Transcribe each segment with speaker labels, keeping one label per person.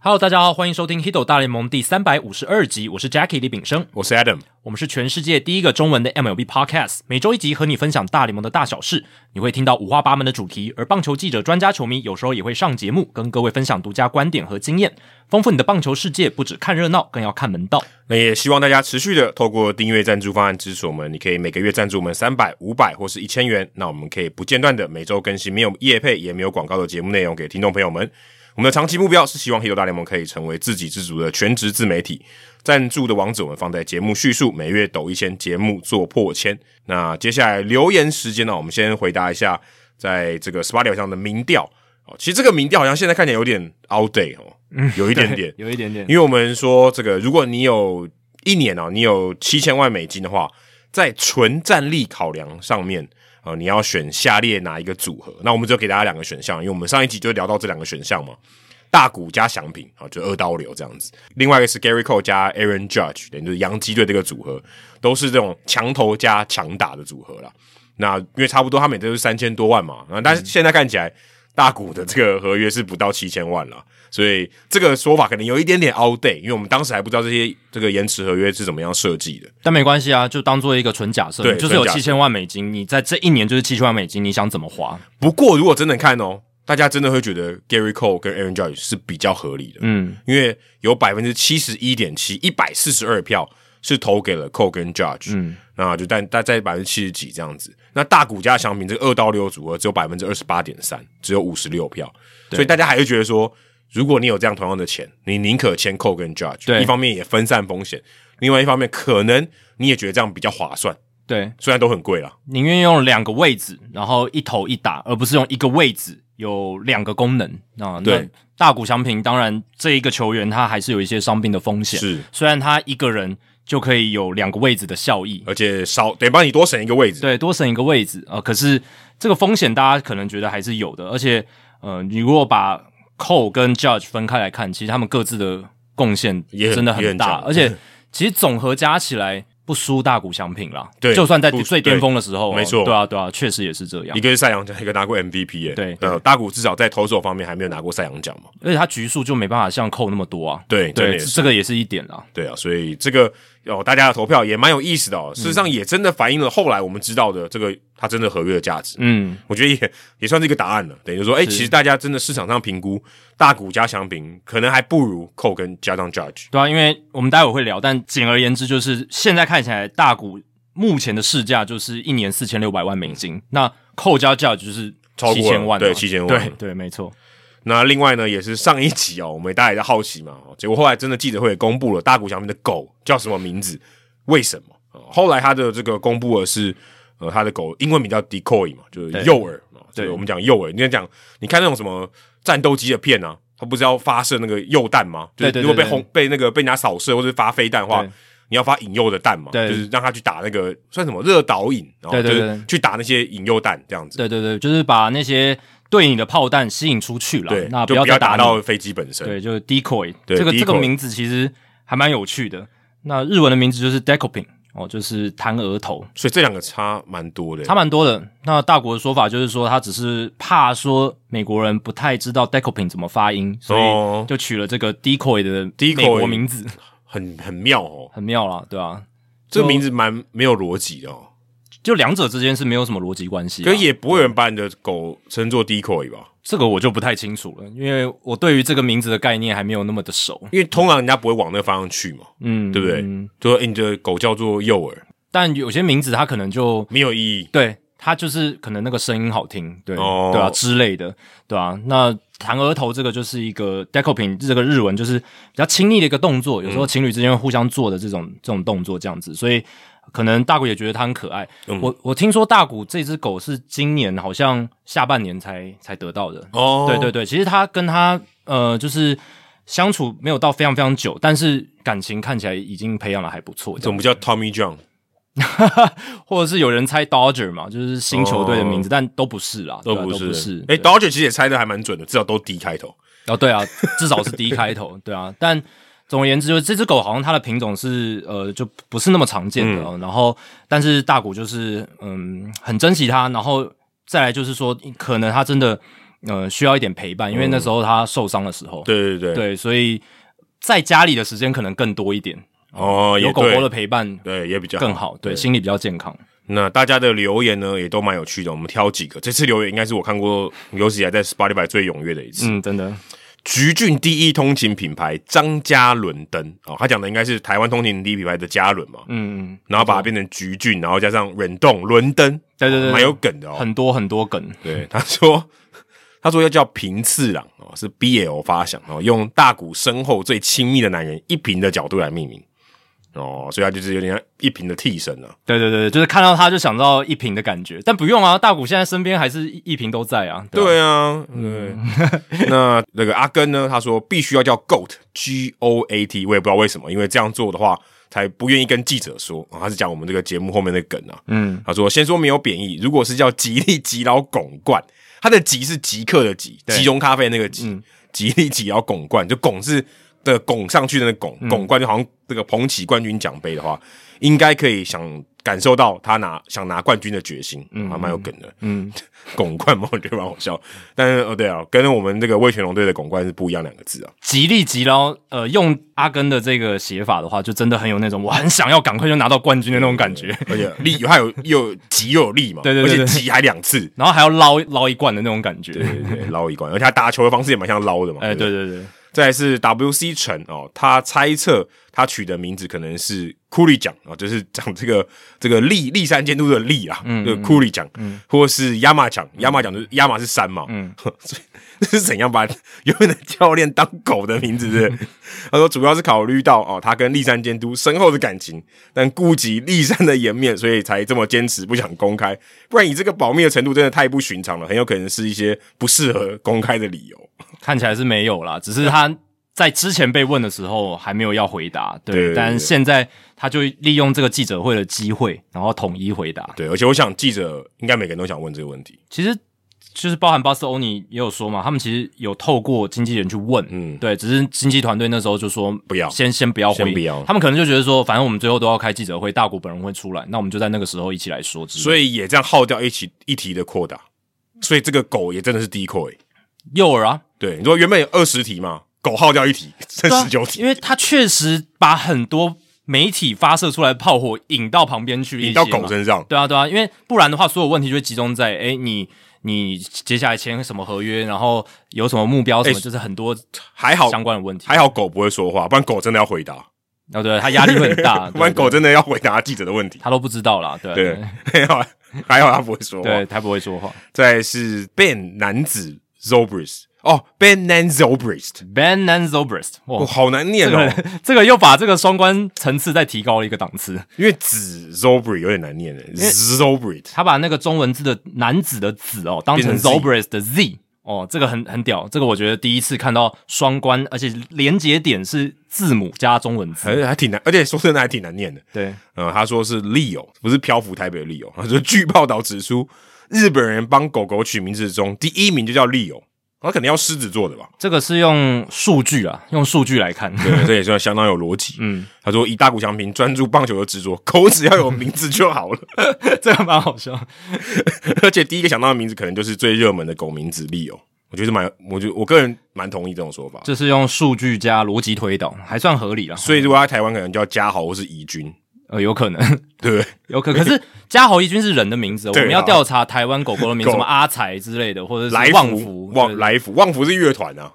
Speaker 1: Hello，大家好，欢迎收听《h i d o 大联盟》第三百五十二集，我是 Jackie 李炳生，
Speaker 2: 我是 Adam。
Speaker 1: 我们是全世界第一个中文的 MLB Podcast，每周一集和你分享大联盟的大小事，你会听到五花八门的主题，而棒球记者、专家、球迷有时候也会上节目，跟各位分享独家观点和经验，丰富你的棒球世界。不只看热闹，更要看门道。
Speaker 2: 那也希望大家持续的透过订阅赞助方案支持我们，你可以每个月赞助我们三百、五百或是一千元，那我们可以不间断的每周更新没有业配也没有广告的节目内容给听众朋友们。我们的长期目标是希望《黑球大联盟》可以成为自给自足的全职自媒体。赞助的网址我们放在节目叙述，每月抖一千，节目做破千。那接下来留言时间呢、我们先回答一下在这个 Spotify 上的民调。哦，其实这个民调好像现在看起来有点 out day 哦，有一点点，
Speaker 1: 有一点点
Speaker 2: 因为我们说这个，如果你有一年哦，你有七千万美金的话，在纯战力考量上面，呃，你要选下列哪一个组合？那我们只有给大家两个选项，因为我们上一集就聊到这两个选项嘛，大股加祥平啊，就二刀流这样子。另外一个是 Gary Cole 加 Aaron Judge，等于就是洋基队这个组合，都是这种强投加强打的组合啦。那因为差不多他们也都是三千多万嘛，那但是现在看起来。大股的这个合约是不到七千万了，所以这个说法可能有一点点 out day，因为我们当时还不知道这些这个延迟合约是怎么样设计的。
Speaker 1: 但没关系啊，就当做一个纯假设，
Speaker 2: 对
Speaker 1: 你就是有
Speaker 2: 纯假
Speaker 1: 七
Speaker 2: 设
Speaker 1: 千万美金，你在这一年就是七千万美金，你想怎么花？
Speaker 2: 不过如果真的看哦，大家真的会觉得 Gary Cole 跟 Aaron Judge 是比较合理的，
Speaker 1: 嗯，
Speaker 2: 因为有百分之七十一点七，一百四十二票是投给了 Cole 跟 Judge，嗯，那就但但在百分之七十几这样子。那大股加祥平这个二到六组合只有百分之二十八点三，只有五十六票，所以大家还是觉得说，如果你有这样同样的钱，你宁可签 Cole 跟 Judge，
Speaker 1: 对
Speaker 2: 一方面也分散风险，另外一方面可能你也觉得这样比较划算，
Speaker 1: 对，
Speaker 2: 虽然都很贵啦。
Speaker 1: 宁愿用两个位置，然后一投一打，而不是用一个位置有两个功能啊。那
Speaker 2: 对
Speaker 1: 大谷翔平，当然这一个球员他还是有一些伤病的风险，
Speaker 2: 是
Speaker 1: 虽然他一个人就可以有两个位置的效益，
Speaker 2: 而且少得帮你多省一个位置，
Speaker 1: 对，多省一个位置啊、呃可是这个风险大家可能觉得还是有的，而且呃，你如果把 Cole 跟 Judge 分开来看，其实他们各自的贡献
Speaker 2: 也很
Speaker 1: 真的
Speaker 2: 也
Speaker 1: 很
Speaker 2: 很
Speaker 1: 大，
Speaker 2: 强嗯
Speaker 1: 而且其实总和加起来不输大谷翔平啦。
Speaker 2: 对
Speaker 1: 就算在
Speaker 2: 不
Speaker 1: 最巅峰的时候，
Speaker 2: 对没错
Speaker 1: 对啊，对啊，确实也是这样
Speaker 2: 一。个是赛扬奖，一个拿过 MVP 耶、
Speaker 1: 对
Speaker 2: 呃，大谷至少在投手方面还没有拿过赛扬奖嘛。
Speaker 1: 而且他局数就没办法像扣那么多啊。
Speaker 2: 对真的
Speaker 1: 对，
Speaker 2: 也
Speaker 1: 这
Speaker 2: 是
Speaker 1: 这个也是一点啦。
Speaker 2: 对啊，所以这个哦，大家的投票也蛮有意思的哦。事实
Speaker 1: 嗯
Speaker 2: 上，也真的反映了后来我们知道的这个他真的合约的价值。
Speaker 1: 嗯，
Speaker 2: 我觉得也也算是一个答案了。等于说，哎、其实大家真的市场上评估大谷加强平，可能还不如扣跟加上 Judge。
Speaker 1: 对啊，因为我们待会会聊，但简而言之就是，现在看起来大股目前的市价就是一年四千六百万美金，那扣加价就是
Speaker 2: 超过
Speaker 1: 七千万嘛，
Speaker 2: 对7000万
Speaker 1: 对对，没错，
Speaker 2: 那另外呢，也是上一集哦，我们大家也在好奇嘛，哦结果后来真的记者会也公布了大谷翔平的狗叫什么名字，为什么？哦后来他的这个公布的是，呃，他的狗英文名叫 Decoy 嘛，就是
Speaker 1: 对
Speaker 2: 诱饵嘛，
Speaker 1: 对
Speaker 2: 对，我们讲诱饵，你在讲，你看那种什么战斗机的片啊，它不是要发射那个诱弹吗？就是
Speaker 1: 对对对
Speaker 2: 如果被
Speaker 1: 对
Speaker 2: 轰被那个被人家扫射或者发飞弹的话
Speaker 1: 对。
Speaker 2: 你要发引诱的弹嘛，
Speaker 1: 对
Speaker 2: 就是让他去打那个算什么热导引，然后
Speaker 1: 对
Speaker 2: 就
Speaker 1: 对
Speaker 2: 是
Speaker 1: 对
Speaker 2: 去打那些引诱弹这样子。
Speaker 1: 对对对，就是把那些对你的炮弹吸引出去了，
Speaker 2: 对，
Speaker 1: 那
Speaker 2: 就
Speaker 1: 要
Speaker 2: 不要
Speaker 1: 再
Speaker 2: 打
Speaker 1: 你
Speaker 2: 到飞机本身。
Speaker 1: 对，就是 decoy，
Speaker 2: 对
Speaker 1: 这个
Speaker 2: decoy
Speaker 1: 这个名字其实还蛮有趣的。那日文的名字就是 decoping，哦，就是弹额头，
Speaker 2: 所以这两个差蛮多的。
Speaker 1: 差蛮多的。那大国的说法就是说，他只是怕说美国人不太知道 decoping 怎么发音，所
Speaker 2: 哦
Speaker 1: 以就取了这个 decoy 的
Speaker 2: decoy
Speaker 1: 美国名字，
Speaker 2: 很很妙哦，
Speaker 1: 很妙啦，对啊，
Speaker 2: 这个名字蛮没有逻辑的哦，
Speaker 1: 就两者之间是没有什么逻辑关系啊、
Speaker 2: 可也不会有人把你的狗称作 decoy 吧？
Speaker 1: 这个我就不太清楚了，因为我对于这个名字的概念还没有那么的熟。
Speaker 2: 因为通常人家不会往那个方向去嘛，
Speaker 1: 嗯，
Speaker 2: 对不对
Speaker 1: 嗯
Speaker 2: 就说、欸、你的狗叫做诱饵，
Speaker 1: 但有些名字它可能就
Speaker 2: 没有意义。
Speaker 1: 对它就是可能那个声音好听，对、
Speaker 2: 哦
Speaker 1: 对啊之类的，对啊。那弹额头这个就是一个 decoping 这个日文就是比较亲密的一个动作，有时候情侣之间会互相做的这种、这种动作这样子，所以可能大谷也觉得它很可爱。
Speaker 2: 嗯
Speaker 1: 我我听说大谷这只狗是今年好像下半年才才得到的，
Speaker 2: 哦
Speaker 1: 对对对，其实他跟他呃，就是相处没有到非常非常久，但是感情看起来已经培养的还不错。
Speaker 2: 怎么不叫 Tommy John？
Speaker 1: 或者是有人猜 Dodger 嘛，就是新球队的名字，但都不是啦，
Speaker 2: 哦都
Speaker 1: 对啊
Speaker 2: 不
Speaker 1: 都
Speaker 2: 是，
Speaker 1: 不是。
Speaker 2: 哎、
Speaker 1: 对
Speaker 2: d o d g e r 其实也猜的还蛮准的，至少都 D 开头。
Speaker 1: 哦，对啊，至少是 D 开 头，对啊。但总而言之，就是这只狗好像它的品种是呃，就不是那么常见的、哦
Speaker 2: 嗯
Speaker 1: 然后，但是大谷就是嗯，很珍惜它。然后再来就是说，可能它真的呃需要一点陪伴，因为那时候他受伤的时候，
Speaker 2: 嗯对对对，
Speaker 1: 对，所以在家里的时间可能更多一点，
Speaker 2: 哦，也
Speaker 1: 有狗
Speaker 2: 对
Speaker 1: 狗的陪伴
Speaker 2: 对也比较
Speaker 1: 更好，对，心理比较健康。
Speaker 2: 那大家的留言呢，也都蛮有趣的。我们挑几个，这次留言应该是我看过有史以来在 Spotify 最踊跃的一次。
Speaker 1: 嗯，真的，
Speaker 2: 橘郡第一通勤品牌张嘉伦登哦，他讲的应该是台湾通勤第一品牌的嘉伦嘛，
Speaker 1: 嗯嗯，
Speaker 2: 然后把它变成橘郡，然后加上忍动伦登，
Speaker 1: 对对对，
Speaker 2: 蛮有梗的哦。
Speaker 1: 很多很多梗，
Speaker 2: 对，他说 他说要叫平次郎哦，是 BL 发想哦，用大谷身后最亲密的男人一平的角度来命名哦，所以他就是有点像一平的替身啊。
Speaker 1: 对对对，就是看到他就想到一瓶的感觉，但不用啊，大谷现在身边还是一瓶都在啊，嗯吧，
Speaker 2: 对啊，对。那那个阿根呢？他说必须要叫 Goat G O A T，我也不知道为什么，因为这样做的话才不愿意跟记者说。啊、他是讲我们这个节目后面的梗啊。
Speaker 1: 嗯，
Speaker 2: 他说先说没有贬义，如果是叫吉利吉老拱冠，他的吉是极客的吉，
Speaker 1: 对嗯
Speaker 2: 吉隆咖啡那个吉，吉利吉老拱冠，就拱是的拱上去的那个拱，
Speaker 1: 嗯
Speaker 2: 拱冠就好像这个捧起冠军奖杯的话，应该可以想。感受到他拿想拿冠军的决心，还蛮有梗的。
Speaker 1: 嗯，
Speaker 2: 拱冠嘛，我觉得蛮好笑。但是哦，对啊，跟我们这个味全龙队的拱冠是不一样两个字啊。
Speaker 1: 极力极捞，呃，用阿根的这个写法的话，就真的很有那种我很想要赶快就拿到冠军的那种感觉，
Speaker 2: 而且力还有又有急又有力嘛，
Speaker 1: 对对对对
Speaker 2: 而且急还两次，
Speaker 1: 然后还要捞捞一罐的那种感
Speaker 2: 对
Speaker 1: 觉，
Speaker 2: 对对， 捞一关，而且他打球的方式也蛮像捞的嘛。
Speaker 1: 哎，
Speaker 2: 不
Speaker 1: 对对对，
Speaker 2: 再来是 W.C. 陈哦，他猜测他取的名字可能是库里奖哦，就是讲这个这个立立山监督的立啊，嗯，这个库里奖，嗯，或是亚马奖，亚马奖就是亚马是山嘛，嗯， 所以这是怎样把 原本的教练当狗的名字是不 是？他说主要是考虑到哦，他跟立山监督深厚的感情，但顾及立山的颜面，所以才这么坚持不想公开，不然以这个保密的程度真的太不寻常了，很有可能是一些不适合公开的理由。
Speaker 1: 看起来是没有啦，只是他在之前被问的时候还没有要回答，对，
Speaker 2: 对对对
Speaker 1: 但现在他就利用这个记者会的机会，然后统一回答。
Speaker 2: 对，而且我想记者应该每个人都想问这个问题。
Speaker 1: 其实就是包含巴斯欧尼也有说嘛，他们其实有透过经纪人去问，
Speaker 2: 嗯
Speaker 1: 对，只是经纪团队那时候就说
Speaker 2: 不要
Speaker 1: 先先不要回
Speaker 2: 先
Speaker 1: 应，
Speaker 2: 不要
Speaker 1: 他们可能就觉得说，反正我们最后都要开记者会，大谷本人会出来，那我们就在那个时候一起来说之类的。嗯
Speaker 2: 所以也这样耗掉一起一题的扩大，所以这个狗也真的是第一扣诶。
Speaker 1: 诱饵啊，
Speaker 2: 对，你说原本有二十题嘛，狗耗掉一题，剩
Speaker 1: 对啊
Speaker 2: 十九题，
Speaker 1: 因为他确实把很多媒体发射出来的炮火引到旁边去一些
Speaker 2: 引
Speaker 1: 嘛，
Speaker 2: 到狗身上。
Speaker 1: 对啊，对啊，因为不然的话，所有问题就会集中在，哎，你你接下来签什么合约，然后有什么目标，什么，就是很多
Speaker 2: 还好
Speaker 1: 相关的问题。
Speaker 2: 还好狗不会说话，不然狗真的要回答，
Speaker 1: 哦，对，他压力会很 大，
Speaker 2: 不然
Speaker 1: 对
Speaker 2: 狗真的要回答记者的问题。
Speaker 1: 他都不知道啦，对啊
Speaker 2: 对， 还好还好它不会说话
Speaker 1: 对，。他不会说话。
Speaker 2: 再来是 Ben 男子 Zobrist 哦，Ben 男 Zobrist，
Speaker 1: Ben and Zobrist，哇
Speaker 2: 哦，，好难念
Speaker 1: 这
Speaker 2: 哦，
Speaker 1: 个这个又把这个双关层次再提高了一个档次。
Speaker 2: 因为子 Zobrist 有点难念的，Zobrist
Speaker 1: 他把那个中文字的男子的子哦，当成
Speaker 2: 变成
Speaker 1: Zobrist 的 Z 哦，这个很很屌，这个我觉得第一次看到双关，而且连节点是字母加中文字，
Speaker 2: 还还挺难，而且说真的还挺难念的。
Speaker 1: 对，
Speaker 2: 呃，他说是 Leo，不是漂浮台北的 Leo。他说，据报道指出，日本人帮狗狗取名字中，第一名就叫 Leo，他肯定要狮子座的吧？
Speaker 1: 这个是用数据啊，用数据来看。
Speaker 2: 对，这也算相当有逻辑。
Speaker 1: 嗯，
Speaker 2: 他说，以大谷翔平专注棒球的执着，狗只要有名字就好了。
Speaker 1: 这个蛮好笑。
Speaker 2: 而且第一个想到的名字，可能就是最热门的狗名字 Leo。我觉得蛮，我觉得我个人蛮同意这种说法。
Speaker 1: 这是用数据加逻辑推导，还算合理啦。
Speaker 2: 所以，如果在台湾，可能叫嘉豪或是怡君，
Speaker 1: 呃，有可能，
Speaker 2: 对不对？
Speaker 1: 有可可是嘉豪一君是人的名字，我
Speaker 2: 对啊
Speaker 1: 们要调查台湾狗狗的名字，
Speaker 2: 狗
Speaker 1: 什么阿才之类的，或者
Speaker 2: 来
Speaker 1: 是旺福。
Speaker 2: 旺
Speaker 1: 对
Speaker 2: 来福，旺福是乐团啊。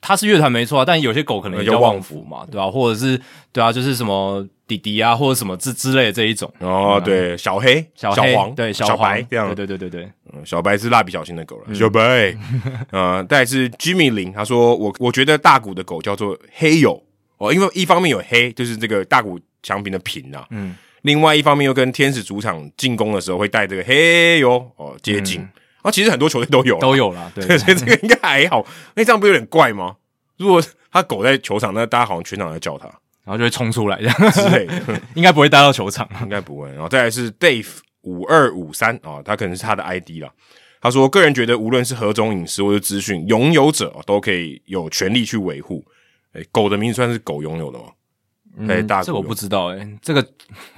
Speaker 1: 它是乐团没错啊，但有些狗可能也
Speaker 2: 叫
Speaker 1: 叫
Speaker 2: 旺
Speaker 1: 旺福嘛，对吧、或者是对啊，就是什么弟弟啊，或者什么之之类的这一种。
Speaker 2: 哦，对，小黑、
Speaker 1: 嗯小
Speaker 2: 小
Speaker 1: 黑
Speaker 2: 黄、
Speaker 1: 对
Speaker 2: 小
Speaker 1: 黄
Speaker 2: 白这样，
Speaker 1: 对嗯对对对 对，
Speaker 2: 嗯小白是蜡笔小新的狗了，小白。 呃，再来是 Jimmy 林，他说我我觉得大谷的狗叫做黑友哦，因为一方面有黑，就是这个大谷强平的平啊，嗯，另外一方面又跟天使主场进攻的时候会带这个黑友哦接近，啊，其实很多球队都有，
Speaker 1: 嗯都有啦，对
Speaker 2: 对，所以这个应该还好。那这样不有点怪吗？如果他狗在球场，那大家好像全场在叫他
Speaker 1: 然后就会冲出来，这样
Speaker 2: 之类的。
Speaker 1: 应该不会待到球场。啊
Speaker 2: 应该不会。然后再来是 Dave 五二五三啊，他可能是他的 ID 啦。他说，个人觉得无论是何种隐私或者资讯，拥有者哦都可以有权利去维护。哎、狗的名字算是狗拥有的吗？哎、大
Speaker 1: 嗯这
Speaker 2: 股
Speaker 1: 个我
Speaker 2: 拥有
Speaker 1: 不知 道哎、这个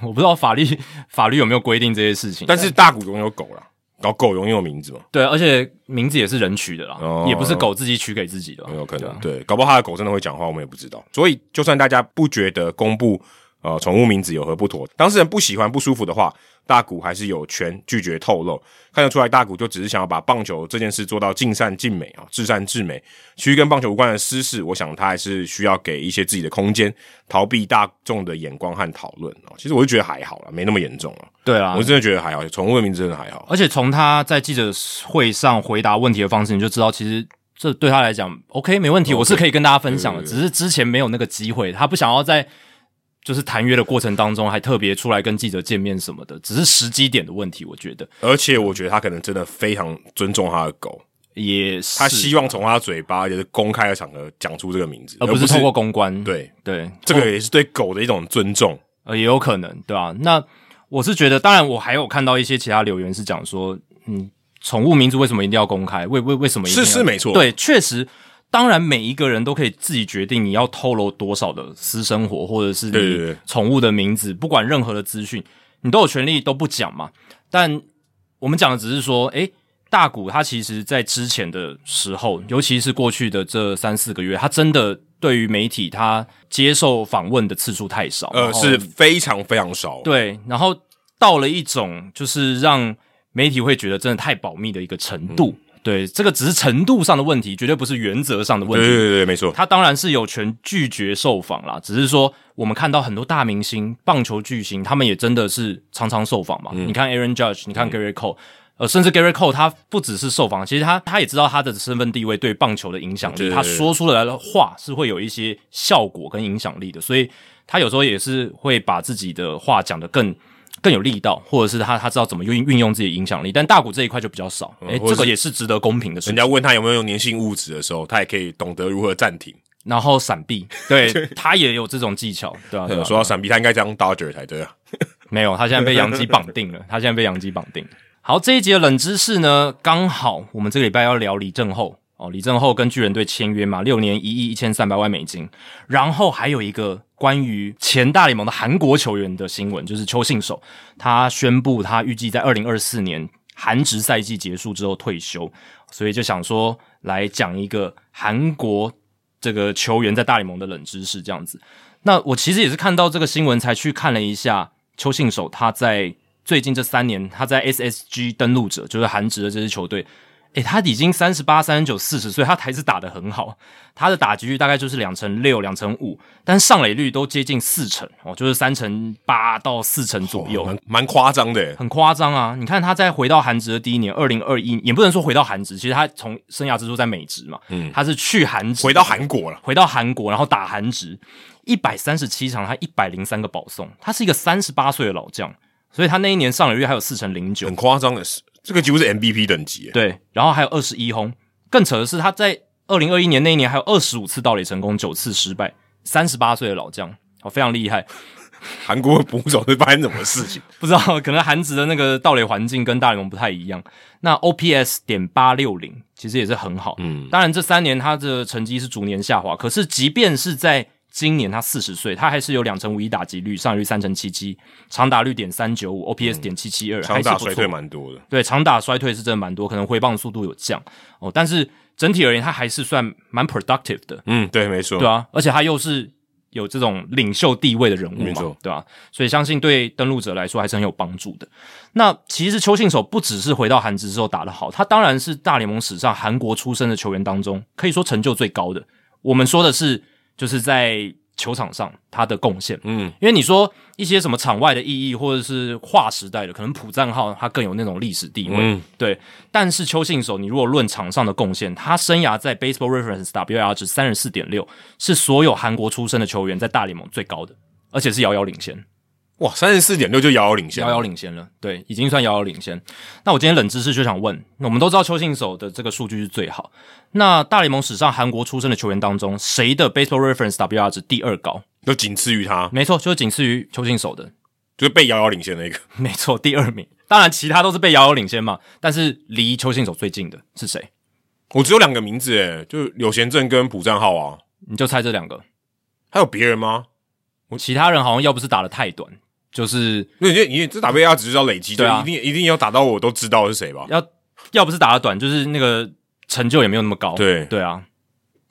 Speaker 1: 我不知道法律法律有没有规定这些事情，
Speaker 2: 但是大股拥有狗啦，然后狗永远有名字嘛，
Speaker 1: 对，而且名字也是人取的啦，
Speaker 2: 哦
Speaker 1: 也不是狗自己取给自己的啦，
Speaker 2: 很有可
Speaker 1: 对
Speaker 2: 能
Speaker 1: 啊。
Speaker 2: 对，搞不好他的狗真的会讲话，我们也不知道。所以，就算大家不觉得公布呃宠物名字有何不妥，当事人不喜欢不舒服的话，大谷还是有权拒绝透露。看得出来，大谷就只是想要把棒球这件事做到尽善尽美啊，至善至美。其余跟棒球无关的私事，我想他还是需要给一些自己的空间，逃避大众的眼光和讨论啊。其实我就觉得还好啦，没那么严重啊。
Speaker 1: 对啊
Speaker 2: 我，真的觉得还好，宠物的名字真的还好。
Speaker 1: 而且从他在记者会上回答问题的方式，你就知道其实。这对他来讲，OK，没问题，我是可以跟大家分享的，
Speaker 2: 对对
Speaker 1: 只是之前没有那个机会，他不想要在就是谈约的过程当中还特别出来跟记者见面什么的，只是时机点的问题，我觉得
Speaker 2: 而且我觉得他可能真的非常尊重他的狗，
Speaker 1: 也是，
Speaker 2: 他希望从他嘴巴，也就是公开的场合讲出这个名字，
Speaker 1: 而不是通过公关，
Speaker 2: 对
Speaker 1: 对，哦
Speaker 2: 这个也是对狗的一种尊重。
Speaker 1: 呃，也有可能，对吧、那我是觉得，当然我还有看到一些其他留言是讲说，嗯，宠物名字为什么一定要公开？为为为什么一定要
Speaker 2: 是是没错
Speaker 1: 对，确实。当然，每一个人都可以自己决定你要透露多少的私生活，或者是
Speaker 2: 对对
Speaker 1: 你
Speaker 2: 对
Speaker 1: 宠物的名字，不管任何的资讯，你都有权利都不讲嘛。但我们讲的只是说，诶，大谷他其实在之前的时候，尤其是过去的这三四个月，他真的对于媒体他接受访问的次数太少，
Speaker 2: 呃，
Speaker 1: 然后
Speaker 2: 是非常非常少。
Speaker 1: 哦对，然后到了一种就是让媒体会觉得真的太保密的一个程度。对，这个只是程度上的问题，绝对不是原则上的问
Speaker 2: 对对
Speaker 1: 题。
Speaker 2: 对对，没错。
Speaker 1: 他当然是有权拒绝受访啦，只是说我们看到很多大明星、棒球巨星，他们也真的是常常受访
Speaker 2: 嗯
Speaker 1: 嘛。你看 Aaron Judge，你看 Gary Cole，、呃，甚至 Gary Cole 他不只是受访，其实他他也知道他的身份地位对棒球的影响力，
Speaker 2: 对对对
Speaker 1: 他说出来的话是会有一些效果跟影响力的，所以他有时候也是会把自己的话讲得更。更有力道，或者是他他知道怎么运运用自己的影响力，但大股这一块就比较少，诶、
Speaker 2: 嗯或者
Speaker 1: 这个
Speaker 2: 是
Speaker 1: 也是值得公平的事
Speaker 2: 人
Speaker 1: 情。
Speaker 2: 家问他有没有用粘性物质的时候，他也可以懂得如何暂停。
Speaker 1: 然后闪避，对他也有这种技巧， 对啊，对啊
Speaker 2: 呃说到闪避，他应该这样 Dodger 才对啊。
Speaker 1: 没有，他现在被杨基绑定了，他现在被杨基绑定了。好，这一节的冷知识呢，刚好我们这个礼拜要聊李正厚哦，李正厚跟巨人队签约嘛，六年一亿一千三百万美金，然后还有一个关于前大联盟的韩国球员的新闻，就是邱信守，他宣布他预计在二零二四年韩职赛季结束之后退休，所以就想说来讲一个韩国这个球员在大联盟的冷知识这样子。那我其实也是看到这个新闻才去看了一下邱信守他在最近这三年他在 SSG 登陆者，就是韩职的这支球队。诶，他已经三十八、三十九、四十岁，他还是打得很好。他的打击率大概就是两成六、两成五，但上垒率都接近四成哦，就是三成八到四成左右。
Speaker 2: 蛮哦蛮夸张的耶。
Speaker 1: 很夸张啊！你看他在回到韩职的第一年，二零二一也不能说回到韩职，其实他从生涯之初在美职嘛，嗯，他是去韩职，
Speaker 2: 回到韩国了，
Speaker 1: 回到韩国，然后打韩职，一百三十七场，他一百零三个保送，他是一个三十八岁的老将，所以他那一年上垒率还有四成零九
Speaker 2: 很，夸张的是，这个几乎是 MVP 等级耶。
Speaker 1: 对，然后还有二十一轰。更扯的是，他在二零二一年那一年还有二十五次盗垒成功，九次失败，三十八岁的老将，哦，非常厉害。
Speaker 2: 韩国捕手是发生什么事情？
Speaker 1: 不知道，可能韩职的那个盗垒环境跟大联盟不太一样。那 OPS 点八六零其实也是很好，嗯，当然这三年他的成绩是逐年下滑，可是即便是在今年他四十岁，他还是有两成五一打击率，上垒率三成七七，长打率点三九五，OPS 点七七二，还
Speaker 2: 嗯长
Speaker 1: 是
Speaker 2: 打
Speaker 1: 不
Speaker 2: 衰
Speaker 1: 错。
Speaker 2: 退蛮多的。
Speaker 1: 对，长打衰退是真的蛮多，可能挥棒速度有降哦，但是整体而言他还是算蛮 productive 的，
Speaker 2: 嗯，对，没错。
Speaker 1: 对啊，而且他又是有这种领袖地位的人物
Speaker 2: 没
Speaker 1: 嘛
Speaker 2: 错，
Speaker 1: 对吧、啊所以相信对登陆者来说还是很有帮助的。那其实邱信守不只是回到韩职之后打得好，他当然是大联盟史上韩国出身的球员当中，可以说成就最高的。我们说的是，就是在球场上他的贡献，
Speaker 2: 嗯，
Speaker 1: 因为你说一些什么场外的意义，或者是跨时代的，可能朴赞浩他更有那种历史地位，
Speaker 2: 嗯
Speaker 1: 对。但是邱信守，你如果论场上的贡献，他生涯在 Baseball Reference WR 值三十四点六，是所有韩国出身的球员在大联盟最高的，而且是遥遥领先，
Speaker 2: 哇，三十四点六就遥遥领先，
Speaker 1: 遥遥领先了，对，已经算遥遥领先。那我今天冷知识就想问，我们都知道邱信守的这个数据是最好，那大联盟史上韩国出身的球员当中，谁的 Baseball Reference WR 值第二高？
Speaker 2: 就仅次于他，
Speaker 1: 没错，就是仅次于邱信守的，
Speaker 2: 就是被遥遥领先的一个。
Speaker 1: 没错，第二名。当然，其他都是被遥遥领先嘛。但是离邱信手最近的是谁？
Speaker 2: 我只有两个名字，哎，就是柳贤正跟朴赞浩啊，
Speaker 1: 你就猜这两个。
Speaker 2: 还有别人吗？
Speaker 1: 其他人好像要不是打得太短，就是
Speaker 2: 因为你你这打被压只是要累积，
Speaker 1: 对啊
Speaker 2: 就一定一定要打到我都知道是谁吧？
Speaker 1: 要要不是打得短，就是那个成就也没有那么高。
Speaker 2: 对
Speaker 1: 对啊，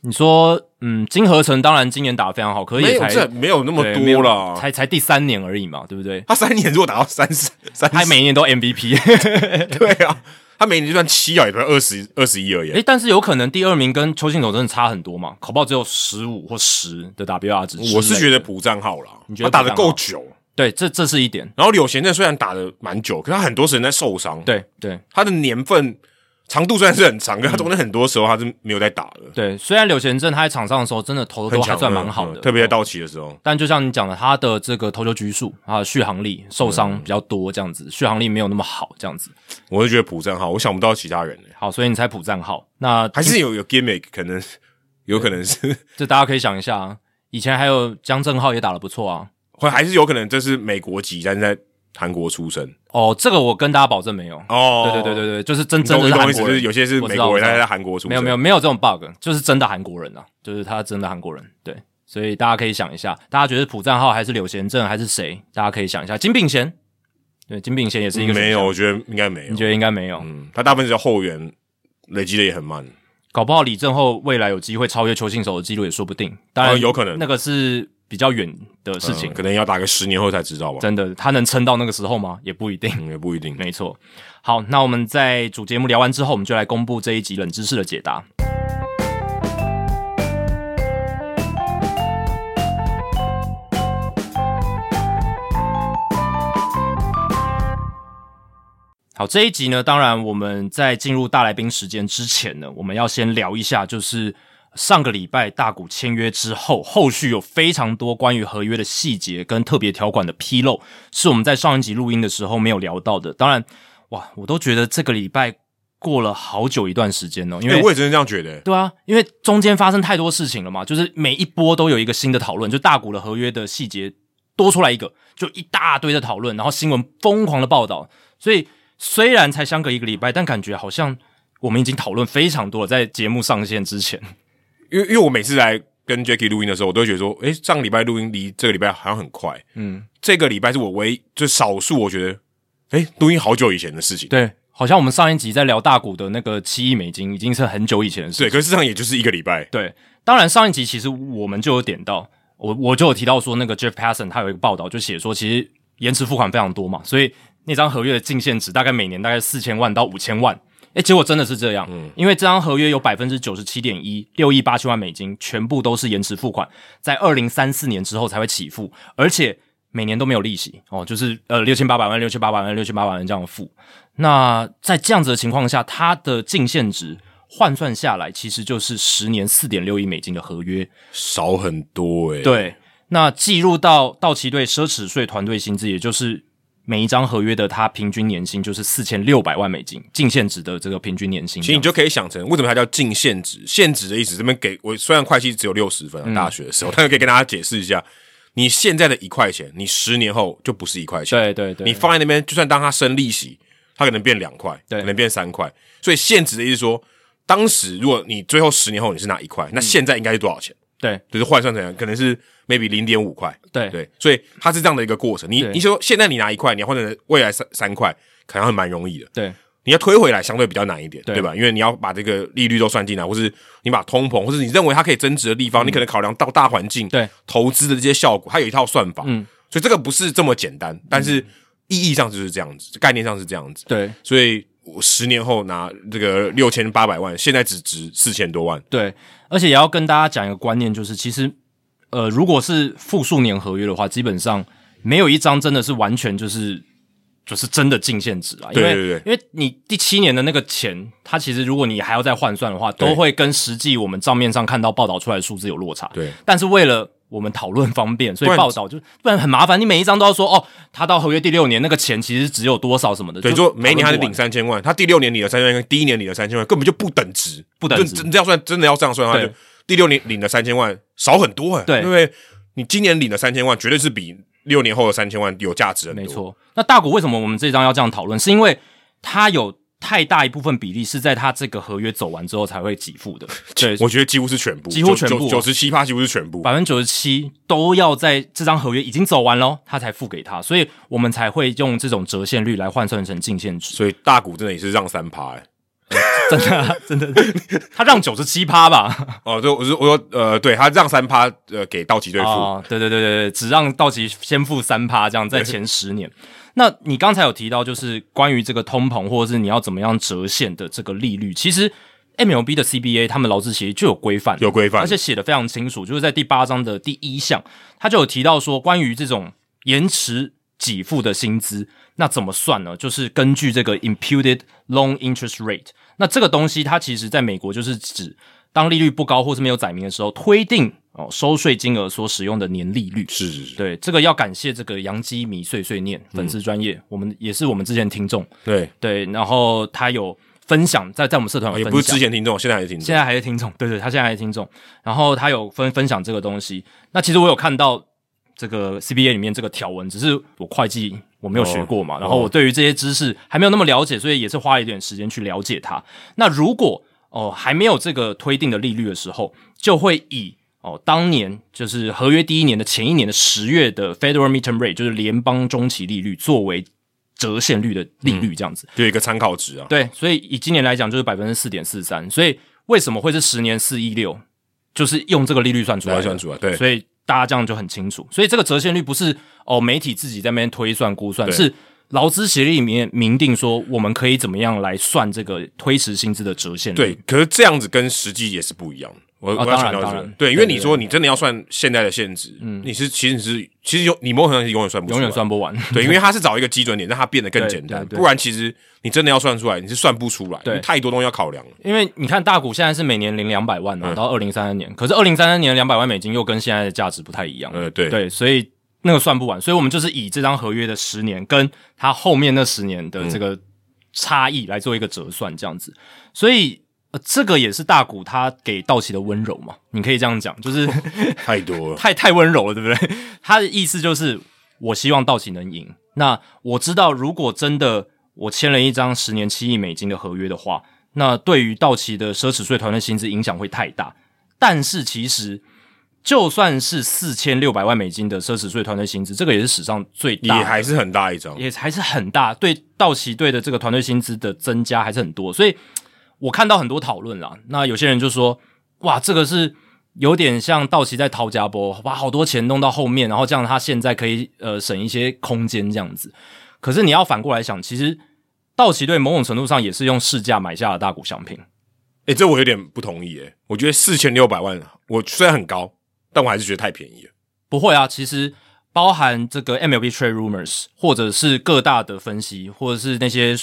Speaker 1: 你说，嗯，金合成当然今年打得非常好，可是
Speaker 2: 没
Speaker 1: 也
Speaker 2: 有
Speaker 1: 才
Speaker 2: 这没有那么
Speaker 1: 对没有
Speaker 2: 多了。
Speaker 1: 才才第三年而已嘛，对不对？
Speaker 2: 他三年如果打到三十三
Speaker 1: 他
Speaker 2: 十，
Speaker 1: 每一年都 MVP，
Speaker 2: 对啊，他每年就算七啊，也不二十二十一而已。
Speaker 1: 诶，哎但是有可能第二名跟邱信总真的差很多嘛，考不好只有十五或十的 WR 值之类的。
Speaker 2: 啊我是觉得补账号啦，
Speaker 1: 觉得
Speaker 2: 他打的
Speaker 1: 补账号
Speaker 2: 够久。
Speaker 1: 对，这这是一点，
Speaker 2: 然后柳贤正虽然打的蛮久，可他很多时间在受伤，
Speaker 1: 对对
Speaker 2: 他的年份长度虽然是很长，
Speaker 1: 嗯
Speaker 2: 可他中间很多时候他是没有在打的，
Speaker 1: 对。虽然柳贤正他在场上的时候真的投的
Speaker 2: 很
Speaker 1: 都
Speaker 2: 强
Speaker 1: 还
Speaker 2: 的
Speaker 1: 算蛮好
Speaker 2: 嗯
Speaker 1: 的，哦
Speaker 2: 特别在到期的时候，
Speaker 1: 但就像你讲的，他的这个投球局数啊、续航力受
Speaker 2: 嗯
Speaker 1: 伤比较多，这样子、续航力没有那么好，这样子。
Speaker 2: 我就觉得补账号，我想不到其他人了，
Speaker 1: 好，所以你才补账号。那
Speaker 2: 还是有有 gimmick，可能有可能是，
Speaker 1: 这大家可以想一下，啊，以前还有江正浩也打得不错啊。
Speaker 2: 或还是有可能这是美国籍，但是在韩国出生
Speaker 1: 哦，这个我跟大家保证没有。
Speaker 2: 哦
Speaker 1: 对对对对对，就是真
Speaker 2: 你
Speaker 1: 嗯真
Speaker 2: 懂
Speaker 1: 的是
Speaker 2: 你懂我
Speaker 1: 韩
Speaker 2: 意思，
Speaker 1: 国
Speaker 2: 就是
Speaker 1: 人，
Speaker 2: 有些是
Speaker 1: 我
Speaker 2: 美
Speaker 1: 知道
Speaker 2: 国
Speaker 1: 我知
Speaker 2: 人，
Speaker 1: 道
Speaker 2: 但是在韩国出生，
Speaker 1: 没有没有没有这种 bug，就是真的韩国人啊，就是他真的韩国人。对，所以大家可以想一下，大家觉得朴赞浩还是柳贤正还是谁？大家可以想一下，金炳贤，对，金炳贤也是一个选项
Speaker 2: 嗯没有，，我觉得应该没有
Speaker 1: 你，觉得应该没有？
Speaker 2: 嗯，他大部分是后援，累积的也很慢，
Speaker 1: 搞不好李正厚未来有机会超越邱信守的记录也说不定，当然、
Speaker 2: 哦有可能
Speaker 1: 那个是比较远的事情，
Speaker 2: 嗯可能要打个十年后才知道吧，
Speaker 1: 真的他能撑到那个时候吗？也不一定。
Speaker 2: 嗯，也不一定。
Speaker 1: 没错，好，那我们在主节目聊完之后，我们就来公布这一集冷知识的解答。好，这一集呢，当然我们在进入大来宾时间之前呢，我们要先聊一下，就是上个礼拜大股签约之后，后续有非常多关于合约的细节跟特别条款的披露，是我们在上一集录音的时候没有聊到的。当然，哇，我都觉得这个礼拜过了好久一段时间哦，因
Speaker 2: 因为、
Speaker 1: 为
Speaker 2: 哎我也真的这样觉得，欸
Speaker 1: 对啊，因为中间发生太多事情了嘛，就是每一波都有一个新的讨论，就大股的合约的细节多出来一个，就一大堆的讨论，然后新闻疯狂的报道。所以虽然才相隔一个礼拜，但感觉好像我们已经讨论非常多了，在节目上线之前。
Speaker 2: 因为因为我每次来跟 Jacky 录音的时候，我都会觉得说，诶、上个礼拜录音离这个礼拜好像很快，
Speaker 1: 嗯，
Speaker 2: 这个礼拜是我唯一就少数我觉得，诶、录音好久以前的事情，
Speaker 1: 对，好像我们上一集在聊大股的那个七亿美金，已经是很久以前的事
Speaker 2: 对，可是事实上也就是一个礼拜，
Speaker 1: 对，当然上一集其实我们就有点到，我我就有提到说那个 Jeff Passan 他有一个报道就写说，其实延迟付款非常多嘛，所以那张合约的净现值大概每年大概四千万到五千万。诶，结果真的是这样，因为这张合约有百分之九十七点一六亿八千万美金，全部都是延迟付款，在二零三四年之后才会起付，而且每年都没有利息哦，就是呃六千八百万、六千八百万、六千八百万这样付。那在这样子的情况下，它的净现值换算下来，其实就是十年四点六亿美金的合约。
Speaker 2: 少很多诶、
Speaker 1: 对，那计入到道奇队奢侈税团队薪资，也就是每一张合约的它平均年薪就是四千六百万美金，净现值的这个平均年薪
Speaker 2: 其
Speaker 1: 这
Speaker 2: 实你
Speaker 1: 样。
Speaker 2: 就可以想成，为什么它叫净现值？现值的意思，这边给我虽然会计只有六十分、啊，大学的时候，但是可以跟大家解释一下，你现在的一块钱，你十年后就不是一块钱，
Speaker 1: 对对对，
Speaker 2: 你放在那边，就算当它升利息，它可能变两块，
Speaker 1: 对
Speaker 2: 可能变三块。所以现值的意思说，当时如果你最后十年后你是拿一块，
Speaker 1: 嗯
Speaker 2: 那现在应该是多少钱？
Speaker 1: 对
Speaker 2: 就是换算成可能是 maybe 零点五块，
Speaker 1: 对
Speaker 2: 对，所以它是这样的一个过程。你
Speaker 1: 对
Speaker 2: 你说现在你拿一块，你要换成未来三三块，可能还蛮容易的。
Speaker 1: 对
Speaker 2: 你要推回来相对比较难一点，
Speaker 1: 对
Speaker 2: 对吧？因为你要把这个利率都算进来，或是你把通膨，或是你认为它可以增值的地方，你可能考量到大环境、
Speaker 1: 对
Speaker 2: 投资的这些效果，它有一套算法。
Speaker 1: 嗯，
Speaker 2: 所以这个不是这么简单，但是意义上就是这样子，概念上是这样子。
Speaker 1: 对
Speaker 2: 所以我十年后拿这个六千八百万，现在只值四千多万。
Speaker 1: 对，而且也要跟大家讲一个观念，就是其实呃，如果是复数年合约的话，基本上没有一张真的是完全就是就是真的净现值啊，因为
Speaker 2: 对对对
Speaker 1: 因为你第七年的那个钱，它其实如果你还要再换算的话，
Speaker 2: 对
Speaker 1: 都会跟实际我们账面上看到报道出来的数字有落差。
Speaker 2: 对，
Speaker 1: 但是为了我们讨论方便，所
Speaker 2: 不
Speaker 1: 以
Speaker 2: 然
Speaker 1: 报道就不然很麻烦。你每一张都要说哦，他到合约第六年那个钱其实只有多少什么的，
Speaker 2: 所以
Speaker 1: 就
Speaker 2: 说每一年他
Speaker 1: 讨
Speaker 2: 是
Speaker 1: 论不
Speaker 2: 领
Speaker 1: 完
Speaker 2: 三千万，他第六年领了三千万，跟第一年领了三千万根本就不等值，
Speaker 1: 不等值
Speaker 2: 就真这样算，真的要这样算的话，
Speaker 1: 对
Speaker 2: 就第六年领了三千万少很多哎、
Speaker 1: 对
Speaker 2: 因为你今年领了三千万，绝对是比六年后的三千万有价值很多。
Speaker 1: 没，错，那大股为什么我们这张要这样讨论？是因为它有太大一部分比例是在他这个合约走完之后才会给 付的，对，
Speaker 2: 我觉得几乎是全部，
Speaker 1: 几乎全部啊
Speaker 2: 九十七趴，97%几乎是全部。
Speaker 1: 百分之九十七都要在这张合约已经走完喽，他才付给他，所以我们才会用这种折现率来换算成净现值。
Speaker 2: 所以大股真的也是让三趴、欸，
Speaker 1: 真的啊、真的， 他让九十七趴吧？
Speaker 2: 哦，对，我是我说，呃，对他让三趴，呃，给道奇队付，
Speaker 1: 哦，对对对对对，只让道奇先付三趴，这样在前十年。那你刚才有提到，就是关于这个通膨，或者是你要怎么样折现的这个利率，其实 MLB 的 CBA 他们劳资协议就有规范，
Speaker 2: 有规范
Speaker 1: 而且写的非常清楚，就是在第八章的第一项，他就有提到说，关于这种延迟给付的薪资，那怎么算呢？就是根据这个 imputed loan interest rate，那这个东西它其实在美国就是指当利率不高或是没有载明的时候，推定哦收税金额所使用的年利率。
Speaker 2: 是是是，
Speaker 1: 对，这个要感谢这个杨基迷碎碎念粉
Speaker 2: 嗯
Speaker 1: 丝专业，我们也是我们之前听众，
Speaker 2: 对，
Speaker 1: 对，然后他有分享在在我们社团有
Speaker 2: 哦也
Speaker 1: 分
Speaker 2: 不是
Speaker 1: 享
Speaker 2: 之，前听众，现在还是听众
Speaker 1: 现。在还是听众，对对，他现在还是听众，然后他有分分享这个东西。那其实我有看到这个 CBA 里面这个条文，只是我会计我没有学过嘛，
Speaker 2: 哦
Speaker 1: 然后我对于这些知识还没有那么了解，所以也是花了一点时间去了解它。那如果哦、还没有这个推定的利率的时候，就会以哦当年就是合约第一年的前一年的十月的 Federal Midterm Rate，就是联邦中期利率作为折现率的利
Speaker 2: 嗯
Speaker 1: 率这样子。
Speaker 2: 就有一个参考值啊，
Speaker 1: 对，所以以今年来讲就是百分之四点四三，所以为什么会是十年四一六？就是用这个利率算出来
Speaker 2: 来
Speaker 1: 的，
Speaker 2: 算出来，对，
Speaker 1: 所以大家这样就很清楚。所以这个折现率不是哦媒体自己在那边推算估算，
Speaker 2: 对
Speaker 1: 是劳资协议里面明定说我们可以怎么样来算这个推迟薪资的折现率。
Speaker 2: 对，可是这样子跟实际也是不一样的。我、
Speaker 1: 啊
Speaker 2: 我要
Speaker 1: 当然
Speaker 2: 强调这
Speaker 1: 当
Speaker 2: 个
Speaker 1: 然，
Speaker 2: 对，因为你说你真的要算现在的现值，你是其实你是其实有你某种程度上是永远算不
Speaker 1: 嗯
Speaker 2: 出
Speaker 1: 永
Speaker 2: 来，
Speaker 1: 远算不完，
Speaker 2: 对，因为它是找一个基准点，让它变得更
Speaker 1: 对
Speaker 2: 简单，
Speaker 1: 对对
Speaker 2: 不然其实你真的要算出来，你是算不出来，
Speaker 1: 对
Speaker 2: 因为太多东西要考量了。
Speaker 1: 因为你看大股现在是每年领两百
Speaker 2: 嗯
Speaker 1: 万嘛，到二零三三年，可是二零三三年的两百万美金又跟现在的价值不太一样，
Speaker 2: 呃，对，
Speaker 1: 对，所以那个算不完，所以我们就是以这张合约的十年跟他后面那十年的这个差异来做一个折算，这样子。所以、呃、这个也是大谷他给道奇的温柔嘛，你可以这样讲，就是
Speaker 2: 太多了。
Speaker 1: 太太温柔了，对不对？ 他的意思就是，我希望道奇能赢。那我知道，如果真的我签了一张十年七亿美金的合约的话，那对于道奇的奢侈税团队薪资影响会太大。但是其实，就算是四千六百万美金的奢侈税团队薪资，这个也是史上最
Speaker 2: 也
Speaker 1: 大的
Speaker 2: 还是很大一张，
Speaker 1: 也还是很大，对道奇队的这个团队薪资的增加还是很多，所以我看到很多讨论啦。那有些人就说，哇，这个是有点像道奇在掏家波，把好多钱弄到后面，然后这样他现在可以呃省一些空间这样子。可是你要反过来想，其实道奇队某种程度上也是用市价买下了大股商品，
Speaker 2: 哎、这我有点不同意哎、我觉得四千六百万，我虽然很高，但我还是觉得太便宜了。
Speaker 1: 不会啊，其实包含这个 MLB trade rumors，或者是各大的分析，或者是那些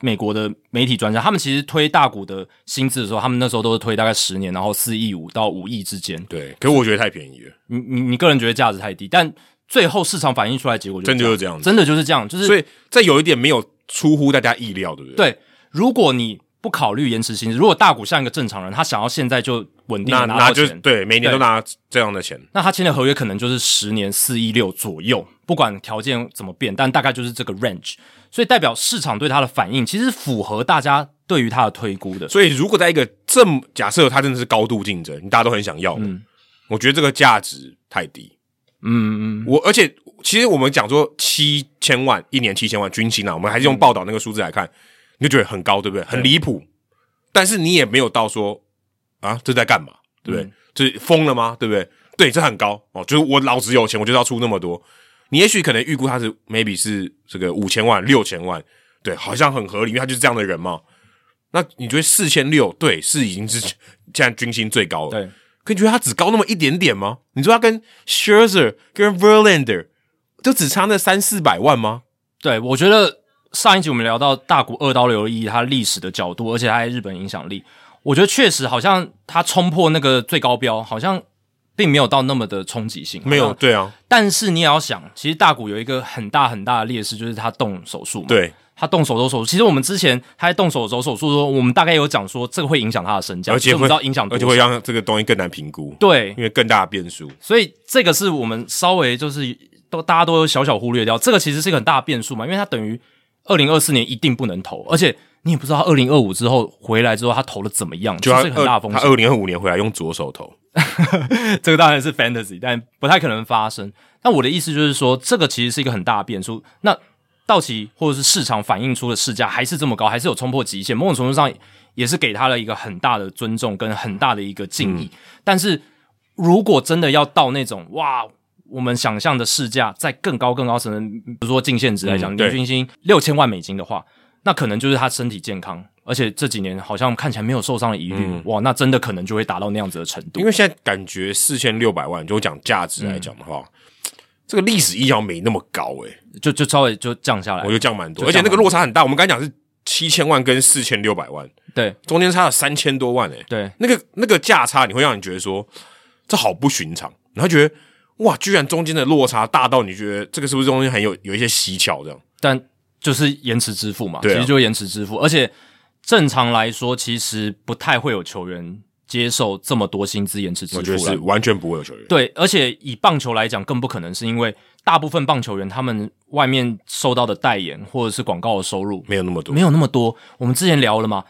Speaker 1: 美国的媒体专家，他们其实推大股的薪资的时候，他们那时候都是推大概十年，然后四亿五到五亿之间。
Speaker 2: 对，可是我觉得太便宜了。
Speaker 1: 你你你个人觉得价值太低，但最后市场反映出来结果就是
Speaker 2: 真的就是这样子
Speaker 1: 真的就是这样，就是
Speaker 2: 所以这有一点没有出乎大家意料，对不对？，
Speaker 1: 对，如果你不考虑延迟薪资，如果大股像一个正常人，他想要现在就稳定地
Speaker 2: 那那
Speaker 1: 到
Speaker 2: 就
Speaker 1: 钱，
Speaker 2: 是对，每年
Speaker 1: 对
Speaker 2: 都拿这样的钱，
Speaker 1: 那他签的合约可能就是十年四一六左右，不管条件怎么变，但大概就是这个 range，所以代表市场对他的反应其实符合大家对于他的推估的。
Speaker 2: 所以如果在一个这么假设，它真的是高度竞争，大家都很想要的，
Speaker 1: 嗯
Speaker 2: 我觉得这个价值太低。
Speaker 1: 嗯嗯，
Speaker 2: 我而且其实我们讲说七千万一年七千万军薪啊，我们还是用报道那个数字来看，你就觉得很高，对不对？很离谱，但是你也没有到说啊，这在干嘛？对不
Speaker 1: 嗯
Speaker 2: 对？这、是疯了吗？对不对？对，这很高哦，就是我老子有钱，我就要出那么多。你也许可能预估他是 maybe 是这个五千万、六千万，对，好像很合理，因为他就是这样的人嘛。那你觉得四千六对是已经是现在军薪最高了？
Speaker 1: 对，
Speaker 2: 可你觉得他只高那么一点点吗？你说他跟 Scherzer、跟 Verlander 就只差那三四百万吗？
Speaker 1: 对，我觉得上一集我们聊到大股二刀流一他历史的角度，而且他在日本影响力，我觉得确实好像他冲破那个最高标，好像并没有到那么的冲击性，
Speaker 2: 没有，。对啊，
Speaker 1: 但是你也要想，其实大股有一个很大很大的劣势，就是他动手术嘛。
Speaker 2: 对，
Speaker 1: 他动手肘手术，其实我们之前他在动手肘手术的时候，我们大概有讲说这个会影响他的身价，
Speaker 2: 而
Speaker 1: 所
Speaker 2: 且
Speaker 1: 以我
Speaker 2: 会
Speaker 1: 们知道影响多
Speaker 2: 而且
Speaker 1: 少
Speaker 2: 会让这个东西更难评估，
Speaker 1: 对，
Speaker 2: 因为更大的变数。
Speaker 1: 所以这个是我们稍微就是都大家都有小小忽略掉，这个其实是一个很大的变数嘛，因为他等于二零二四年一定不能投，而且你也不知道他二零二五之后回来之后他投的怎么样，
Speaker 2: 就
Speaker 1: 这
Speaker 2: 他
Speaker 1: 是一个很大的
Speaker 2: 二
Speaker 1: 风
Speaker 2: 他
Speaker 1: 险。
Speaker 2: 二零二五年回来用左手投，
Speaker 1: 这个当然是 fantasy，但不太可能发生。那我的意思就是说，这个其实是一个很大的变数。那道奇或者是市场反映出的市价还是这么高，还是有冲破极限，某种程度上也是给他了一个很大的尊重跟很大的一个敬
Speaker 2: 嗯
Speaker 1: 意。但是如果真的要到那种哇，我们想象的市价在更高更高层，比如说净现值来讲，
Speaker 2: 嗯
Speaker 1: 林
Speaker 2: 对
Speaker 1: 俊星六千万美金的话，那可能就是他身体健康。而且这几年好像看起来没有受伤的疑
Speaker 2: 嗯
Speaker 1: 虑，哇，那真的可能就会达到那样子的程度
Speaker 2: 因。为现在感觉四千六百万，就讲价值来讲的话，
Speaker 1: 嗯
Speaker 2: 这个历史医疗没那么高诶、
Speaker 1: 就就稍微就降下来
Speaker 2: 我觉。得降蛮多，
Speaker 1: 哎就
Speaker 2: 而
Speaker 1: 降
Speaker 2: 且那个落差很大。我们刚才讲是七千万跟四千六百万，
Speaker 1: 对
Speaker 2: 中间差了三千多万诶、欸
Speaker 1: 对，
Speaker 2: 那个那个价差，你会让你觉得说这好不寻常，然后觉得哇，居然中间的落差大到你觉得这个是不是中间很有有一些蹊跷这样？
Speaker 1: 但就是延迟支付嘛，
Speaker 2: 对啊
Speaker 1: 其实就是延迟支付，而且正常来说，其实不太会有球员接受这么多薪资延迟支
Speaker 2: 我觉得
Speaker 1: 付
Speaker 2: 是
Speaker 1: 了。
Speaker 2: 完全不会有球员。
Speaker 1: 对，而且以棒球来讲，更不可能，是因为大部分棒球员他们外面受到的代言或者是广告的收入
Speaker 2: 没有那么多
Speaker 1: 没，有那么多。我们之前聊了嘛，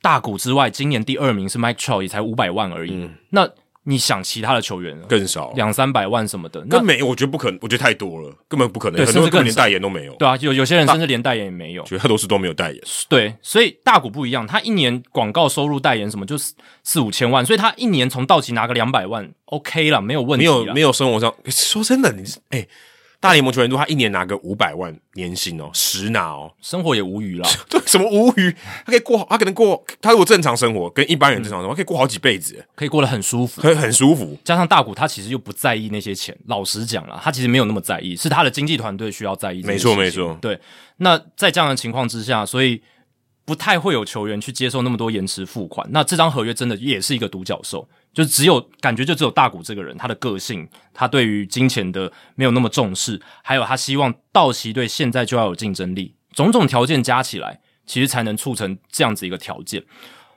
Speaker 1: 大谷之外，今年第二名是 Mike Trout，也才五百万而已。
Speaker 2: 嗯
Speaker 1: 那你想其他的球员呢
Speaker 2: 更少，
Speaker 1: 两三百万什么的，那
Speaker 2: 更没，我觉得不可能，我觉得太多了，根本不可能，
Speaker 1: 对
Speaker 2: 很
Speaker 1: 甚
Speaker 2: 多人
Speaker 1: 至
Speaker 2: 根
Speaker 1: 更
Speaker 2: 本连代言都没有，
Speaker 1: 对啊，有有些人甚至连代言也没有。
Speaker 2: 绝大多数都没有代言。
Speaker 1: 对，所以大股不一样，他一年广告收入代言什么就是四五千万，所以他一年从道奇拿个两百万，OK 了，没有问
Speaker 2: 没
Speaker 1: 题
Speaker 2: 有
Speaker 1: 啦。
Speaker 2: 没有生活上，欸说真的，你是哎、大联盟球员如果他一年拿个五百万年薪哦，实拿哦，
Speaker 1: 生活也无余了。
Speaker 2: 对，什么无语，他可以过好，他可能过，他如果正常生活，跟一般人正
Speaker 1: 嗯
Speaker 2: 常生活，他可以过好几辈子，
Speaker 1: 可以过得很舒服。
Speaker 2: 很很舒服。
Speaker 1: 加上大股他其实又不在意那些钱，老实讲啦，他其实没有那么在意，是他的经纪团队需要在意这件
Speaker 2: 没
Speaker 1: 事情。
Speaker 2: 错没错
Speaker 1: 对。那在这样的情况之下，所以不太会有球员去接受那么多延迟付款。那这张合约真的也是一个独角兽，就只有感觉就只有大谷这个人，他的个性，他对于金钱的没有那么重视，还有他希望道奇队现在就要有竞争力，种种条件加起来，其实才能促成这样子一个条件。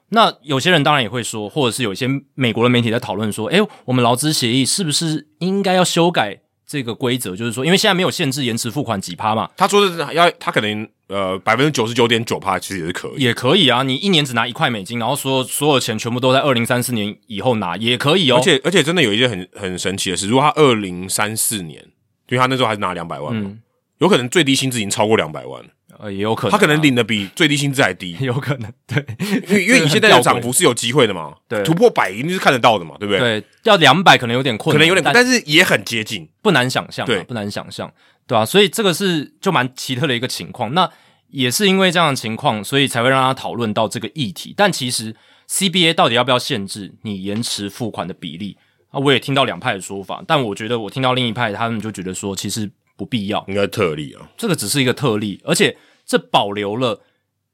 Speaker 1: 那有些人当然也会说，或者是有一些美国的媒体在讨论说，诶，我们劳资协议是不是应该要修改这个规则？就是说，因为现在没有限制延迟付款几趴嘛，
Speaker 2: 他说的是要，他可能呃百分之九十九点九趴其实也是可以，
Speaker 1: 也可以啊。你一年只拿一块美金，然后所有所有钱全部都在二零三四年以后拿，也可以哦。
Speaker 2: 而且而且真的有一件很很神奇的事，如果他二零三四年，因为他那时候还是拿两百万嘛，
Speaker 1: 嗯
Speaker 2: 有可能最低薪资已经超过两百万了，
Speaker 1: 呃，也有可能啊、，
Speaker 2: 他可能领的比最低薪资还低
Speaker 1: 有可能，对
Speaker 2: 因为因为你现在的涨幅是有机会的嘛，
Speaker 1: 对
Speaker 2: 突破百一定是看得到的嘛，对不对？
Speaker 1: 对，要两百可能有点困
Speaker 2: 可
Speaker 1: 难，
Speaker 2: 能有点，
Speaker 1: 但
Speaker 2: 但是也很接近。
Speaker 1: 不难想象、
Speaker 2: 对
Speaker 1: 啊，不难想象，对啊，所以这个是就蛮奇特的一个情况。那也是因为这样的情况，所以才会让他讨论到这个议题。但其实 CBA 到底要不要限制你延迟付款的比例啊？我也听到两派的说法，但我觉得我听到另一派，他们就觉得说其实不必要，
Speaker 2: 应该特例啊，
Speaker 1: 这个只是一个特例，而且这保留了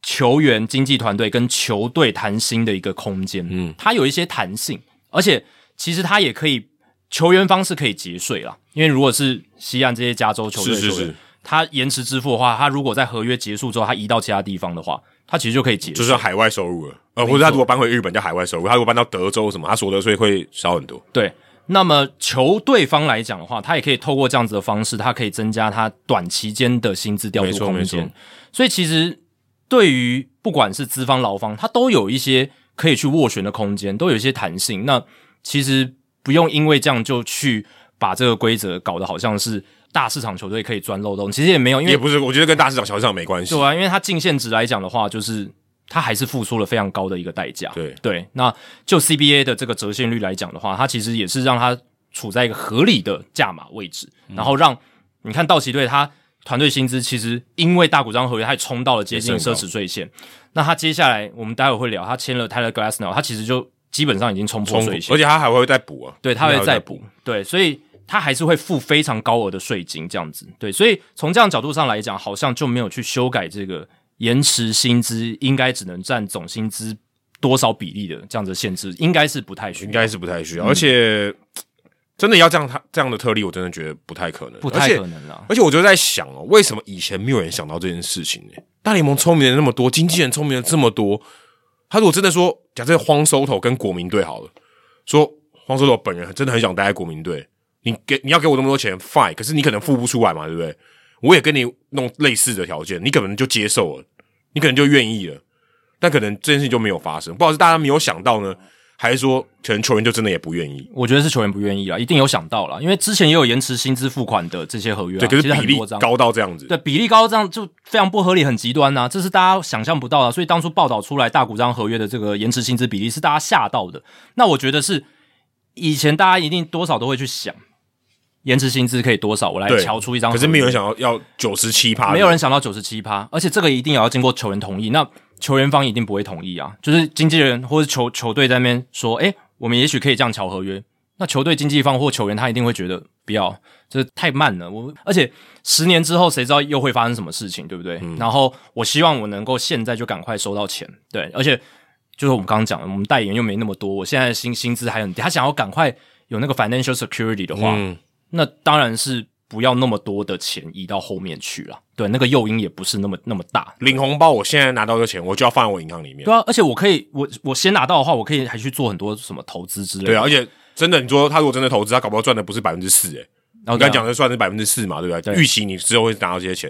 Speaker 1: 球员、经纪团队跟球队谈薪的一个空间。嗯，它有一些弹性，而且其实它也可以，球员方是可以节税啦。因为如果是西岸这些加州球队的球
Speaker 2: 是
Speaker 1: 员，
Speaker 2: 是是
Speaker 1: 他延迟支付的话，他如果在合约结束之后，他移到其他地方的话，他其实就可以节税。
Speaker 2: 就是海外收入了，呃，或者他如果搬回日本叫海外收入，他如果搬到德州什么，他所得税会少很多。
Speaker 1: 对，那么球队方来讲的话，他也可以透过这样子的方式，他可以增加他短期间的薪资调
Speaker 2: 没
Speaker 1: 度
Speaker 2: 错
Speaker 1: 空
Speaker 2: 没
Speaker 1: 间
Speaker 2: 错。
Speaker 1: 所以其实对于不管是资方劳方，他都有一些可以去斡旋的空间，都有一些弹性。那其实不用因为这样就去把这个规则搞得好像是大市场球队可以钻漏洞，其实也没有，因为
Speaker 2: 也不是，我觉得跟大市场、小市场没关系
Speaker 1: 对。啊，因为他净现值来讲的话，就是他还是付出了非常高的一个代价。
Speaker 2: 对
Speaker 1: 对，那就 CBA 的这个折现率来讲的话，它其实也是让它处在一个合理的价码位置，
Speaker 2: 嗯
Speaker 1: 然后让你看道奇队他团队薪资其实因为大股章合约，他也冲到了接近
Speaker 2: 也是
Speaker 1: 奢
Speaker 2: 很高
Speaker 1: 侈税线。那他接下来我们待会会聊，他签了 Tyler Glassnow，他其实就基本上已经冲破
Speaker 2: 冲突
Speaker 1: 税线
Speaker 2: 而，且他还会再补啊，
Speaker 1: 对，他
Speaker 2: 还
Speaker 1: 会再补，对，所以他还是会付非常高额的税金，这样子，对，所以从这样角度上来讲，好像就没有去修改这个延迟薪资应该只能占总薪资多少比例的这样子的限制，应该是不太需
Speaker 2: 应
Speaker 1: 要，
Speaker 2: 该是不太需
Speaker 1: 嗯
Speaker 2: 要。而且真的要这样，他这样的特例，我真的觉得不太可能，
Speaker 1: 不
Speaker 2: 而
Speaker 1: 太
Speaker 2: 且
Speaker 1: 可能啦。
Speaker 2: 而且我就在想哦，为什么以前没有人想到这件事情呢？大联盟聪明人那么多，经纪人聪明人这么多，他如果真的说，假设荒收头跟国民队好了，说荒收头本人真的很想待在国民队，你给你要给我那么多钱，fine，可是你可能付不出来嘛，对不对？我也跟你弄类似的条件，你可能就接受了，你可能就愿意了，但可能这件事情就没有发生，不知道是大家没有想到呢，还是说可能球员就真的也不愿意。
Speaker 1: 我觉得是球员不愿意啦，一定有想到啦，因为之前也有延迟薪资付款的这些合约、啊，
Speaker 2: 对，可
Speaker 1: 其实
Speaker 2: 是比
Speaker 1: 很
Speaker 2: 例
Speaker 1: 多张
Speaker 2: 高到这样子，
Speaker 1: 对比例高，这样就非常不合理，很极端呐、这是大家想象不到的。所以当初报道出来大股章合约的这个延迟薪资比例是大家吓到的。那我觉得是以前大家一定多少都会去想，延迟薪资可以多少，我来
Speaker 2: 对，
Speaker 1: 瞧出一张合
Speaker 2: 可
Speaker 1: 约。
Speaker 2: 是没有人想要要九十七趴，
Speaker 1: 没有人想到九十七趴，而且这个一定也要经过球员同意，那球员方一定不会同意啊。就是经纪人或者球球队在那边说，诶，我们也许可以这样瞧合约，那球队经纪方或球员他一定会觉得不要，这太慢了。我而且十年之后谁知道又会发生什么事情，对不对？
Speaker 2: 嗯
Speaker 1: 然后我希望我能够现在就赶快收到钱，对，而且。就是我们刚刚讲的，我们代言又没那么多，我现在的薪薪资还很低，他想要赶快有那个 financial security 的话，
Speaker 2: 嗯，
Speaker 1: 那当然是不要那么多的钱移到后面去了。对，那个诱因也不是那么那么大。
Speaker 2: 领红包，我现在拿到这钱，我就要放在我银行里面
Speaker 1: 对。啊，而且我可以，我我先拿到的话，我可以还去做很多什么投资之类的。
Speaker 2: 对啊，而且真的，你说他如果真的投资，他搞不好赚的不是百分之四，哎、
Speaker 1: 然后
Speaker 2: 我
Speaker 1: 这
Speaker 2: 刚
Speaker 1: 样
Speaker 2: 才讲的算是百分之四嘛，对不
Speaker 1: 哦
Speaker 2: 对？
Speaker 1: 啊对
Speaker 2: 预期你之后会拿到这些钱，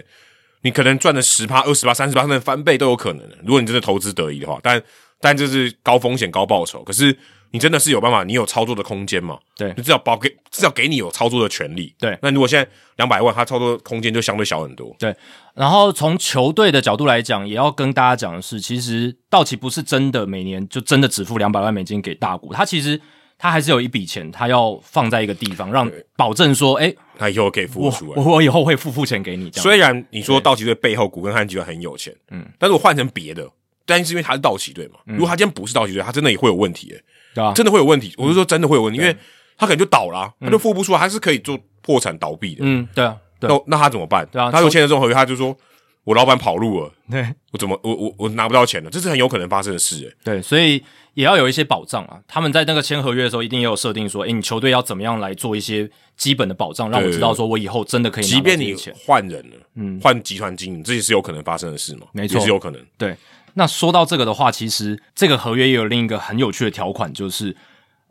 Speaker 2: 你可能赚的十趴、二十趴、三十趴，甚至翻倍都有可能的。如果你真的投资得宜的话，但但这是高风险高报酬，可是你真的是有办法，你有操作的空间嘛？
Speaker 1: 对
Speaker 2: 你至少保给至少给你有操作的权利。
Speaker 1: 对
Speaker 2: 那如果现在两百万，它操作空间就相对小很多。
Speaker 1: 对，然后从球队的角度来讲，也要跟大家讲的是，其实道奇不是真的每年就真的只付两百万美金给大股，他其实他还是有一笔钱，他要放在一个地方，让保证说，哎，
Speaker 2: 他以后可以付
Speaker 1: 我
Speaker 2: 出来。
Speaker 1: 我我以后会付付钱给你这样。
Speaker 2: 虽然你说道奇队背后古根汉集团很有钱，嗯，但是我换成别的，但是因为他是道奇队嘛，
Speaker 1: 嗯
Speaker 2: 如果他今天不是道奇队，他真的也会有问题、欸，
Speaker 1: 对啊
Speaker 2: 真的会有问题。我是说真的会有问题，因为他可能就倒啦、他就付不出来，他是可以做破产倒闭的。
Speaker 1: 嗯，对啊，对啊
Speaker 2: 那那他怎么办？
Speaker 1: 对啊
Speaker 2: 他如果签了这种合约，他就说我老板跑路了，
Speaker 1: 对。
Speaker 2: 我怎么我我我拿不到钱了，这是很有可能发生的事、欸。
Speaker 1: 对，所以也要有一些保障啊。他们在那个签合约的时候，一定也有设定说，诶，你球队要怎么样来做一些基本的保障，让我
Speaker 2: 对
Speaker 1: 知道说我以后真的可以拿
Speaker 2: 即
Speaker 1: 到这
Speaker 2: 便你
Speaker 1: 些钱。
Speaker 2: 换人了，嗯，换集团经营，这也是有可能发生的事嘛，
Speaker 1: 没错
Speaker 2: 也是有可能。
Speaker 1: 对，那说到这个的话，其实这个合约也有另一个很有趣的条款，就是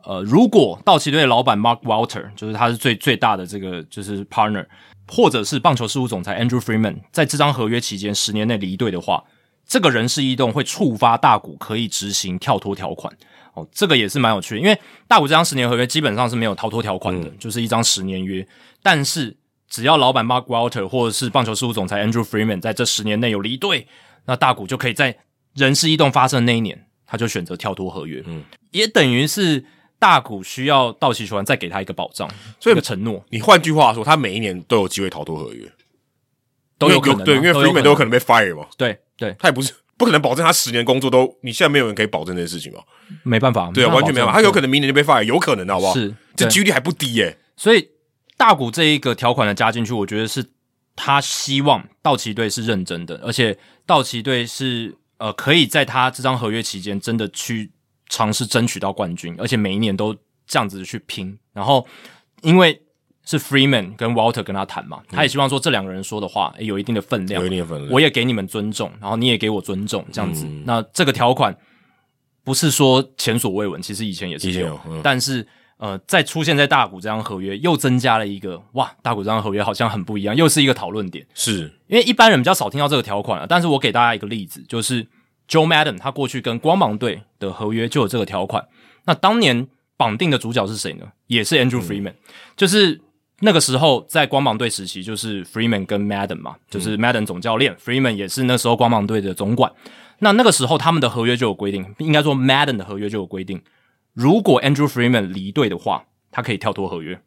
Speaker 1: 呃，如果道奇队的老板 Mark Walter，就是他是最最大的这个就是 partner，或者是棒球事务总裁 Andrew Freeman，在这张合约期间十年内离队的话，这个人事异动会触发大股可以执行跳脱条款。哦，这个也是蛮有趣的，因为大股这张十年合约基本上是没有逃脱条款
Speaker 2: 嗯
Speaker 1: 的，就是一张十年约。但是只要老板 Mark Walter 或者是棒球事务总裁 Andrew Freeman 在这十年内有离队，那大股就可以在人事异动发生的那一年，他就选择跳脱合约。嗯，也等于是大股需要道奇球员再给他一个保障，
Speaker 2: 所以
Speaker 1: 一个承诺
Speaker 2: 你换句话说，他每一年都有机会逃脱合约，
Speaker 1: 都有可
Speaker 2: 因
Speaker 1: 能啊、
Speaker 2: 为对，因为 Freeman 都有可能被 fire 嘛，
Speaker 1: 对对，
Speaker 2: 他也不是不可能保证他十年工作都，你现在没有人可以保证这件事情嘛？
Speaker 1: 嗯没办法，
Speaker 2: 对啊，完全没有，
Speaker 1: 办法
Speaker 2: 他有可能明年就被 fire，有可能的好不好？
Speaker 1: 是
Speaker 2: 这
Speaker 1: 对
Speaker 2: 几率还不低耶、
Speaker 1: 所以大股这一个条款的加进去，我觉得是他希望道奇队是认真的，而且道奇队是呃可以在他这张合约期间真的去尝试争取到冠军，而且每一年都这样子去拼。然后因为是 Freeman 跟 Walter 跟他谈嘛，他也希望说这两个人说的话、诶有一定的分量
Speaker 2: 有一，定的分量。
Speaker 1: 我也给你们尊重，然后你也给我尊重，这样子。
Speaker 2: 嗯
Speaker 1: 那这个条款不是说前所未闻，其实以前也是
Speaker 2: 以前
Speaker 1: 有，
Speaker 2: 有嗯
Speaker 1: 但是呃，在出现在大股这张合约，又增加了一个哇，大股这张合约好像很不一样，又是一个讨论点。
Speaker 2: 是
Speaker 1: 因为一般人比较少听到这个条款了、但是我给大家一个例子，就是 Joe Madden 他过去跟光芒队的合约就有这个条款。那当年绑定的主角是谁呢？也是 Andrew Freeman，、就是那个时候在光芒队时期，就是 Freeman 跟 Madden 嘛，就是 Madden 总教练、f r e e m a n 也是那时候光芒队的总管。那那个时候他们的合约就有规定，应该说 Madden 的合约就有规定，如果 Andrew Freeman 离队的话，他可以跳脱合约。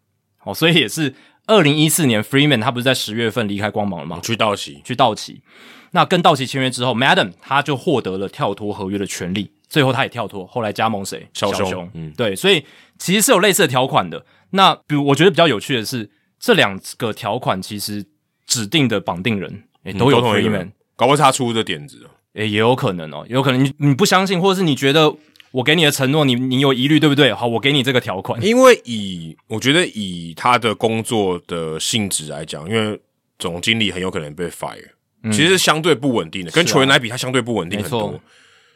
Speaker 1: 哦，所以也是二零一四年 Freeman 他不是在十月份离开光芒了吗？
Speaker 2: 去道奇，
Speaker 1: 啊去道奇。那跟道奇签约之后，Madam 他就获得了跳脱合约的权利，最后他也跳脱，后来加盟谁？
Speaker 2: 小熊
Speaker 1: 熊。
Speaker 2: 嗯
Speaker 1: 对，所以其实是有类似的条款的。那比如我觉得比较有趣的是，这两个条款其实指定的绑定人也都有
Speaker 2: 嗯同一个
Speaker 1: Freeman，
Speaker 2: 人、搞不好是他出的点子，啊
Speaker 1: 诶，也有可能哦，也有可能你你不相信，或者是你觉得我给你的承诺，你你有疑虑，对不对？好，我给你这个条款。
Speaker 2: 因为以我觉得以他的工作的性质来讲，因为总经理很有可能被 fire，、其实是相对不稳定的，跟
Speaker 1: 嗯是啊
Speaker 2: 球员来比，他相对不稳定很
Speaker 1: 没错
Speaker 2: 多，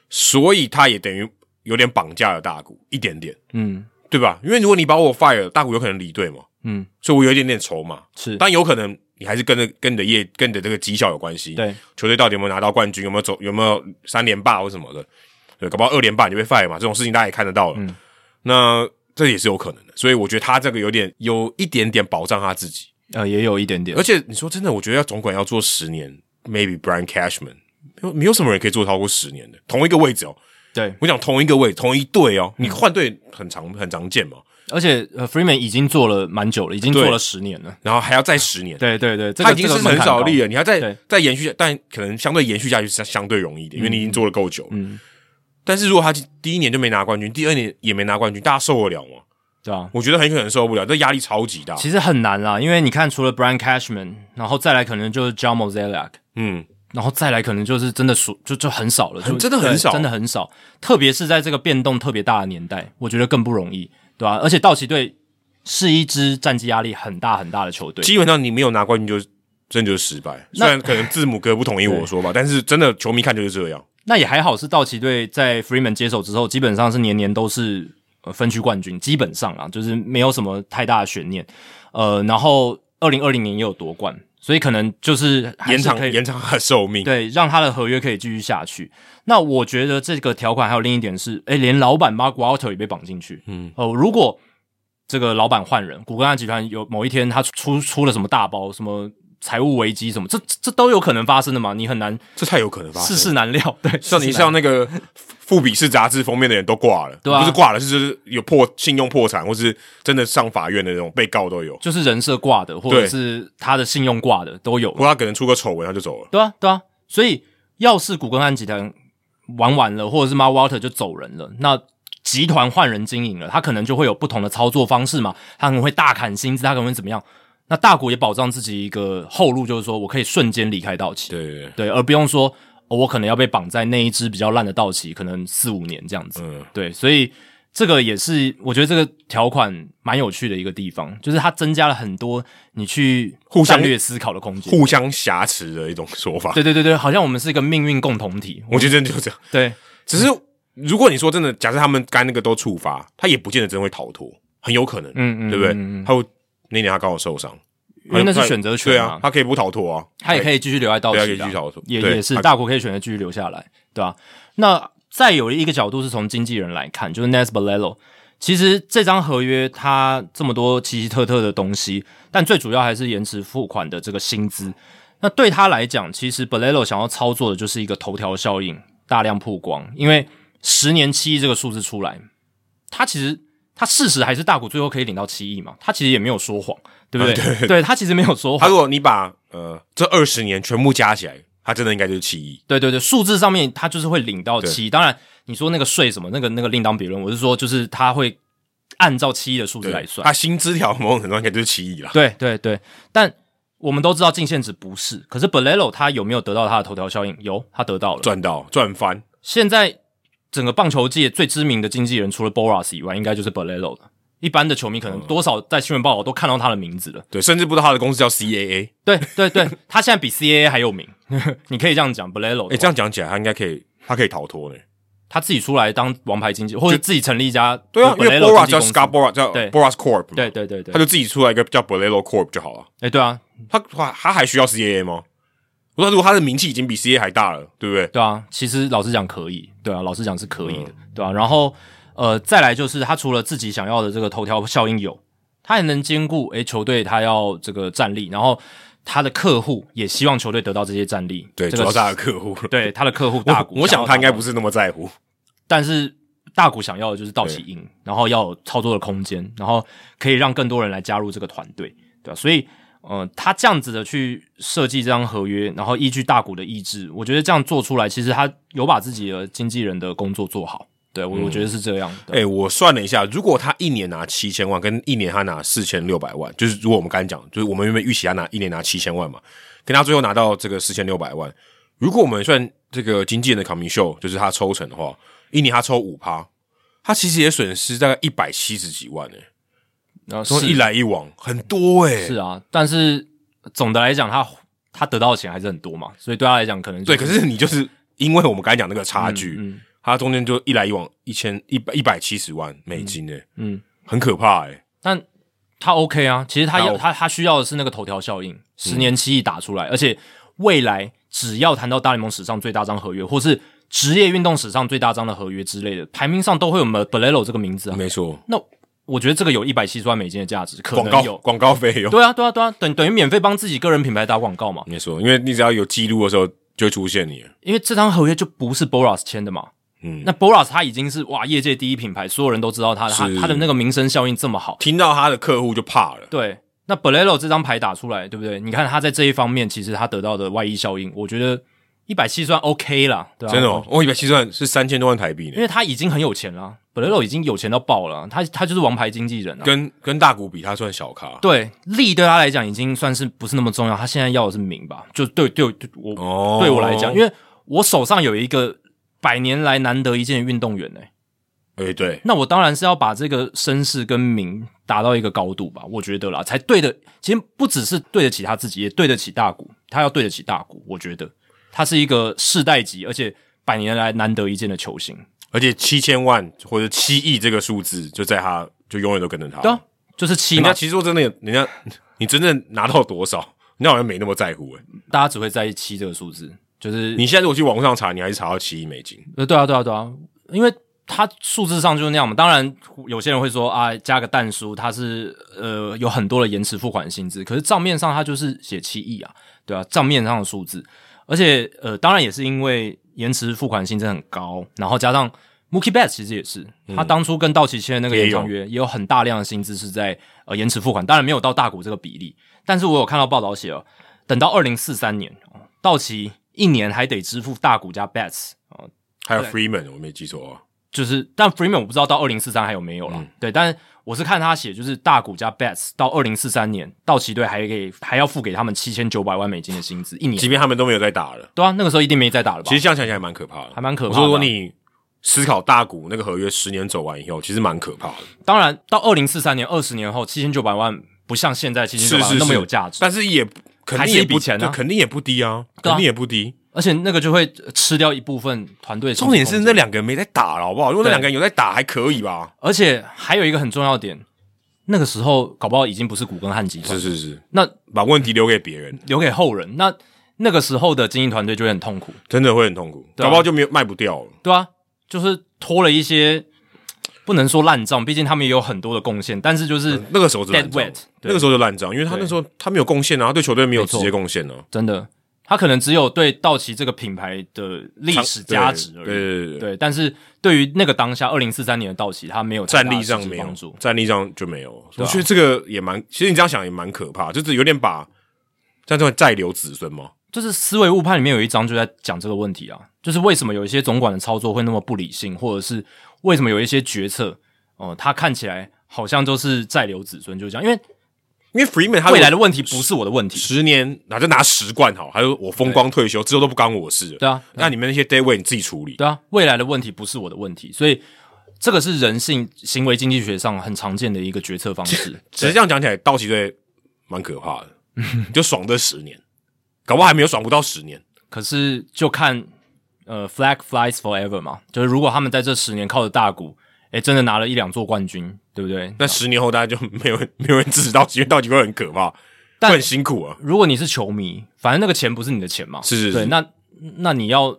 Speaker 2: 所以他也等于有点绑架了大股一点点，
Speaker 1: 嗯，
Speaker 2: 对吧？因为如果你把我 fire，了大股有可能离队嘛，
Speaker 1: 嗯，
Speaker 2: 所以我有一点点筹码，
Speaker 1: 是
Speaker 2: 但有可能你还是跟着跟你的业跟你的这个绩效有关系。
Speaker 1: 对，
Speaker 2: 球队到底有没有拿到冠军，有没有走有没有三连霸或什么的，对，搞不好二连霸你就被 fire 嘛，这种事情大家也看得到了。
Speaker 1: 嗯
Speaker 2: 那这也是有可能的，所以我觉得他这个有点有一点点保障他自己。
Speaker 1: 呃，也有一点点
Speaker 2: 而，且你说真的，我觉得要总管要做十年，maybe Brian Cashman 没有没有什么人可以做超过十年的，同一个位置哦。
Speaker 1: 对，
Speaker 2: 我讲同一个位，同一队哦，你换队很常很常见嘛，
Speaker 1: 而且呃，Freeman 已经做了蛮久了，已经
Speaker 2: 对
Speaker 1: 做了十年了。
Speaker 2: 然后还要再十年，
Speaker 1: 对对对，这个
Speaker 2: 他已经是很少例
Speaker 1: 了。
Speaker 2: 了，你要再
Speaker 1: 对
Speaker 2: 再延续，但可能相对延续下去是相对容易一点，因为你已经做了够久。嗯，但是如果他第一年就没拿冠军，第二年也没拿冠军，大家受得了吗？
Speaker 1: 对啊，
Speaker 2: 我觉得很可能受不了，这压力超级大。
Speaker 1: 其实很难啦，因为你看，除了 Brian Cashman，然后再来可能就是 John Mozeliak，
Speaker 2: 嗯，
Speaker 1: 然后再来可能就是真的数就就很少了，就
Speaker 2: 很真的很
Speaker 1: 对
Speaker 2: 少
Speaker 1: 真的很少。特别是在这个变动特别大的年代，我觉得更不容易，对吧、而且道奇队是一支战绩压力很大很大的球队，
Speaker 2: 基本上你没有拿冠军就真的就是失败。虽然可能字母哥不同意我说吧，但是真的球迷看就是这样。
Speaker 1: 那也还好，是道奇队在 Freeman 接手之后，基本上是年年都是呃分区冠军，基本上啊，就是没有什么太大的悬念。呃，然后二零二零年也有夺冠，所以可能就是还
Speaker 2: 延
Speaker 1: 是可
Speaker 2: 长
Speaker 1: 以
Speaker 2: 延长他的寿命。
Speaker 1: 对，让他的合约可以继续下去。那我觉得这个条款还有另一点是，诶，连老板 Mark Walter 也被绑进去。嗯，哦、如果这个老板换人，谷歌集团有某一天他出出了什么大包，什么财务危机什么，这这这都有可能发生的嘛？你很难
Speaker 2: 这太有可能发生。
Speaker 1: 世事难料。对，
Speaker 2: 像你
Speaker 1: 世事难料
Speaker 2: 像那个《富比士》杂志封面的人都挂了，
Speaker 1: 对啊
Speaker 2: 不是挂了，是就是有破信用破产，或是真的上法院的那种被告都有。
Speaker 1: 就是人设挂的，或者
Speaker 2: 对
Speaker 1: 是他的信用挂的都有
Speaker 2: 不。过他可能出个丑闻，他就走了。
Speaker 1: 对啊，对啊，所以要是古根汉集团玩完了，或者是 Mark Walter 就走人了，那集团换人经营了，他可能就会有不同的操作方式嘛，他可能会大砍薪资，他可能会怎么样？那大股也保障自己一个后路，就是说我可以瞬间离开道奇，
Speaker 2: 对对对，
Speaker 1: 对，而不用说、哦我可能要被绑在那一支比较烂的道奇，可能四五年这样子。
Speaker 2: 嗯，
Speaker 1: 对，所以这个也是我觉得这个条款蛮有趣的一个地方，就是它增加了很多你去
Speaker 2: 互相
Speaker 1: 战略思考的空间。
Speaker 2: 互相挟持的一种说法。
Speaker 1: 对对对对，好像我们是一个命运共同体。
Speaker 2: 我觉得真的就是这样。
Speaker 1: 对
Speaker 2: 只是如果你说真的，假设他们干那个都触发，他也不见得真的会逃脱，很有可能，
Speaker 1: 嗯嗯
Speaker 2: 对不对
Speaker 1: 嗯嗯？
Speaker 2: 他会那年他刚好受伤，
Speaker 1: 因为那是选择权
Speaker 2: 对
Speaker 1: 嘛
Speaker 2: 啊，他可以不逃脱啊，
Speaker 1: 他也可以继续留在道
Speaker 2: 对
Speaker 1: 奇的啊，
Speaker 2: 啊，可以继续逃脱，
Speaker 1: 也
Speaker 2: 对
Speaker 1: 也是
Speaker 2: 他
Speaker 1: 大国可以选择继续留下来，对吧、那再有一个角度是从经纪人来看，就是 Nas Balelo。其实这张合约它这么多奇奇特特的东西，但最主要还是延迟付款的这个薪资。那对他来讲，其实 Balelo 想要操作的就是一个头条效应，大量曝光。因为十年七亿这个数字出来，他其实他事实还是大股最后可以领到七亿嘛，他其实也没有说谎，对不对？对他其实没有说
Speaker 2: 啊他
Speaker 1: 谎。
Speaker 2: 如果你把呃这二十年全部加起来，他真的应该就是七亿。
Speaker 1: 对对对，数字上面他就是会领到七，当然你说那个税什么，那个那个另当别论。我是说，就是他会按照七亿的数字来算
Speaker 2: 他。薪资条某种程度上应该就是七亿啦。
Speaker 1: 对对对，但我们都知道净现值不是，可是 Bolelo 他有没有得到他的头条效应？有，他得到了。
Speaker 2: 赚到赚翻，
Speaker 1: 现在整个棒球界最知名的经纪人，除了 Boras 以外，应该就是 Bolelo 了。一般的球迷可
Speaker 2: 嗯
Speaker 1: 能多少在新闻报道都看到他的名字了。
Speaker 2: 对，甚至不知道他的公司叫 CAA。
Speaker 1: 对对对，他现在比 CAA 还有名， 你可以这样讲 Bolelo
Speaker 2: 哎、。这样讲起来，他应该可以，他可以逃脱呢。
Speaker 1: 他自己出来当王牌经纪，或者自己成立一家
Speaker 2: 对啊，因为
Speaker 1: Bolero 经
Speaker 2: Bora
Speaker 1: 纪
Speaker 2: 叫
Speaker 1: 公司
Speaker 2: Scarbora 叫
Speaker 1: 对
Speaker 2: Boras Corp，嘛
Speaker 1: 对，对对对，
Speaker 2: 他就自己出来一个叫 Bolero Corp 就好了。
Speaker 1: 哎、对啊，
Speaker 2: 他他他还需要 CAA 吗？我哦说，如果他的名气已经比 CAA 还大了，对不对？
Speaker 1: 对啊，其实老实讲可以，对啊，老实讲是可以
Speaker 2: 嗯
Speaker 1: 的，对啊。然后呃，再来就是他除了自己想要的这个头条效应有，他还能兼顾诶球队他要这个战力，然后他的客户也希望球队得到这些战力，
Speaker 2: 对，
Speaker 1: 这
Speaker 2: 主要
Speaker 1: 个
Speaker 2: 是他的客户。
Speaker 1: 对他的客户大
Speaker 2: 我
Speaker 1: 股
Speaker 2: 我想他应该不
Speaker 1: 是，
Speaker 2: 是那么在乎。
Speaker 1: 但是。大股想要的就是道奇赢，然后要有操作的空间，然后可以让更多人来加入这个团队，对吧、所以，呃，他这样子的去设计这张合约，然后依据大股的意志，我觉得这样做出来，其实他有把自己的经纪人的工作做好。对我，我觉得是这样的。
Speaker 2: 嗯哎、我算了一下，如果他一年拿七千万，跟一年他拿四千六百万，就是如果我们刚才讲，就是我们原本预期他拿一年拿七千万嘛，跟他最后拿到这个四千六百万，如果我们算这个经纪人的 commission，就是他抽成的话，一年他抽五趴，他其实也损失大概一百七十几万诶、欸，
Speaker 1: 然后
Speaker 2: 所以一
Speaker 1: 是
Speaker 2: 来一往很多欸诶、
Speaker 1: 是啊，但是总的来讲，他他得到的钱还是很多嘛，所以对他来讲，可能就
Speaker 2: 对，可是你就是因为我们刚才讲那个差距，
Speaker 1: 嗯嗯
Speaker 2: 他中间就一来一往一千一百一百七十万美金诶、欸
Speaker 1: 嗯，
Speaker 2: 很可怕诶、欸
Speaker 1: 但他 OK 啊，其实他要
Speaker 2: 他 OK 嗯
Speaker 1: 他他需要的是那个头条效应，十年期亿打出来，而且未来只要谈到大联盟史上最大张合约，或是职业运动史上最大张的合约之类的，排名上都会有 m b e l e l o 这个名字啊。
Speaker 2: 没错，
Speaker 1: 那我觉得这个有一百七十万美金的价值，可
Speaker 2: 广
Speaker 1: 能
Speaker 2: 告
Speaker 1: 有。
Speaker 2: 广告费用，
Speaker 1: 对啊，对啊，对啊，等等于免费帮自己个人品牌打广告嘛，
Speaker 2: 没错，因为你只要有记录的时候就会出现你了，
Speaker 1: 因为这张合约就不是 Boras 签的嘛。
Speaker 2: 嗯，
Speaker 1: 那 Boras 他已经是哇业界第一品牌，所有人都知道他，他
Speaker 2: 是
Speaker 1: 他的那个名声效应这么好，
Speaker 2: 听到他的客户就怕了，
Speaker 1: 对，那 b e l e l o 这张牌打出来，对不对？你看他在这一方面，其实他得到的外溢效应，我觉得一百七算 OK 啦，对吧、啊
Speaker 2: 真的哦，我以为计算是三千多万台币
Speaker 1: 因
Speaker 2: 呢，
Speaker 1: 为他已经很有钱了 b e l e l o 已经有钱到爆了，他他就是王牌经纪人啊。
Speaker 2: 跟跟大股比，他算小咖，
Speaker 1: 对利对他来讲已经算是不是那么重要，他现在要的是名吧？就对对对我、
Speaker 2: 哦，
Speaker 1: 对我来讲，因
Speaker 2: 为
Speaker 1: 为我手上有一个百年来难得一见的运动员呢、
Speaker 2: 哎对，
Speaker 1: 那我当然是要把这个身世跟名达到一个高度吧，我觉得啦，才对的。其实不只是对得起他自己，也对得起大股，他要对得起大股。我觉得他是一个世代级，而且百年来难得一见的球星。
Speaker 2: 而且七千万或者七亿这个数字就在他就永远都跟着他，
Speaker 1: 对啊，就是七
Speaker 2: 人
Speaker 1: 嘛
Speaker 2: 家，其实说真的，人家 你真正拿到多少，人家好像没那么在乎哎、
Speaker 1: 大家只会在意七这个数字，就是
Speaker 2: 你现在如果去网络上查，你还是查到七亿美金，
Speaker 1: 呃，对啊，对啊，对啊，因为他数字上就是那样嘛。当然，有些人会说啊，加个蛋叔，他是呃有很多的延迟付款薪资，可是账面上他就是写七亿啊，对啊，账面上的数字。而且呃，当然也是因为延迟付款薪资很高，然后加上 Mookie Betts 其实也是，他当初跟道奇签的那个
Speaker 2: 嗯也
Speaker 1: 延长
Speaker 2: 有
Speaker 1: 约，也有很大量的薪资是在呃延迟付款，当然没有到大股这个比例，但是我有看到报道写了，哦等到二零四三年，哦道奇一年还得支付大股加 Betts 哦，
Speaker 2: 还有
Speaker 1: 对
Speaker 2: Freeman，我没记错啊，
Speaker 1: 就是，但 Freeman 我不知道到二零四三还有没有了。
Speaker 2: 嗯
Speaker 1: 对，但我是看他写，就是大股加 Bets 到二零四三年，道奇队还给还要付给他们七千九百万美金的薪资一年
Speaker 2: 即。便他们都没有在打了，
Speaker 1: 对啊，那个时候一定没再打了吧？
Speaker 2: 其实这样想起来蛮可怕的，
Speaker 1: 还蛮可怕
Speaker 2: 我
Speaker 1: 的啊
Speaker 2: 说如果你思考大股那个合约十年走完以后，其实蛮可怕的，
Speaker 1: 当然，到二零四三年二十年后，七千九百万不像现在七千九
Speaker 2: 是
Speaker 1: 百
Speaker 2: 是
Speaker 1: 万那
Speaker 2: 是
Speaker 1: 么有价值，
Speaker 2: 但是也肯
Speaker 1: 还是一
Speaker 2: 定也
Speaker 1: 笔
Speaker 2: 不
Speaker 1: 钱啊
Speaker 2: 对肯定也不低啊，
Speaker 1: 对啊
Speaker 2: 肯定也不低。
Speaker 1: 而且那个就会呃吃掉一部分团队的薪资
Speaker 2: 重点是
Speaker 1: 空
Speaker 2: 那两个人没在打了，好不好？如果那
Speaker 1: 对
Speaker 2: 两个人有在打，还可以吧？
Speaker 1: 而且还有一个很重要的点，那个时候搞不好已经不是古根汉集团，
Speaker 2: 是是，
Speaker 1: 那
Speaker 2: 把问题留给别人，
Speaker 1: 留给后人。那那个时候的经营团队就会很痛苦。
Speaker 2: 真的会很痛苦，
Speaker 1: 对啊
Speaker 2: 搞不好就没有卖不掉了。
Speaker 1: 对啊，就是拖了一些，不能说烂账，毕竟他们也有很多的贡献，但是就是、
Speaker 2: 那个时候是烂
Speaker 1: dead
Speaker 2: 账
Speaker 1: wet，对
Speaker 2: 那个时候就烂账，因为他
Speaker 1: 对
Speaker 2: 那时候他没有贡献啊，他对球队没有
Speaker 1: 没错
Speaker 2: 直接贡献啊，
Speaker 1: 真的，他可能只有对道奇这个品牌的历
Speaker 2: 长
Speaker 1: 史价值而已。
Speaker 2: 对对对对对，
Speaker 1: 对但是对于那个当下二零四三年的道奇，他没有太
Speaker 2: 战
Speaker 1: 大
Speaker 2: 力
Speaker 1: 的
Speaker 2: 上
Speaker 1: 实质
Speaker 2: 没有
Speaker 1: 帮助，，
Speaker 2: 战力上就没有。
Speaker 1: 对
Speaker 2: 我
Speaker 1: 啊
Speaker 2: 觉得这个也蛮，其实你这样想也蛮可怕，就是有点把这样算再留子孙嘛。
Speaker 1: 就是思维误判里面有一章就在讲这个问题啊，就是为什么有一些总管的操作会那么不理性，或者是为什么有一些决策，哦、他看起来好像就是在留子孙，就这样，因为
Speaker 2: 因为 Freeman 他
Speaker 1: 未来的问题不是我的问题，
Speaker 2: 十年，那就拿十冠好，还有我风光退休之后都不干我事了。
Speaker 1: 对啊，
Speaker 2: 那你们那些 day way 你自己处理，
Speaker 1: 对啊，未来的问题不是我的问题，所以这个是人性行为经济学上很常见的一个决策方 式。
Speaker 2: 其实这样讲起来，道奇队蛮可怕 的，就爽这十年，搞不好还没有爽不到十年。
Speaker 1: 可是就看呃，flag flies forever 嘛，就是如果他们在这十年靠着大股，诶，真的拿了一两座冠军，对不对？
Speaker 2: 那十年后大家就没有人 没有人支持道奇，因为道奇会很可怕，
Speaker 1: 但
Speaker 2: 会很辛苦啊。
Speaker 1: 如果你是球迷，反正那个钱不是你的钱嘛，
Speaker 2: 是是是
Speaker 1: 对，那那你要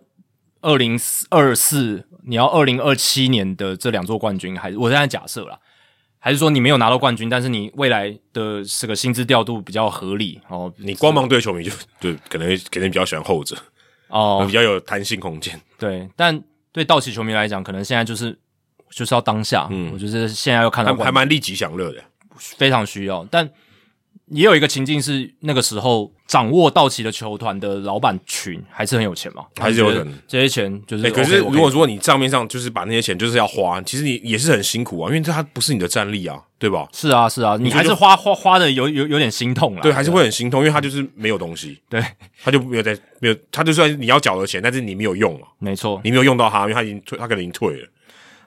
Speaker 1: 二零二四，你要二零二七年的这两座冠军，还是我现在假设啦，还是说你没有拿到冠军，但是你未来的这个薪资调度比较合理哦
Speaker 2: 你光芒队球迷就就可能可能比较喜欢后者，
Speaker 1: 哦，
Speaker 2: 比较有弹性空间。
Speaker 1: 对，但对道奇球迷来讲，可能现在就是就是要当下，我觉得现在要看到
Speaker 2: 嗯还
Speaker 1: 冠军
Speaker 2: 还蛮立即享乐的。
Speaker 1: 非常需要，但也有一个情境是，那个时候掌握道奇的球团的老板群还是很有钱嘛，
Speaker 2: 还是有钱，
Speaker 1: 这些钱就是、
Speaker 2: 哎、可是
Speaker 1: OK，我
Speaker 2: 如果说你账面上就是把那些钱就是要花，其实你也是很辛苦啊，因为这它不是你的战力啊，对吧？
Speaker 1: 是啊是啊，你
Speaker 2: 觉
Speaker 1: 还
Speaker 2: 得
Speaker 1: 是
Speaker 2: 就
Speaker 1: 花花花的有有有点心痛了，
Speaker 2: 对，还是会很心痛，因为它就是没有东西，
Speaker 1: 啊对，
Speaker 2: 它就没有在没有，它就算你要缴的钱，但是你没有用啊，
Speaker 1: 没错。
Speaker 2: 你没有用到它，因为它已经退，它可能已经退了。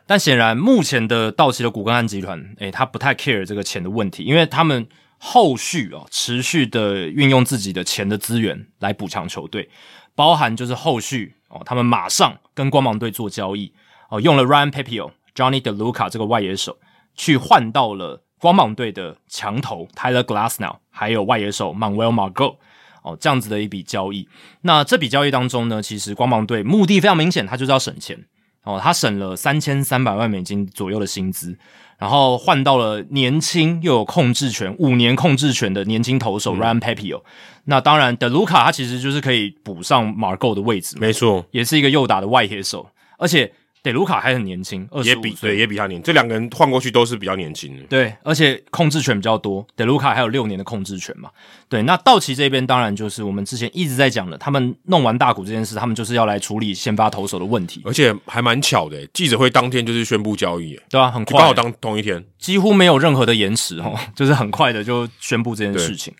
Speaker 1: 但显然，目前的道奇的古根汉集团，诶、他不太 care 这个钱的问题，因为他们后续哦持续的运用自己的钱的资源来补强球队，包含就是后续哦，他们马上跟光芒队做哦交易哦，用了 Ryan Papio、Johnny DeLuca 这个外野手去换到了光芒队的强投 Tyler Glassnow，还有外野手 Manuel Margot。哦，这样子的一笔交易。那这笔交易当中呢，其实光芒队目的非常明显，他就是要省钱。哦，他省了三千三百万美金左右的薪资，然后换到了年轻又有控制权、五年控制权的年轻投手 Ryan Papio、那当然，德卢卡他其实就是可以补上 Margo 的位置嘛，
Speaker 2: 没错，
Speaker 1: 也是一个右打的外野手，而且德卢卡还很年轻，二
Speaker 2: 也
Speaker 1: 十
Speaker 2: 比
Speaker 1: 五
Speaker 2: 对
Speaker 1: 岁。
Speaker 2: 也比他年，这两个人换过去都是比较年轻的。
Speaker 1: 对，而且控制权比较多，德卢卡还有六年的控制权嘛。对，那道奇这边当然就是我们之前一直在讲的，他们弄完大股这件事，他们就是要来处理先发投手的问题，
Speaker 2: 而且还蛮巧的，记者会当天就是宣布交易，
Speaker 1: 对吧、很
Speaker 2: 就刚
Speaker 1: 快
Speaker 2: 好，当同一天。
Speaker 1: 几乎没有任何的延迟哦， 就是很快的就宣布这件事情。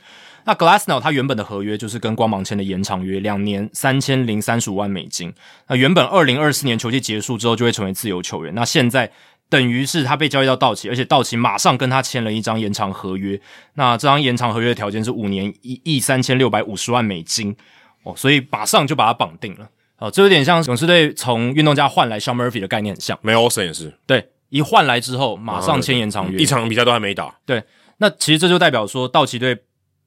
Speaker 1: 那 Glassnow 他原本的合约就是跟光芒签的延长约，两年三千零三十五万美金。那原本二零二四年球季结束之后就会成为自由球员，那现在等于是他被交易到道奇，而且道奇马上跟他签了一张延长合约。那这张延长合约的条件是五年一亿三千六百五十万美金哦，所以马上就把他绑定了。哦，这有点像勇士队从运动家换来 s h a Murphy 的概念很像，
Speaker 2: 没有 Olsen 也是，
Speaker 1: 对，一换来之后马上签延长约，
Speaker 2: 一场比赛都还没打，
Speaker 1: 对，那其实这就代表说，道奇队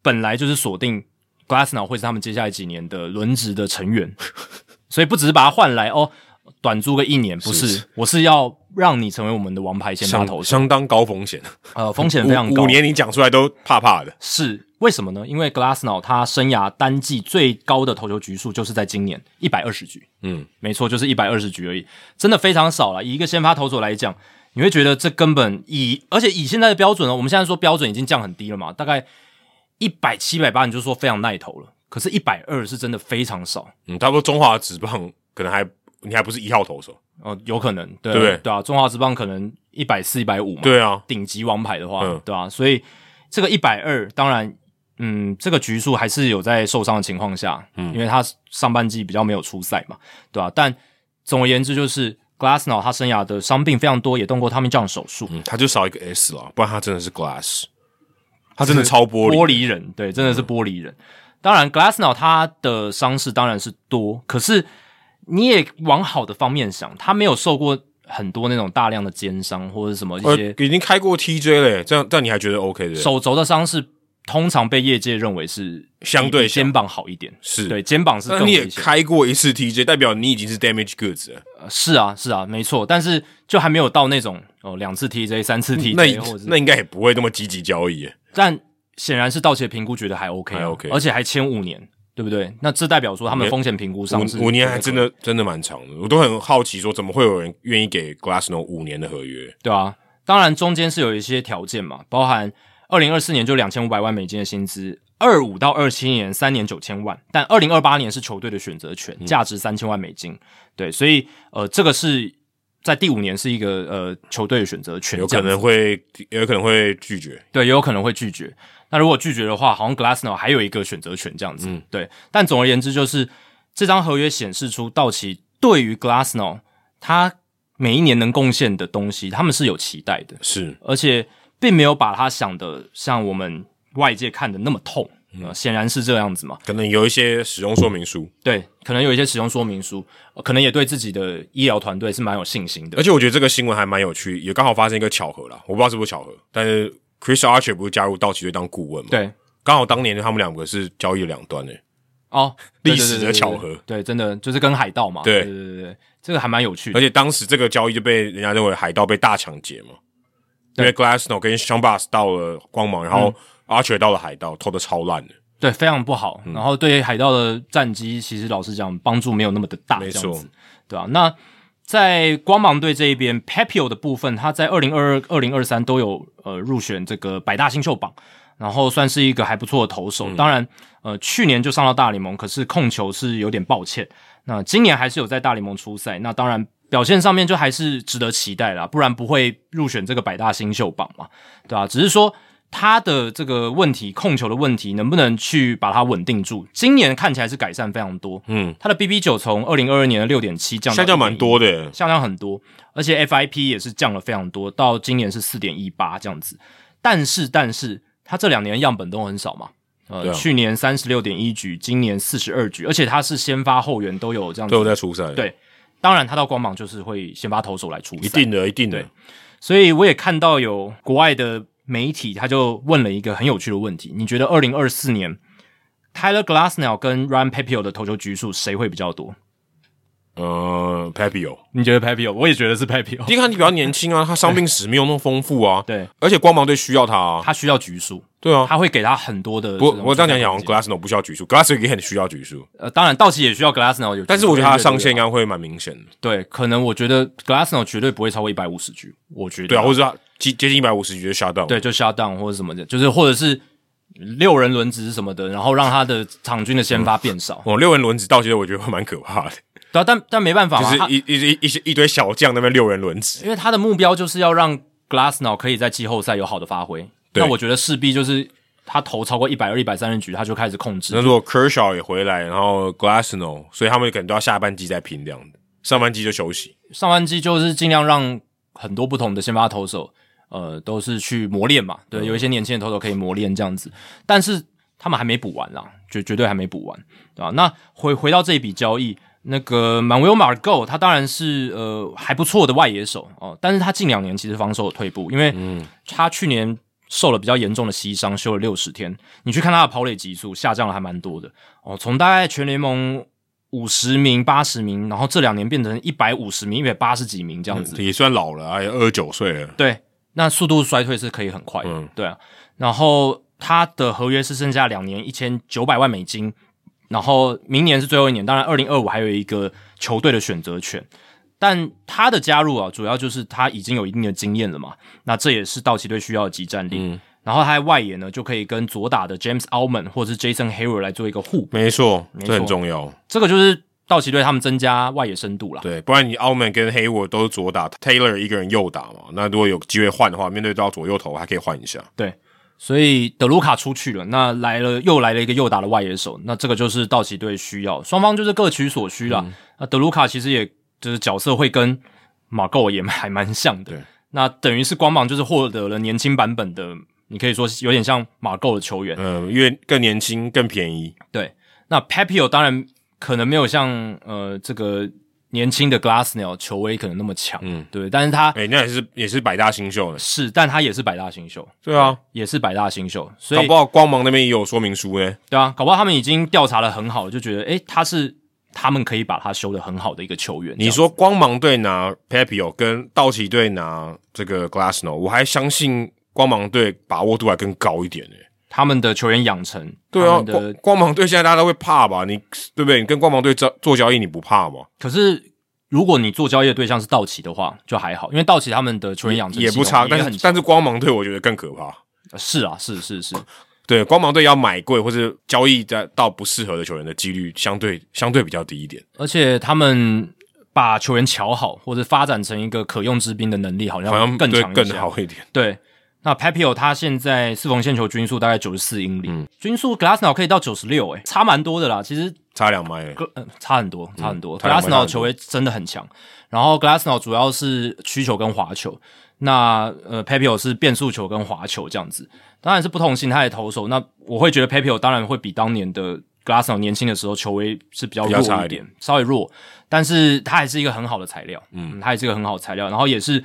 Speaker 1: 本来就是锁定 Glassnow 会是他们接下来几年的轮值的成员，所以不只是把他换来哦，短租个一年，不是，
Speaker 2: 是
Speaker 1: 我是要让你成为我们的王牌先发
Speaker 2: 相
Speaker 1: 投手，
Speaker 2: 相当高风险，
Speaker 1: 呃，风险非常高。
Speaker 2: 五五年你讲出来都怕怕的。
Speaker 1: 是为什么呢？因为 Glassnow 他生涯单季最高的投球局数就是在今年一百二十局，
Speaker 2: 嗯，
Speaker 1: 没错，就是一百二十局而已，真的非常少了。以一个先发投手来讲，你会觉得这根本以，而且以现在的标准呢，我们现在说标准已经降很低了嘛，大概一百七百八，你就说非常耐投了。可是，一百二是真的非常少，
Speaker 2: 嗯，差不多中华职棒可能还你还不是一号投手。
Speaker 1: 哦，有可能，对
Speaker 2: 对不对
Speaker 1: 啊，中华职棒可能一百四、一百五嘛，
Speaker 2: 对啊，
Speaker 1: 顶级王牌的话，
Speaker 2: 嗯
Speaker 1: 对吧、所以这个一百二，当然，嗯，这个局数还是有在受伤的情况下，嗯，因为他上半季比较没有出赛嘛，对吧、但总而言之，就是 Glassnow 他生涯的伤病非常多，也动过 Tommy John 手术，
Speaker 2: 嗯，他就少一个 S 了，不然他真的是 glass，他真的超玻璃。
Speaker 1: 玻璃人，对，真的是玻璃人。当然，Glassnow 他的伤势当然是多，可是你也往好的方面想，他没有受过很多那种大量的肩伤或者什么一
Speaker 2: 呃
Speaker 1: 些，
Speaker 2: 已经开过 TJ 嘞，这样这样你还觉得 OK 的？
Speaker 1: 手肘的伤势通常被业界认为是
Speaker 2: 相对
Speaker 1: 比肩膀好一点，
Speaker 2: 是
Speaker 1: 对，肩膀是
Speaker 2: 那
Speaker 1: 更
Speaker 2: 你也
Speaker 1: 危险。
Speaker 2: 开过一次 TJ，代表你已经是 damage goods 了。
Speaker 1: 呃是啊，是啊，没错，但是就还没有到那种哦，两次 TJ、三次 TJ，
Speaker 2: 嗯那
Speaker 1: 或者是
Speaker 2: 那应该也不会那么积极交易耶。
Speaker 1: 但显然是道奇的评估觉得还 OK，啊、
Speaker 2: 还 OK
Speaker 1: 而且还签五年，对不对？那这代表说他们
Speaker 2: 五年
Speaker 1: 风险评估上是
Speaker 2: 五五年还真
Speaker 1: 的
Speaker 2: 的真的蛮长的，我都很好奇说怎么会有人愿意给 Glassno 五年的合约？
Speaker 1: 对啊，当然中间是有一些条件嘛，包含二零二四年就两千五百万美金的薪资，二五到二七年三年九千万，但二零二八年是球队的选择权，
Speaker 2: 嗯
Speaker 1: 价值三千万美金。对，所以呃，这个是在第五年是一个呃球队的选择权，
Speaker 2: 有
Speaker 1: 这样
Speaker 2: 可
Speaker 1: 子
Speaker 2: 能会有可能会拒绝。
Speaker 1: 对，也有可能会拒绝。那如果拒绝的话，好像 Glassnow 还有一个选择权这样
Speaker 2: 嗯
Speaker 1: 子。对。但总而言之，就是这张合约显示出道奇对于 Glassnow 他每一年能贡献的东西，他们是有期待的。
Speaker 2: 是
Speaker 1: 而且并没有把他想的像我们外界看的那么痛，
Speaker 2: 嗯
Speaker 1: 呃显、然是这样子嘛。
Speaker 2: 可能有一些使用说明书，
Speaker 1: 对，可能有一些使用说明书，呃可能也对自己的医疗团队是蛮有信心的
Speaker 2: 而。且我觉得这个新闻还蛮有趣，也刚好发生一个巧合啦。我不知道是不是巧合，但是 Chris Archer 不是加入道奇队当顾问嘛？，
Speaker 1: 对，
Speaker 2: 刚好当年他们两个是交易的两端诶。
Speaker 1: 哦，
Speaker 2: 历史
Speaker 1: 对对
Speaker 2: 的
Speaker 1: 对对对
Speaker 2: 巧合
Speaker 1: 对，真的就是跟海盗嘛。
Speaker 2: 对
Speaker 1: 对对对对，这个还蛮有趣
Speaker 2: 而
Speaker 1: 的。
Speaker 2: 且当时这个交易就被人家认为海盗被大抢劫嘛，因
Speaker 1: 对嗯
Speaker 2: 为 Glassno 跟 s h a m b a s 到了光芒，然后 Archer 到了海盗，投的超烂的，
Speaker 1: 对，非常不好。
Speaker 2: 嗯
Speaker 1: 然后对海盗的战绩，其实老实讲，帮助没有那么的大，
Speaker 2: 没
Speaker 1: 这
Speaker 2: 错
Speaker 1: 样子，对啊，那在光芒队这一边，Papio 的部分，他在二零二二、二零二三都有呃入选这个百大新秀榜，然后算是一个还不错的投手。
Speaker 2: 嗯
Speaker 1: 当然，呃，去年就上到大联盟，可是控球是有点抱歉。那今年还是有在大联盟出赛，那当然表现上面就还是值得期待啦，不然不会入选这个百大新秀榜嘛，对吧、啊只是说他的这个问题，控球的问题，能不能去把它稳定住？今年看起来是改善非常多，
Speaker 2: 嗯，
Speaker 1: 他的 BB 九从二零二二年的嗯六点七降到
Speaker 2: 下降蛮多的。
Speaker 1: 下降很多，而且 FIP 也是降了非常多，到今年是四点一八这样子。但是，但是他这两年样本都很少嘛，呃，
Speaker 2: 对啊
Speaker 1: 去年三十六点一局，今年四十二局，而且他是先发后援都有这样
Speaker 2: 都有
Speaker 1: 子。
Speaker 2: 在出赛，
Speaker 1: 对当然，他到光芒就是会先发投手来出赛，
Speaker 2: 一定的，一定的
Speaker 1: 对。所以我也看到有国外的媒体他就问了一个很有趣的问题：你觉得二零二四年 Tyler Glassnell 跟 Ryan Papio 的投球局数谁会比较多？
Speaker 2: 呃 p a p i o
Speaker 1: 你觉得 Papio？我也觉得是 Papio，
Speaker 2: 迪卡你比较年轻啊，他伤病史没有那么丰富啊，
Speaker 1: 对，
Speaker 2: 而且光芒队需要他啊，
Speaker 1: 他需要局数，
Speaker 2: 对啊。
Speaker 1: 他会给他很多的。
Speaker 2: 不，我这样讲讲好像，Glassno 不需要局数，Glassno 也很需要局数，
Speaker 1: 呃，当然道奇也需要 Glassnell 有局数，
Speaker 2: 但是我觉得他的上
Speaker 1: 对
Speaker 2: 限应该会蛮明显的，
Speaker 1: 对，可能我觉得 Glassnell 绝对不会超过一百五十局，我觉得
Speaker 2: 对啊，或者是他接接近一百五十局就 shut down，
Speaker 1: 对，就 shut down 或者什么的，就是或者是六人轮值什么的，然后让他的场均的先发变少。
Speaker 2: 哦，六人轮值到其实我觉得会蛮可怕的，
Speaker 1: 对、啊，啊但但没办法
Speaker 2: 就
Speaker 1: 嘛，
Speaker 2: 是
Speaker 1: 他
Speaker 2: 一一一一些一堆小将那边六人轮值，
Speaker 1: 因为他的目标就是要让 Glassnow 可以在季后赛有好的发挥。
Speaker 2: 对
Speaker 1: 那我觉得势必就是他投超过一百二、一百三十局，他就开始控制
Speaker 2: 那。如果 Kershaw 也回来，然后 Glassno，所以他们可能都要下半季再拼这样子，上半季就休息。
Speaker 1: 上半季就是尽量让很多不同的先发投手，呃，都是去磨练嘛。对，有一些年轻的投手可以磨练这样子，但是他们还没补完啦，绝绝对还没补完，对吧、那回回到这一笔交易，那个马维欧马尔够，他当然是呃还不错的外野手哦、但是他近两年其实防守有退步，因为他去年。受了比较严重的膝伤，休了六十天。你去看他的跑垒级数下降了还蛮多的哦，从大概全联盟五十名、八十名，然后这两年变成一百五十名、一百八十几名这样子。
Speaker 2: 也算老了，哎，二十九岁了，
Speaker 1: 对，那速度衰退是可以很快的，
Speaker 2: 嗯
Speaker 1: 对啊。然后他的合约是剩下两年一千九百万美金，然后明年是最后一年，当然二零二五还有一个球队的选择权。但他的加入啊，主要就是他已经有一定的经验了嘛，那这也是道奇队需要的集战力。然后他在外野呢，就可以跟左打的 James Alman 或者是 Jason Hayward 来做一个互补，
Speaker 2: 没错，
Speaker 1: 错
Speaker 2: 这很重要。
Speaker 1: 这个就是道奇队他们增加外野深度啦。
Speaker 2: 对，不然你澳门跟黑沃都是左打，Taylor 一个人右打嘛。那如果有机会换的话，面对到左右头还可以换一下。
Speaker 1: 所以德鲁卡出去了，那来了又来了一个右打的外野手，那这个就是道奇队需要，双方就是各取所需啦。
Speaker 2: 嗯
Speaker 1: 那德鲁卡其实也就是角色会跟马购也还蛮像的
Speaker 2: 对，
Speaker 1: 那等于是光芒就是获得了年轻版本的，你可以说有点像马购的球员。
Speaker 2: 嗯，因为更年轻、更便宜，
Speaker 1: 那 Papio 当然可能没有像呃这个年轻的 Glassnell 球威可能那么强，
Speaker 2: 嗯
Speaker 1: 对，但是他
Speaker 2: 哎、那也是也是百大新秀呢。
Speaker 1: 是，但他也是百大新秀，
Speaker 2: 对啊，
Speaker 1: 也是百大新秀，所
Speaker 2: 搞
Speaker 1: 以
Speaker 2: 不好光芒那边也有说明书呢。
Speaker 1: 对啊，搞不好他们已经调查的很好，就觉得诶，他是他们可以把他修的很好的一个球员。
Speaker 2: 你说光芒队拿 Papio 跟道奇队拿这个 Glassno，我还相信光芒队把握度还更高一点呢、
Speaker 1: 他们的球员养成，
Speaker 2: 对啊，
Speaker 1: 他们
Speaker 2: 光
Speaker 1: 的
Speaker 2: 光芒队现在大家都会怕吧？你对不对？你跟光芒队做做交易，你不怕吗？
Speaker 1: 可是如果你做交易的对象是道奇的话，就还好，因为道奇他们的球员养成
Speaker 2: 也
Speaker 1: 系统
Speaker 2: 不差，但
Speaker 1: 很
Speaker 2: 是但是光芒队我觉得更可怕。
Speaker 1: 是啊，是是是，
Speaker 2: 对，光芒队要买贵或是交易在到不适合的球员的几率相对相对比较低一点，
Speaker 1: 而且他们把球员瞧好，或者发展成一个可用之兵的能力，好
Speaker 2: 好像
Speaker 1: 像更
Speaker 2: 对
Speaker 1: 强一些
Speaker 2: 更好一点。
Speaker 1: 对，那 Papio 他现在四缝线球均速大概九十四英里，
Speaker 2: 嗯
Speaker 1: 均速 Glassnow 可以到九十六，诶，差蛮多的啦。其实
Speaker 2: 差两麦了，
Speaker 1: 格呃差很多，差很多。
Speaker 2: 差两嗯倍差
Speaker 1: Glassnow
Speaker 2: 很多
Speaker 1: 球威真的很强，然后 Glassnow 主要是曲球跟滑球，那呃 Papio 是变速球跟滑球这样子，当然是不同形态的投手。那我会觉得 Papio 当然会比当年的 Glassnow 年轻的时候球威是比较
Speaker 2: 比较
Speaker 1: 弱
Speaker 2: 差一
Speaker 1: 一点，稍微弱，但是它还是一个很好的材料，嗯，它也是一个很好的材料，然后也是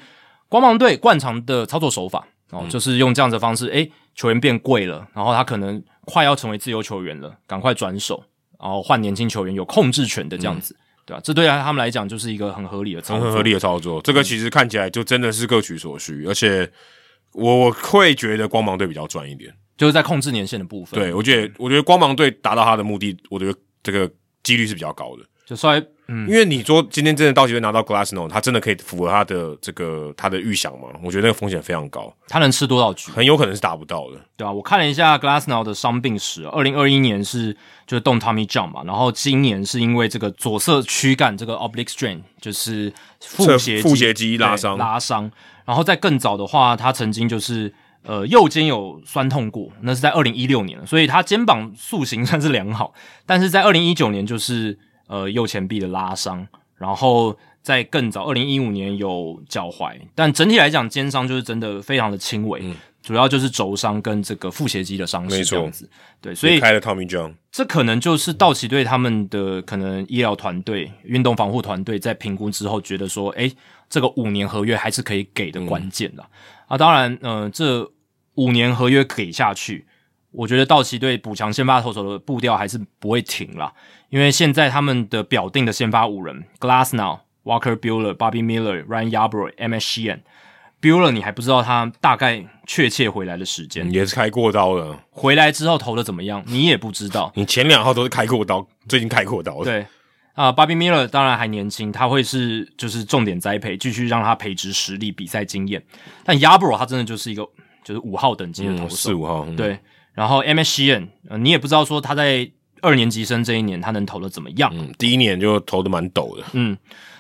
Speaker 1: 光芒队惯常的操作手法。
Speaker 2: 嗯
Speaker 1: 哦，就是用这样的方式，诶、球员变贵了，然后他可能快要成为自由球员了，赶快转手，然后换年轻球员有控制权的这样子，对吧、这对他们来讲就是一个很合理的操
Speaker 2: 嗯很
Speaker 1: 作。
Speaker 2: 合理的操作。
Speaker 1: 嗯
Speaker 2: 这个其实看起来就真的是各取所需，而且我我会觉得光芒队比较赚一点。
Speaker 1: 就是在控制年限的部分，，
Speaker 2: 对
Speaker 1: 嗯
Speaker 2: 我觉得，我觉得光芒队达到他的目的，我觉得这个几率是比较高的。
Speaker 1: 就稍微嗯，
Speaker 2: 因为你说今天真的道奇队拿到 Glassno，他真的可以符合他的这个他的预想吗？我觉得那个风险非常高，
Speaker 1: 他能吃多少局，
Speaker 2: 很有可能是达不到的。
Speaker 1: 对吧、我看了一下 Glassnow 的伤病史，二零二一年是就是动 Tommy John 嘛，然后今年是因为这个左侧躯干这个 oblique strain，就是腹斜
Speaker 2: 这腹斜肌拉伤
Speaker 1: 对拉伤，然后在更早的话，他曾经就是。呃，右肩有酸痛过，那是在二零一六年了，所以他肩膀塑形算是良好，但是在二零一九年就是呃右前臂的拉伤，然后在更早，二零一五年有脚踝，但整体来讲，肩伤就是真的非常的轻微，主要就是轴伤跟这个腹斜肌的伤势
Speaker 2: 嗯没错
Speaker 1: 这样子。对，所以
Speaker 2: 也开了 Tommy John，
Speaker 1: 这可能就是道奇队他们的可能医疗团队、运动防护团队在评估之后觉得说，诶，这个五年合约还是可以给的关键啦。啊，当然，呃，这五年合约给下去，我觉得道奇队补强先发投手的步调还是不会停啦，因为现在他们的表定的先发五人：Glassnow、Walker Bueller、Bobby Miller、Ryan Yarbrough、M. S. Sheehan。Bueller，你还不知道他大概确切回来的时间，
Speaker 2: 也是开过刀了。
Speaker 1: 回来之后投的怎么样，你也不知道。
Speaker 2: 你前两号都是开过刀，最近开过刀了。
Speaker 1: 对啊、b o b b y Miller 当然还年轻，他会是就是重点栽培，继续让他培植实力、比赛经验。但 Yarbrough 他真的就是一个就是五号等级的投
Speaker 2: 嗯，
Speaker 1: 手，
Speaker 2: 四五号，嗯，
Speaker 1: 对。然后 M. S. Sheehan，、呃你也不知道说他在二年级生这一年他能投的怎么样。
Speaker 2: 嗯，第一年就投的蛮陡的，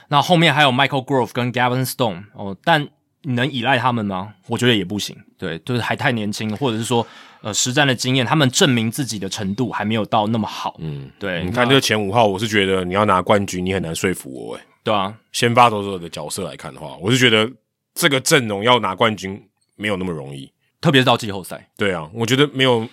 Speaker 1: 那后面还有 Michael Grove 跟 Gavin Stone 哦，但你能依赖他们吗？我觉得也不行。对，就是还太年轻，或者是说呃实战的经验，他们证明自己的程度还没有到那么好。
Speaker 2: 嗯，
Speaker 1: 对，
Speaker 2: 你看这个前五号，我是觉得你要拿冠军，你很难说服我。哎，
Speaker 1: 对啊，
Speaker 2: 先发投手的角色来看的话，我是觉得这个阵容要拿冠军没有那么容易。
Speaker 1: 特别是到季后赛，
Speaker 2: 对啊，我觉得没有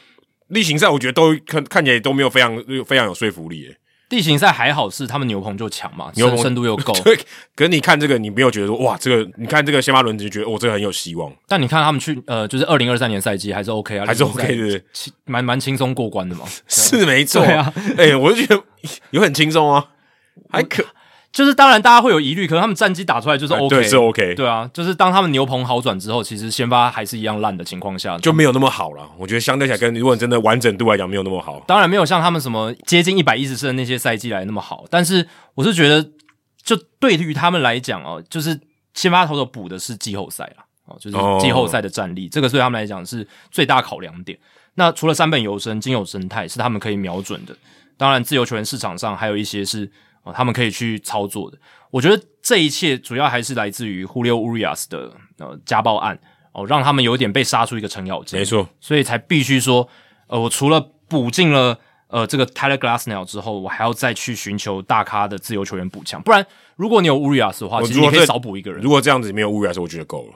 Speaker 2: 例行赛，我觉得都看看起来都没有非常非常有说服力。哎
Speaker 1: 地形赛还好是他们牛棚就强嘛，
Speaker 2: 牛
Speaker 1: 深
Speaker 2: 棚。
Speaker 1: 深度又够
Speaker 2: 对，可是你看这个，你没有觉得说哇，这个你看这个先发轮子，就觉得哦，这个很有希望，
Speaker 1: 但你看他们去呃，就是二零二三年赛季还是 OK 啊，
Speaker 2: 还是
Speaker 1: 例行赛
Speaker 2: OK 的，
Speaker 1: 轻蛮蛮轻松过关的嘛。
Speaker 2: 是没错
Speaker 1: 对啊。
Speaker 2: 哎，我就觉得有很轻松啊，还可
Speaker 1: 就是当然大家会有疑虑，可能他们战绩打出来就是
Speaker 2: 哎
Speaker 1: OK，
Speaker 2: 对，是 OK，
Speaker 1: 对啊，就是当他们牛棚好转之后，其实先发还是一样烂的情况下，
Speaker 2: 就没有那么好了。我觉得相对起来，跟如果你真的完整度来讲，没有那么好。
Speaker 1: 当然没有像他们什么接近一百一十胜那些赛季来那么好，但是我是觉得，就对于他们来讲哦，就是先发投手补的是季后赛啦，哦，就是
Speaker 2: 哦
Speaker 1: 季后赛的战力，这个对他们来讲是最大考量点。那除了三本游生、金有生态是他们可以瞄准的，当然自由球员市场上还有一些是哦他们可以去操作的。我觉得这一切主要还是来自于 Julio Urias 的呃家暴案哦，让他们有点被杀出一个程咬金。
Speaker 2: 没错，
Speaker 1: 所以才必须说，呃，我除了补进了呃这个 Tyler Glassnell 之后，我还要再去寻求大咖的自由球员补强。不然，如果你有乌里亚斯的话，
Speaker 2: 我
Speaker 1: 其实
Speaker 2: 如
Speaker 1: 你
Speaker 2: 果
Speaker 1: 可以
Speaker 2: 这
Speaker 1: 少补一个人
Speaker 2: 如，果这样子没有乌 r i a s 我觉得够了，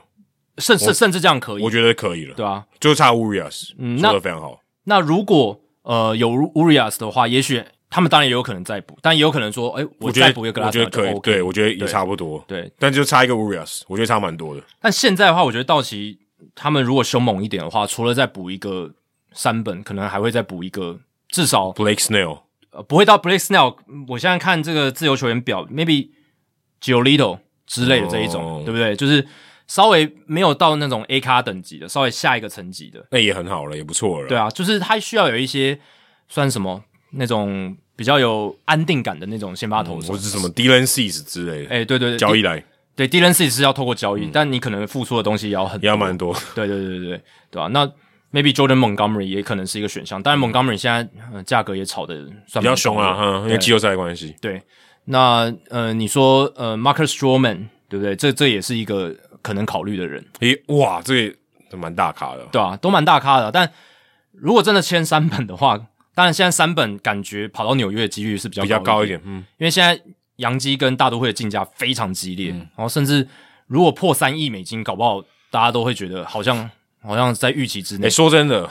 Speaker 1: 甚甚甚至这样可以
Speaker 2: 我，觉得可以了，
Speaker 1: 对啊。
Speaker 2: 就差乌 r i a s
Speaker 1: 嗯
Speaker 2: 说
Speaker 1: 那
Speaker 2: 的非常好。
Speaker 1: 那如果呃有乌里亚斯的话，也许他们当然也有可能再补，但也有可能说，哎、
Speaker 2: 我
Speaker 1: 我
Speaker 2: 觉得
Speaker 1: 再补一个
Speaker 2: 我觉
Speaker 1: Glassnell
Speaker 2: 得可
Speaker 1: 就
Speaker 2: 以，
Speaker 1: OK
Speaker 2: 对我觉得也
Speaker 1: 对
Speaker 2: 差不多，
Speaker 1: 对。
Speaker 2: 但就差一个乌 r i a s 我觉得差蛮多的。
Speaker 1: 但现在的话，我觉得道奇他们如果凶猛一点的话，除了再补一个三本，可能还会再补一个，至少
Speaker 2: Blake Snell
Speaker 1: 呃，不会到 Blake Snell。嗯我现在看这个自由球员表，maybe Giolito 之类的这一种，
Speaker 2: 哦
Speaker 1: 对不对？就是稍微没有到那种 A 咖等级的，稍微下一个层级的，
Speaker 2: 那哎也很好了，也不错了。
Speaker 1: 对啊，就是他需要有一些算什么那种比较有安定感的那种先发投
Speaker 2: 嗯，
Speaker 1: 手
Speaker 2: 或。是什么 Dylan Cease 之类的
Speaker 1: 哎、对对对，
Speaker 2: 交易来
Speaker 1: 对 Dylan C 是要透过交易，但你可能付出的东西也要很
Speaker 2: 也要蛮多，
Speaker 1: 对对对对对，对吧、那 maybe Jordan Montgomery 也可能是一个选项，当然 Montgomery 现在、呃、价格也炒的算
Speaker 2: 比较
Speaker 1: 蛮
Speaker 2: 凶
Speaker 1: 高的
Speaker 2: 啊，哈，因为季后赛的关系。
Speaker 1: 对，那呃，你说呃，Marcus Stroman 对不对？这这也是一个可能考虑的人，
Speaker 2: 诶，哇，这个这蛮大咖的。
Speaker 1: 对吧、都蛮大咖的，但如果真的签三本的话，当然现在三本感觉跑到纽约的几率是比较
Speaker 2: 比较高
Speaker 1: 一
Speaker 2: 一，点，嗯，
Speaker 1: 因为现在洋基跟大都会的竞价非常激
Speaker 2: 嗯
Speaker 1: 烈，然后甚至如果破三亿美金，搞不好大家都会觉得好像好像在预期之内
Speaker 2: 诶，。说真的，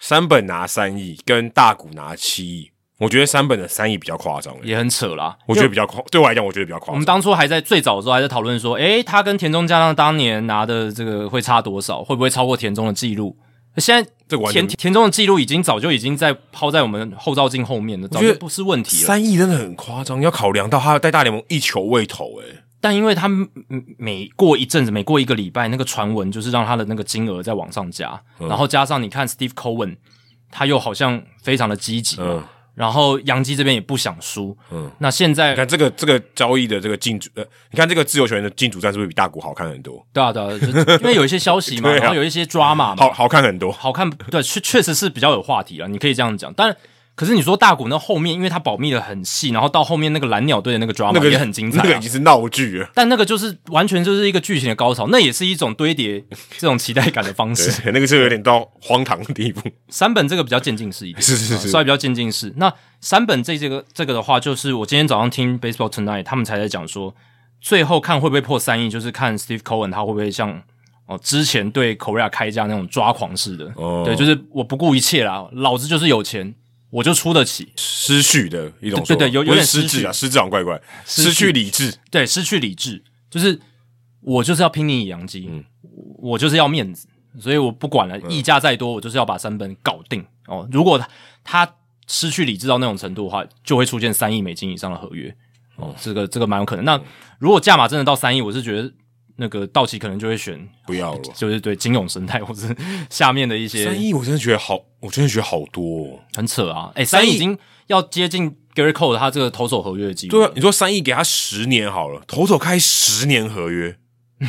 Speaker 2: 三本拿三亿，跟大股拿七亿，我觉得三本的三亿比较夸张、诶
Speaker 1: 也很扯啦，
Speaker 2: 我觉得比较夸，对我来讲，我觉得比较
Speaker 1: 我
Speaker 2: 夸
Speaker 1: 们
Speaker 2: 张。
Speaker 1: 当初还在最早的时候还在讨论说，诶，他跟田中将亮当年拿的这个会差多少？会不会超过田中的记录？现在
Speaker 2: 这个完全
Speaker 1: 田田中的记录已经早就已经在抛在我们后照镜后面了，早
Speaker 2: 觉得
Speaker 1: 就不是问题了。
Speaker 2: 三亿真的很夸张，要考量到他在大联盟一球未投、欸诶，
Speaker 1: 但因为他们嗯每过一阵子，每过一个礼拜，那个传闻就是让他的那个金额在往上加，
Speaker 2: 嗯
Speaker 1: 然后加上你看 Steve Cohen，他又好像非常的积极，
Speaker 2: 嗯
Speaker 1: 然后杨基这边也不想输，
Speaker 2: 嗯
Speaker 1: 那现在
Speaker 2: 你看这个这个交易的这个进主，呃，你看这个自由球员的进主战是不是比大股好看很多？
Speaker 1: 对啊对啊，就因为有一些消息嘛，
Speaker 2: 对啊
Speaker 1: 然后有一些 drama 嘛，
Speaker 2: 好好看很多，
Speaker 1: 嗯好看， 对，确确实是比较有话题了，你可以这样讲。但可是你说大谷那后面，因为他保密的很细，然后到后面那个蓝鸟队的那个 drama、
Speaker 2: 那个
Speaker 1: 也很精彩、啊，
Speaker 2: 那个已经是闹剧了，
Speaker 1: 但那个就是完全就是一个剧情的高潮，那也是一种堆叠这种期待感的方式。
Speaker 2: 对那个是有点到荒唐的地步。
Speaker 1: 三本这个比较渐进式一点，
Speaker 2: 是是
Speaker 1: 啊
Speaker 2: 是
Speaker 1: 稍微比较渐进式。那三本这这个这个的话，就是我今天早上听 Baseball Tonight 他们才在讲说，最后看会不会破三亿，就是看 Steve Cohen 他会不会像哦之前对 Korea 开价那种抓狂式的，
Speaker 2: 哦
Speaker 1: 对，就是我不顾一切啦，老子就是有钱，我就出得起，
Speaker 2: 失序的一种
Speaker 1: 对对对有有
Speaker 2: 不是
Speaker 1: 点
Speaker 2: 失
Speaker 1: 失
Speaker 2: 智啊，
Speaker 1: 序
Speaker 2: 失智好像怪怪，
Speaker 1: 失
Speaker 2: 失去
Speaker 1: 序
Speaker 2: 理智，
Speaker 1: 对，失去理智，就是我就是要拼你养鸡，我就是要面子，所以我不管了，溢价再多，我就是要把三本搞定哦。如果他他失去理智到那种程度的话，就会出现三亿美金以上的合约哦，这个这个蛮有可能。那如果价码真的到三亿，我是觉得那个道奇可能就会选，
Speaker 2: 不要了。
Speaker 1: 就是对金永生态或是 下面的一些
Speaker 2: 三亿，我真的觉得好，我真的觉得好多、哦。
Speaker 1: 很扯啊！哎、三
Speaker 2: 亿
Speaker 1: 亿已经要接近 Gary Cole 他这个投手合约的记录
Speaker 2: 对
Speaker 1: 了，
Speaker 2: 啊，你说三亿给他十年好了，投手开十年合约，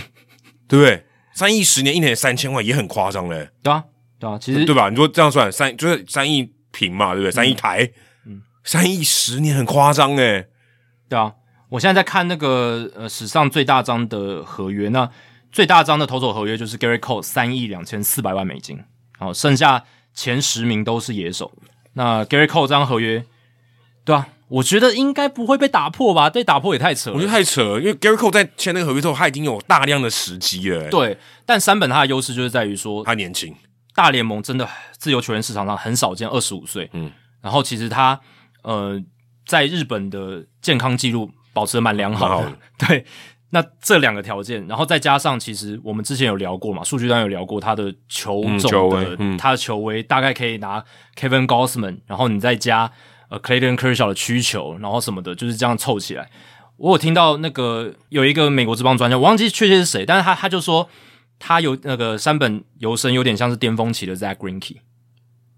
Speaker 2: 对不对？三亿十年，一年三千万也很夸张嘞、
Speaker 1: 对啊，对啊，其实嗯
Speaker 2: 对吧？你说这样算三就是三亿平嘛，对不对？三亿台，三亿十年很夸张哎，
Speaker 1: 对啊，我现在在看那个呃史上最大张的合约，那最大张的投手合约就是 Gary Cole 三亿两千四百万美金，好，剩下前十名都是野手。那 Gary Cole 这张合约，对啊，我觉得应该不会被打破吧？被打破也太扯
Speaker 2: 我觉得
Speaker 1: 了。
Speaker 2: 太扯了。因为 Gary Cole 在签那个合约之后，他已经有大量的时机了、欸，
Speaker 1: 对，但三本他的优势就是在于说，
Speaker 2: 他年轻，
Speaker 1: 大联盟真的自由球员市场上很少见二十五岁，
Speaker 2: 嗯
Speaker 1: 嗯，然后其实他呃在日本的健康记录保持的蛮良好的，
Speaker 2: 蛮好
Speaker 1: 对。那这两个条件，然后再加上，其实我们之前有聊过嘛，数据端有聊过他的球
Speaker 2: 嗯球
Speaker 1: 种的
Speaker 2: 威，嗯
Speaker 1: 他的球威大概可以拿 Kevin Gossman，然后你再加呃 Clayton Kershaw 的曲球，然后什么的，就是这样凑起来。我有听到那个有一个美国之邦专家，我忘记确切是谁，但是他他就说他有那个山本由伸有点像是巅峰期的 Zach Greinke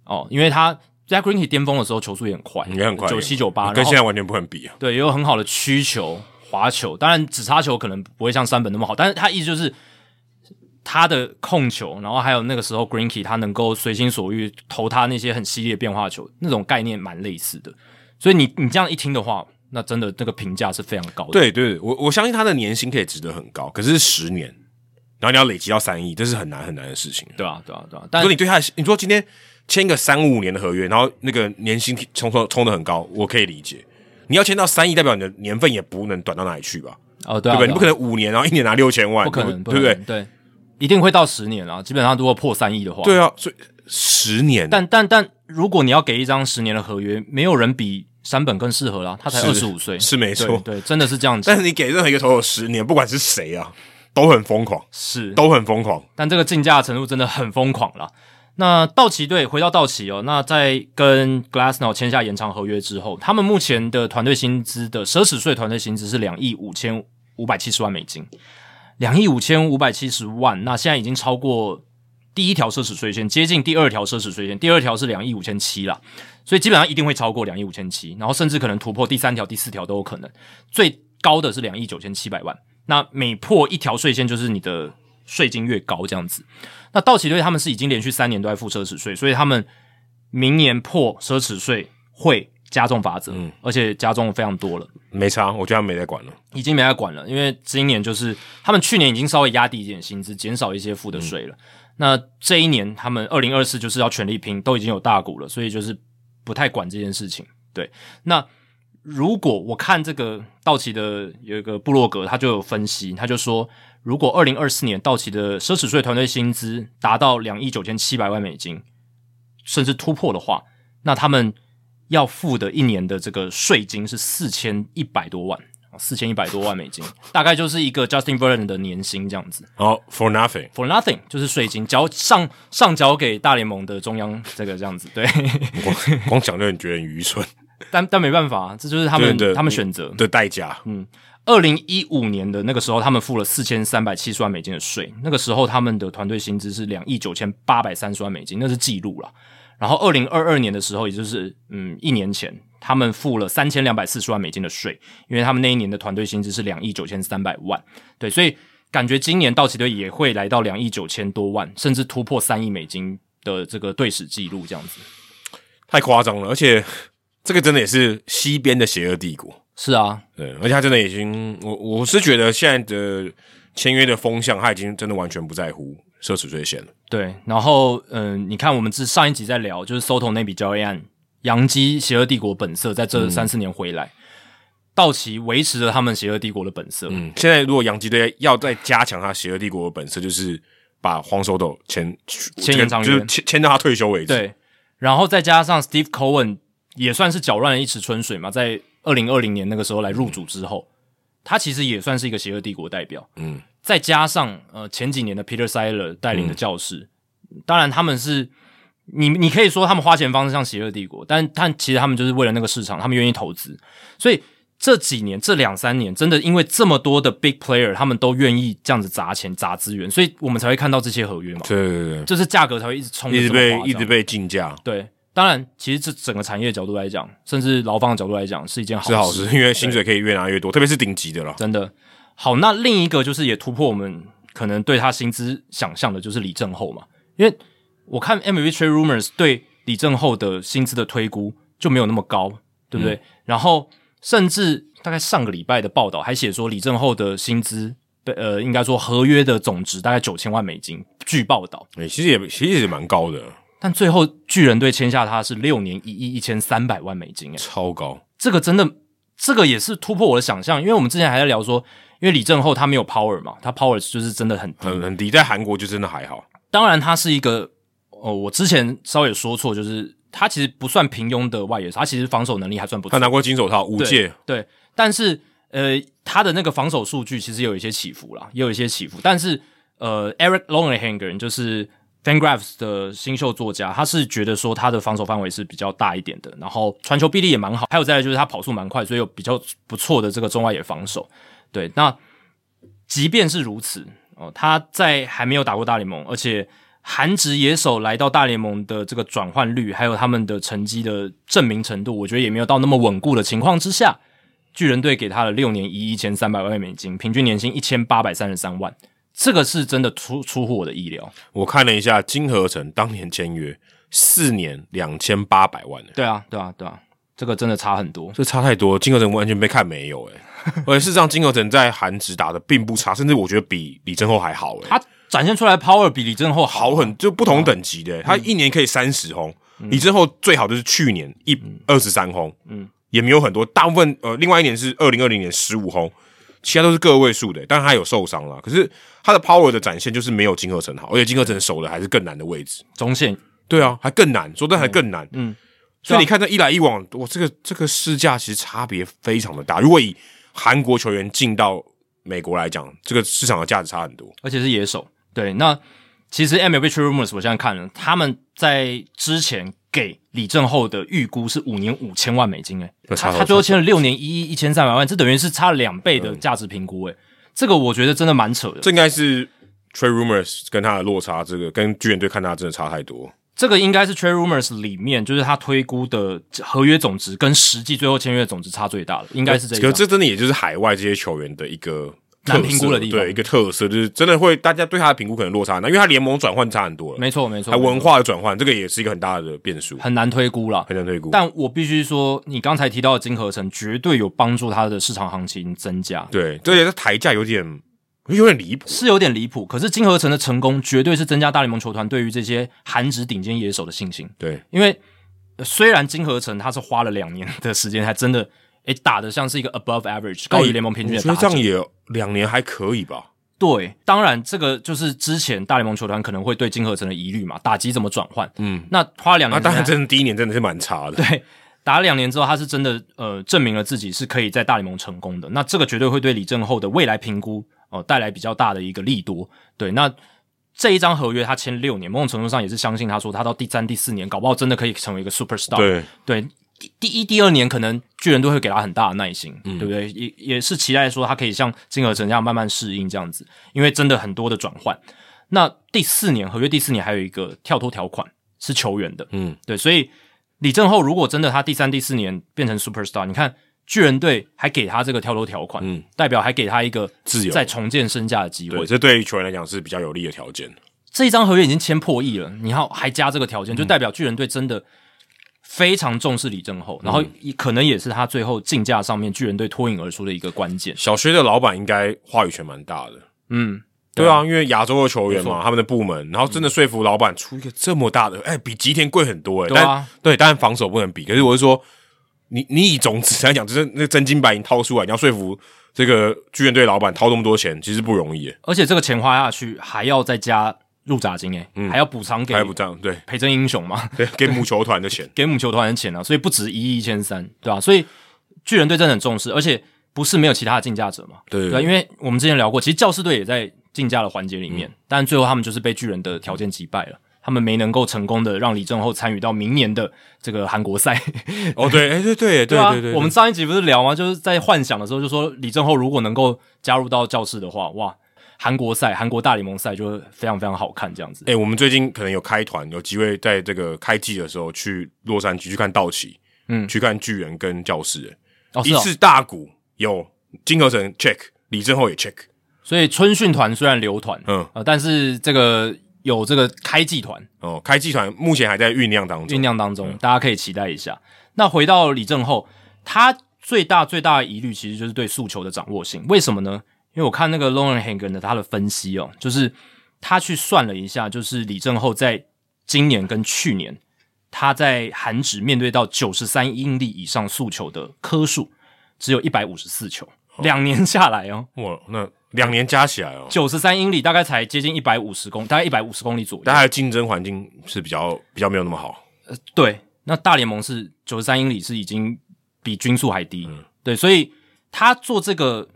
Speaker 1: 哦，因为他 Zach Greinke 巅峰的时候球速也很快，
Speaker 2: 也很快，
Speaker 1: 九七九八，
Speaker 2: 跟
Speaker 1: 然后
Speaker 2: 现在完全不能比啊。
Speaker 1: 对也有很好的曲球、滑球，当然直插球可能不会像山本那么好，但是他意思就是他的控球，然后还有那个时候 Greinke 他能够随心所欲投他那些很犀利的变化球，那种概念蛮类似的，所以你你这样一听的话，那真的那个评价是非常高的。
Speaker 2: 对对，我我相信他的年薪可以值得很高，可是十年，然后你要累积到三亿，这是很难很难的事情。
Speaker 1: 对啊，对啊，对啊！但
Speaker 2: 如果你对他的，你说今天签个三五年的合约，然后那个年薪冲冲冲的很高，我可以理解。你要签到三亿，代表你的年份也不能短到哪里去吧？
Speaker 1: 哦，对
Speaker 2: 对
Speaker 1: 啊，
Speaker 2: 不对？
Speaker 1: 啊
Speaker 2: 你不可能五年，然后一年拿六千万，
Speaker 1: 不可能，
Speaker 2: 对不对？
Speaker 1: 对，一定会到十年啊！基本上如果破三亿的话，
Speaker 2: 对啊，所以十年，
Speaker 1: 但但但如果你要给一张十年的合约，没有人比山本更适合啦，他才
Speaker 2: 是
Speaker 1: 二十五岁，
Speaker 2: 是没
Speaker 1: 对
Speaker 2: 错。
Speaker 1: 对，真的是这样
Speaker 2: 但
Speaker 1: 子，
Speaker 2: 是你给任何一个投手十年，不管是谁啊，都很疯狂，
Speaker 1: 是。
Speaker 2: 都很疯狂。
Speaker 1: 但这个竞价的程度真的很疯狂啦。那道奇队回到道奇哦，那在跟 Glassnow 签下延长合约之后，他们目前的团队薪资的奢侈税团队薪资是两亿五千五百七十万美金，两亿五千五百七十万，那现在已经超过第一条奢侈税线，接近第二条奢侈税线，第二条是两亿五千七啦，所以基本上一定会超过两亿五千七，然后甚至可能突破第三条、第四条都有可能，最高的是两亿九千七百万。那每破一条税线，就是你的税金越高这样子。那道奇队他们是已经连续三年都在付奢侈税，所以他们明年破奢侈税会加重罚则，而且加重得非常多了。
Speaker 2: 没差，我觉得他们没在管了。
Speaker 1: 已经没在管了，因为今年就是他们去年已经稍微压低一点薪资，减少一些付的税了。那这一年他们二零二四就是要全力拼，都已经有大股了，所以就是不太管这件事情。对，那如果我看这个道奇的有一个部落格，他就有分析，他就说，如果二零二四年道奇的奢侈税团队薪资达到两亿九千七百万美金，甚至突破的话，那他们要付的一年的这个税金是四千一百多万，哦四千一百多万美金， 大概就是一个 Justin Verlander 的年薪这样子。
Speaker 2: 然后 for nothing，
Speaker 1: For nothing 就是税金交上上交给大联盟的中央这个这样子，对，
Speaker 2: 光 光讲就很觉得很愚蠢
Speaker 1: 但但没办法，啊这就是他们
Speaker 2: 对对
Speaker 1: 他们选择。
Speaker 2: 的代价。
Speaker 1: 二零一五年的那个时候，他们付了四千三百七十万美金的税，那个时候他们的团队薪资是两亿九千八百三十万美金，那是记录了。然后二零二二年的时候，也就是嗯一年前，他们付了三千两百四十万美金的税，因为他们那一年的团队薪资是两亿九千三百万，对，所以感觉今年道奇队也会来到两亿九千多万，甚至突破三亿美金的这个队史记录，这样子。
Speaker 2: 太夸张了，而且这个真的也是西边的邪恶帝国，
Speaker 1: 是啊，
Speaker 2: 对，而且他真的已经，我我是觉得现在的签约的风向，他已经真的完全不在乎奢侈税线了，
Speaker 1: 对，然后嗯、你看我们之上一集在聊，就是 Soto 那笔交易案，杨基邪恶帝国本色在这三四年回来，道奇维持着他们邪恶帝国的本色，
Speaker 2: 嗯，现在如果洋基队要再加强他邪恶帝国的本色，就是把黄手斗签
Speaker 1: 签延长约
Speaker 2: 就是签签到他退休为止，，
Speaker 1: 对，然后再加上 Steve Cohen 也算是搅乱了一池春水嘛，在二零二零年那个时候来入主之后，他其实也算是一个邪恶帝国代表，
Speaker 2: 嗯，
Speaker 1: 再加上呃前几年的 Peter Siler 带领的教士，当然他们是你你可以说他们花钱方式像邪恶帝国，但但其实他们就是为了那个市场，他们愿意投资，所以。这几年，这两三年，真的因为这么多的 big player，他们都愿意这样子砸钱、砸资源，所以我们才会看到这些合约嘛，
Speaker 2: 对对
Speaker 1: 就是价格才会一直冲，
Speaker 2: 对，一直被一直被竞价
Speaker 1: 对。当然，其实这整个产业角度来讲，甚至劳方的角度来讲，是一件好
Speaker 2: 是好
Speaker 1: 事
Speaker 2: 事，因为薪水可以越拿越多，特别是顶级的啦。
Speaker 1: 真的好。那另一个就是也突破我们可能对他薪资想象的，就是李正厚嘛。因为我看 MVP Trade Rumors 对李正厚的薪资的推估就没有那么高，对不对？
Speaker 2: 嗯
Speaker 1: 然后甚至大概上个礼拜的报道还写说，李正厚的薪资被呃，应该说合约的总值大概九千万美金，据报道。
Speaker 2: 哎、其实也其实也蛮高的，
Speaker 1: 但最后巨人队签下他是六年一亿一千三百万美金，哎，
Speaker 2: 超高。
Speaker 1: 这个真的，这个也是突破我的想象，因为我们之前还在聊说，因为李正厚他没有 power 嘛，他 power 就是真的很低。
Speaker 2: 很很低，在韩国就真的还好，
Speaker 1: 当然，他是一个哦，我之前稍微有说错，就是他其实不算平庸的外野手，他其实防守能力还算不
Speaker 2: 他
Speaker 1: 错。
Speaker 2: 拿过金手套五
Speaker 1: 对
Speaker 2: 届，
Speaker 1: 对，但是呃，他的那个防守数据其实有一些起伏啦，也有一些起伏。但是呃，Eric Longenhanger 就是 FanGraphs 的新秀作家，他是觉得说他的防守范围是比较大一点的，然后传球臂力也蛮好，还有再来就是他跑速蛮快，所以有比较不错的这个中外野防守。对，那即便是如此哦、他在还没有打过大联盟，而且韩职野手来到大联盟的这个转换率，还有他们的成绩的证明程度，我觉得也没有到那么稳固的情况之下，巨人队给他了六年一一千三百万美金，平均年薪一千八百三十三万，这个是真的出出乎我的意料。
Speaker 2: 我看了一下金合成当年签约四年两千八百万、欸，
Speaker 1: 对啊，对啊，对啊，这个真的差很多。
Speaker 2: 这差太多，金合成完全被看没有哎、欸而且事实上金合成在韩职打的并不差，甚至我觉得比李正厚还好哎、欸
Speaker 1: 他展现出来的 power 比李正厚好
Speaker 2: 好很就不同等级的欸、他一年可以三十轰，李正厚最好就是去年一二十三轰，嗯，也没有很多，大部分呃，另外一年是二零二零年十五轰，其他都是个位数的欸、但是他有受伤啦，可是他的 power 的展现就是没有金合成好，而且金合成守的还是更难的位置，
Speaker 1: 中线，
Speaker 2: 对啊，还更难，说真的还更难，
Speaker 1: 嗯
Speaker 2: 所以你看这一来一往，哇，这个这个市价其实差别非常的大，如果以韩国球员进到美国来讲，这个市场的价值差很多，
Speaker 1: 而且是野手。对，那其实 MLB True Rumors 我现在看了，他们在之前给李正厚的预估是五年五千万美金、欸，
Speaker 2: 那差
Speaker 1: 他
Speaker 2: 好
Speaker 1: 他最后签了六年一亿一千三百万，这等于是差两倍的
Speaker 2: 嗯
Speaker 1: 价值评估、欸，这个我觉得真的蛮扯的。
Speaker 2: 这应该是 Trey Rumors 跟他的落差，这个跟巨人队看他真的差太多。
Speaker 1: 这个应该是 Trade Rumors 里面，就是他推估的合约总值跟实际最后签约的总值差最大的，应该是这一
Speaker 2: 可
Speaker 1: 张
Speaker 2: 是这真的也就是海外这些球员的一个特色
Speaker 1: 难评估的地方
Speaker 2: 对一个特色，就是真的会大家对他的评估可能落差很大，因为他联盟转换差很多了，
Speaker 1: 没错，没错，
Speaker 2: 还文化的转换，这个也是一个很大的变数，
Speaker 1: 很难推估了。
Speaker 2: 很难推估。
Speaker 1: 但我必须说，你刚才提到的金合成绝对有帮助他的市场行情增加，
Speaker 2: 对，这也是抬价有点有点离谱，
Speaker 1: 是有点离谱。可是金合成的成功绝对是增加大联盟球团对于这些韩职顶尖野手的信心，
Speaker 2: 对，
Speaker 1: 因为呃虽然金合成他是花了两年的时间，还真的诶打的像是一个 above average 高于联盟平均
Speaker 2: 哦我
Speaker 1: 的
Speaker 2: 觉得
Speaker 1: 打
Speaker 2: 这
Speaker 1: 者
Speaker 2: 样。也两年还可以吧。
Speaker 1: 对，当然这个就是之前大联盟球团可能会对金合成的疑虑嘛，打击怎么转换？嗯，那花了两
Speaker 2: 啊，
Speaker 1: 年，
Speaker 2: 当然，真的第一年真的是蛮差的。
Speaker 1: 对，打了两年之后，他是真的呃证明了自己是可以在大联盟成功的。那这个绝对会对李正厚的未来评估哦、呃带来比较大的一个利多。对，那这一张合约他签六年，某种程度上也是相信他说他到第三、第四年，搞不好真的可以成为一个 super star。
Speaker 2: 对，
Speaker 1: 对，第第一、第二年可能巨人队会给他很大的耐心，
Speaker 2: 嗯
Speaker 1: 对不对？也也是期待说他可以像金合成这样慢慢适应这样子，因为真的很多的转换。那第四年合约第四年还有一个跳脱条款是球员的，
Speaker 2: 嗯，
Speaker 1: 对，所以李正厚如果真的他第三、第四年变成 super star，你看巨人队还给他这个跳脱条款，
Speaker 2: 嗯
Speaker 1: 代表还给他一个
Speaker 2: 自由
Speaker 1: 在重建身价的机会
Speaker 2: 对，。这对于球员来讲是比较有利的条件。
Speaker 1: 这一张合约已经签破亿了，你还还加这个条件，就代表巨人队真的非常重视李正厚，然后也可能也是他最后竞价上面巨人队脱颖而出的一个关键。
Speaker 2: 小薛的老板应该话语权蛮大的。
Speaker 1: 嗯，
Speaker 2: 对啊，因为亚洲的球员
Speaker 1: 没嗯
Speaker 2: 嘛，他们的部门，然后真的说服老板出一个这么大的，哎、比吉田贵很多哎、
Speaker 1: 对啊
Speaker 2: 但对，当然防守不能比，可是我是说，你你以种子来讲，就是那真金白银掏出来，你要说服这个巨人队老板掏那么多钱，其实不容易、欸，
Speaker 1: 而且这个钱花下去还要再加入闸金诶、哎嗯还要补偿给
Speaker 2: 还不这样，对
Speaker 1: 培正英雄嘛，，
Speaker 2: 对，给母球团的钱
Speaker 1: 给母球团的钱啊，所以不止一亿一千三，对吧、所以巨人队真的很重视，而且不是没有其他的竞价者嘛，
Speaker 2: 对
Speaker 1: 对啊，因为我
Speaker 2: 嗯
Speaker 1: 们之前聊过，其实教士队也在竞价的环节里面，但最后他们就是被巨人的条件击败了。他们没能够成功的让李正厚参与到明年的这个韩国赛。
Speaker 2: 哦，对，哎，对对对
Speaker 1: 啊，
Speaker 2: 对对，
Speaker 1: 我们上一集不是聊吗？就是在幻想的时候就说李正厚如果能够加入到教室的话，哇，韩国赛、韩国大联盟赛就会非常非常好看这样子。
Speaker 2: 哎、我们最近可能有开团，有机会在这个开季的时候去洛杉矶去看道奇，
Speaker 1: 嗯
Speaker 2: 去看巨人跟教室，
Speaker 1: 哦，是
Speaker 2: 一
Speaker 1: 哦，
Speaker 2: 次大股有金河成 check，李正厚也 check，
Speaker 1: 所以春训团虽然留团，
Speaker 2: 嗯，
Speaker 1: 呃，但是这个有这个开季团
Speaker 2: 哦，开季团目前还在酝酿当
Speaker 1: 酝
Speaker 2: 中，
Speaker 1: 酿当中，大家可以期待一下。那回到李正厚，他最大最大的疑虑其实就是对诉求的掌握性。为什么呢？因为我看那个 Lauren Hagen 的他的分析哦，就是他去算了一下，就是李正厚在今年跟去年他在韩职面对到九十三英里以上诉求的颗数，只有一百五十四球，两年下来哦，
Speaker 2: 哇，那两年加起来哦，
Speaker 1: 九十三英里大概才接近一百五十公，大概一百五十公里左右。
Speaker 2: 但他的竞争环境是比较比较没有那么好，
Speaker 1: 对，那大联盟是九十三英里是已经比均速还低，
Speaker 2: 嗯
Speaker 1: 对，所以他做这个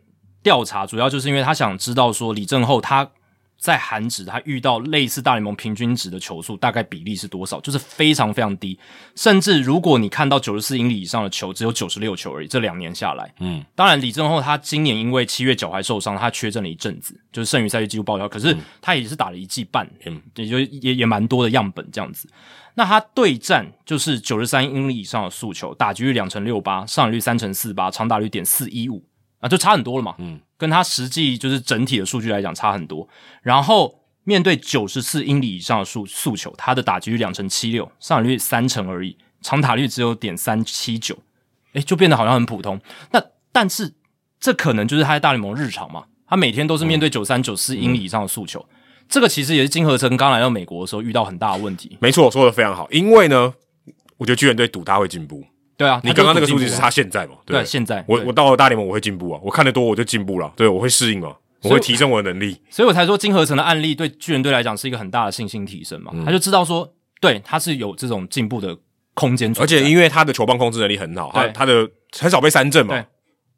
Speaker 1: 调查主要就是因为他想知道说李正厚他在韩职他遇到类似大联盟平均值的球速大概比例是多少，就是非常非常低，甚至如果你看到九十四英里以上的球，只有九十六球而已，这两年下来，
Speaker 2: 嗯，
Speaker 1: 当然李正厚他今年因为七月脚踝受伤，他缺阵了一阵子，就是剩余赛季几乎报销，可是他也是打了一季半，
Speaker 2: 嗯，
Speaker 1: 也就也也蛮多的样本这样子。那他对战就是九十三英里以上的诉求，打击率两成六八，上垒率三成四八，长打率点四一五啊，就差很多了嘛。
Speaker 2: 嗯，
Speaker 1: 跟他实际就是整体的数据来讲差很多。然后面对九十四英里以上的诉诉求，他的打击率两成七六，上垒率三成而已，长打率只有点三七九，诶，就变得好像很普通。那但是这可能就是他在大联盟日常嘛，他每天都是面对九三九四英里以上的诉求。这个其实也是金河成刚来到美国的时候遇到很大的问题。
Speaker 2: 没错，说的非常好，因为呢，我觉得巨人队赌他会进步，
Speaker 1: 对啊，
Speaker 2: 你
Speaker 1: 他就
Speaker 2: 刚刚那个
Speaker 1: 赌进
Speaker 2: 数据
Speaker 1: 步啊
Speaker 2: 是他现在嘛，
Speaker 1: 对
Speaker 2: 不
Speaker 1: 现在
Speaker 2: 我
Speaker 1: 对
Speaker 2: 我到了大联盟我会进步啊，我看得多我就进步了，对我会适应嘛，我
Speaker 1: 所以
Speaker 2: 会提升我的能力，
Speaker 1: 所以我才说金合成的案例对巨人队来讲是一个很大的信心提升嘛，
Speaker 2: 嗯
Speaker 1: 他就知道说，对，他是有这种进步的空间
Speaker 2: 而
Speaker 1: 存在，
Speaker 2: 且因为他的球棒控制能力很好，他
Speaker 1: 对
Speaker 2: 他的很少被三振
Speaker 1: 对
Speaker 2: 嘛。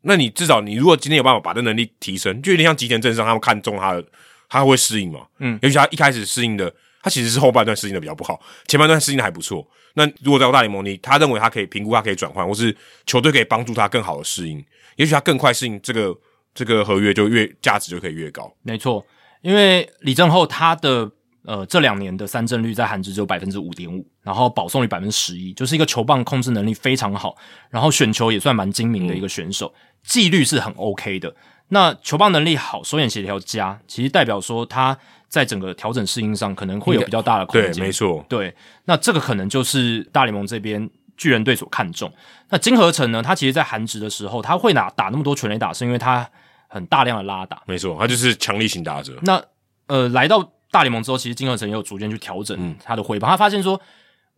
Speaker 2: 那你至少你如果今天有办法把这能力提升，就有点像吉田正尚他们看中他的，他会适应嘛。
Speaker 1: 嗯
Speaker 2: 尤其他一开始适应的，他其实是后半段适应的比较不好，前半段适应的还不错。那如果在大联盟，你他认为他可以评估，他可以转换，或是球队可以帮助他更好的适应，也许他更快适应这个这个合约就越价值就可以越高。
Speaker 1: 没错，因为李正厚他的呃这两年的三振率在韩职只有百分之五点五，然后保送率百分之十一，就是一个球棒控制能力非常好，然后选球也算蛮精明的一
Speaker 2: 嗯
Speaker 1: 个选手，纪律是很 OK 的。那球棒能力好，手眼协调佳，其实代表说他在整个调整适应上可能会有比较大的空
Speaker 2: 对
Speaker 1: 间，，
Speaker 2: 没错。
Speaker 1: 对，那这个可能就是大联盟这边巨人队所看重。那金合成呢，他其实在韩职的时候，他会拿打那么多全垒打，是因为他很大量的拉打。
Speaker 2: 没错，他就是强力型打者。
Speaker 1: 那呃，来到大联盟之后，其实金合成也有逐渐去调整他的挥棒，他发现说，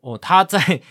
Speaker 1: 哦，他在。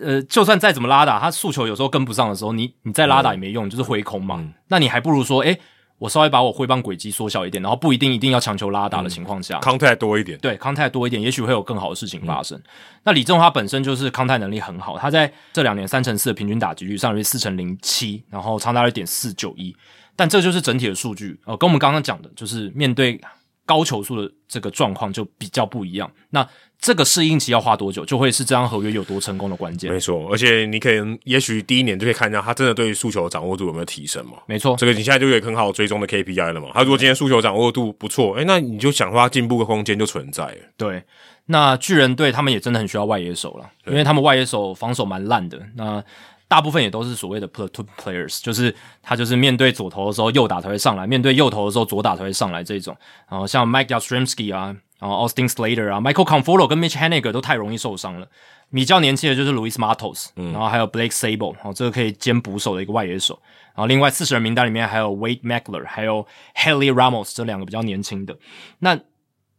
Speaker 1: 呃，就算再怎么拉打，他诉求有时候跟不上的时候，你你再拉打也没用，就是挥空嘛。那你还不如说，诶、我稍微把我挥棒轨迹缩小一点，然后不一定一定要强求拉打的情况下，
Speaker 2: 康泰多一点，
Speaker 1: 对康泰多一点，也许会有更好的事情发生。那李正华本身就是康泰能力很好，他在这两年三乘四的平均打击率，上垒率四乘零七，然后长达二点四九一，但这就是整体的数据。呃，跟我们刚刚讲的，就是面对高球速的这个状况就比较不一样。那这个适应期要花多久，就会是这张合约有多成功的关键。
Speaker 2: 没错。而且你可以，也许第一年就可以看到他真的对于诉求的掌握度有没有提升嘛。
Speaker 1: 没错，
Speaker 2: 这个你现在就有一个很好追踪的 KPI 了嘛。他如果今天诉求掌握度不错，哎、那你就想说他进步的空间就存在了。
Speaker 1: 对，那巨人队他们也真的很需要外野手了，因为他们外野手防守蛮烂的，那大部分也都是所谓的 platoon players，就是他就是面对左投的时候右打才会上来，面对右投的时候左打才会上来这种。然后哦像 Mike Yastrzemski 啊，然后 Austin Slater 啊，Michael Conforto 跟 Mitch Haniger 都太容易受伤了。比较年轻的就是 Luis Matos，、然
Speaker 2: 嗯
Speaker 1: 后还有 Blake Sable，哦，这个可以兼捕手的一个外野手。然后另外四十人名单里面还有 Wade Meckler，还有 Haley Ramos 这两个比较年轻的。那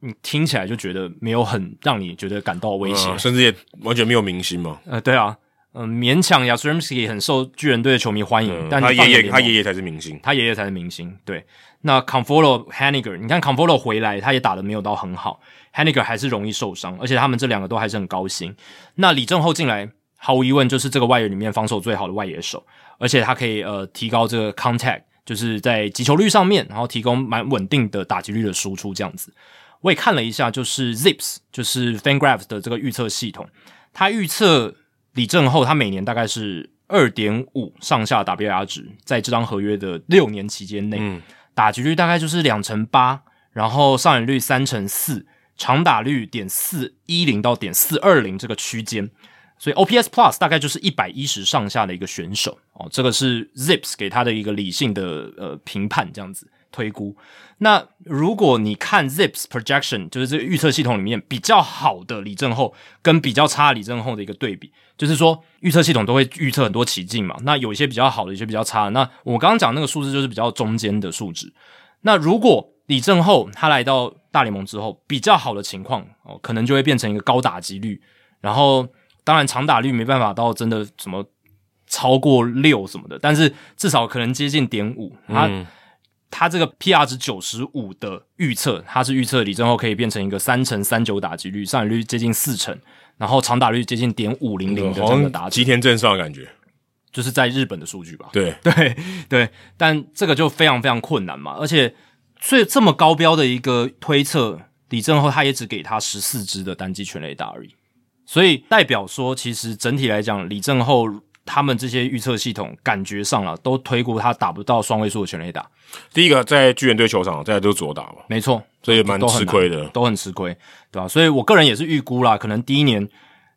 Speaker 1: 你听起来就觉得没有很让你觉得感到威胁，
Speaker 2: 嗯甚至也完全没有明星嘛。
Speaker 1: 呃，对啊，嗯、勉强 y a s r e m s k y 很受巨人队的球迷欢迎，
Speaker 2: 嗯
Speaker 1: 但
Speaker 2: 他
Speaker 1: 你放
Speaker 2: 爷
Speaker 1: 眼
Speaker 2: 爷，
Speaker 1: 联
Speaker 2: 他
Speaker 1: 盟
Speaker 2: 爷爷才是明星。
Speaker 1: 他爷爷才是明星。对，那 Conforto Haniger，你看 Conforto 回来，他也打的没有到很好，Haniger 还是容易受伤，而且他们这两个都还是很高薪。那李正厚进来，毫无疑问就是这个外援里面防守最好的外野手，而且他可以呃提高这个 contact，就是在击球率上面，然后提供蛮稳定的打击率的输出这样子。我也看了一下，就是 Zips，就是 FanGraphs 的这个预测系统，它预测李正厚他每年大概是二点五上下 WAR 值，在这张合约的六年期间内，
Speaker 2: 嗯
Speaker 1: 打击率大概就是两成八，然后上垒率三成四，长打率点四一零到点四二零这个区间。所以 OPS Plus 大概就是一百一十上下的一个选手哦，这个是 Zips 给他的一个理性的呃评判，这样子推估。那如果你看 Zips projection，就是这个预测系统里面比较好的李正厚跟比较差的李正厚的一个对比，就是说预测系统都会预测很多奇境嘛，那有一些比较好的，有一些比较差的。那我刚刚讲那个数字就是比较中间的数值。那如果李正厚他来到大联盟之后，比较好的情况哦，可能就会变成一个高打击率，然后当然长打率没办法到真的什么超过六什么的，但是至少可能接近点五。他、他这个 PR 值九十五的预测，他是预测李正厚可以变成一个三成三九打击率，上垒率接近四成，然后长打率接近点五零零的这
Speaker 2: 好
Speaker 1: 样的打
Speaker 2: 像
Speaker 1: 击，
Speaker 2: 吉田正尚的感觉，
Speaker 1: 就是在日本的数据吧。
Speaker 2: 对，
Speaker 1: 对对，但这个就非常非常困难嘛，而且最这么高标的一个推测，李正厚他也只给他十四支的单击全垒打而已，所以代表说，其实整体来讲，李正厚他们这些预测系统感觉上了都推估他打不到双位数的全垒打，
Speaker 2: 第一个在巨人队球场，再来就是左打嘛，
Speaker 1: 没错，
Speaker 2: 所以蛮
Speaker 1: 都很
Speaker 2: 吃
Speaker 1: 难
Speaker 2: 亏的。
Speaker 1: 都很吃亏，对吧、所以我个人也是预估啦，可能第一年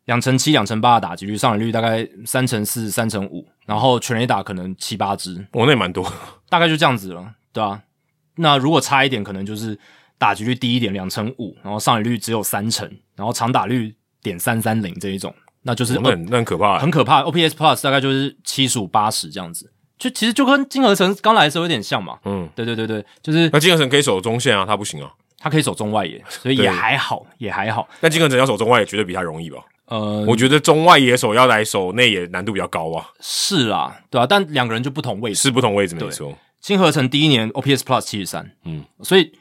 Speaker 1: 两成七、两成八的打击率，上垒率大概三成四、三成五，然后全垒打可能七八支，
Speaker 2: 我、哦那也蛮多，
Speaker 1: 大概就这样子了，对啊。那如果差一点，可能就是打击率低一点，两成五，然后上垒率只有三成，然后长打率点三三零这一种，那就是、
Speaker 2: 那很那很可怕、
Speaker 1: 很可怕。OPS Plus 大概就是七十五八十这样子，就其实就跟金河成刚来的时候有点像嘛。
Speaker 2: 嗯，
Speaker 1: 对对对对，就是
Speaker 2: 那金河成可以守中线啊，他不行啊。
Speaker 1: 他可以守中外野，所以
Speaker 2: 对
Speaker 1: 也还好，也还好。
Speaker 2: 那金河成要守中外也绝对比他容易吧？
Speaker 1: 呃，
Speaker 2: 我觉得中外野手要来守内野难度比较高啊，
Speaker 1: 是啦，对啊，但两个人就不同位置。
Speaker 2: 是不同位置没
Speaker 1: 对
Speaker 2: 错。
Speaker 1: 金合成第一年 OPS Plus 七十三，
Speaker 2: 嗯，
Speaker 1: 所以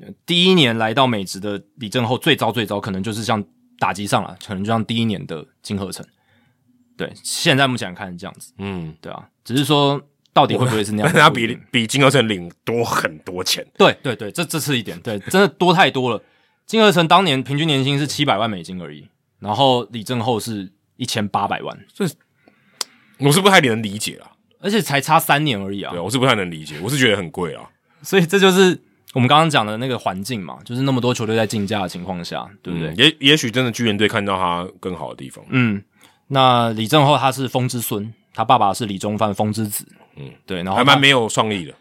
Speaker 1: 呃第一年来到美职的李正厚最糟最糟，可能就是像打击上了，可能就像第一年的金合成。对，现在目前看是这样子，
Speaker 2: 嗯，
Speaker 1: 对啊，只是说到底会不会是那
Speaker 2: 但
Speaker 1: 样子？
Speaker 2: 是他
Speaker 1: 不一
Speaker 2: 比
Speaker 1: 定
Speaker 2: 比金河成领多很多钱，
Speaker 1: 对对对，这这是一点，对，真的多太多了。金合成当年平均年薪是七百万美金而已，然后李正厚是一千八百万，
Speaker 2: 我是不太能理解啊。
Speaker 1: 而且才差三年而已啊
Speaker 2: 对，。我是不太能理解，我是觉得很贵啊。
Speaker 1: 所以这就是我们刚刚讲的那个环境嘛，就是那么多球队在竞价的情况下，对不对？
Speaker 2: 嗯也也许真的巨人队看到他更好的地方，
Speaker 1: 嗯，那李正厚他是风之孙，他爸爸是李宗范风之子。嗯
Speaker 2: 嗯，
Speaker 1: 对，然后
Speaker 2: 还
Speaker 1: 他
Speaker 2: 蛮，没有创意的。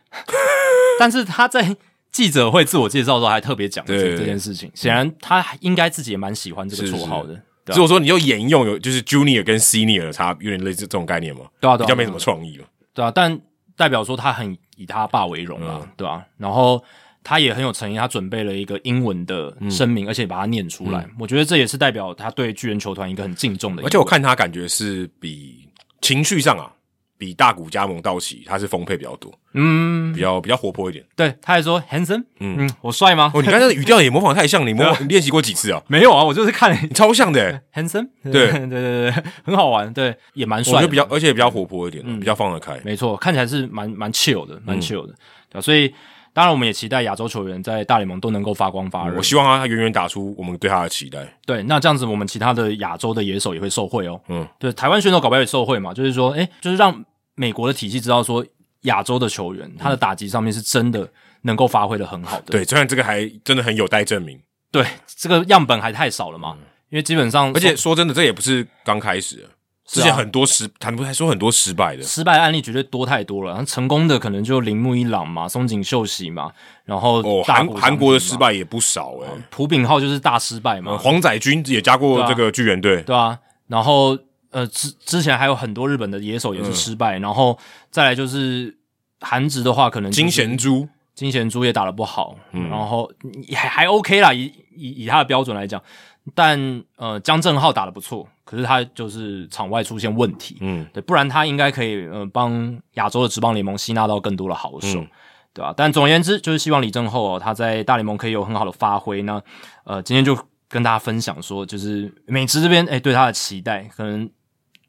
Speaker 1: 但是他在记者会自我介绍的时候还特别讲这
Speaker 2: 对
Speaker 1: 这件事情，显然他应该自己也蛮喜欢这个
Speaker 2: 是
Speaker 1: 绰号的，对
Speaker 2: 所以
Speaker 1: 啊
Speaker 2: 我说，你就沿用有就是 junior 跟 senior 的差，有点类似这种概念嘛，
Speaker 1: 对啊，对啊
Speaker 2: 比较没什么创意了。
Speaker 1: 对啊，但代表说他很以他爸为荣啦，
Speaker 2: 嗯
Speaker 1: 对啊，然后他也很有诚意，他准备了一个英文的声
Speaker 2: 嗯
Speaker 1: 明，而且把它念出来，我觉得这也是代表他对巨人球团一个很敬重的一个。
Speaker 2: 而且我看他感觉是比情绪上啊，比大谷加盟道奇他是丰沛比较多，
Speaker 1: 嗯，
Speaker 2: 比较比较活泼一点。
Speaker 1: 对，他还说 handsome，嗯我帅吗？
Speaker 2: 哦，你刚才的语调也模仿太像，你模仿你练习过几次啊？
Speaker 1: 没有啊，我就是看了
Speaker 2: 你超像的、欸，
Speaker 1: handsome，
Speaker 2: 对
Speaker 1: 对对对对，很好玩，对，也蛮
Speaker 2: 我觉
Speaker 1: 帅
Speaker 2: 得
Speaker 1: 的，嗯
Speaker 2: 比较，而且比较活泼一点，比较嗯放得开。
Speaker 1: 没错，看起来是蛮蛮 chill 的，蛮 chill 的，对啊吧所以当然我们也期待亚洲球员在大联盟都能够发光发热
Speaker 2: 嗯我，希望他远远打出我们对他的期待。
Speaker 1: 对，那这样子我们其他的亚洲的野手也会受惠哦，
Speaker 2: 嗯，
Speaker 1: 对，台湾选手搞不好也受惠嘛，就是说，诶，就是让美国的体系知道说亚洲的球员他的打击上面是真的能够发挥的很好的，
Speaker 2: 对，虽然这个还真的很有待证明，
Speaker 1: 对，这个样本还太少了嘛，因为基本上
Speaker 2: 嗯而且说真的，这也不是刚开始的，
Speaker 1: 是
Speaker 2: 之
Speaker 1: 啊
Speaker 2: 前很多失，坦白说很多失败的，
Speaker 1: 失败的案例绝对多太多了，然后成功的可能就铃木一朗嘛、松井秀喜嘛，然后
Speaker 2: 哦，
Speaker 1: 大
Speaker 2: 韩
Speaker 1: 谷翔平嘛哦
Speaker 2: 韩国的失，败也不少哎、
Speaker 1: 朴炳浩就是大失败嘛，
Speaker 2: 呃黄载军也加过
Speaker 1: 对啊
Speaker 2: 这个巨人队，
Speaker 1: 对啊，然后呃之之前还有很多日本的野手也是失
Speaker 2: 嗯
Speaker 1: 败，然后再来就是韩职的话，可能就是
Speaker 2: 金贤洙
Speaker 1: 金贤珠也打得不好，
Speaker 2: 嗯
Speaker 1: 然后也还还 OK 啦，以以以他的标准来讲，但呃江正浩打得不错，可是他就是场外出现问题，
Speaker 2: 嗯，
Speaker 1: 对，不然他应该可以呃帮亚洲的职棒联盟吸纳到更多的好手，
Speaker 2: 嗯
Speaker 1: 对吧、但总而言之，就是希望李正厚哦，他在大联盟可以有很好的发挥。那呃，今天就跟大家分享说，就是美职这边哎对他的期待，可能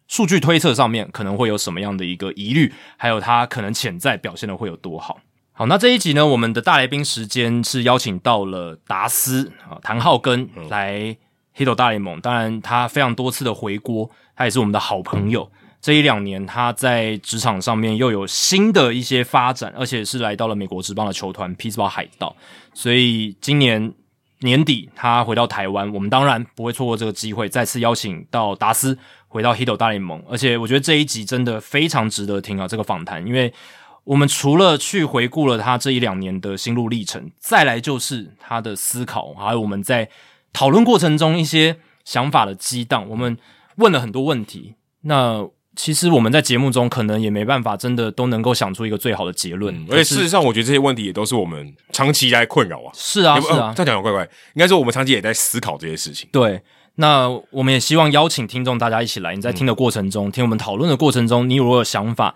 Speaker 1: 数据推测上面可能会有什么样的一个疑虑，还有他可能潜在表现的会有多好。好，那这一集呢，我们的大来宾时间是邀请到了达斯啊，谭浩根来黑斗大联盟。当然，他非常多次的回锅，他也是我们的好朋友。这一两年，他在职场上面又有新的一些发展，而且是来到了美国职棒的球团匹兹堡海盗。所以今年年底他回到台湾，我们当然不会错过这个机会，再次邀请到达斯回到 Hito 大联盟。而且我觉得这一集真的非常值得听啊，这个访谈，因为我们除了去回顾了他这一两年的心路历程，再来就是他的思考，还有我们在讨论过程中一些想法的激荡。我们问了很多问题，那。其实我们在节目中可能也没办法，真的都能够想出一个最好的结论。
Speaker 2: 而且事实嗯上，我觉得这些问题也都是我们长期以来困扰啊。
Speaker 1: 是啊，
Speaker 2: 也不
Speaker 1: 是啊
Speaker 2: 呃，这样讲有怪怪，应该说我们长期也在思考这些事情。
Speaker 1: 对，那我们也希望邀请听众大家一起来，你
Speaker 2: 嗯
Speaker 1: 在听的过程中，听我们讨论的过程中，你如果有想法，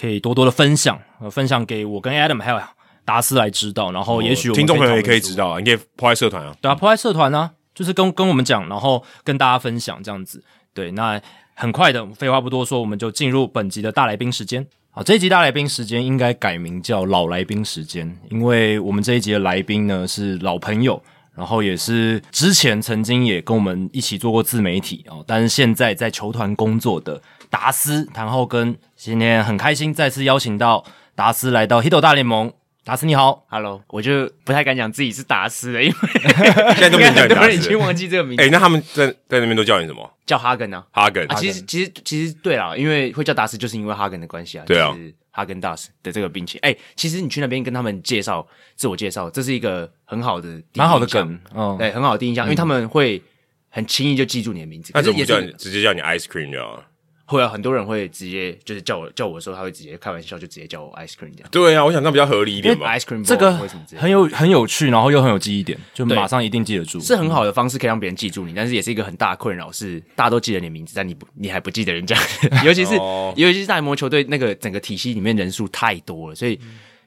Speaker 1: 可以多多的分享，呃，分享给我跟 Adam 还有达斯来知道，然后哦也许我们
Speaker 2: 哦听众朋友也
Speaker 1: 讨论
Speaker 2: 可以
Speaker 1: 出
Speaker 2: 知道啊，你可以抛在社团啊。
Speaker 1: 对啊，破坏社团啊，就是跟跟我们讲，然后跟大家分享这样子。对，那很快的，废话不多说，我们就进入本集的大来宾时间。好，这一集大来宾时间应该改名叫老来宾时间，因为我们这一集的来宾呢是老朋友，然后也是之前曾经也跟我们一起做过自媒体哦，但是现在在球团工作的达斯谭浩根，今天很开心再次邀请到达斯来到 Hito 大联盟。达斯你好，
Speaker 3: Hello，我就不太敢讲自己是达斯了，因为
Speaker 2: 现哎在都
Speaker 3: 应
Speaker 2: 没
Speaker 3: 该
Speaker 2: 人叫你
Speaker 3: 很多
Speaker 2: 达
Speaker 3: 人已 经
Speaker 2: 斯。
Speaker 3: 忘记这个名字，
Speaker 2: 哎，那他们在在那边都叫你什么？
Speaker 3: 叫哈根啊。
Speaker 2: 哈根
Speaker 3: 啊，。其实其实其实对啦，因为会叫达斯，就是因为哈根的关系啊，
Speaker 2: 对啊
Speaker 3: 就是哈根达斯的这个病情。哎、其实你去那边跟他们介绍自我介绍，这是一个很好的第一
Speaker 1: 蛮好的
Speaker 3: 印象
Speaker 1: 梗，，
Speaker 2: 哦
Speaker 1: 嗯，
Speaker 3: 对，很好的第一印象，因为他们会很轻易就记住你的名字，
Speaker 2: 那
Speaker 3: 可是
Speaker 2: 怎么
Speaker 3: 也
Speaker 2: 不叫你
Speaker 3: 是
Speaker 2: 直接叫你 ice cream 就好了？
Speaker 3: 会有很多人会直接就是叫我叫我的时候，他会直接开玩笑就直接叫我 ice cream 这样
Speaker 2: 对啊，我想这样比较合理一点吧。
Speaker 3: ，ice cream
Speaker 1: 这个
Speaker 3: boy 或什么之类的
Speaker 1: 很有很有趣，然后又很有记忆点，就
Speaker 3: 对
Speaker 1: 马上一定记得住。
Speaker 3: 是很好的方式可以让别人记住你，但是也是一个很大的困扰，是大家都记得你的名字，但你不你还不记得人家， 尤其是、
Speaker 2: 哦
Speaker 3: 尤其是大联盟球队那个整个体系里面人数太多了，所以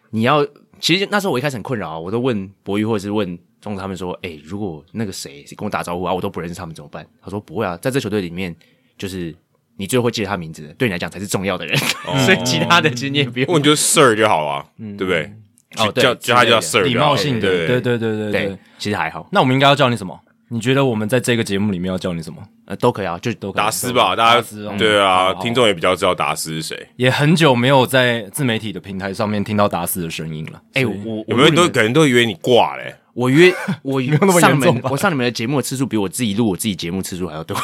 Speaker 3: 你要其实那时候我一开始很困扰啊，我都问博宇或者是问中子他们说，哎、如果那个谁跟我打招呼啊，我都不认识他们怎么办？他说不会啊，在这球队里面就是你最会记得他名字的，对你来讲才是重要的人， 所以其他的其实你也不用
Speaker 2: 问就是 sir 就好了，
Speaker 1: 嗯
Speaker 2: 对不对？
Speaker 3: 哦对
Speaker 2: 叫叫他
Speaker 3: 之类
Speaker 2: 叫
Speaker 3: 的
Speaker 2: sir，
Speaker 1: 礼貌性的，
Speaker 2: 对
Speaker 1: 对对对对
Speaker 3: 对，其实还好，
Speaker 1: 那我们应该要叫你什么？你觉得我们在这个节目里面要叫你什么？
Speaker 3: 呃，都可以啊，就都
Speaker 2: 达斯吧，大
Speaker 1: 达
Speaker 2: 家
Speaker 1: 斯哦
Speaker 2: 对啊
Speaker 1: 好，好
Speaker 2: 听众也比较知道达斯是谁。
Speaker 1: 也很久没有在自媒体的平台上面听到达斯的声音了。
Speaker 3: 哎、我
Speaker 2: 有没有
Speaker 3: 我录你们
Speaker 2: 都可能都以为你挂嘞？
Speaker 3: 我 约我
Speaker 1: 有那么
Speaker 3: 上
Speaker 1: 严重
Speaker 3: 门，
Speaker 1: 吧
Speaker 3: 我上你们的节目的次数比我自己录我自己节目次数还要多。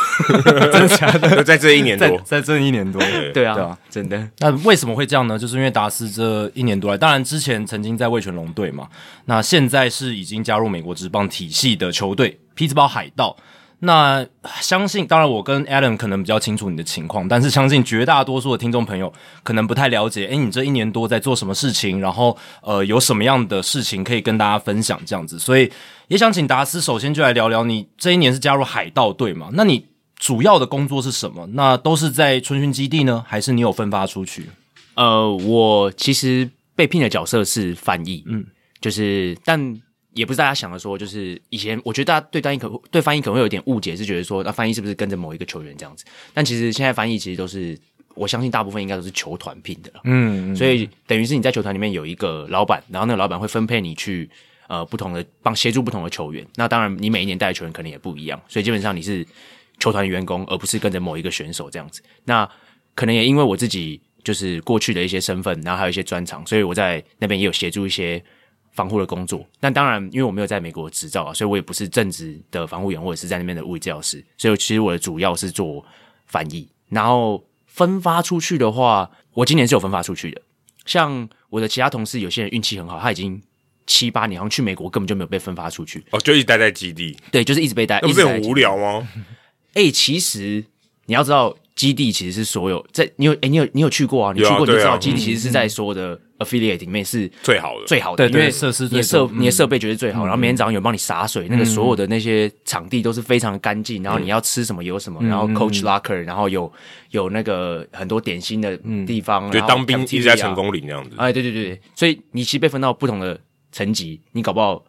Speaker 2: 就 在这一年
Speaker 1: 在
Speaker 2: 多，
Speaker 1: 在这一年多，
Speaker 3: 对啊，
Speaker 1: 对啊
Speaker 3: 真的。
Speaker 1: 那为什么会这样呢？就是因为达斯这一年多来，当然之前曾经在味全龙队嘛，那现在是已经加入美国职棒体系的球队匹兹堡海盗。那相信，当然我跟 Alan 可能比较清楚你的情况，但是相信绝大多数的听众朋友可能不太了解，诶，你这一年多在做什么事情，然后呃有什么样的事情可以跟大家分享这样子，所以也想请达斯首先就来聊聊你这一年是加入海盗队嘛？那你主要的工作是什么？那都是在春训基地呢，还是你有分发出去？
Speaker 3: 呃，我其实被聘的角色是翻译，嗯，就是但也不是大家想的说，就是以前我觉得大家对翻译可对翻译可能会有点误解，是觉得说那翻译是不是跟着某一个球员这样子？但其实现在翻译其实都是，我相信大部分应该都是球团聘的了，
Speaker 1: 嗯，
Speaker 3: 所以等于是你在球团里面有一个老板，然后那个老板会分配你去呃不同的帮协助不同的球员。那当然，你每一年带的球员可能也不一样，所以基本上你是球团的员工，而不是跟着某一个选手这样子。那可能也因为我自己就是过去的一些身份，然后还有一些专长，所以我在那边也有协助一些防护的工作。但当然，因为我没有在美国执照啊，所以我也不是正职的防护员，我也是在那边的物理治疗师，所以其实我的主要是做翻译。然后分发出去的话，我今年是有分发出去的。像我的其他同事，有些人运气很好，他已经七八年，好像去美国根本就没有被分发出去，
Speaker 2: 哦，就一直待在基地，
Speaker 3: 对，就是一直被带，
Speaker 2: 那不
Speaker 3: 一直
Speaker 2: 是
Speaker 3: 待在
Speaker 2: 很
Speaker 3: 基地
Speaker 2: 无聊吗？
Speaker 3: 哎、其实你要知道，基地其实是所有在你有哎、你有你有去过啊？你去
Speaker 2: 有啊
Speaker 3: 过你就知
Speaker 2: 对
Speaker 3: 道，
Speaker 2: 啊嗯
Speaker 3: 基地其实是在所有的 affiliate 里面是
Speaker 2: 最好的，
Speaker 3: 最好的，
Speaker 1: 对对
Speaker 3: 因为
Speaker 1: 设施最
Speaker 3: 你的设
Speaker 1: 多嗯嗯
Speaker 3: 你的设备绝对最好，然后每天早上有人帮你洒水，那个所有的那些场地都是非常干净，然后你要吃什么有
Speaker 1: 嗯
Speaker 3: 什么，然后 coach locker，然后有有那个很多点心的
Speaker 1: 嗯
Speaker 3: 地方，
Speaker 2: 就
Speaker 3: 然后
Speaker 2: 当兵一
Speaker 1: 啊
Speaker 3: cafeteria
Speaker 2: 直在成功岭那样子。
Speaker 3: 哎，对对对对，所以你其实被分到不同的层级，你搞不好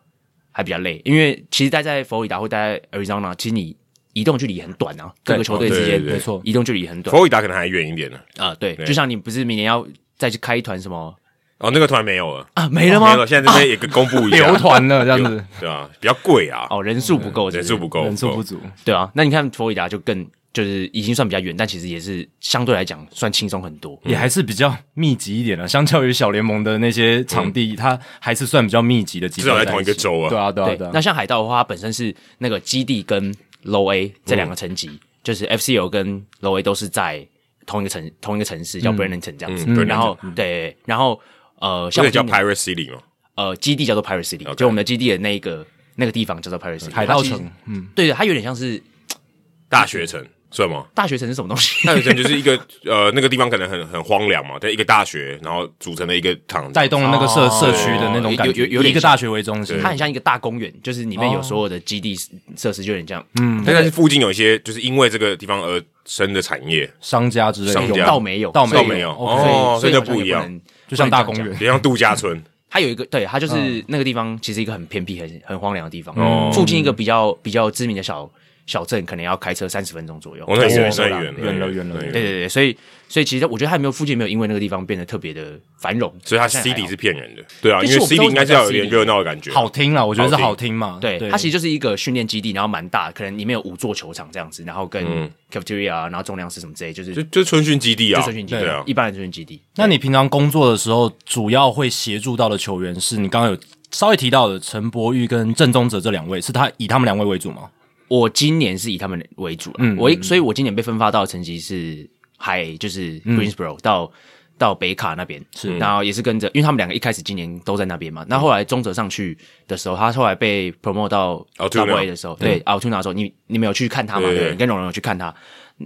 Speaker 3: 还比较累，因为其实待在佛罗里达或待在 Arizona，其实你移动距离很短啊，各个球队之
Speaker 2: 对
Speaker 3: 间
Speaker 2: 对
Speaker 1: 没错，
Speaker 3: 移动距离很短
Speaker 2: 佛罗里达可能还远一点呢，
Speaker 3: 啊、对，就像你不是明年要再去开一团什么
Speaker 2: 哦，那个团没有了，哦
Speaker 3: 啊，没了吗？
Speaker 2: 没了，现在这边也公布一 下，
Speaker 4: 流团了这样子，
Speaker 2: 对啊，比较贵啊，
Speaker 3: 哦，人数不够，
Speaker 2: 人
Speaker 3: 是
Speaker 2: 数
Speaker 3: 是
Speaker 2: 不够，
Speaker 4: 人数不足，
Speaker 3: 对啊。那你看佛罗里达就更就是已经算比较远，但其实也是相对来讲算轻松很多。
Speaker 1: 也还是比较密集一点的、相较于小联盟的那些场地，它还是算比较密集的集
Speaker 2: 至
Speaker 1: 中在
Speaker 2: 少
Speaker 1: 一
Speaker 2: 在
Speaker 1: 起，
Speaker 2: 同一个州啊。
Speaker 4: 对啊对啊
Speaker 3: 对
Speaker 4: 对啊，
Speaker 3: 那像海盗的话，它本身是那个基地跟 Low A 这两个层级，就是 FCO 跟 Low A 都是在同一个城同一个城市叫 Brenton 这样子。
Speaker 2: 嗯
Speaker 3: 然后对，然后呃，
Speaker 2: 这
Speaker 3: 像我
Speaker 2: 个叫
Speaker 3: 今年
Speaker 2: Pirate City 嘛，
Speaker 3: 呃基地叫做 Pirate City，就我们的基地的那一个那个地方叫做 Pirate City，
Speaker 1: 海盗
Speaker 3: 它其
Speaker 1: 城
Speaker 3: 实。对，它有点像是
Speaker 2: 大学城算吗？
Speaker 3: 大学城是什么东 西？
Speaker 2: 大学城就是一个呃，那个地方可能很很荒凉嘛，但一个大学，然后组成了一个堂子，
Speaker 1: 带动那个社、
Speaker 3: 哦
Speaker 1: 社区的那种感觉，
Speaker 3: 有有有
Speaker 1: 以
Speaker 3: 点
Speaker 1: 一个大学为中心
Speaker 2: 对。
Speaker 3: 它很像一个大公园，就是里面有所有的基地设施，就有点这样。
Speaker 2: 但但是附近有一些就是因为这个地方而生的产业，
Speaker 1: 商家之类的
Speaker 2: 商
Speaker 1: 有
Speaker 2: 家
Speaker 3: 倒没有，
Speaker 1: 倒
Speaker 2: 倒
Speaker 1: 没
Speaker 2: 没
Speaker 1: 有
Speaker 2: 有
Speaker 1: 哦
Speaker 2: 哦，
Speaker 3: 所以
Speaker 2: 就
Speaker 3: 好像
Speaker 2: 不
Speaker 3: 也
Speaker 2: 一样
Speaker 3: 能，
Speaker 1: 就像大
Speaker 3: 不
Speaker 1: 公
Speaker 3: 能这样讲
Speaker 1: 园，
Speaker 2: 也像度假村，
Speaker 3: 它有一个，对，它就是那个地方，其实一个很偏僻、很很荒凉的地方。
Speaker 2: 嗯哦
Speaker 3: 附近一个比较比较知名的小小镇，可能要开车三十分钟左右。
Speaker 2: 哦，那也
Speaker 1: 哦
Speaker 2: 算
Speaker 3: 啊
Speaker 2: 远了，
Speaker 1: 远了远了
Speaker 2: 对
Speaker 3: 对对对，所以所以其实我觉得它没有附近没有因为那个地方变得特别的繁荣，
Speaker 2: 所以它
Speaker 3: 好像还好
Speaker 2: city 是骗人的，对啊，因为
Speaker 3: 就是我不知道
Speaker 2: city 应该是要有
Speaker 3: 为什么
Speaker 2: 点
Speaker 3: 叫 city
Speaker 2: 热闹的感觉，啊
Speaker 1: 好听啦，我觉得是
Speaker 2: 好
Speaker 1: 好听嘛。
Speaker 3: 对，它其实就是一个训练基地，然后蛮大，可能里面有五座球场这样子，然后跟 cafeteria 啊，然后重量是什么之类，就是
Speaker 2: 嗯就就春训基地
Speaker 3: 就
Speaker 2: 啊，
Speaker 3: 春训基
Speaker 2: 对
Speaker 3: 地
Speaker 2: 啊，，
Speaker 3: 一般的春训基地。
Speaker 1: 那你平常工作的时候，主要会协助到的球员是你刚刚有稍微提到的陈柏宇跟郑宗哲这两位，是他以他们两位为主吗？
Speaker 3: 我今年是以他们为主了，
Speaker 1: 嗯
Speaker 3: 我一所以，我今年被分发到的成绩是海，就是 Greensboro、到到北卡那边，是，然后也是跟着，因为他们两个一开始今年都在那边嘛，那后来中泽上去的时候，他后来被 promote 到
Speaker 2: Altoona
Speaker 3: Double A 的时候，对 Altoona 的时候，你你们有去看他吗？
Speaker 2: 对
Speaker 3: 对
Speaker 2: 对
Speaker 3: 不
Speaker 2: 对
Speaker 3: 对，你跟荣荣有去看他。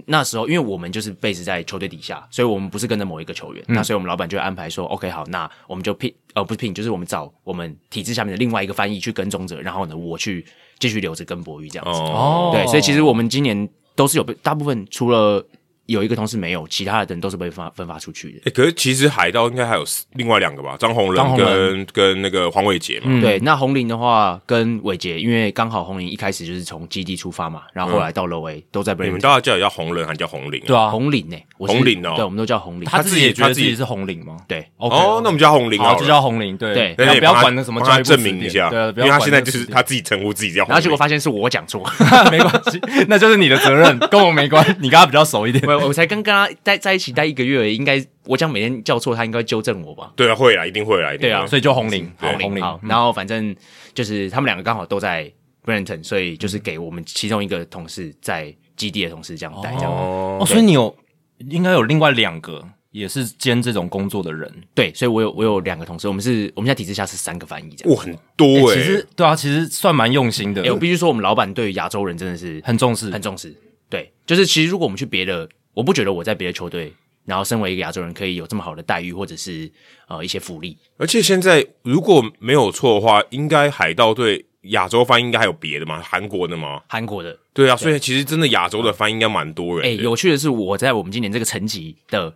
Speaker 3: 那时候，因为我们就是 base 在球队底下，所以我们不是跟着某一个球员，那所以我们老板就安排说，OK，好，那我们就聘，呃，不是聘，就是我们找我们体制下面的另外一个翻译去跟踪者，然后呢，我去继续留着跟博宇这样子。
Speaker 2: 哦，
Speaker 3: 对，所以其实我们今年都是有被，大部分除了有一个同事没有，其他的人都是被发分发出去的。
Speaker 2: 诶可是其实海盗应该还有另外两个吧，张宏
Speaker 1: 张
Speaker 2: 仁
Speaker 1: 宏嗯
Speaker 2: 跟跟那个黄伟杰嘛，
Speaker 3: 对，那红林的话跟伟杰，因为刚好红林一开始就是从基地出发嘛，然后后来到 low A 都在被
Speaker 2: 你们到底叫也叫红人还叫红林啊？
Speaker 1: 对啊，
Speaker 3: 红林呢、我是
Speaker 2: 红林哦
Speaker 3: 对，我们都叫红林。
Speaker 1: 他自己也觉得
Speaker 2: 他
Speaker 1: 自
Speaker 2: 自己
Speaker 1: 己是红领吗？
Speaker 3: 对，
Speaker 1: OK，
Speaker 2: 哦，那我们叫红林
Speaker 1: 好，
Speaker 2: 好
Speaker 1: 就
Speaker 2: 了。
Speaker 1: 叫红领。对，
Speaker 3: 对
Speaker 1: 不
Speaker 2: 那
Speaker 1: 要
Speaker 2: 你
Speaker 1: 不要
Speaker 2: 帮他
Speaker 1: 管那什么
Speaker 2: 帮
Speaker 1: 教
Speaker 2: 他
Speaker 1: 育部
Speaker 2: 证
Speaker 1: 词
Speaker 2: 明一
Speaker 1: 典
Speaker 2: 下，
Speaker 1: 对啊，不要
Speaker 2: 因为他
Speaker 1: 管
Speaker 2: 现在
Speaker 1: 那个
Speaker 2: 就是
Speaker 1: 词典
Speaker 2: 他自己称呼自己叫红林，
Speaker 3: 然后结果发现是我讲错，
Speaker 1: 没关系，啊那就是你的责任， 跟我没关系。你跟他比较熟一点，
Speaker 3: 我我才跟跟他在在一起待一个月而已，应该我讲每天叫错，他应该纠正我吧。
Speaker 2: 对啊，会啦，一定会啦，一定
Speaker 3: 对啊
Speaker 2: 会
Speaker 1: 所以就红领，好
Speaker 2: 对嗯
Speaker 1: 红领。
Speaker 3: 好，然后反正就是他们两个刚好都在 Brenton，所以就是给我们其中一个同事在基地的同事这样带这样。
Speaker 1: 哦，所以你有应该有另外两个也是兼这种工作的人。
Speaker 3: 对，所以我有我有两个同事，我们是我们现在体制下是三个翻译这样。
Speaker 2: 哇，很多
Speaker 1: 欸
Speaker 2: 哎、
Speaker 1: 其实对啊，其实算蛮用心的
Speaker 3: 哎、，我必须说，我们老板对于亚洲人真的是
Speaker 1: 很重视
Speaker 3: 很。重视。对，就是其实如果我们去别的，我不觉得我在别的球队，然后身为一个亚洲人可以有这么好的待遇，或者是呃一些福利。
Speaker 2: 而且现在如果没有错的话，应该海盗队亚洲翻应该还有别的吗？韩国的吗？
Speaker 3: 韩国的，
Speaker 2: 对啊，所以其实真的亚洲的翻应该蛮多人
Speaker 3: 哎、
Speaker 2: 的。
Speaker 3: 有趣的是，我在我们今年这个层级的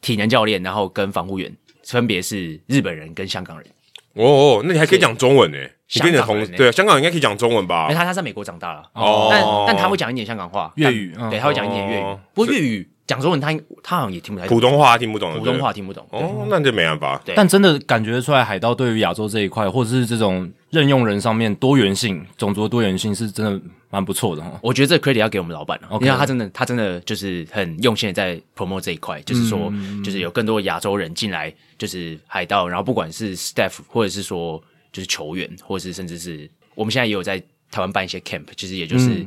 Speaker 3: 体能教练，然后跟防护员分别是日本人跟香港人，
Speaker 2: 哦哦，那你还可以讲中文呢、你跟你的
Speaker 3: 香港
Speaker 2: 同
Speaker 3: 人欸
Speaker 2: 对、啊、香港人应该可以讲中文吧
Speaker 3: 因为？他他在美国长大了，
Speaker 2: 哦
Speaker 3: 但但他会讲一点香港话、
Speaker 1: 粤语
Speaker 3: 但
Speaker 1: 嗯
Speaker 3: 对，他会讲一点粤语
Speaker 2: 哦，
Speaker 3: 不过粤语讲中文他他好像也听不太懂
Speaker 2: 普通话听不懂的，
Speaker 3: 哎普通话听不懂。
Speaker 2: 对哦，那就没办法。
Speaker 3: 对
Speaker 1: 但真的感觉出来，海盗对于亚洲这一块，或者是这种任用人上面多元性、种族的多元性，是真的蛮不错的哈。
Speaker 3: 我觉得这个 credit 要给我们老板、啊，
Speaker 1: OK
Speaker 3: 因为他真的，他真的就是很用心的在 promote 这一块，就是说，就是有更多亚洲人进来，就是海盗，然后不管是 staff 或者是说就是球员，或者是甚至是我们现在也有在台湾办一些 camp，其实也就是、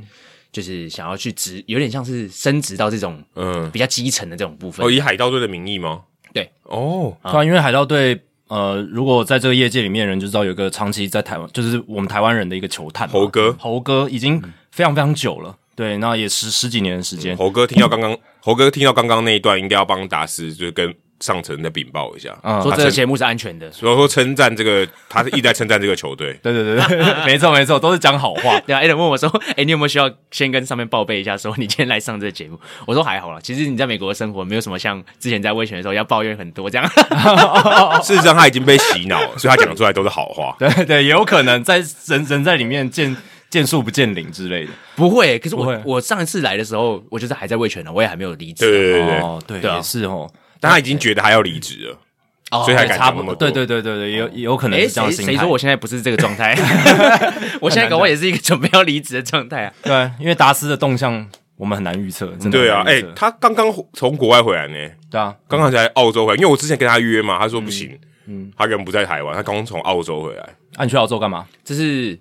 Speaker 3: 就是想要去职，有点像是升职到这种
Speaker 2: 嗯，
Speaker 3: 比较基层的这种部分。
Speaker 2: 哦，以海盗队的名义吗？
Speaker 3: 对，
Speaker 2: 哦，
Speaker 1: 对啊，因为海盗队，呃，如果在这个业界里面，人就知道有一个长期在台湾，就是我们台湾人的一个球探嘛
Speaker 2: 猴哥嗯
Speaker 1: 猴哥已经非常非常久了，对，那也十十几年的时间。。
Speaker 2: 猴哥听到刚刚，猴哥听到刚刚那一段，应该要帮达斯就是跟上层的禀报一下，嗯，
Speaker 3: 说这个节目是安全的，
Speaker 2: 所以说称赞这个，他是一直在称赞这个球队
Speaker 1: 对对对对， 没错没错，都是讲好话。
Speaker 3: 对啊，Alan 问我说：“ 哎、你有没有需要先跟上面报备一下，说你今天来上这个节目？”我说：“还好啦，其实你在美国的生活没有什么像之前在威权的时候要抱怨很多这样。
Speaker 2: 事实上，他已经被洗脑了，所以他讲出来都是好话。
Speaker 1: 对对，也有可能在人人在里面见见树不见林之类的。
Speaker 3: 不会，可是
Speaker 1: 不
Speaker 3: 我
Speaker 1: 会
Speaker 3: 我上一次来的时候，我就是还在威权呢，我也还没有离
Speaker 2: 对
Speaker 3: 职
Speaker 2: 对对对，
Speaker 1: 哦，对，
Speaker 3: 对啊
Speaker 1: 也是哦。
Speaker 2: 但他已经觉得他要离职了。
Speaker 3: 哦
Speaker 2: 所以才敢
Speaker 1: 差
Speaker 2: 讲
Speaker 1: 不
Speaker 2: 那么多。哦
Speaker 1: 对对对对对，有有可能
Speaker 3: 哎，
Speaker 1: 是这样
Speaker 3: 谁
Speaker 1: 的心态。
Speaker 3: 谁说我现在不是这个 状态？我现在搞不好也是一个准备要离职的状态啊。
Speaker 1: 对，因为达斯的动向我们很难预测，真的
Speaker 2: 对啊，
Speaker 1: 很难
Speaker 2: 哎、
Speaker 1: 预测
Speaker 2: 他刚刚从国外回来呢，
Speaker 1: 对啊，
Speaker 2: 刚刚才澳洲回来，因为我之前跟他约嘛，他说不行，他人不在台湾，他刚从澳洲回来，
Speaker 1: 啊，你去澳洲干嘛？
Speaker 3: 这是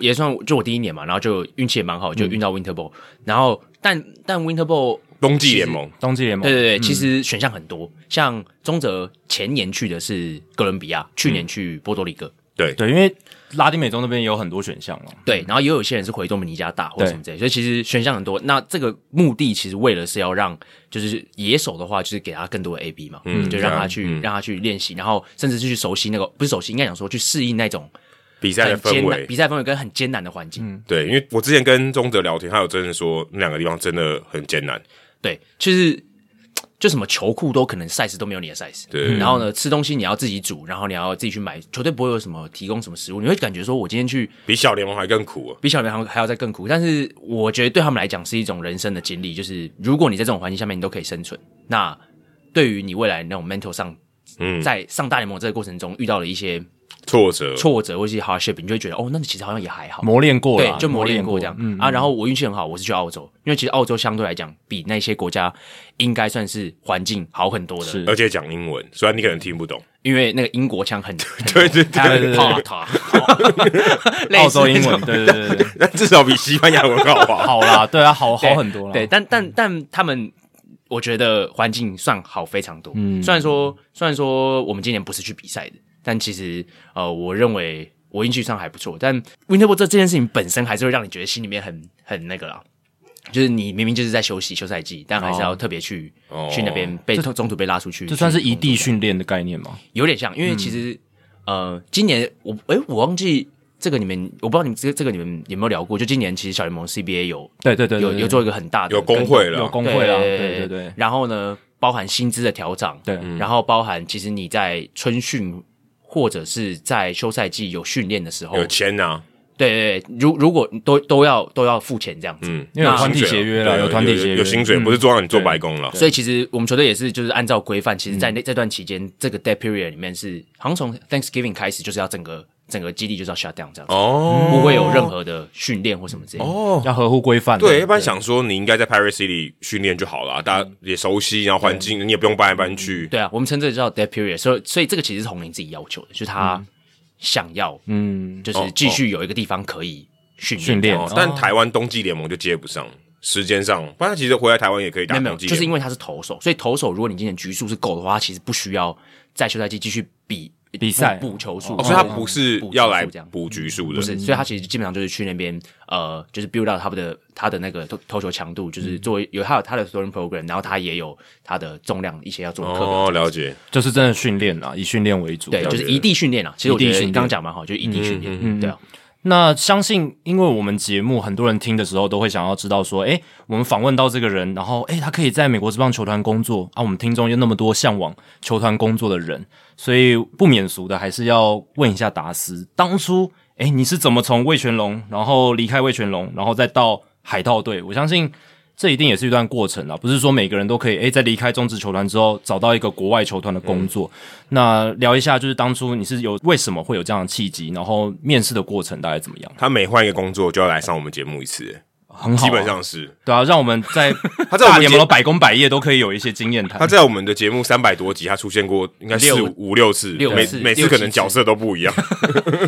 Speaker 3: 也算就我第一年嘛，然后就运气也蛮好，
Speaker 1: 嗯
Speaker 3: 就运到 Winter Ball，、然后但但 Winter
Speaker 1: 哦
Speaker 3: Ball
Speaker 2: 冬季联盟，
Speaker 1: 冬季联盟？
Speaker 3: 对对对，其实选项很多，像中泽前年去的是哥伦比亚，去年去波多黎各，
Speaker 2: 对
Speaker 1: 对，因为拉丁美洲那边也有很多选项哦。
Speaker 3: 对，然后也有些人是回多米尼加大或
Speaker 1: 对
Speaker 3: 什么之类，所以其实选项很多。那这个目的其实为了是要让就是野手的话，就是给他更多的 AB 嘛，嗯，就让
Speaker 2: 啊
Speaker 3: 他去、让他去练习，然后甚至是去熟悉那个不是熟悉，应该讲说去适应那种
Speaker 2: 比赛的
Speaker 3: 很
Speaker 2: 氛
Speaker 3: 艰难
Speaker 2: 围嗯
Speaker 3: 比，赛氛围跟很艰难的环境。
Speaker 2: 对，因为我之前跟中哲聊天，他有真的说那两个地方真的很艰难，
Speaker 3: 对，就是就什么球裤都可能 size 都没有你的 size。
Speaker 2: 对
Speaker 3: 然后呢，吃东西你要自己煮，然后你要自己去买，球队不会有什么提供什么食物，你会感觉说我今天去
Speaker 2: 比小联盟还更苦、啊。
Speaker 3: 比小联盟还要再更苦。但是我觉得对他们来讲是一种人生的经历，就是如果你在这种环境下面你都可以生存，那对于你未来那种 mental 上，
Speaker 2: 嗯
Speaker 3: 在上大联盟这个过程中遇到了一些
Speaker 2: 挫折，
Speaker 3: 挫折或是 hardship，你就会觉得哦，那你其实好像也还好。
Speaker 1: 磨练过了
Speaker 3: 对
Speaker 1: 啊，，
Speaker 3: 就磨练过
Speaker 1: 过
Speaker 3: 这样、啊。然后我运气很好，我是去澳洲，因为其实澳洲相对来讲比那些国家应该算是环境好很多的，
Speaker 1: 是
Speaker 2: 而且讲英文，虽然你可能听不懂，
Speaker 3: 因为那个英国腔很
Speaker 2: 对对对，
Speaker 3: 对
Speaker 1: 对对
Speaker 3: 怕他， 类似
Speaker 1: 澳洲英
Speaker 3: 那
Speaker 1: 文，
Speaker 3: 种
Speaker 1: 对对对对，
Speaker 2: 但至少比西班牙文好 吧？
Speaker 1: 好啦，对啊，好
Speaker 3: 对
Speaker 1: 好很多了。嗯
Speaker 3: 对，但但但他们。我觉得环境算好非常多，嗯，虽然说虽然说我们今年不是去比赛的，但其实呃，我认为我运气上还不错。但 Winterport 这这件事情本身还是会让你觉得心里面很很那个啦，就是你明明就是在休息休赛季，但还是要特别去、
Speaker 2: 哦
Speaker 3: 去那边被中途被拉出去，
Speaker 1: 这算是
Speaker 3: 去
Speaker 1: 一嗯
Speaker 3: 工作
Speaker 1: 地训练的概念吗？
Speaker 3: 有点像，因为其实、呃，今年我诶，我忘记这个你们，我不知道你们这这个你们有没有聊过？就今年其实小联盟 CBA 有
Speaker 1: 对对对，对
Speaker 3: 有
Speaker 1: 对
Speaker 3: 有做一个很大的
Speaker 2: 有工
Speaker 3: 跟
Speaker 2: 会
Speaker 1: 有
Speaker 2: 了，
Speaker 1: 工会啦，
Speaker 3: 对
Speaker 1: 对对对，
Speaker 3: 然后呢，包含薪资的调整，
Speaker 1: 对
Speaker 2: 嗯
Speaker 3: 然后包含其实你在春训。或者是在休赛季有训练的时候，
Speaker 2: 有
Speaker 3: 对
Speaker 2: 钱啊，
Speaker 3: 对对，如如果都都要都要付钱这样子，
Speaker 2: 嗯，
Speaker 1: 因为有
Speaker 3: 那
Speaker 1: 团体协约了，
Speaker 2: 对
Speaker 1: 团体协约，嗯
Speaker 2: 有薪水，不是做让你做白工了。
Speaker 3: 所以其实我们球队也是，就是按照规范，其实在
Speaker 2: 嗯
Speaker 3: 那、这段期间，这个 dead period 里面是，好像从 Thanksgiving 开始，就是要整个整个基地就是要 shut down 这样子，
Speaker 2: 哦
Speaker 1: 嗯
Speaker 3: 不会有任何的训练或什么之类的。
Speaker 2: 哦，
Speaker 1: 要合乎规范的。
Speaker 2: 对，一般想说你应该在 Paris City 训练就好了，大家也熟悉，然后环境你也不用搬来搬去。
Speaker 3: 对啊，我们称这个叫 dead period，所以所以这个其实是红林自己要求的，就是他想要
Speaker 1: 嗯，
Speaker 3: 就是继续有一个地方可以训
Speaker 1: 训练
Speaker 3: 这样
Speaker 2: 哦
Speaker 3: 子，
Speaker 2: 但台湾冬季联盟就接不上，时间上，不然其实回来台湾也可以
Speaker 3: 没
Speaker 2: 打
Speaker 3: 有没有，
Speaker 2: 冬季
Speaker 3: 就是
Speaker 2: 联
Speaker 3: 因
Speaker 2: 盟。
Speaker 3: 为他是投手，所以投手如果你今年局数是够的话，他其实不需要在休赛季继续比
Speaker 1: 比赛
Speaker 3: 补补球数，
Speaker 2: 哦，所以他不是
Speaker 3: 补
Speaker 2: 要
Speaker 3: 球
Speaker 2: 来
Speaker 3: 数这样
Speaker 2: 补局数的，
Speaker 3: 不是，所以他其实基本上就是去那边，呃，就是 build 到他们的他的那个投投球强度，
Speaker 1: 嗯
Speaker 3: 就是作为有他有他的 throwing program，然后他也有他的重量一些要做的课表。
Speaker 2: 哦，了解。
Speaker 1: 就是真的训练啦，以训练为主。
Speaker 3: 对，
Speaker 1: 这样
Speaker 3: 就是一地训练啊。其实我觉
Speaker 1: 一地
Speaker 3: 得
Speaker 1: 训练
Speaker 3: 你
Speaker 1: 嗯
Speaker 3: 刚刚讲蛮好，就是一地训练。对啊，
Speaker 1: 那相信，因为我们节目很多人听的时候都会想要知道说，诶，我们访问到这个人，然后诶，他可以在美国职棒球团工作啊。我们听众有那么多向往球团工作的人，所以不免俗的还是要问一下达斯，当初诶，你是怎么从魏全龙，然后离开魏全龙，然后再到海盗队？我相信这一定也是一段过程啊啦，不是说每个人都可以诶，在离开中职球团之后找到一个国外球团的工作。
Speaker 2: 嗯
Speaker 1: 那聊一下，就是当初你是有为什么会有这样的契机，然后面试的过程大概怎么样？
Speaker 2: 他每换一个工作就要来上我们节目一次，
Speaker 3: 哦
Speaker 1: 很好、
Speaker 2: 基本上是
Speaker 1: 对啊，让我们在
Speaker 2: 他在我
Speaker 1: 大
Speaker 2: 们
Speaker 1: 联
Speaker 2: 节
Speaker 1: 盟的百工百业都可以有一些经验谈。
Speaker 2: 他在我们的节目三百多集，他出现过应该四
Speaker 3: 六
Speaker 2: 五五六次，
Speaker 3: 六
Speaker 2: 每
Speaker 3: 次
Speaker 2: 每次
Speaker 3: 六
Speaker 2: 可
Speaker 3: 七
Speaker 2: 能
Speaker 3: 次
Speaker 2: 角色都不一 样。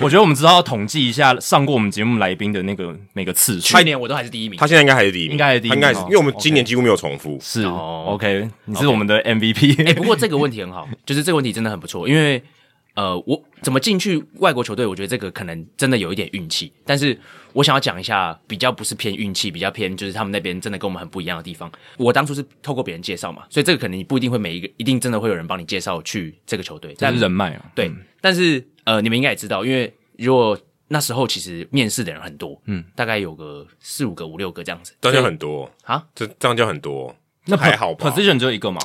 Speaker 1: 我觉得我们知道要统计一下上过我们节目来宾的那个每个次数
Speaker 3: 去。年我都还是第一名
Speaker 2: 他。现在应该还是第一名，
Speaker 1: 应该还是第一
Speaker 2: 他
Speaker 1: 名
Speaker 2: 应该是
Speaker 1: 哦
Speaker 2: 因为我们今年几乎没有重复。
Speaker 1: 是、
Speaker 3: 哦
Speaker 1: o k 你是我们的 MVP，、
Speaker 3: 哎，不过这个问题很好， 就是这个问题真的很不错，因为呃，我怎么进去外国球队，我觉得这个可能真的有一点运气。但是我想要讲一下，比较不是偏运气，比较偏就是他们那边真的跟我们很不一样的地方。我当初是透过别人介绍嘛，所以这个可能你不一定会每一个，一定真的会有人帮你介绍去这个球队，
Speaker 1: 这
Speaker 3: 但
Speaker 1: 是人脉啊。
Speaker 3: 对，但是呃，你们应该也知道，因为如果那时候其实面试的人很多，嗯，大概有个四五个、五六个这样子，
Speaker 2: 这样就很多
Speaker 3: 啊，
Speaker 2: 这这样就很多，
Speaker 1: 那 po-
Speaker 2: 还好吧？
Speaker 1: ，position 只有一个嘛，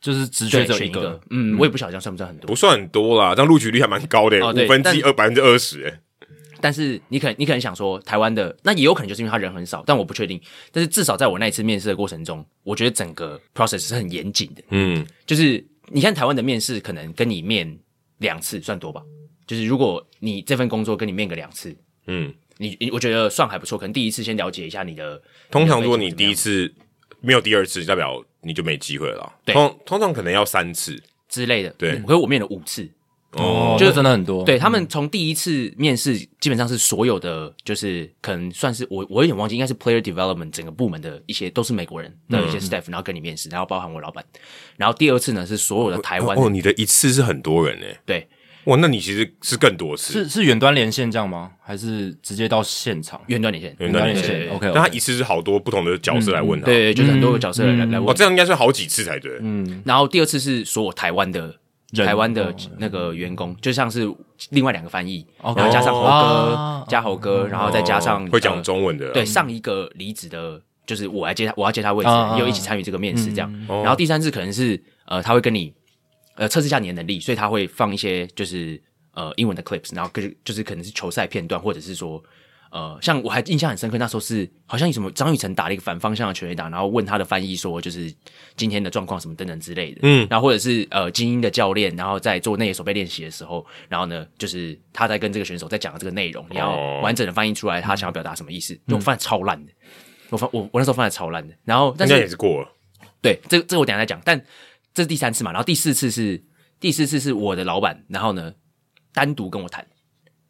Speaker 1: 就是职
Speaker 3: 所
Speaker 1: 缺
Speaker 3: 以
Speaker 1: 只有
Speaker 3: 选
Speaker 1: 一个。
Speaker 3: 个，嗯，我也不晓得这样算不算很多
Speaker 2: 不，算很多啦，这样录取率还蛮高的、
Speaker 3: 哦
Speaker 2: 五
Speaker 3: 对
Speaker 2: 分之一二百分之二十，哎，
Speaker 3: 但是你可能你可能想说，台湾的那也有可能就是因为他人很少，但我不确定。但是至少在我那一次面试的过程中，我觉得整个 process 是很严谨的，
Speaker 2: 嗯，
Speaker 3: 就是你看台湾的面试，可能跟你面两次算多吧？就是如果你这份工作跟你面个两次，
Speaker 2: 嗯，
Speaker 3: 你你我觉得算还不错。可能第一次先了解一下你的，
Speaker 2: 通常如果你
Speaker 3: 背景怎么
Speaker 2: 第
Speaker 3: 样
Speaker 2: 一次没有第二次，代表你就没机会了啦。
Speaker 3: 对
Speaker 2: 通通常可能要三次。
Speaker 3: 之类的，
Speaker 2: 对
Speaker 3: 可是我面了五次，
Speaker 1: 哦，
Speaker 3: 就
Speaker 1: 就真的很多，
Speaker 3: 对他
Speaker 2: 嗯
Speaker 3: 们从第一次面试，基本上是所有的，就是可能算是我我有点忘记，应该是 player development 整个部门的一些都是美国人的一
Speaker 2: 嗯
Speaker 3: 些 staff，、然后跟你面试，然后包含我老板。然后第二次呢是所有的呃台湾，
Speaker 2: 哦，你的一次是很多人诶、欸
Speaker 3: 对
Speaker 2: 哇，那你其实是更多次，
Speaker 1: 是是远端连线这样吗？还是直接到现场？
Speaker 3: 远端连线，
Speaker 2: 远端连
Speaker 3: 对对
Speaker 2: 线
Speaker 3: 对
Speaker 1: OK，
Speaker 2: 但他一次是好多不同的角色来问他。
Speaker 3: 嗯对嗯对，就是很多个角色来、来问
Speaker 2: 哦，。这样应该是好几次才对。
Speaker 3: 然后第二次是所有台湾的
Speaker 1: 人
Speaker 3: 台湾
Speaker 2: 哦
Speaker 3: 的那个员工，就像是另外两个翻译，
Speaker 1: OK
Speaker 3: 然后加上猴哥，
Speaker 1: 哦
Speaker 3: 加猴哥，然后再加上、
Speaker 2: 哦会讲
Speaker 3: 呃
Speaker 2: 中文的，
Speaker 3: 对，上一个离职的，就是我来接他，我要接他位置
Speaker 1: 啊啊，
Speaker 2: 嗯
Speaker 1: 啊
Speaker 3: 又一起参与这个面试这样。然后第三次可能是呃，他会跟你呃测试一下你的能力，所以他会放一些就是呃英文的 clips，然后就是就是可能是球赛片段，或者是说。呃，像我还印象很深刻，那时候是好像有什么张雨晨打了一个反方向的全垒打，然后问他的翻译说，就是今天的状况什么等等之类的。嗯，然后或者是呃精英的教练，然后在做内野手背练习的时候，然后呢，就是他在跟这个选手在讲的这个内容，你要
Speaker 2: 哦嗯
Speaker 3: 完整的翻译出来他想要表达什么意思。就我翻的超烂的，我翻我我那时候翻的超烂的。然后但
Speaker 2: 应
Speaker 3: 是
Speaker 2: 该也是过了。
Speaker 3: 对，这这我等一下再讲。但这是第三次嘛，然后第四次是第四次是我的老板，然后呢单独跟我谈，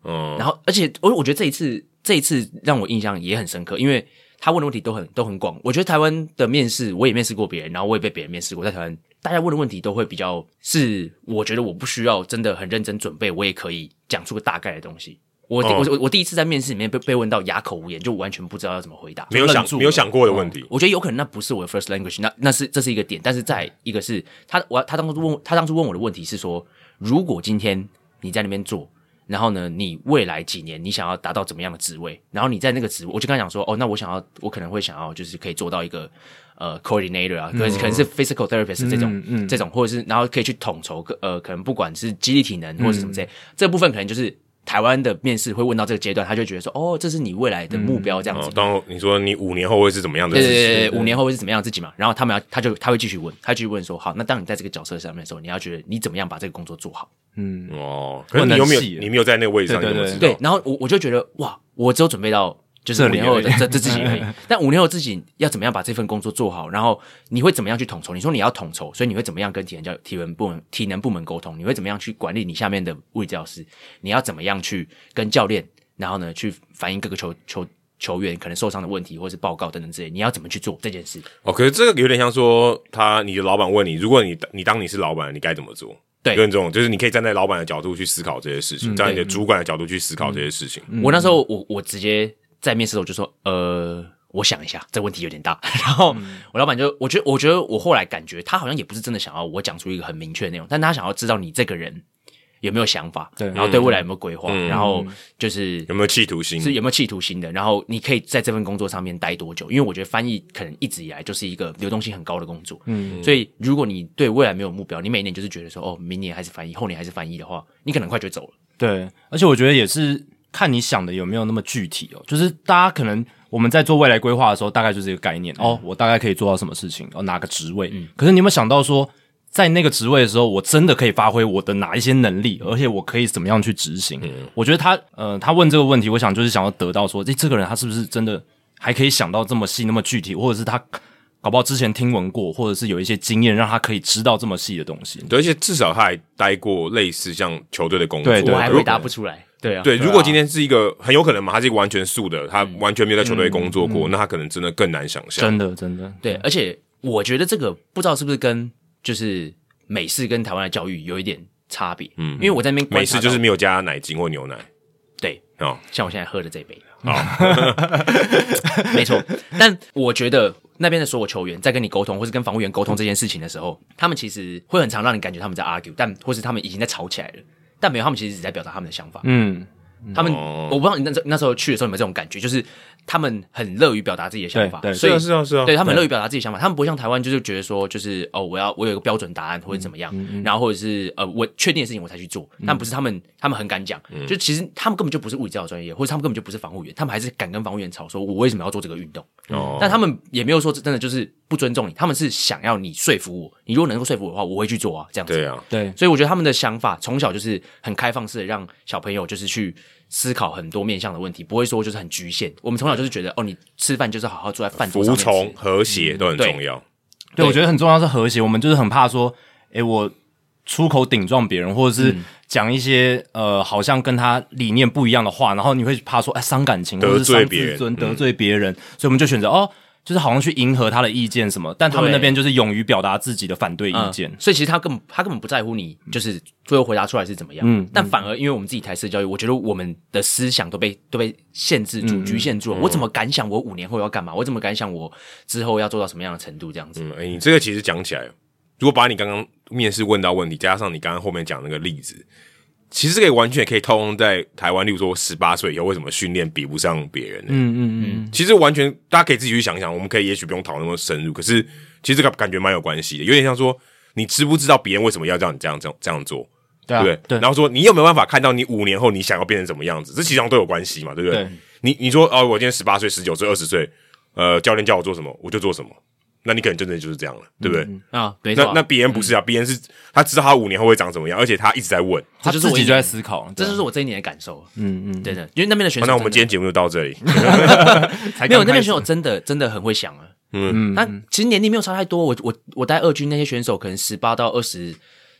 Speaker 2: 嗯，
Speaker 3: 然后而且我我觉得这一次这一次让我印象也很深刻，因为他问的问题都很都很广。我觉得台湾的面试我也面试过别人，然后我也被别人面试过，在台湾大家问的问题都会比较是我觉得我不需要真的很认真准备，我也可以讲出个大概的东西。我第、
Speaker 2: 哦
Speaker 3: 我我我第一次在面试里面被被问到哑口无言，就完全不知道要怎么回答。
Speaker 2: 没有想
Speaker 1: 愣住了
Speaker 2: 没有想过的问题。
Speaker 3: 哦我觉得有可能那不是我的 first language，那那是这是一个点，但是在一个是他我他当初问他当初问我的问题是说，如果今天你在那边做，然后呢，你未来几年你想要达到怎么样的职位，然后你在那个职位，我就跟他讲说，哦，那我想要我可能会想要就是可以做到一个呃 coordinator
Speaker 2: 嗯
Speaker 3: 啊，可能、可能是 physical therapist 这种、这种，或者是然后可以去统筹个呃可能不管是肌力体能或者是什么之
Speaker 2: 嗯
Speaker 3: 类，这部分可能就是。台湾的面试会问到这个阶段，他就觉得说，哦，这是你未来的目标这样子
Speaker 2: 哦，。当你说你五年后会是怎么样的
Speaker 3: 对
Speaker 2: 自己？
Speaker 3: 对对对，五年后会是怎么样自己嘛？然后他们要，他就他会继续问，他继续问说，好，那当你在这个角色上面的时候，你要觉得你怎么样把这个工作做好？
Speaker 2: 哦，可是你有没有
Speaker 1: 问得很细耶
Speaker 2: 你没有在那个位置上，你
Speaker 1: 对
Speaker 2: 怎
Speaker 1: 对
Speaker 2: 么知道？
Speaker 3: 对，然后我我就觉得哇，我只有准备到就是
Speaker 1: 这
Speaker 3: 五
Speaker 1: 里
Speaker 3: 年后的
Speaker 1: 而已
Speaker 3: 这这自己而已，但五年后自己要怎么样把这份工作做好？然后你会怎么样去统筹？你说你要统筹，所以你会怎么样跟体能教体能部门体能部门沟通？你会怎么样去管理你下面的物理治疗师？你要怎么样去跟教练，然后呢去反映各个球球球员可能受伤的问题，或是报告等等之类，你要怎么去做这件事？
Speaker 2: 哦，可是这个有点像说，他你的老板问你，如果你你当你是老板，你该怎么做？
Speaker 3: 对嗯
Speaker 2: 有点这种，就是你可以站在老板的角度去思考这些事情，站在你的主管的角度去思考这些事情。
Speaker 3: 我那时
Speaker 2: 嗯
Speaker 3: 候我我直接在面试的时候就说，呃，我想一下，这问题有点大。 然后
Speaker 2: 嗯
Speaker 3: 我老板就，我觉得我觉得我后来感觉他好像也不是真的想要我讲出一个很明确的内容，但他想要知道你这个人有没有想法，
Speaker 1: 对
Speaker 3: 然后对未来有没有规划，
Speaker 2: 嗯
Speaker 3: 然后就是
Speaker 2: 有没有企图心？
Speaker 3: 是有没有企图心的，然后你可以在这份工作上面待多久？因为我觉得翻译可能一直以来就是一个流动性很高的工作，嗯，所以如果你对未来没有目标，你每年就是觉得说，哦，明年还是翻译，后年还是翻译的话，你可能很快就走了。
Speaker 1: 对，而且我觉得也是看你想的有没有那么具体哦。就是大家可能我们在做未来规划的时候，大概就是这个概念、哦，我大概可以做到什么事情，哦，哪个职位。可是你有没有想到说，在那个职位的时候，我真的可以发挥我的哪一些能力，而且我可以怎么样去执行？我觉得他呃，他问这个问题，我想就是想要得到说，诶，这个人他是不是真的还可以想到这么细、那么具体，或者是他。搞不好之前听闻过，或者是有一些经验，让他可以知道这么细的东西。
Speaker 2: 对，而且啊至少他还待过类似像球队的工作，
Speaker 1: 对对
Speaker 3: 我还
Speaker 2: 如
Speaker 3: 回答不出来，对啊，嗯
Speaker 2: 对，如果今天是一个很有可能嘛，他是一个完全素的，他完全没有在球队工作过，那他可能真的更难想象。
Speaker 1: 真的，真的，
Speaker 3: 对，而且我觉得这个不知道是不是跟就是美式跟台湾的教育有一点差别，嗯，因为我在那边
Speaker 2: 每
Speaker 3: 观察
Speaker 2: 次
Speaker 3: 到
Speaker 2: 就是没有加奶精或牛奶
Speaker 3: 对，
Speaker 2: 哦，
Speaker 3: 像我现在喝的这杯，
Speaker 2: 好，
Speaker 3: 没错。但我觉得那边的所有球员在跟你沟通，或是跟防务员沟通这件事情的时候，他们其实会很常让你感觉他们在 argue，但或是他们已经在吵起来了，但没有，他们其实只在表达他们的想法，
Speaker 1: 嗯，
Speaker 3: 他们、
Speaker 2: 哦
Speaker 3: 我不知道你那时候那时候去的时候有没有这种感觉，就是他们很乐于表达自己的想法，
Speaker 1: 对对
Speaker 3: 所以
Speaker 2: 是啊是啊是啊
Speaker 3: 对他们很乐于表达自己的想法，他们不会像台湾就是觉得说就是哦，我要我有一个标准答案或者怎么样，
Speaker 2: 嗯
Speaker 3: 然后或者是呃我确定的事情我才去做，但不是他们他们很敢讲，
Speaker 2: 嗯
Speaker 3: 就其实他们根本就不是物理治疗专业，或者他们根本就不是防护员，他们还是敢跟防护员吵说我为什么要做这个运动，
Speaker 2: 哦
Speaker 3: 但他们也没有说真的就是不尊重你，他们是想要你说服我，你如果能够说服我的话，我会去做啊，这样子，
Speaker 2: 对啊，
Speaker 1: 对，
Speaker 3: 所以我觉得他们的想法从小就是很开放式的，让小朋友就是去思考很多面向的问题，不会说就是很局限。我们从小就是觉得，哦，你吃饭就是好好坐在饭桌上
Speaker 2: 呃服
Speaker 3: 面
Speaker 2: 从、
Speaker 3: 吃
Speaker 2: 和谐都很
Speaker 3: 对
Speaker 2: 重要。
Speaker 1: 对，
Speaker 3: 对
Speaker 1: 我觉得很重要是和谐。我们就是很怕说，诶，我出口顶撞别人，或者是讲一些、呃，好像跟他理念不一样的话，然后你会怕说，哎、伤感情，
Speaker 2: 得
Speaker 1: 或者是伤
Speaker 2: 罪别
Speaker 1: 自
Speaker 2: 人
Speaker 1: 尊，得罪别人，所以我们就选择哦，就是好像去迎合他的意见什么，但他们
Speaker 3: 对
Speaker 1: 那边就是勇于表达自己的反对意
Speaker 3: 嗯
Speaker 1: 见。
Speaker 3: 所以其实他根本他根本不在乎你，就是最后回答出来是怎么样。
Speaker 1: 嗯
Speaker 3: 但反而因为我们自己台式教育，我觉得我们的思想都被都被限制住、局限住了。我怎么敢想我五年后要干嘛？我怎么敢想我之后要做到什么样的程度？这样子，
Speaker 2: 嗯，哎、你这个其实讲起来，如果把你刚刚面试问到问题，加上你刚刚后面讲那个例子，其实这个完全可以套用在台湾，例如说十八岁以后为什么训练比不上别人呢、
Speaker 1: 嗯嗯嗯，
Speaker 2: 其实完全大家可以自己去想一想，我们可以也许不用讨论那么深入，可是其实这个感觉蛮有关系的，有点像说你知不知道别人为什么要让你这样这样这样做。
Speaker 1: 对啊，
Speaker 2: 对不对？
Speaker 1: 对，
Speaker 2: 然后说你有没有办法看到你五年后你想要变成什么样子？这其实上都有关系嘛，对不对？
Speaker 1: 对
Speaker 2: 你你说哦，我今天十八岁、十九岁、二十岁，呃，教练叫我做什么我就做什么，那你可能真的就是这样了，对不对？
Speaker 3: 啊，没错
Speaker 2: 那
Speaker 3: 啊，
Speaker 2: 那别人不是啊，别人是他知道他五年后会长什么样，而且他一直在问。
Speaker 1: 他
Speaker 3: 这就是
Speaker 1: 自
Speaker 3: 我
Speaker 1: 己
Speaker 3: 一
Speaker 1: 就在
Speaker 3: 年
Speaker 1: 思考，
Speaker 3: 这就是我这一年的感受。嗯嗯，真的，因为那边的选手真
Speaker 2: 好
Speaker 3: 的，
Speaker 2: 那我们今天节目就到这 里，嗯
Speaker 1: 才
Speaker 3: 没
Speaker 1: 刚
Speaker 3: 有那
Speaker 1: 开
Speaker 3: 边
Speaker 1: 始
Speaker 3: 选手真的真的很会想啊。嗯，那其实年龄没有差太多。我我我带二军那些选手，可能十八到二十，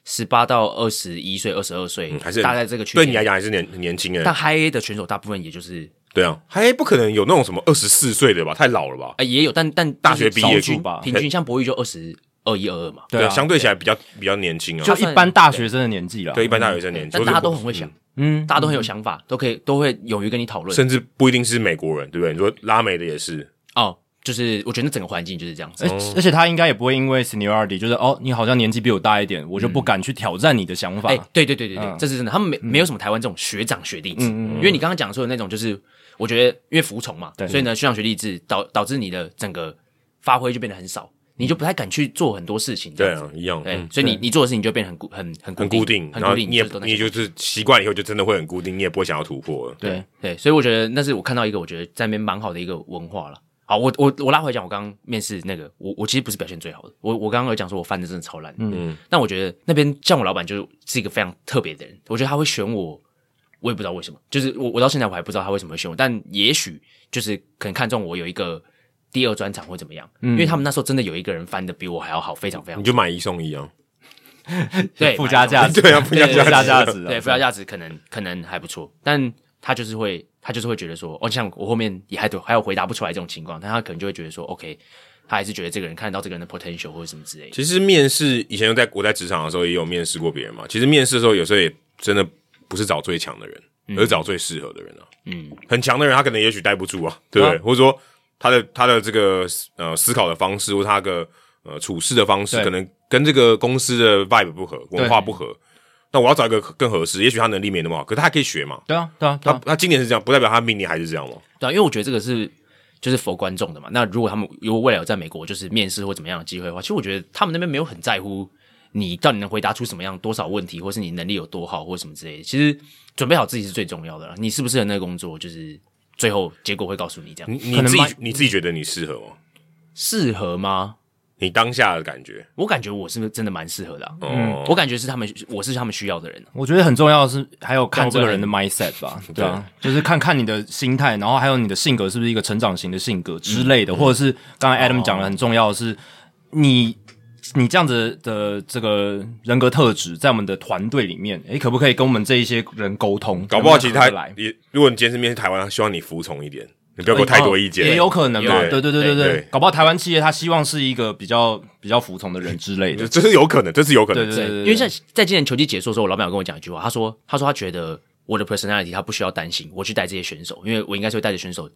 Speaker 3: 十八到二十一岁、二十二岁，
Speaker 2: 嗯还是
Speaker 3: 大概这个区
Speaker 2: 对
Speaker 3: 间。
Speaker 2: 你来讲还是年很年轻
Speaker 3: 但
Speaker 2: 人，
Speaker 3: High A 的选手大部分也就是
Speaker 2: 对啊，还不可能有那种什么二十四岁的吧，太老了吧？
Speaker 3: 啊、也有，但但
Speaker 2: 大学毕业
Speaker 3: 就是少数
Speaker 1: 吧
Speaker 3: 平均像博宇就二十二一二二嘛。
Speaker 1: 对啊
Speaker 2: 相对起来比较比较年轻啊，
Speaker 1: 就一般大学生的年纪了。
Speaker 2: 对一般大学生年轻，
Speaker 3: 但大家都很会想，
Speaker 1: 嗯，
Speaker 3: 大家都很有想法，都可以都会勇于跟你讨论。
Speaker 2: 甚至不一定是美国人，对不对？你说拉美的也是，
Speaker 3: 哦，就是我觉得整个环境就是这样
Speaker 2: 哎
Speaker 3: 子哎
Speaker 1: 而。而且他应该也不会因为 seniority，就是哦，你好像年纪比我大一点，我就不敢去挑战你的想法。
Speaker 3: 哎、对对对对对，
Speaker 2: 嗯
Speaker 3: 这是真的。他们没、没有什么台湾这种学长学弟制，因为你刚刚讲说的那种，就是我觉得因为服从嘛，所以呢，学长学弟制导导致你的整个发挥就变得很少，你就不太敢去做很多事情。这
Speaker 2: 对
Speaker 3: 样子
Speaker 2: 啊，一样，
Speaker 3: 对
Speaker 2: 嗯，
Speaker 3: 所以你你做的事情就变得很固很很
Speaker 2: 很
Speaker 3: 固
Speaker 2: 固
Speaker 3: 定
Speaker 2: 定，，
Speaker 3: 很
Speaker 2: 然
Speaker 3: 固
Speaker 2: 后
Speaker 3: 定，
Speaker 2: 你也
Speaker 3: 就是都那
Speaker 2: 你
Speaker 3: 些
Speaker 2: 也就是习惯以后就真的会很固定，你也不会想要突破了。
Speaker 1: 对
Speaker 3: 对，所以我觉得那是我看到一个我觉得在那边蛮好的一个文化了。好，我我我拉回来讲，我刚刚面试那个，我我其实不是表现最好的，我我刚刚有讲说我翻的真的超烂，嗯，但我觉得那边像我老板就是一个非常特别的人，我觉得他会选我，我也不知道为什么，就是我我到现在我还不知道他为什么会选我，但也许就是可能看中我有一个第二专场或怎么样，因为他们那时候真的有一个人翻的比我还要好，非常非常
Speaker 2: 你就买一送一啊，
Speaker 3: 对
Speaker 1: 附加价值，
Speaker 2: 对啊附加价值
Speaker 1: 附加价值啊，
Speaker 3: 对，附加价值可能可能还不错，但他就是会，他就是会觉得说，哦，像我后面也还有还有回答不出来这种情况，但他可能就会觉得说，OK，他还是觉得这个人看得到这个人的 potential 或者什么之类的。
Speaker 2: 其实面试以前在我在职场的时候也有面试过别人嘛。其实面试的时候有时候也真的不是找最强的人，而是找最适合的人啊。
Speaker 3: 嗯，
Speaker 2: 很强的人他可能也许待不住啊，对不对？或者说他的他的这个呃思考的方式或他的呃处事的方式，
Speaker 1: 对
Speaker 2: 可能跟这个公司的 vibe 不合，文化不合。那我要找一个更合适，也许他能力没那么好，可是他还可以学嘛。
Speaker 1: 对啊，对啊，对
Speaker 2: 他
Speaker 1: 啊，
Speaker 2: 他今年是这样，不代表他明年还是这样嘛。
Speaker 3: 对啊、因为我觉得这个是就是佛观众的嘛。那如果他们如果未来有在美国就是面试或怎么样的机会的话，其实我觉得他们那边没有很在乎你到底能回答出什么样多少问题，或是你能力有多好，或什么之类的。其实准备好自己是最重要的啦。你适不适合那个工作，就是最后结果会告诉你这样。
Speaker 2: 你你
Speaker 1: 可能
Speaker 2: 自己
Speaker 1: 吧
Speaker 2: 你自己觉得你适合吗？
Speaker 3: 适合吗？
Speaker 2: 你当下的感觉，
Speaker 3: 我感觉我是真的蛮适合的、啊，
Speaker 1: 嗯
Speaker 2: 哦，
Speaker 3: 我感觉是他们，我是他们需要的人、啊。
Speaker 1: 我觉得很重要的是还有看这个人的 mindset 吧，对啊，就是看看你的心态，然后还有你的性格是不是一个成长型的性格之类的，或者是刚才 Adam 讲的很重要的是你。你这样子的这个人格特质，在我们的团队里面，诶，可不可以跟我们这一些人沟通？
Speaker 2: 搞不好其实
Speaker 1: 能能
Speaker 2: 他
Speaker 1: 合得来哦
Speaker 2: 也，如果你今天是面试台湾，他希望你服从一点，你不要给我太多意见。
Speaker 1: 也有可能嘛？
Speaker 2: 对
Speaker 1: 对对对对
Speaker 2: 对
Speaker 1: 对，搞不好台湾企业他希望是一个比较比较服从的人之类的。
Speaker 2: 这是有可能，这是有可
Speaker 1: 对
Speaker 2: 能。
Speaker 1: 对对，对
Speaker 3: 因为像在今年球季结束的时候，我老板有跟我讲一句话，他说：“他说他觉得我的 personality 他不需要担心，我去带这些选手，因为我应该是会带着选手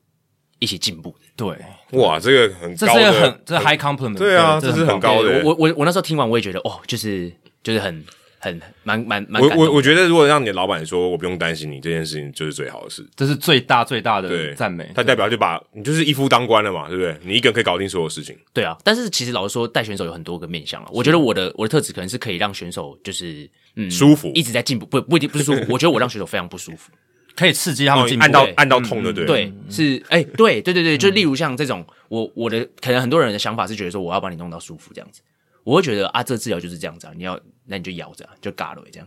Speaker 3: 一起进步的。
Speaker 1: 对，
Speaker 2: 哇，这个很
Speaker 1: 这
Speaker 2: 高
Speaker 1: 是一
Speaker 2: 的，
Speaker 1: 个很这是 high compliment，
Speaker 2: 对啊，
Speaker 1: 这
Speaker 2: 这是很
Speaker 1: 棒
Speaker 2: 高的。
Speaker 3: 我我我我那时候听完我也觉得，哦，就是就是很很蛮蛮蛮
Speaker 2: 我
Speaker 3: 感动
Speaker 2: 我我觉得，如果让你的老板说我不用担心你这件事情，就是最好的事。
Speaker 1: 这是最大最大的
Speaker 2: 对，
Speaker 1: 嗯赞美。
Speaker 2: 他代表就把你就是一夫当关了嘛，对不对？你一个人可以搞定所有事情。
Speaker 3: 对啊，但是其实老实说，带选手有很多个面向啊。我觉得我的我的特质可能是可以让选手就是嗯
Speaker 2: 舒服
Speaker 3: 一直在进步，不不一定不是舒服。我觉得我让选手非常不舒服。
Speaker 1: 可以刺激他们进步。嗯
Speaker 2: 哦按到
Speaker 3: 对
Speaker 2: 按到痛的，对了。
Speaker 3: 对，是哎、对对对对，就例如像这种，我我的可能很多人的想法是觉得说我要把你弄到舒服这样子，我会觉得啊，这治疗就是这样子啊，你要那你就咬着、啊，就嘎了这样。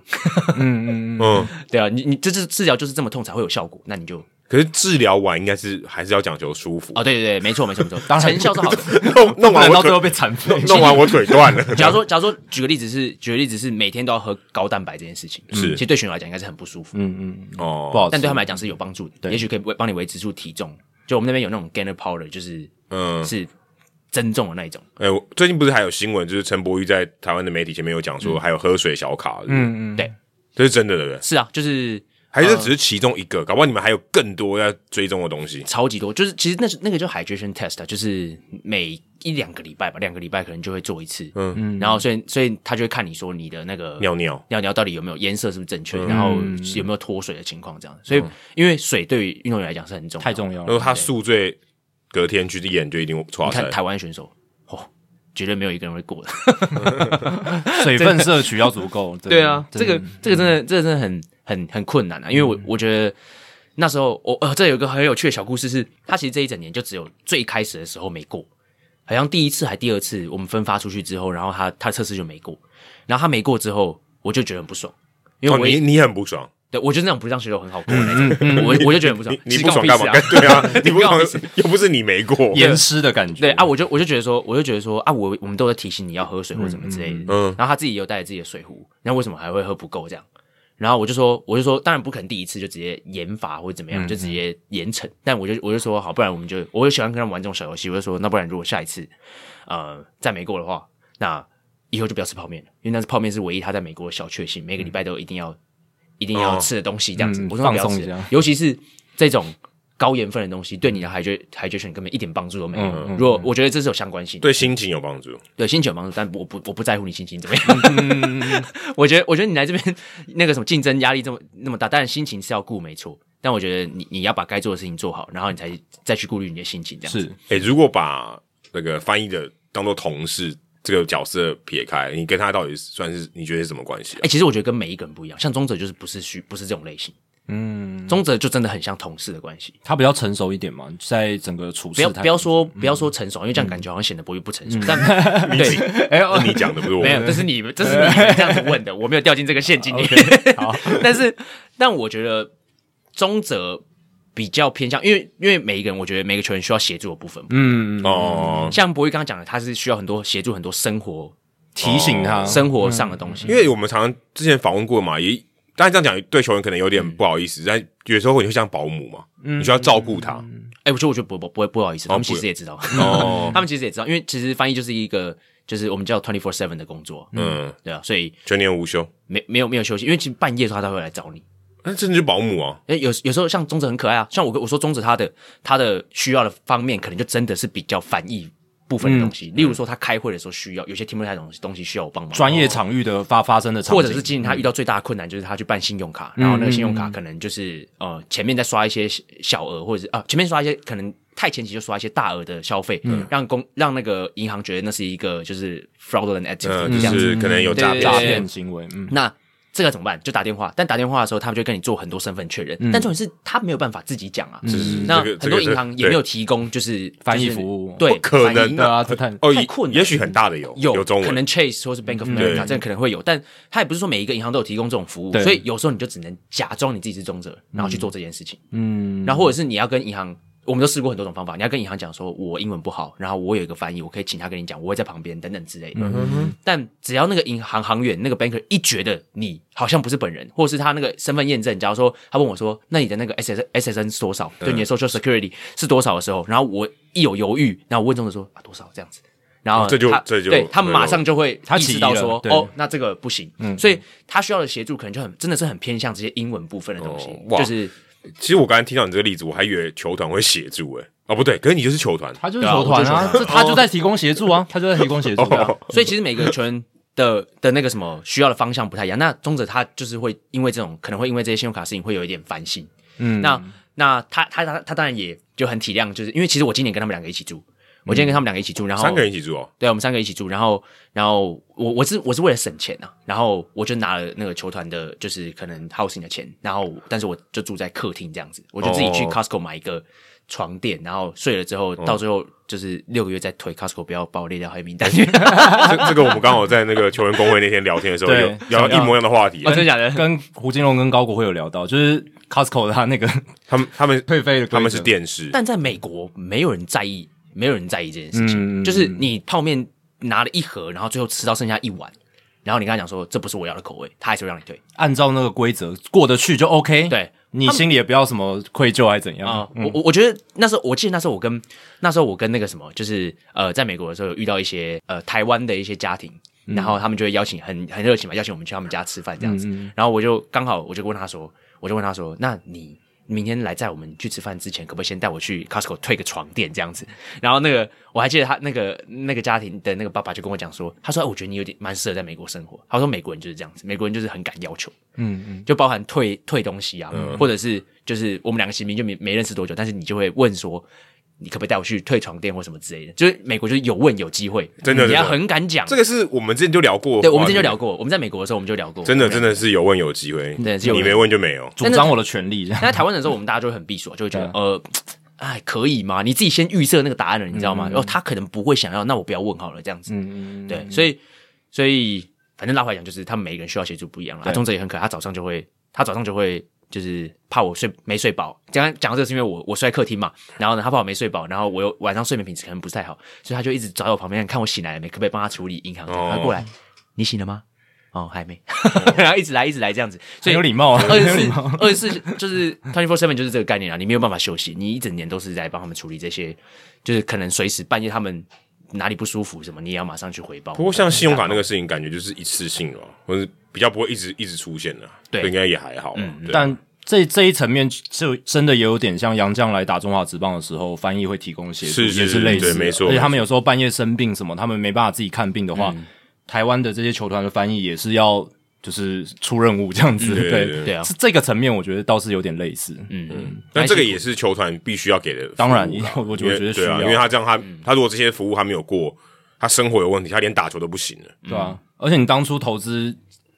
Speaker 2: 嗯，
Speaker 3: 对啊，你你这治治疗就是这么痛才会有效果，那你就
Speaker 2: 可是治疗完应该是还是要讲求舒服。
Speaker 3: 哦，对对对，没错没错没错，
Speaker 1: 当然
Speaker 3: 成效是好 的。
Speaker 2: 弄弄
Speaker 1: 不
Speaker 2: 完
Speaker 1: 然到
Speaker 2: 我
Speaker 1: 最后
Speaker 2: 腿，
Speaker 1: 被残 废。
Speaker 2: 弄完我腿断了。
Speaker 3: 假如说，假如说，举个例子是，举个例子是，每天都要喝高蛋白这件事情，
Speaker 2: 是
Speaker 3: 其实对选手来讲应该是很不舒 服，
Speaker 1: 不
Speaker 2: 哦，
Speaker 1: 好吃，
Speaker 3: 但对他们来讲是有帮助的，也许可以为帮你维持住体重。就我们那边有那种 gainer powder，就是
Speaker 2: 嗯，
Speaker 3: 是增重的那一种，
Speaker 2: 哎，我最近不是还有新闻，就是陈柏宇在台湾的媒体前面有讲
Speaker 3: 嗯
Speaker 2: 说，还有喝水小卡，嗯，
Speaker 3: 对，
Speaker 2: 这是真的，对不对？
Speaker 3: 是啊，就是
Speaker 2: 还
Speaker 3: 嗯
Speaker 2: 是只是其中一个？搞不好你们还有更多要追踪的东西。
Speaker 3: 超级多，就是其实那是那个叫 hydration test，啊就是每一两个礼拜吧，两个礼拜可能就会做一次，嗯嗯，然后所以所以他就会看你说你的那个
Speaker 2: 尿尿，
Speaker 3: 尿尿到底有没有颜色是不是正
Speaker 1: 嗯
Speaker 3: 确，然后有没有脱水的情况这样，
Speaker 2: 嗯
Speaker 3: 所以因为水对于运动员来讲是很重要，
Speaker 1: 太重要
Speaker 2: 然后
Speaker 1: 了。
Speaker 2: 他宿醉，隔天去演就一定错
Speaker 3: 你
Speaker 2: 赛
Speaker 3: 看。台湾选手，哦，绝对没有一个人会过的。
Speaker 1: 水分摄取要足 够。真的
Speaker 3: 对
Speaker 2: 嗯
Speaker 3: 啊，这
Speaker 1: 真
Speaker 3: 个
Speaker 1: 的
Speaker 3: 这个真的，这个真的很很很困难啊，因为我我觉得那时候我呃，这有一个很有趣的小故事是，他其实这一整年就只有最开始的时候没过，好像第一次还第二次我们分发出去之后，然后他他测试就没过，然后他没过之后，我就觉得很不爽，因为
Speaker 2: 哦，
Speaker 3: 我
Speaker 2: 你嗯
Speaker 3: 也、
Speaker 2: 你很不爽，
Speaker 3: 对我就是那种不让学手很好过的那种，我我就觉得很不爽
Speaker 2: 你，你
Speaker 3: 是
Speaker 2: 不
Speaker 3: 干我
Speaker 2: 爽
Speaker 3: 屁
Speaker 2: 干
Speaker 3: 事
Speaker 2: 嘛
Speaker 3: 啊？？
Speaker 2: 对 啊，你不
Speaker 3: 干我
Speaker 2: 爽
Speaker 3: 屁事
Speaker 2: 又不是你没 过，
Speaker 1: 严湿的感觉。
Speaker 3: 对啊，，我就我就觉得说，我就觉得说啊，我我们都在提醒你要喝水或什么之类的，
Speaker 2: 嗯
Speaker 3: 然后他自己也有带着自己的水壶，那为什么还会喝不够这样？然后我就说，我就说，当然不可能第一次就直接严罚或者怎
Speaker 1: 嗯
Speaker 3: 么样，就直接严惩。但我就我就说好，不然我们就，我就喜欢跟他们玩这种小游戏。我就说，那不然如果下一次，呃，再没过的话，那以后就不要吃泡面了，因为那是泡面是唯一他在美国的小确幸，每个礼拜都一定要一定要
Speaker 2: 哦
Speaker 3: 吃的东西这样子。
Speaker 1: 嗯
Speaker 3: 我说那不要
Speaker 1: 放松一
Speaker 3: 吃
Speaker 1: 下，
Speaker 3: 尤其是这种高盐分的东西，对你的 hydra- hydration 根本一点帮助都没有。
Speaker 1: 嗯嗯
Speaker 3: 如果我觉得这是有相关性的，
Speaker 2: 对心情有帮助。
Speaker 3: 对心情有帮助，但我不我不在乎你心情怎么样。 我觉得我觉得你来这边那个什么竞争压力这么那么大，当然心情是要顾没错，但我觉得你你要把该做的事情做好，然后你才再去顾虑你的心情这样子。
Speaker 1: 是
Speaker 2: 哎、如果把那个翻译的当做同事这个角色撇开，你跟他到底算是你觉得是什么关系
Speaker 3: 哎、
Speaker 2: 啊？
Speaker 3: 其实我觉得跟每一个人不一样，像中者就是不是虚不是这种类型，嗯，中者就真的很像同事的关系。
Speaker 1: 他比较成熟一点嘛，在整个处
Speaker 3: 不
Speaker 1: 事
Speaker 3: 要
Speaker 1: 态
Speaker 3: 不要说不要说成熟，因为这样感觉好像显得博宇不成熟。但对，
Speaker 1: 哎呦
Speaker 2: 你讲的不是我
Speaker 3: 没有，这是你们，这是 你们这样子问的，我没有掉进这个陷阱里面。好， 但是，但我觉得中则比较偏向，因为因为每一个人，我觉得每个球员需要协助的部分。嗯，
Speaker 2: 哦，
Speaker 3: 像博宇刚刚讲的，他是需要很多协助，很多生活、
Speaker 1: 提醒
Speaker 2: 啊
Speaker 1: 他，
Speaker 3: 生活
Speaker 2: 嗯
Speaker 3: 上的东西。
Speaker 2: 因为我们常常之前访问过嘛，也当然这样讲对球员可能有
Speaker 3: 嗯
Speaker 2: 点不好意思，但有时候你会像保姆嘛，你需要照顾他。
Speaker 3: 哎，我觉得我觉得不不不会不好意思，他们
Speaker 2: 不
Speaker 3: 其
Speaker 2: 会
Speaker 3: 实也知道，
Speaker 2: 哦，
Speaker 3: 他们其实也知道，因为其实翻译就是一个就是我们叫 twenty four seven 的工作，
Speaker 2: 嗯，
Speaker 3: 对啊，所以
Speaker 2: 全年无休，
Speaker 3: 没没有没有休息，因为其实半夜的时候他都会来找你。
Speaker 2: 那真的就保姆啊。
Speaker 3: 诶，有有时候像中子很可爱啊，像我跟我说中子他的他的需要的方面，可能就真的是比较翻译部分的东
Speaker 2: 嗯
Speaker 3: 西，例如说他开会的时候需要有些听不太懂的东西需要我帮忙，哦
Speaker 1: 专业场域的发发生的场
Speaker 3: 或
Speaker 1: 景，
Speaker 3: 者是今
Speaker 2: 嗯
Speaker 3: 年他遇到最大的困难就是他去办信用卡，然后那个信用卡可能就是呃前面在刷一些小小额，或者是啊、前面刷一些可能太前期就刷一些大额的消费，
Speaker 2: 嗯
Speaker 3: 让公让那个银行觉得那是一个就是 fraudulent
Speaker 2: 呃，就
Speaker 3: activity 这样子，
Speaker 2: 是可能有诈
Speaker 3: 对
Speaker 2: 骗，
Speaker 1: 诈骗行为，嗯，
Speaker 3: 那这个怎么办？就打电话，但打电话的时候，他们就跟你做很多身份确认，但重点是他没有办法自己讲啊。
Speaker 2: 这
Speaker 3: 那
Speaker 2: 个
Speaker 3: 很多
Speaker 2: 这个
Speaker 3: 银行也没有提供就是
Speaker 1: 翻译
Speaker 3: 就是
Speaker 1: 服务
Speaker 3: 对，
Speaker 2: 不可
Speaker 3: 翻
Speaker 2: 能
Speaker 3: 译
Speaker 2: 的、
Speaker 1: 对啊这太
Speaker 2: 哦，
Speaker 3: 太
Speaker 2: 也
Speaker 3: 困难
Speaker 2: 也许很大的有
Speaker 3: 有
Speaker 2: 有中
Speaker 3: 可能
Speaker 2: 文，
Speaker 3: Chase 或是 Bank of
Speaker 2: 对
Speaker 3: America 这可能会有，但他也不是说每一个银行都有提供这种服务，
Speaker 1: 对
Speaker 3: 所以有时候你就只能假装你自己是中者，然后去做这件事情。嗯，然后或者是你要跟银行，我们都试过很多种方法，你要跟银行讲说我英文不好，然后我有一个翻译，我可以请他跟你讲，我会在旁边等等之类的。但只要那个银行行员那个 banker 一觉得你好像不是本人，或者是他那个身份验证，假如说他问我说那你的那个 S S S S N 是多少，对你的 Social Security 是多少的时候，然后我一有犹豫，然后我问中者说啊多少这样子。然后
Speaker 2: 这就
Speaker 3: 他
Speaker 2: 这就
Speaker 3: 对他马上就会
Speaker 1: 他
Speaker 3: 意
Speaker 1: 起
Speaker 3: 识
Speaker 1: 疑
Speaker 3: 到
Speaker 1: 了
Speaker 3: 说，
Speaker 1: 对
Speaker 3: 哦，那这个不行，所以他需要的协助可能就很真的是很偏向这些英文部分的东西
Speaker 2: 哦，哇
Speaker 3: 就是
Speaker 2: 其实我刚才听到你这个例子，我还以为球团会协助哎、哦不对，可是你就是球团，
Speaker 1: 他就是球团
Speaker 3: 对啊 哦
Speaker 1: 啊，这他就在提供协助啊，他就在提供协助啊，
Speaker 3: 所以其实每个球员的的的那个什么需要的方向不太一样。那中者他就是会因为这种可能会因为这些信用卡事情会有一点烦心。嗯，那那他他他他当然也就很体谅，就是因为其实我今年跟他们两个一起住，我今年跟他们两个一起住，然后
Speaker 2: 三个人一起住哦，
Speaker 3: 对，我们三个一起住，然后，然后我我是我是为了省钱啊，然后我就拿了那个球团的，就是可能 housing 的钱，然后但是我就住在客厅这样子，我就自己去
Speaker 2: 哦
Speaker 3: Costco 买一个床垫，然后睡了之后，到最后就是六个月再推 Costco 不要把我列掉黑名单，哦，
Speaker 2: 这这个我们刚好在那个球员工会那天聊天的时候，
Speaker 1: 对
Speaker 2: 有聊到一模一样的话题。
Speaker 3: 哦真的假的？
Speaker 1: 跟胡金龙跟高国会有聊到，就是 Costco 他那个
Speaker 2: 他们他们
Speaker 1: 退费的规则
Speaker 2: 他们是电视，
Speaker 3: 但在美国没有人在意，没有人在意这件事情，就是你泡面拿了一盒，然后最后吃到剩下一碗，然后你跟他讲说这不是我要的口味，他还是会让你退。
Speaker 1: 按照那个规则过得去就 OK。
Speaker 3: 对，
Speaker 1: 你心里也不要什么愧疚还是怎样
Speaker 3: 啊、我我我觉得那时候，我记得那时候我跟那时候我跟那个什么，就是呃，在美国的时候有遇到一些呃台湾的一些家庭，然后他们就会邀请很很热情嘛，邀请我们去他们家吃饭这样子。然后我就刚好我就问他说，我就问他说，那你明天来载我们去吃饭之前，可不可以先带我去 Costco 退个床垫这样子？然后那个我还记得他那个那个家庭的那个爸爸就跟我讲说，他说、哎我觉得你有点蛮适合在美国生活。他说美国人就是这样子，美国人就是很敢要求。就包含退退东西啊，
Speaker 2: 嗯
Speaker 3: 或者是就是我们两个其实明明就没没认识多久，但是你就会问说，你可不可以带我去退床垫或什么之类的？就是美国就是有问有机会，
Speaker 2: 真的
Speaker 3: 你要
Speaker 2: 真的
Speaker 3: 很敢讲。
Speaker 2: 这个是我们之前就聊过的话题，
Speaker 3: 对，我们之前就聊过，我们在美国的时候我们就聊过，
Speaker 2: 真的真
Speaker 3: 的。
Speaker 2: 的是有问有机会，
Speaker 3: 对是有
Speaker 2: 你没问就没有。
Speaker 1: 主张我的权利这样。嗯啊
Speaker 3: 但在台湾的时候，我们大家就会很避暑，就会觉得呃。哎，可以吗？你自己先预设那个答案了，你知道吗？然后、他可能不会想要，那我不要问好了，这样子。
Speaker 1: 嗯，
Speaker 3: 对，所以所以反正拉回来讲，就是他们每一个人需要协助不一样啦。阿忠哲也很可爱，他早上就会，他早上就会就是怕我睡没睡饱。刚刚讲到这个是因为我我睡在客厅嘛，然后呢他怕我没睡饱，然后我又晚上睡眠品质可能不太好，所以他就一直找在我旁边看我醒来了没，可不可以帮他处理银行这样？
Speaker 2: 哦
Speaker 3: 他过来，你醒了吗？哦，还没，然
Speaker 1: 哦
Speaker 3: 后一直来一直来这样子，所
Speaker 1: 很
Speaker 3: 以
Speaker 1: 有礼貌啊，
Speaker 3: 二
Speaker 1: 很
Speaker 3: 十
Speaker 1: 有礼
Speaker 3: 四
Speaker 1: 貌。
Speaker 3: 二十四就是 twenty four seven 就是这个概念啊，你没有办法休息，你一整年都是在帮他们处理这些，就是可能随时半夜他们哪里不舒服什么，你也要马上去回报。
Speaker 2: 不过像信用卡那个事情，感觉就是一次性的哦，或者比较不会一直一直出现的，
Speaker 3: 对
Speaker 2: 所以应该也还好。嗯，对
Speaker 1: 但这这一层面就真的也有点像杨绛来打中华职棒的时候，翻译会提供协助，
Speaker 2: 是是
Speaker 1: 也
Speaker 2: 是
Speaker 1: 类似的，
Speaker 2: 对没错
Speaker 1: 而且他们有时候半夜生病什么，他们没办法自己看病的话，台湾的这些球团的翻译也是要就是出任务这样子，
Speaker 2: 嗯对对
Speaker 1: 对
Speaker 3: 对啊
Speaker 1: 是这个层面我觉得倒是有点类似，
Speaker 3: 嗯嗯，
Speaker 2: 但这个也是球团必须要给的服务啦，
Speaker 1: 当然我我
Speaker 2: 因为
Speaker 1: 我觉得需
Speaker 2: 对啊，
Speaker 1: 要
Speaker 2: 因为他这样，他他如果这些服务还没有过，他生活有问题，他连打球都不行了。
Speaker 1: 对啊，而且你当初投资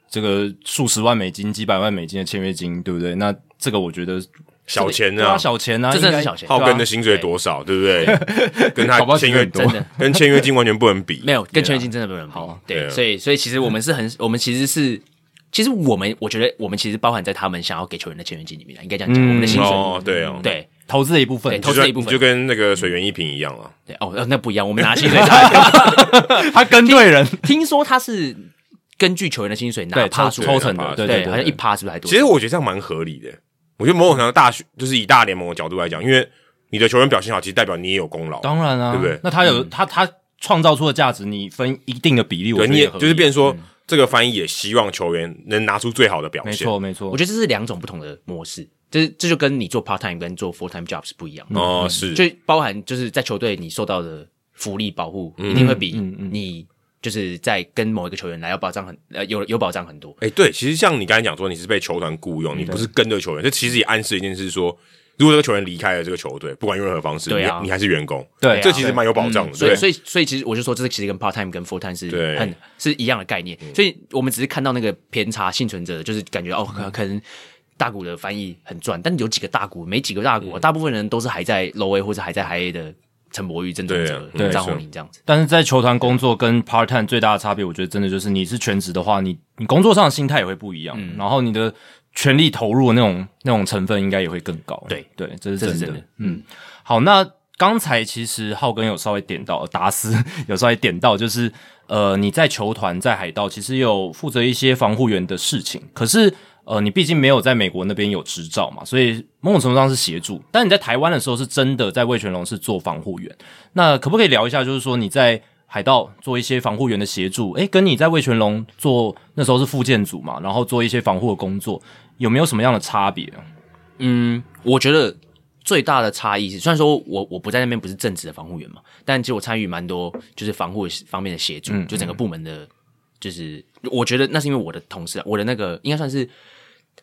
Speaker 1: 这个数十万美金、几百万美金的签约金，对不对？那这个我觉得
Speaker 2: 小钱
Speaker 1: 对啊，
Speaker 2: 啊，
Speaker 1: 小钱啊，
Speaker 3: 这真的是
Speaker 1: 应该
Speaker 3: 小钱
Speaker 2: 浩
Speaker 1: 对
Speaker 2: 根
Speaker 1: 啊
Speaker 2: 的薪水多少，对不对？ 跟他
Speaker 1: 搞不好
Speaker 2: 签
Speaker 1: 其实
Speaker 2: 约
Speaker 1: 很多真
Speaker 3: 的
Speaker 2: 跟签约金完全不能比
Speaker 3: 没。有跟全金真的不能比。对，
Speaker 2: 对啊
Speaker 3: 所以所以其实我们是很，我们其实是。其实我们，我觉得我们其实包含在他们想要给球员的签约金里面啊，应该这样讲。我们的
Speaker 1: 嗯
Speaker 3: 薪水，嗯
Speaker 2: 哦，对哦，
Speaker 3: 对
Speaker 1: 投资的一部分
Speaker 3: 对，
Speaker 2: 就
Speaker 3: 投资
Speaker 2: 跟
Speaker 3: 的一部分
Speaker 2: 就跟那个水源一瓶一样啊。
Speaker 3: 对哦，呃那不一样，我们拿薪 水拿。
Speaker 1: 他跟对人，
Speaker 3: 听说他是根据球员的薪水拿
Speaker 1: 对，
Speaker 3: 趴
Speaker 1: 抽
Speaker 3: 出
Speaker 1: 抽成
Speaker 2: 对
Speaker 1: 的，
Speaker 2: 拿
Speaker 1: 对
Speaker 3: 对，
Speaker 1: 对，
Speaker 3: 好像一趴是不是还多？
Speaker 2: 其实我觉得这样蛮合理的。我觉得某种程度大学就是以大联盟的角度来讲，因为你的球员表现好，其实代表你也有功劳。
Speaker 1: 当然啊，
Speaker 2: 对不对
Speaker 1: 那他
Speaker 3: 嗯
Speaker 1: 有、他他创造出的价值，你分一定的比例，我
Speaker 2: 对，
Speaker 1: 觉得
Speaker 2: 你也
Speaker 1: 合理
Speaker 2: 就是变成
Speaker 3: 嗯
Speaker 2: 说，这个翻译也希望球员能拿出最好的表
Speaker 1: 没
Speaker 2: 现。
Speaker 1: 错没错，
Speaker 3: 我觉得这是两种不同的模式，这这就跟你做 part time 跟做 full time job 是不一样的，
Speaker 2: 哦，是，
Speaker 3: 就包含就是在球队你受到的福利保护、
Speaker 2: 嗯
Speaker 3: 一定会比你就是在跟某一个球员来要保障很呃有有保障很多。
Speaker 2: 哎、对，其实像你刚才讲说，你是被球团雇佣，你不是跟着球员，这其实也暗示一件事说，如果这个球员离开了这个球队，不管用任何方式，
Speaker 3: 对啊
Speaker 2: 你你还是员工，
Speaker 1: 对啊
Speaker 2: 这其实蛮有保障的。
Speaker 3: 嗯所以，
Speaker 2: 对，
Speaker 3: 所以，所以，其实我就说，这其实跟 part time 跟 full time 是
Speaker 2: 对嗯
Speaker 3: 很是一样的概念。所以我们只是看到那个偏差幸存者，就是感觉哦，可可能大股的翻译很赚，但有几个大股，没几个大股
Speaker 2: 嗯
Speaker 3: 啊，大部分人都是还在 low A 或者还在 high A 的陈柏宇、郑宗哲
Speaker 2: 对啊、
Speaker 3: 张
Speaker 2: 没错
Speaker 3: 宏林这样子。
Speaker 1: 但是在球团工作跟 part time 最大的差别，我觉得真的就是你是全职的话，你你工作上的心态也会不一样，
Speaker 3: 嗯
Speaker 1: 然后你的全力投入的那种那种成分应该也会更高。
Speaker 3: 对
Speaker 1: 对，这是
Speaker 3: 这
Speaker 1: 真
Speaker 3: 是
Speaker 1: 的。
Speaker 3: 真的
Speaker 1: 嗯，好，那刚才其实浩根有稍微点到，达斯有稍微点到，就是呃你在球团在海盗其实有负责一些防护员的事情，可是。呃，你毕竟没有在美国那边有执照嘛，所以某种程度上是协助。但你在台湾的时候，是真的在魏全龙是做防护员，那可不可以聊一下，就是说你在海盗做一些防护员的协助，诶，跟你在魏全龙做那时候是复健组嘛，然后做一些防护的工作，有没有什么样的差别？
Speaker 3: 嗯，我觉得最大的差异是，虽然说我我不在那边不是
Speaker 1: 嗯
Speaker 3: 正职的防护员嘛，但其实我参与蛮多就是防护方面的协助，就整个部门的就是我觉得那是因为我的同事啊，我的那个应该算是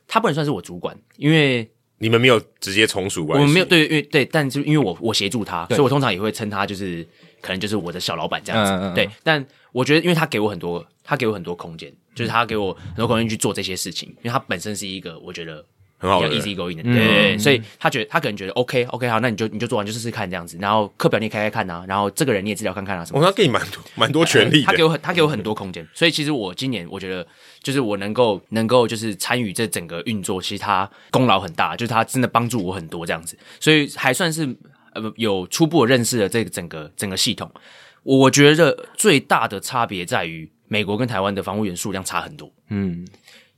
Speaker 3: 他不能算是我主管，因为
Speaker 2: 你们没有直接从属关系，
Speaker 3: 我们没有对，因为对，但就因为我我协助他，
Speaker 1: 对
Speaker 3: 所以我通常也会称他就是可能就是我的小老板这样子。
Speaker 1: 嗯嗯嗯
Speaker 3: 对，但我觉得因为他给我很多，他给我很多空间，就是他给我很多空间去做这些事情，因为他本身是一个我觉得。
Speaker 2: 很好
Speaker 3: 比
Speaker 2: 的
Speaker 3: 较
Speaker 2: 人嗯
Speaker 3: easy going 的，对对对，所以他觉得他可能觉得 OK OK 好，那你就你就做完就试试看这样子，然后课表你也开开看啊，然后这个人你也治疗看看啊什么的
Speaker 2: 哦，他给你蛮 多蛮多权利
Speaker 3: 他给
Speaker 2: 的，
Speaker 3: 我很他给我很多空间，所以其实我今年我觉得就是我能够能够就是参与这整个运作，其实他功劳很大，就是他真的帮助我很多这样子，所以还算是呃有初步的认识了这个整个整个系统。我我觉得最大的差别在于美国跟台湾的防护员数量差很多，
Speaker 1: 嗯，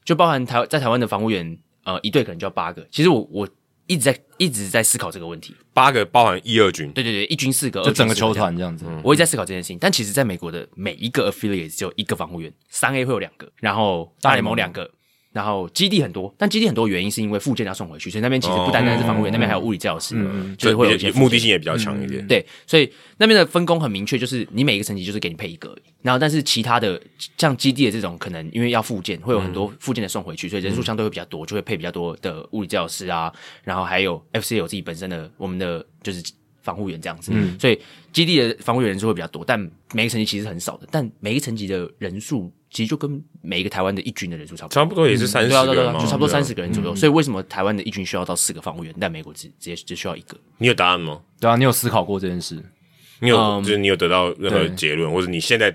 Speaker 3: 就包含台在台湾的防护员呃一队可能就要八个，其实我我一直在一直在思考这个问题，
Speaker 2: 八个包含一二军，
Speaker 3: 对对对，一军四个，
Speaker 1: 就
Speaker 3: 二军
Speaker 1: 整个
Speaker 3: 四这样
Speaker 1: 球团这样子，
Speaker 3: 我一直在思考这件事情，但其实，在美国的每一个 affiliate 只有一个防护员，三 A 会有两个，然后大联盟两个，然后基地很多，但基地很多原因是因为附件要送回去，所以那边其实不单单是防护员，那边还有物理教师，就是会有一些
Speaker 2: 也
Speaker 3: 附件
Speaker 2: 目的性也比较强一点。
Speaker 3: 嗯对，所以那边的分工很明确，就是你每一个层级就是给你配一个而已，然后但是其他的像基地的这种，可能因为要附件，会有很
Speaker 2: 嗯
Speaker 3: 多附件的送回去，所以人数相对会比较多，就会配比较多的物理治疗师啊，然后还有 FC 有自己本身的我们的就是防护员这样子，
Speaker 2: 嗯
Speaker 3: 所以基地的防护员人数会比较多，但每一个层级其实很少的，但每一个层级的人数其实就跟每一个台湾的一军的人数差不多。
Speaker 2: 差不多也是三十
Speaker 3: 对啊，对啊
Speaker 2: 个
Speaker 3: 对啊
Speaker 2: 人，嘛，
Speaker 3: 就差不多
Speaker 2: 对啊
Speaker 3: 三。十个人左右。所以为什么台湾的一军需要到四个防护员，但美国只直接只需要一个？
Speaker 2: 你有答案吗？
Speaker 1: 对啊，你有思考过这件事？
Speaker 2: 你有、
Speaker 3: 嗯
Speaker 2: 就是你有得到任何
Speaker 1: 对
Speaker 2: 结论，或者你现在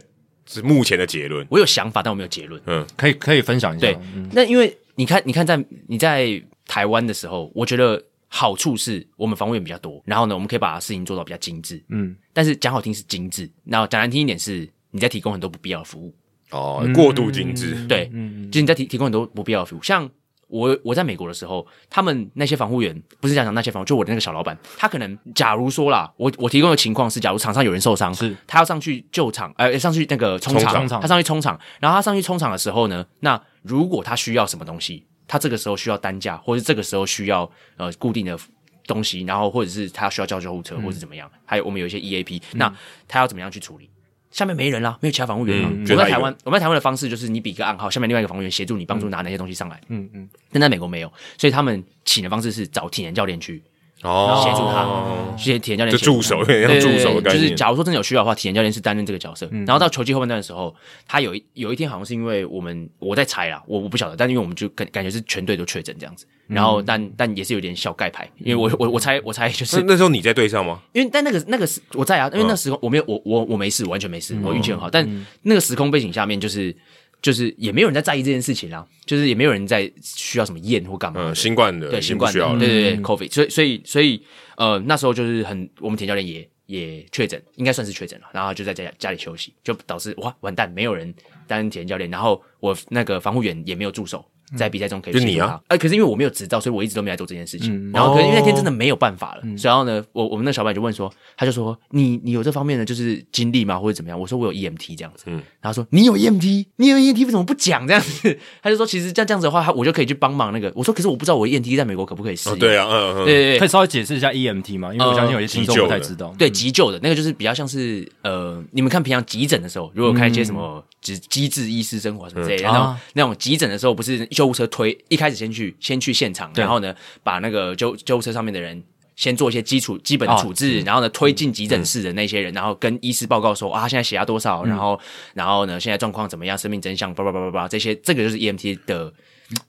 Speaker 2: 是目前的结论？
Speaker 3: 我有想法，但我没有结论。
Speaker 1: 可以可以分享一下，
Speaker 3: 对，那因为你看，你看在你在台湾的时候，我觉得好处是我们防务员比较多，然后呢，我们可以把事情做到比较精致。
Speaker 1: 嗯，
Speaker 3: 但是讲好听是精致，那讲难听一点是你在提供很多不必要的服务。
Speaker 2: 哦，嗯过度精致，
Speaker 1: 嗯
Speaker 3: 对，就是你在提提供很多不必要的服务，像。我我在美国的时候，他们那些防护员不是讲讲那些防护，就我的那个小老板，他可能假如说啦，我我提供的情况是，假如场上有人受伤，
Speaker 1: 是
Speaker 3: 他要上去救场，呃，上去那个冲场，
Speaker 1: 冲场
Speaker 3: 他上去冲场，然后他上去冲场的时候呢，那如果他需要什么东西，他这个时候需要担架，或者这个时候需要呃固定的东西，然后或者是他需要叫救护车，或者怎么
Speaker 1: 嗯
Speaker 3: 样，还有我们有一些 EAP，、那他要怎么样去处理？下面没人啦，没有其他防护员啦。
Speaker 2: 嗯
Speaker 3: 我
Speaker 2: 就
Speaker 3: 们
Speaker 2: 他
Speaker 3: 在
Speaker 2: 一个
Speaker 3: 台湾，我们在台湾的方式就是你比一个暗号，下面另外一个防护员协助你，帮助拿那些东西上来。
Speaker 1: 嗯嗯，
Speaker 3: 但在美国没有，所以他们请的方式是找体能教练去
Speaker 2: 哦，
Speaker 3: 协助他，去体能教练
Speaker 2: 就
Speaker 3: 协助
Speaker 2: 助手，有点像
Speaker 3: 对
Speaker 2: 助手的
Speaker 3: 对对
Speaker 2: 概
Speaker 3: 就是
Speaker 2: 念。嗯
Speaker 3: 假如说真的有需要的话，体验教练是担任这个角色。然后到球季后半段的时候，他有一有一天好像是因为我们我在猜啦，我我不晓得，但因为我们就感感觉是全队都确诊这样子。然后但但也是有点小盖牌，因为我我我猜我猜就是
Speaker 2: 那那时候你在队上吗？
Speaker 3: 因为但那个那个时我在
Speaker 2: 嗯
Speaker 3: 啊，因为那时候我没有我我我没事，我完全没事，我运气很好。但那个时空背景下面就是。就是也没有人在在意这件事情啦，就是也没有人在需要什么验或干嘛的
Speaker 2: 嗯，新冠的
Speaker 3: 对
Speaker 2: 已
Speaker 3: 新
Speaker 2: 经不
Speaker 3: 冠
Speaker 2: 需要嗯了。
Speaker 3: 的，嗯对对对，COVID，所以所以所以呃，那时候就是很，我们田教练也也确诊，应该算是确诊了，然后就在家家里休息，就导致哇完蛋，没有人担任田教练，然后我那个防护员也没有助手。在比赛中可以
Speaker 2: 就你
Speaker 3: 协助
Speaker 2: 啊
Speaker 3: 他，哎，可是因为我没有执照，所以我一直都没来做这件事情。然后，可是因为那天真的没有办法了，所以然后呢，我我们那个小白就问说，他就说你你有这方面的就是经历吗，或者怎么样？我说我有 EMT 这样子，
Speaker 2: 嗯
Speaker 3: 然后说你有 EMT，你有 EMT 为什么不讲这样子？ 他就说其实这样这样子的话，他我就可以去帮忙那个。我说可是我不知道我 EMT 在美国可不可以适
Speaker 2: 哦，
Speaker 3: 用。
Speaker 2: 对啊，嗯嗯，
Speaker 3: 对对
Speaker 1: 可
Speaker 3: 对
Speaker 1: 以稍微解释一下 EMT 吗？因为我相信有些听众不太知道。
Speaker 2: 嗯
Speaker 3: 对急救的那个就是比较像是呃，你们看平常急诊的时候，如果看一些什
Speaker 2: 嗯
Speaker 3: 么机机智医师生活什么之类
Speaker 1: 嗯
Speaker 3: 的、那种、
Speaker 1: 啊
Speaker 3: 那种急诊的时候，不是救护车推一开始先去先去现场，然后呢把那个救救护车上面的人。先做一些基础基本的
Speaker 2: 啊
Speaker 1: 哦
Speaker 2: 嗯
Speaker 3: 处置，然后呢推进急诊室的那些人，然后跟医师报告说啊，现在血压多少，
Speaker 2: 嗯
Speaker 3: 然后然后呢现在状况怎么样，生命真相，叭叭叭叭叭，这些这个就是 EMT 的。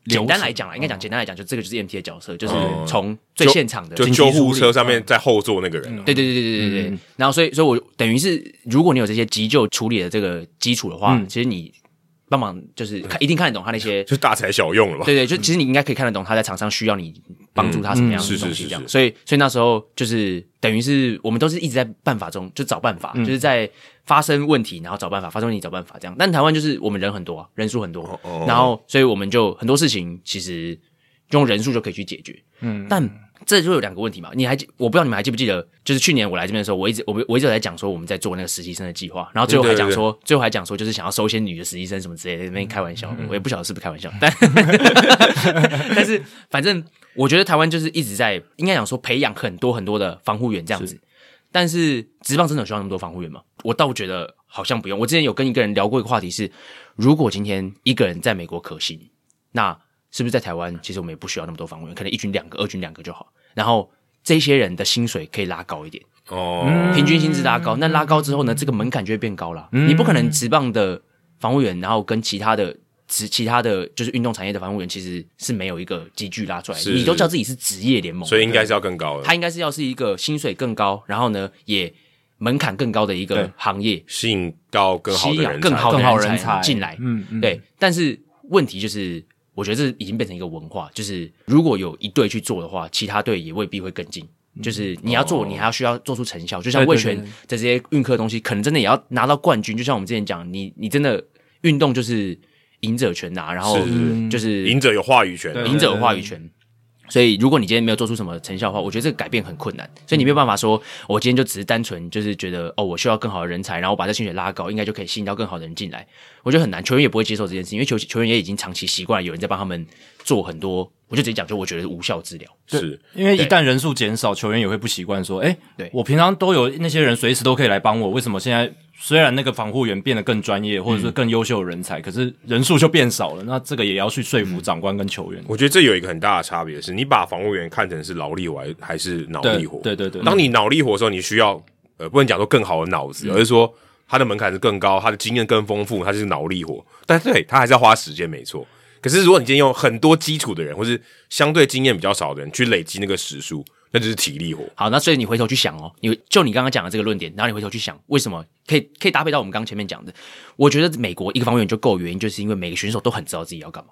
Speaker 3: 简单来讲啦，应该讲简单来讲，就这个就是 EMT 的角色，就是
Speaker 2: 嗯哦
Speaker 3: 从最
Speaker 2: 就
Speaker 3: 现场的
Speaker 2: 就
Speaker 1: 紧急
Speaker 2: 救
Speaker 1: 处
Speaker 2: 护
Speaker 1: 理
Speaker 2: 车上
Speaker 3: 嗯
Speaker 2: 面在后座那个人啊，
Speaker 3: 对对对对对对对。然后所以所以我等于是，如果你有这些急救处理的这个基础的话，其实你帮忙就是看一定看得懂他那些。
Speaker 2: 就大材小用了吧？
Speaker 3: 对对，就其实你应该可以看得懂他在场上需要你帮助他什么样
Speaker 2: 嗯是
Speaker 3: 的
Speaker 2: 是
Speaker 3: 东西，这样。
Speaker 2: 是是
Speaker 3: 所以，所以那时候就是等于是我们都是一直在办法中，就找办法，就是在发生问题，然后找办法，发生问题找办法这样。但台湾就是我们人很多、啊，人数很多，
Speaker 2: 哦
Speaker 3: 然后所以我们就很多事情其实用人数就可以去解决。嗯，但这就有两个问题嘛。你还记我不知道你们还记不记得，就是去年我来这边的时候，我一直我我一直有在讲说我们在做那个实习生的计划，然后最后还讲说，最后还讲说就是想要收一些女的实习生什么之类的，在那边开玩笑，我也不晓得是不是开玩笑，但 但是反正我觉得台湾就是一直在应该讲说培养很多很多的防护员这样子。但是职棒真的有需要那么多防护员吗？我倒觉得好像不用。我之前有跟一个人聊过一个话题是，如果今天一个人在美国可行，那是不是在台湾其实我们也不需要那么多防卫员，可能一军两个、二军两个就好。然后这些人的薪水可以拉高一点，
Speaker 2: 哦，
Speaker 3: 平均薪资拉高。那拉高之后呢，这个门槛就会变高了。
Speaker 2: 嗯
Speaker 3: 你不可能职棒的防务员，然后跟其他的职其他的就是运动产业的防务员，其实是没有一个集聚拉出来的。
Speaker 2: 是
Speaker 3: 你都叫自己是职业联盟，
Speaker 2: 所以应该是要更高
Speaker 3: 它
Speaker 2: 的，
Speaker 3: 应该是要是一个薪水更高，然后呢也门槛更高的一个
Speaker 1: 对
Speaker 3: 行业，
Speaker 2: 吸引到更好
Speaker 3: 吸
Speaker 2: 的
Speaker 3: 引啊
Speaker 2: 人才，
Speaker 3: 更好
Speaker 2: 的
Speaker 3: 的
Speaker 4: 更好
Speaker 3: 人
Speaker 4: 人才
Speaker 3: 进来。
Speaker 1: 嗯嗯，
Speaker 3: 对，但是问题就是，我觉得这已经变成一个文化，就是如果有一队去做的话，其他队也未必会跟进。就是你要做，你还要需要做出成效。就
Speaker 1: 嗯
Speaker 3: 像
Speaker 1: 哦对对
Speaker 3: 魏
Speaker 1: 对
Speaker 3: 权
Speaker 1: 对
Speaker 3: 的这些运科东西，可能真的也要拿到冠军。就像我们之前讲，你你真的运动就是赢者全拿，然后
Speaker 2: 是是
Speaker 3: 就是
Speaker 2: 赢者有话语权，
Speaker 1: 对
Speaker 3: 赢者有话语权。所以，如果你今天没有做出什么成效的话，我觉得这个改变很困难。所以你没有办法说，我今天就只是单纯就是觉得，哦，我需要更好的人才，然后我把这薪水拉高，应该就可以吸引到更好的人进来。我觉得很难，球员也不会接受这件事情，因为球球员也已经长期习惯了有人在帮他们做很多，我就直接讲，就我觉得是无效治疗。
Speaker 2: 是
Speaker 1: 因为一旦人数减少，球员也会不习惯，说：“哎、
Speaker 3: 对
Speaker 1: 我平常都有那些人随时都可以来帮我，为什么现在虽然那个防护员变得更专业，或者是更优秀的人才，可是人数就变少了？那这个也要去说服长官跟球员。
Speaker 2: 我觉得这有一个很大的差别是，你把防务员看成是劳力活还还是脑力活？
Speaker 1: 对对对对
Speaker 2: 当
Speaker 3: 嗯
Speaker 2: 你脑力活的时候，你需要呃，不能讲说更好的脑子，而是说他的门槛是更高，他的经验更丰富，他就是脑力活。但对他还是要花时间，没错。可是如果你今天用很多基础的人，或是相对经验比较少的人去累积那个时数，那就是体力活。
Speaker 3: 好，那所以你回头去想哦，你就你刚刚讲的这个论点，然后你回头去想，为什么可以可以搭配到我们刚前面讲的？我觉得美国一个方面就够，原因就是因为每个选手都很知道自己要干嘛，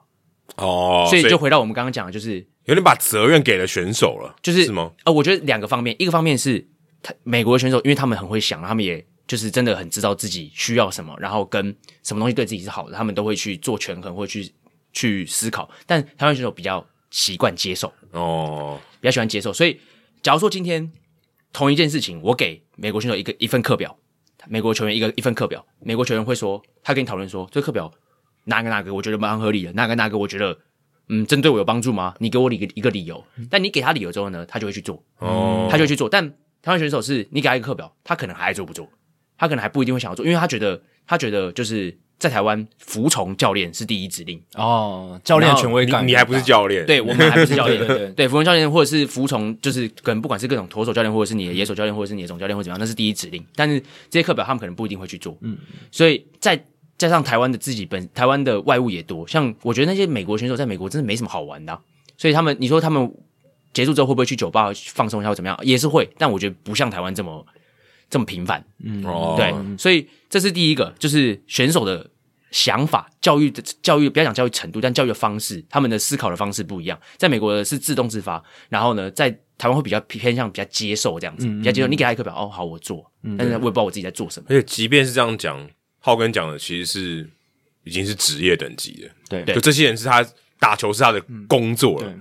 Speaker 2: 哦，
Speaker 3: 所以就回到我们刚刚讲的，就是
Speaker 2: 有点把责任给了选手了，
Speaker 3: 就是
Speaker 2: 是吗？
Speaker 3: 呃，我觉得两个方面，一个方面是他美国的选手，因为他们很会想，他们也就是真的很知道自己需要什么，然后跟什么东西对自己是好的，他们都会去做权衡，或者去去思考。但台湾选手比较习惯接受，
Speaker 2: 哦，
Speaker 3: 比较喜欢接受。所以，假如说今天同一件事情，我给美国选手一个一份课表，美国球员一个一份课表，美国球员会说，他跟你讨论说，这个课表哪个哪个我觉得蛮合理的，哪个哪个我觉得嗯针对我有帮助吗？你给我一个一个理由，但你给他理由之后呢，他就会去做，
Speaker 2: 哦，
Speaker 3: 他就会去做。但台湾选手是你给他一个课表，他可能还爱做不做，他可能还不一定会想要做，因为他觉得他觉得就是。在台湾，服从教练是第一指令。
Speaker 1: 哦，教练的权威感
Speaker 2: 你你还不是教练，
Speaker 3: 对我们还不是教练，
Speaker 1: 对对对
Speaker 3: 对，服从教练或者是服从，就是可能不管是各种投手教练，或者是你的野手教练，或者是你的总教练，或者怎么样，那是第一指令。但是这些课表他们可能不一定会去做，嗯，所以再加上台湾的自己本台湾的外务也多，像我觉得那些美国选手在美国真的没什么好玩的啊、所以他们你说他们结束之后会不会去酒吧放松一下或怎么样，也是会，但我觉得不像台湾这么这么频繁，
Speaker 2: 哦，
Speaker 3: 嗯对，所以这是第一个，就是选手的想法、教育的教育，不要讲教育程度，但教育的方式，他们的思考的方式不一样。在美国的是自动自发，然后呢，在台湾会比较偏向比较接受这样子，比较接受。你给他一课表，哦，好，我做，但是我也不知道我自己在做什么。
Speaker 2: 而且即便是这样讲，浩根讲的其实是已经是职业等级了。
Speaker 1: 对
Speaker 2: 就这些人是他打球是他的工作了。
Speaker 1: 对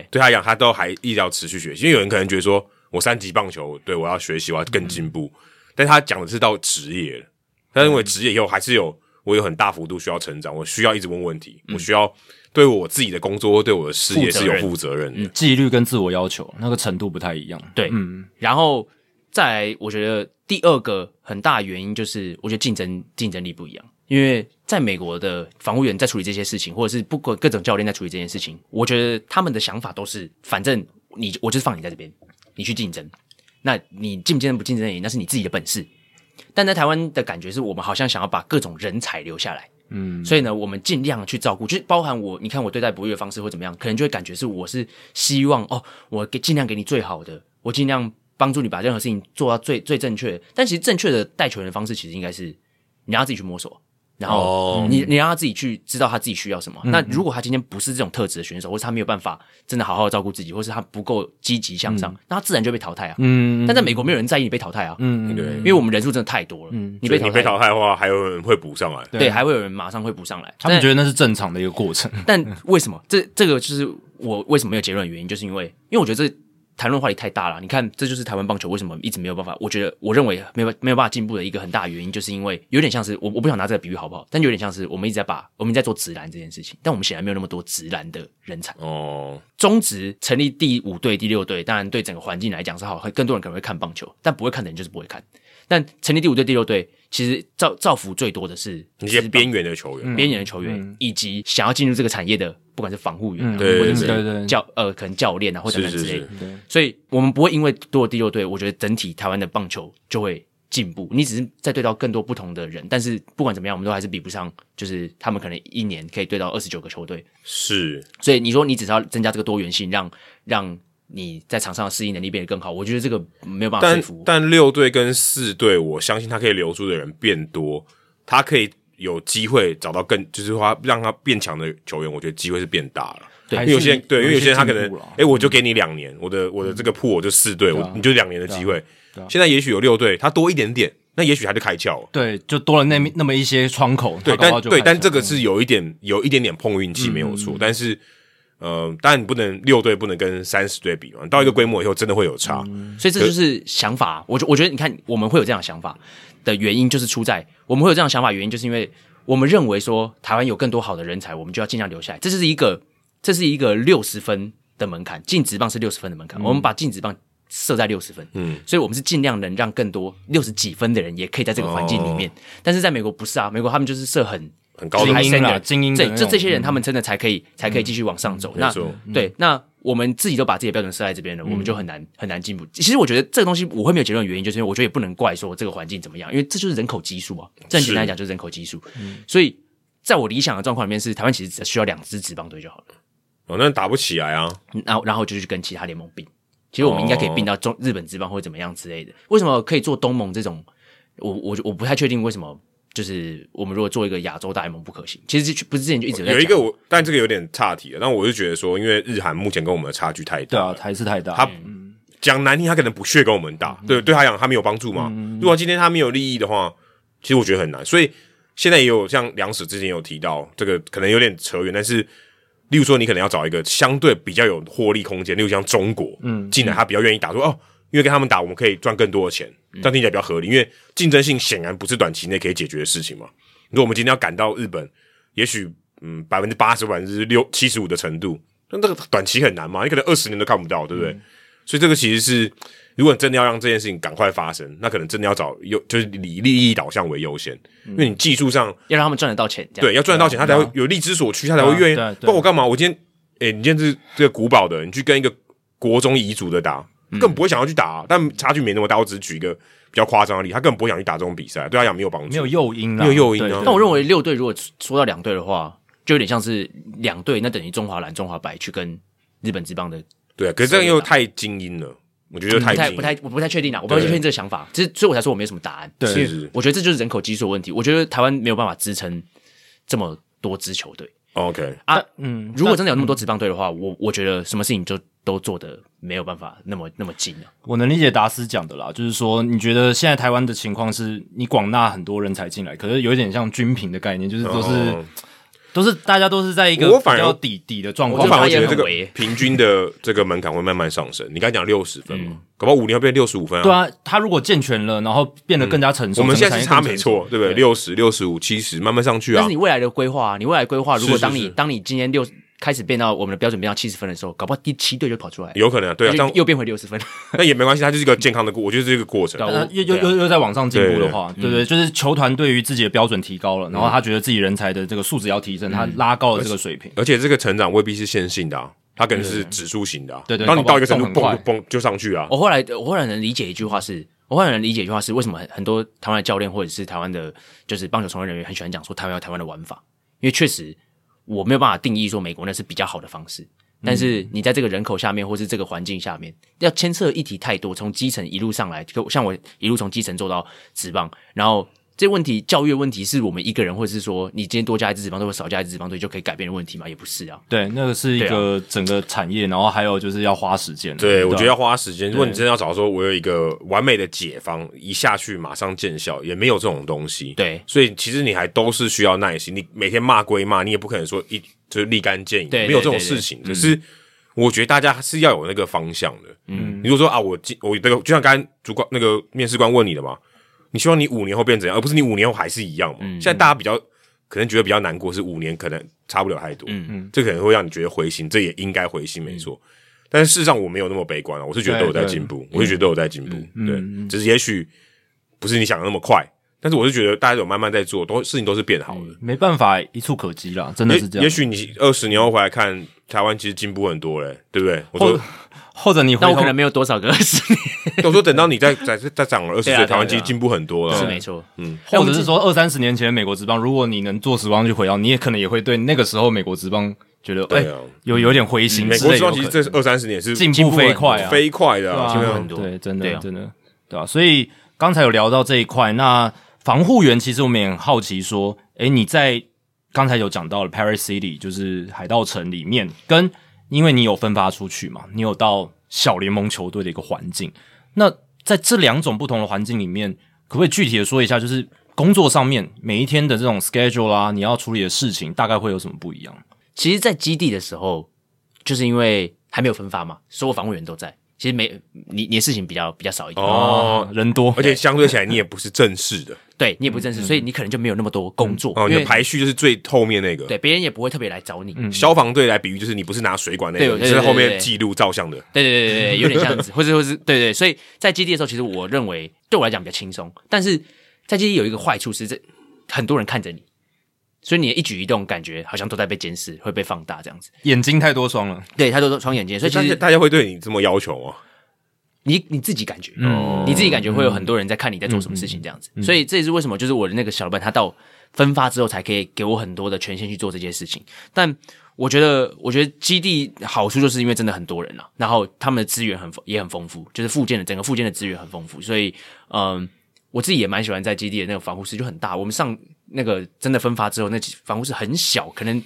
Speaker 3: 对
Speaker 2: 对他来讲，他都还一直要持续学习。因为有人可能觉得说，我三级棒球，对我要学习，我要更进步。但他讲的是到职业了，他认为职业以后还是有我有很大幅度需要成长，我需要一直问问题，我需要对我自己的工作、对我的事业
Speaker 3: 负责
Speaker 2: 是有
Speaker 3: 任
Speaker 2: 负责任的。
Speaker 1: 纪律跟自我要求那个程度不太一样。
Speaker 3: 对，
Speaker 1: 嗯，
Speaker 3: 然后再来，我觉得第二个很大的原因就是，我觉得竞争竞争力不一样。因为在美国的防务员在处理这些事情，或者是不管各种教练在处理这件事情，我觉得他们的想法都是，反正你我就是放你在这边，你去竞争，那你竞不竞争不竞争而已，那是你自己的本事。但在台湾的感觉是我们好像想要把各种人才留下来，嗯，所以呢，我们尽量去照顾，就是包含我，你看我对待博越的方式或怎么样，可能就会感觉是我是希望哦，我给尽量给你最好的，我尽量帮助你把任何事情做到最最正确。但其实正确的带球员的方式，其实应该是你让他自己去摸索，然后
Speaker 2: 哦
Speaker 3: 你、你让他自己去知道他自己需要什么。那如果他今天不是这种特质的选手，或是他没有办法真的好好照顾自己，或是他不够积极向上，那他自然就被淘汰啊。嗯，但在美国没有人在意你被淘汰啊，嗯，
Speaker 2: 对，
Speaker 3: 因为我们人数真的太多了，你
Speaker 2: 所
Speaker 3: 被
Speaker 2: 以
Speaker 3: 淘
Speaker 2: 你被
Speaker 3: 汰。
Speaker 2: 淘汰的话，还有人会补上来。
Speaker 3: 对，还会有人马上会补上来。
Speaker 1: 他们
Speaker 3: 但
Speaker 1: 觉得那是正常的一个过程。
Speaker 3: 但为什么这这个就是我为什么没有结论的原因，就是因为因为我觉得这谈论话题太大了。你看，这就是台湾棒球为什么一直没有办法，我觉得我认为没有没有办法进步的一个很大原因，就是因为有点像是我我不想拿这个比喻好不好？但有点像是我们一直在把我们一直在做直男这件事情，但我们显然没有那么多直男的人才。
Speaker 2: 哦，
Speaker 3: 中职成立第五队、第六队，当然对整个环境来讲是好，更多人可能会看棒球，但不会看的人就是不会看。但成立第五队、第六队，其实造造福最多的是
Speaker 2: 一些
Speaker 3: 职棒
Speaker 2: 边缘的球员，
Speaker 3: 边缘的球员，
Speaker 2: 嗯
Speaker 3: 以及想要进入这个产业的，不管是防护员啊、
Speaker 1: 嗯
Speaker 2: 对
Speaker 3: 或者是
Speaker 1: 对对对
Speaker 3: 教呃可能教练啊或者等等之类的
Speaker 2: 是
Speaker 1: 对
Speaker 3: 所以我们不会因为多了第六队，我觉得整体台湾的棒球就会进步。你只是在对到更多不同的人，但是不管怎么样，我们都还是比不上，就是他们可能一年可以对到二十九个球队。
Speaker 2: 是
Speaker 3: 所以你说你只是要增加这个多元性，让让你在场上的适应能力变得更好，我觉得这个没有办法说
Speaker 2: 但
Speaker 3: 服我。
Speaker 2: 但六队跟四队，我相信他可以留住的人变多，他可以有机会找到更，就是说他让他变强的球员，我觉得机会是变大了。
Speaker 1: 对
Speaker 2: 因为有些人对，因为有些人他可能
Speaker 1: 进步了，嗯
Speaker 2: 哎、我就给你两年，我的我的这个铺我就四队，
Speaker 1: 对
Speaker 2: 我
Speaker 1: 啊
Speaker 2: 你就两年的机会。
Speaker 1: 对啊
Speaker 2: 现在也许有六队，他多一点点，那也许他就开窍 了。
Speaker 1: 对，就多了那那么一些窗口，
Speaker 2: 对，
Speaker 1: 他搞不好
Speaker 2: 但
Speaker 1: 就开
Speaker 2: 对，
Speaker 1: 始嗯
Speaker 2: 但这个是有一点有一点点碰运气没有错，但是。呃，当然你不能六队不能跟三十队比嘛，到一个规模以后真的会有差，
Speaker 1: 嗯
Speaker 3: 所以这就是想法。我觉我觉得，你看，我们会有这样的想法的原因，就是出在我们会有这样的想法，原因就是因为我们认为说台湾有更多好的人才，我们就要尽量留下来。这是一个，这是一个六十分的门槛，进职棒是六十分的门槛，我们把进职棒设在六十分，嗯，所以我们是尽量能让更多六十几分的人也可以在这个环境里面。但是在美国不是啊，美国他们就是设很
Speaker 2: 很高的
Speaker 1: 精
Speaker 3: 还
Speaker 1: 英
Speaker 3: 剩
Speaker 1: 啦
Speaker 3: 的
Speaker 1: 精英的
Speaker 3: 这
Speaker 1: 那
Speaker 3: 这
Speaker 1: 种嗯
Speaker 3: 这些人，他们真的才可以、才可以继续往上走。那
Speaker 2: 没错
Speaker 3: 对，那我们自己都把自己的标准设在这边了，我
Speaker 1: 嗯
Speaker 3: 们就很难很难进步。其实我觉得这个东西我会没有结论，的原因就是因为我觉得也不能怪说这个环境怎么样，因为这就是人口基数啊。这很简单来讲就是人口基数，
Speaker 1: 嗯
Speaker 3: 所以在我理想的状况里面是，台湾其实只需要两支职棒队就好了，
Speaker 2: 哦，那打不起来啊，
Speaker 3: 然后然后就去跟其他联盟并。其实我们应该可以并到中日本职棒或者怎么样之类的。为什么可以做东盟这种？我我我不太确定为什么。就是我们如果做一个亚洲大联盟不可行，其实就不是之前就一直在
Speaker 2: 有一
Speaker 3: 讲
Speaker 2: 个我，但这个有点岔题了。但我就觉得说，因为日韩目前跟我们的差距太
Speaker 1: 对
Speaker 2: 大
Speaker 1: 啊，
Speaker 2: 了，
Speaker 1: 台是太大，
Speaker 2: 他讲难听，他可能不屑跟我们打，对，对他讲他没有帮助嘛。如果今天他没有利益的话，其实我觉得很难。所以现在也有像梁史之前有提到，这个可能有点扯远，但是例如说你可能要找一个相对比较有获利空间，例如像中国，嗯，进来他比较愿意打，说哦，因为跟他们打我们可以赚更多的钱，这样听起来比较合理，因为竞争性显然不是短期内可以解决的事情嘛。如果我们今天要赶到日本，也许嗯百分之八十、百分之六七十五的程度，那这个短期很难嘛，你可能二十年都看不到，对不对？所以这个其实是，如果你真的要让这件事情赶快发生，那可能真的要找优，就是以利益导向为优先，
Speaker 1: 嗯
Speaker 2: 因为你技术上
Speaker 3: 要让他们赚得到钱，这样
Speaker 2: 对，要赚得到钱，他才会有利之所趋，他才会愿意。
Speaker 1: 对啊对啊
Speaker 2: 不然我干嘛？我今天，哎、你今天是这个古堡的，你去跟一个国中遗族的打，
Speaker 1: 嗯
Speaker 2: 更不会想要去打、啊但差距没那么大。我只是举一个比较夸张的例，他根本不会想去打这种比赛，对他讲没有帮助。
Speaker 1: 没有诱因啦，
Speaker 2: 没有诱因啊
Speaker 1: 对对
Speaker 3: 但我认为六队如果说到两队的话，就有点像是两队，那等于中华蓝、中华白去跟日本职棒的，
Speaker 2: 对，可是这样又太精英了，我觉得
Speaker 1: 嗯
Speaker 3: 不
Speaker 2: 太精
Speaker 3: 太
Speaker 2: 英
Speaker 3: 不太，我不太确定啊，我不太
Speaker 2: 对
Speaker 3: 确定这个想法，这所以我才说我没有什么答案。
Speaker 1: 对
Speaker 3: 因为
Speaker 2: 是是
Speaker 3: 我觉得这就是人口基数的问题。我觉得台湾没有办法支撑这么多支球队
Speaker 2: OK。
Speaker 3: 啊。
Speaker 1: 嗯，
Speaker 3: 如果真的有那么多职棒队的话，我我觉得什么事情就都做的没有办法那么那么精啊。
Speaker 1: 我能理解达斯讲的啦，就是说，你觉得现在台湾的情况是你广纳很多人才进来，可是有点像均平的概念，就是都是、
Speaker 2: 哦
Speaker 1: 都是大家都是在一个
Speaker 2: 我
Speaker 1: 比
Speaker 2: 反而
Speaker 1: 较底底的状
Speaker 2: 我
Speaker 1: 况，
Speaker 2: 反而
Speaker 3: 我
Speaker 2: 觉
Speaker 3: 觉
Speaker 2: 得
Speaker 3: 得
Speaker 2: 这
Speaker 3: 他也
Speaker 2: 个
Speaker 3: 很微
Speaker 2: 平均的这个门槛会慢慢上升。你刚才讲六十分嘛，搞不好五年会变六十五分啊。
Speaker 1: 嗯对啊，他如果健全了，然后变得更加成熟，
Speaker 2: 嗯我们现在是
Speaker 1: 是
Speaker 2: 差没错，对不对？六十、六十五、七十，慢慢上去啊。
Speaker 3: 但是你未来的规划啊，你未来规划，如果
Speaker 2: 是是
Speaker 3: 当你
Speaker 2: 是
Speaker 3: 当你今天六开始变到我们的标准变到七十分的时候，搞不好第七队就跑出来了，
Speaker 2: 有可能啊，对啊，
Speaker 3: 就
Speaker 2: 但
Speaker 3: 又变回六十分。
Speaker 2: 那也没关系，它就是一个健康的过，我觉得是一个过程。
Speaker 3: 对啊
Speaker 1: 呃，又又又又在往上进步的话，
Speaker 2: 嗯
Speaker 1: 对不对？就是球团对于自己的标准提高了，然后他觉得自己人才的这个素质要提升，
Speaker 2: 嗯
Speaker 1: 他拉高了这个水平。
Speaker 2: 而且这个成长未必是线性的啊，它可能是指数型的啊。
Speaker 1: 对对
Speaker 2: 当你到一个程度，
Speaker 1: 搞不好
Speaker 2: 嘣嘣就上去啊。
Speaker 3: 我后来我后来能理解一句话是，我后来能理解一句话是，为什么很很多台湾的教练或者是台湾的，就是棒球从业人员很喜欢讲说台湾有台湾的玩法，因为确实我没有办法定义说美国那是比较好的方式。但
Speaker 1: 嗯
Speaker 3: 是你在这个人口下面，或是这个环境下面，要牵涉的议题太多，从基层一路上来，就像我一路从基层做到职棒，然后这问题教育的问题是我们一个人，或者是说你今天多加一支职棒队或少加一支职棒队就可以改变的问题吗？也不是啊。
Speaker 1: 对，那个是一个整个产业，然后还有就是要花时间。啊
Speaker 2: 对，我
Speaker 1: 吧
Speaker 2: 觉得要花时间。如果你真的要找说，我有一个完美的解方，一下去马上见效，也没有这种东西。
Speaker 3: 对
Speaker 2: 所以其实你还都是需要耐心。你每天骂归骂，你也不可能说一就是立竿见影，
Speaker 3: 对对
Speaker 2: 没有这种事情。
Speaker 3: 对对
Speaker 2: 只是我觉得大家是要有那个方向的。嗯，你如果说啊，我今我这个就像刚刚主管那个面试官问你的嘛，你希望你五年后变怎样，而不是你五年后还是一样嘛。
Speaker 3: 嗯
Speaker 2: 现在大家比较可能觉得比较难过，是五年可能差不了太多。嗯嗯，这可能会让你觉得灰心，这也应该灰
Speaker 1: 嗯
Speaker 2: 心，没错。但是事实上我没有那么悲观啊，我是觉得都有在进步，我是觉得都有在进步。
Speaker 1: 嗯
Speaker 2: 对，只是也许不是你想的那么快，但是我是觉得大家有慢慢在做，都事情都是变好的。
Speaker 1: 啊没办法一触可及啦，嗯真的是这样。
Speaker 2: 也也许你二十年后回来看台湾，其实进步很多嘞、对不对？我
Speaker 1: 或
Speaker 2: 说，
Speaker 1: 或者你回
Speaker 3: 那我
Speaker 1: 头
Speaker 3: 可能没有多少个二 十年，
Speaker 2: 我说等到你再再再长了二十
Speaker 3: 对啊
Speaker 2: 岁，
Speaker 3: 对啊
Speaker 2: 台湾其实进步很
Speaker 1: 嗯
Speaker 2: 多了。
Speaker 3: 是没错。
Speaker 1: 或者是说二三十年前的美国职棒，如果你能坐时光去回到，你也可能也会对那个时候美国职棒觉得，哎、
Speaker 2: 对啊嗯
Speaker 1: 有有点灰心
Speaker 2: 美
Speaker 1: 之
Speaker 2: 国
Speaker 1: 类的有可能。
Speaker 2: 希望其实这二三十年是
Speaker 1: 进步飞快啊，
Speaker 2: 飞快的、
Speaker 1: 啊
Speaker 2: 啊，
Speaker 3: 进
Speaker 2: 对
Speaker 3: 步
Speaker 2: 啊
Speaker 3: 很多
Speaker 1: 对，真的，
Speaker 3: 对啊
Speaker 1: 真的，对啊。所以刚才有聊到这一块，那防护员其实我们也很好奇，说，诶，你在刚才有讲到了 Paris City，就是海盗城里面，跟因为你有分发出去嘛，你有到小联盟球队的一个环境，那在这两种不同的环境里面，可不可以具体的说一下，就是工作上面每一天的这种 schedule 啦、你要处理的事情，大概会有什么不一样？
Speaker 3: 其实，在基地的时候，就是因为还没有分发嘛，所有防务员都在。其实没你你的事情比较比较少一点，
Speaker 2: 哦，
Speaker 1: 啊人多，
Speaker 2: 而且相对起来你也不是正式的
Speaker 3: 对你也不认识，所以你可能就没有那么多工作，
Speaker 2: 哦，你
Speaker 3: 因
Speaker 2: 的
Speaker 3: 为
Speaker 2: 排序就是最后面那个。
Speaker 3: 对别人也不会特别来找 你。
Speaker 2: 消防队来比喻就是你不是拿水管那
Speaker 3: 对
Speaker 2: 个，
Speaker 3: 嗯对
Speaker 2: 你是
Speaker 3: 对
Speaker 2: 后
Speaker 3: 对
Speaker 2: 面
Speaker 3: 对
Speaker 2: 记录照相的。
Speaker 3: 对对对对对，有点这样子，或者或是对对，所以在基地的时候，其实我认为对我来讲比较轻松，但是在基地有一个坏处是，这很多人看着你，所以你的一举一动感觉好像都在被监视，会被放大这样子。
Speaker 1: 眼睛太多双了，
Speaker 3: 对他都双眼睛，所以其
Speaker 2: 大家
Speaker 3: 实
Speaker 2: 大家会对你这么要求吗？
Speaker 3: 你你自己感觉，你自己感觉会有很多人在看你在做什么事情这样子，所以这也是为什么就是我的那个小老板他到分发之后才可以给我很多的权限去做这些事情，但我觉得我觉得基地好处就是因为真的很多人了、啊然后他们的资源很丰也很丰富，就是附件的整个附件的资源很丰富，所以嗯。我自己也蛮喜欢在基地的那个防护室就很大，我们上那个真的分发之后，那防护室很小，可能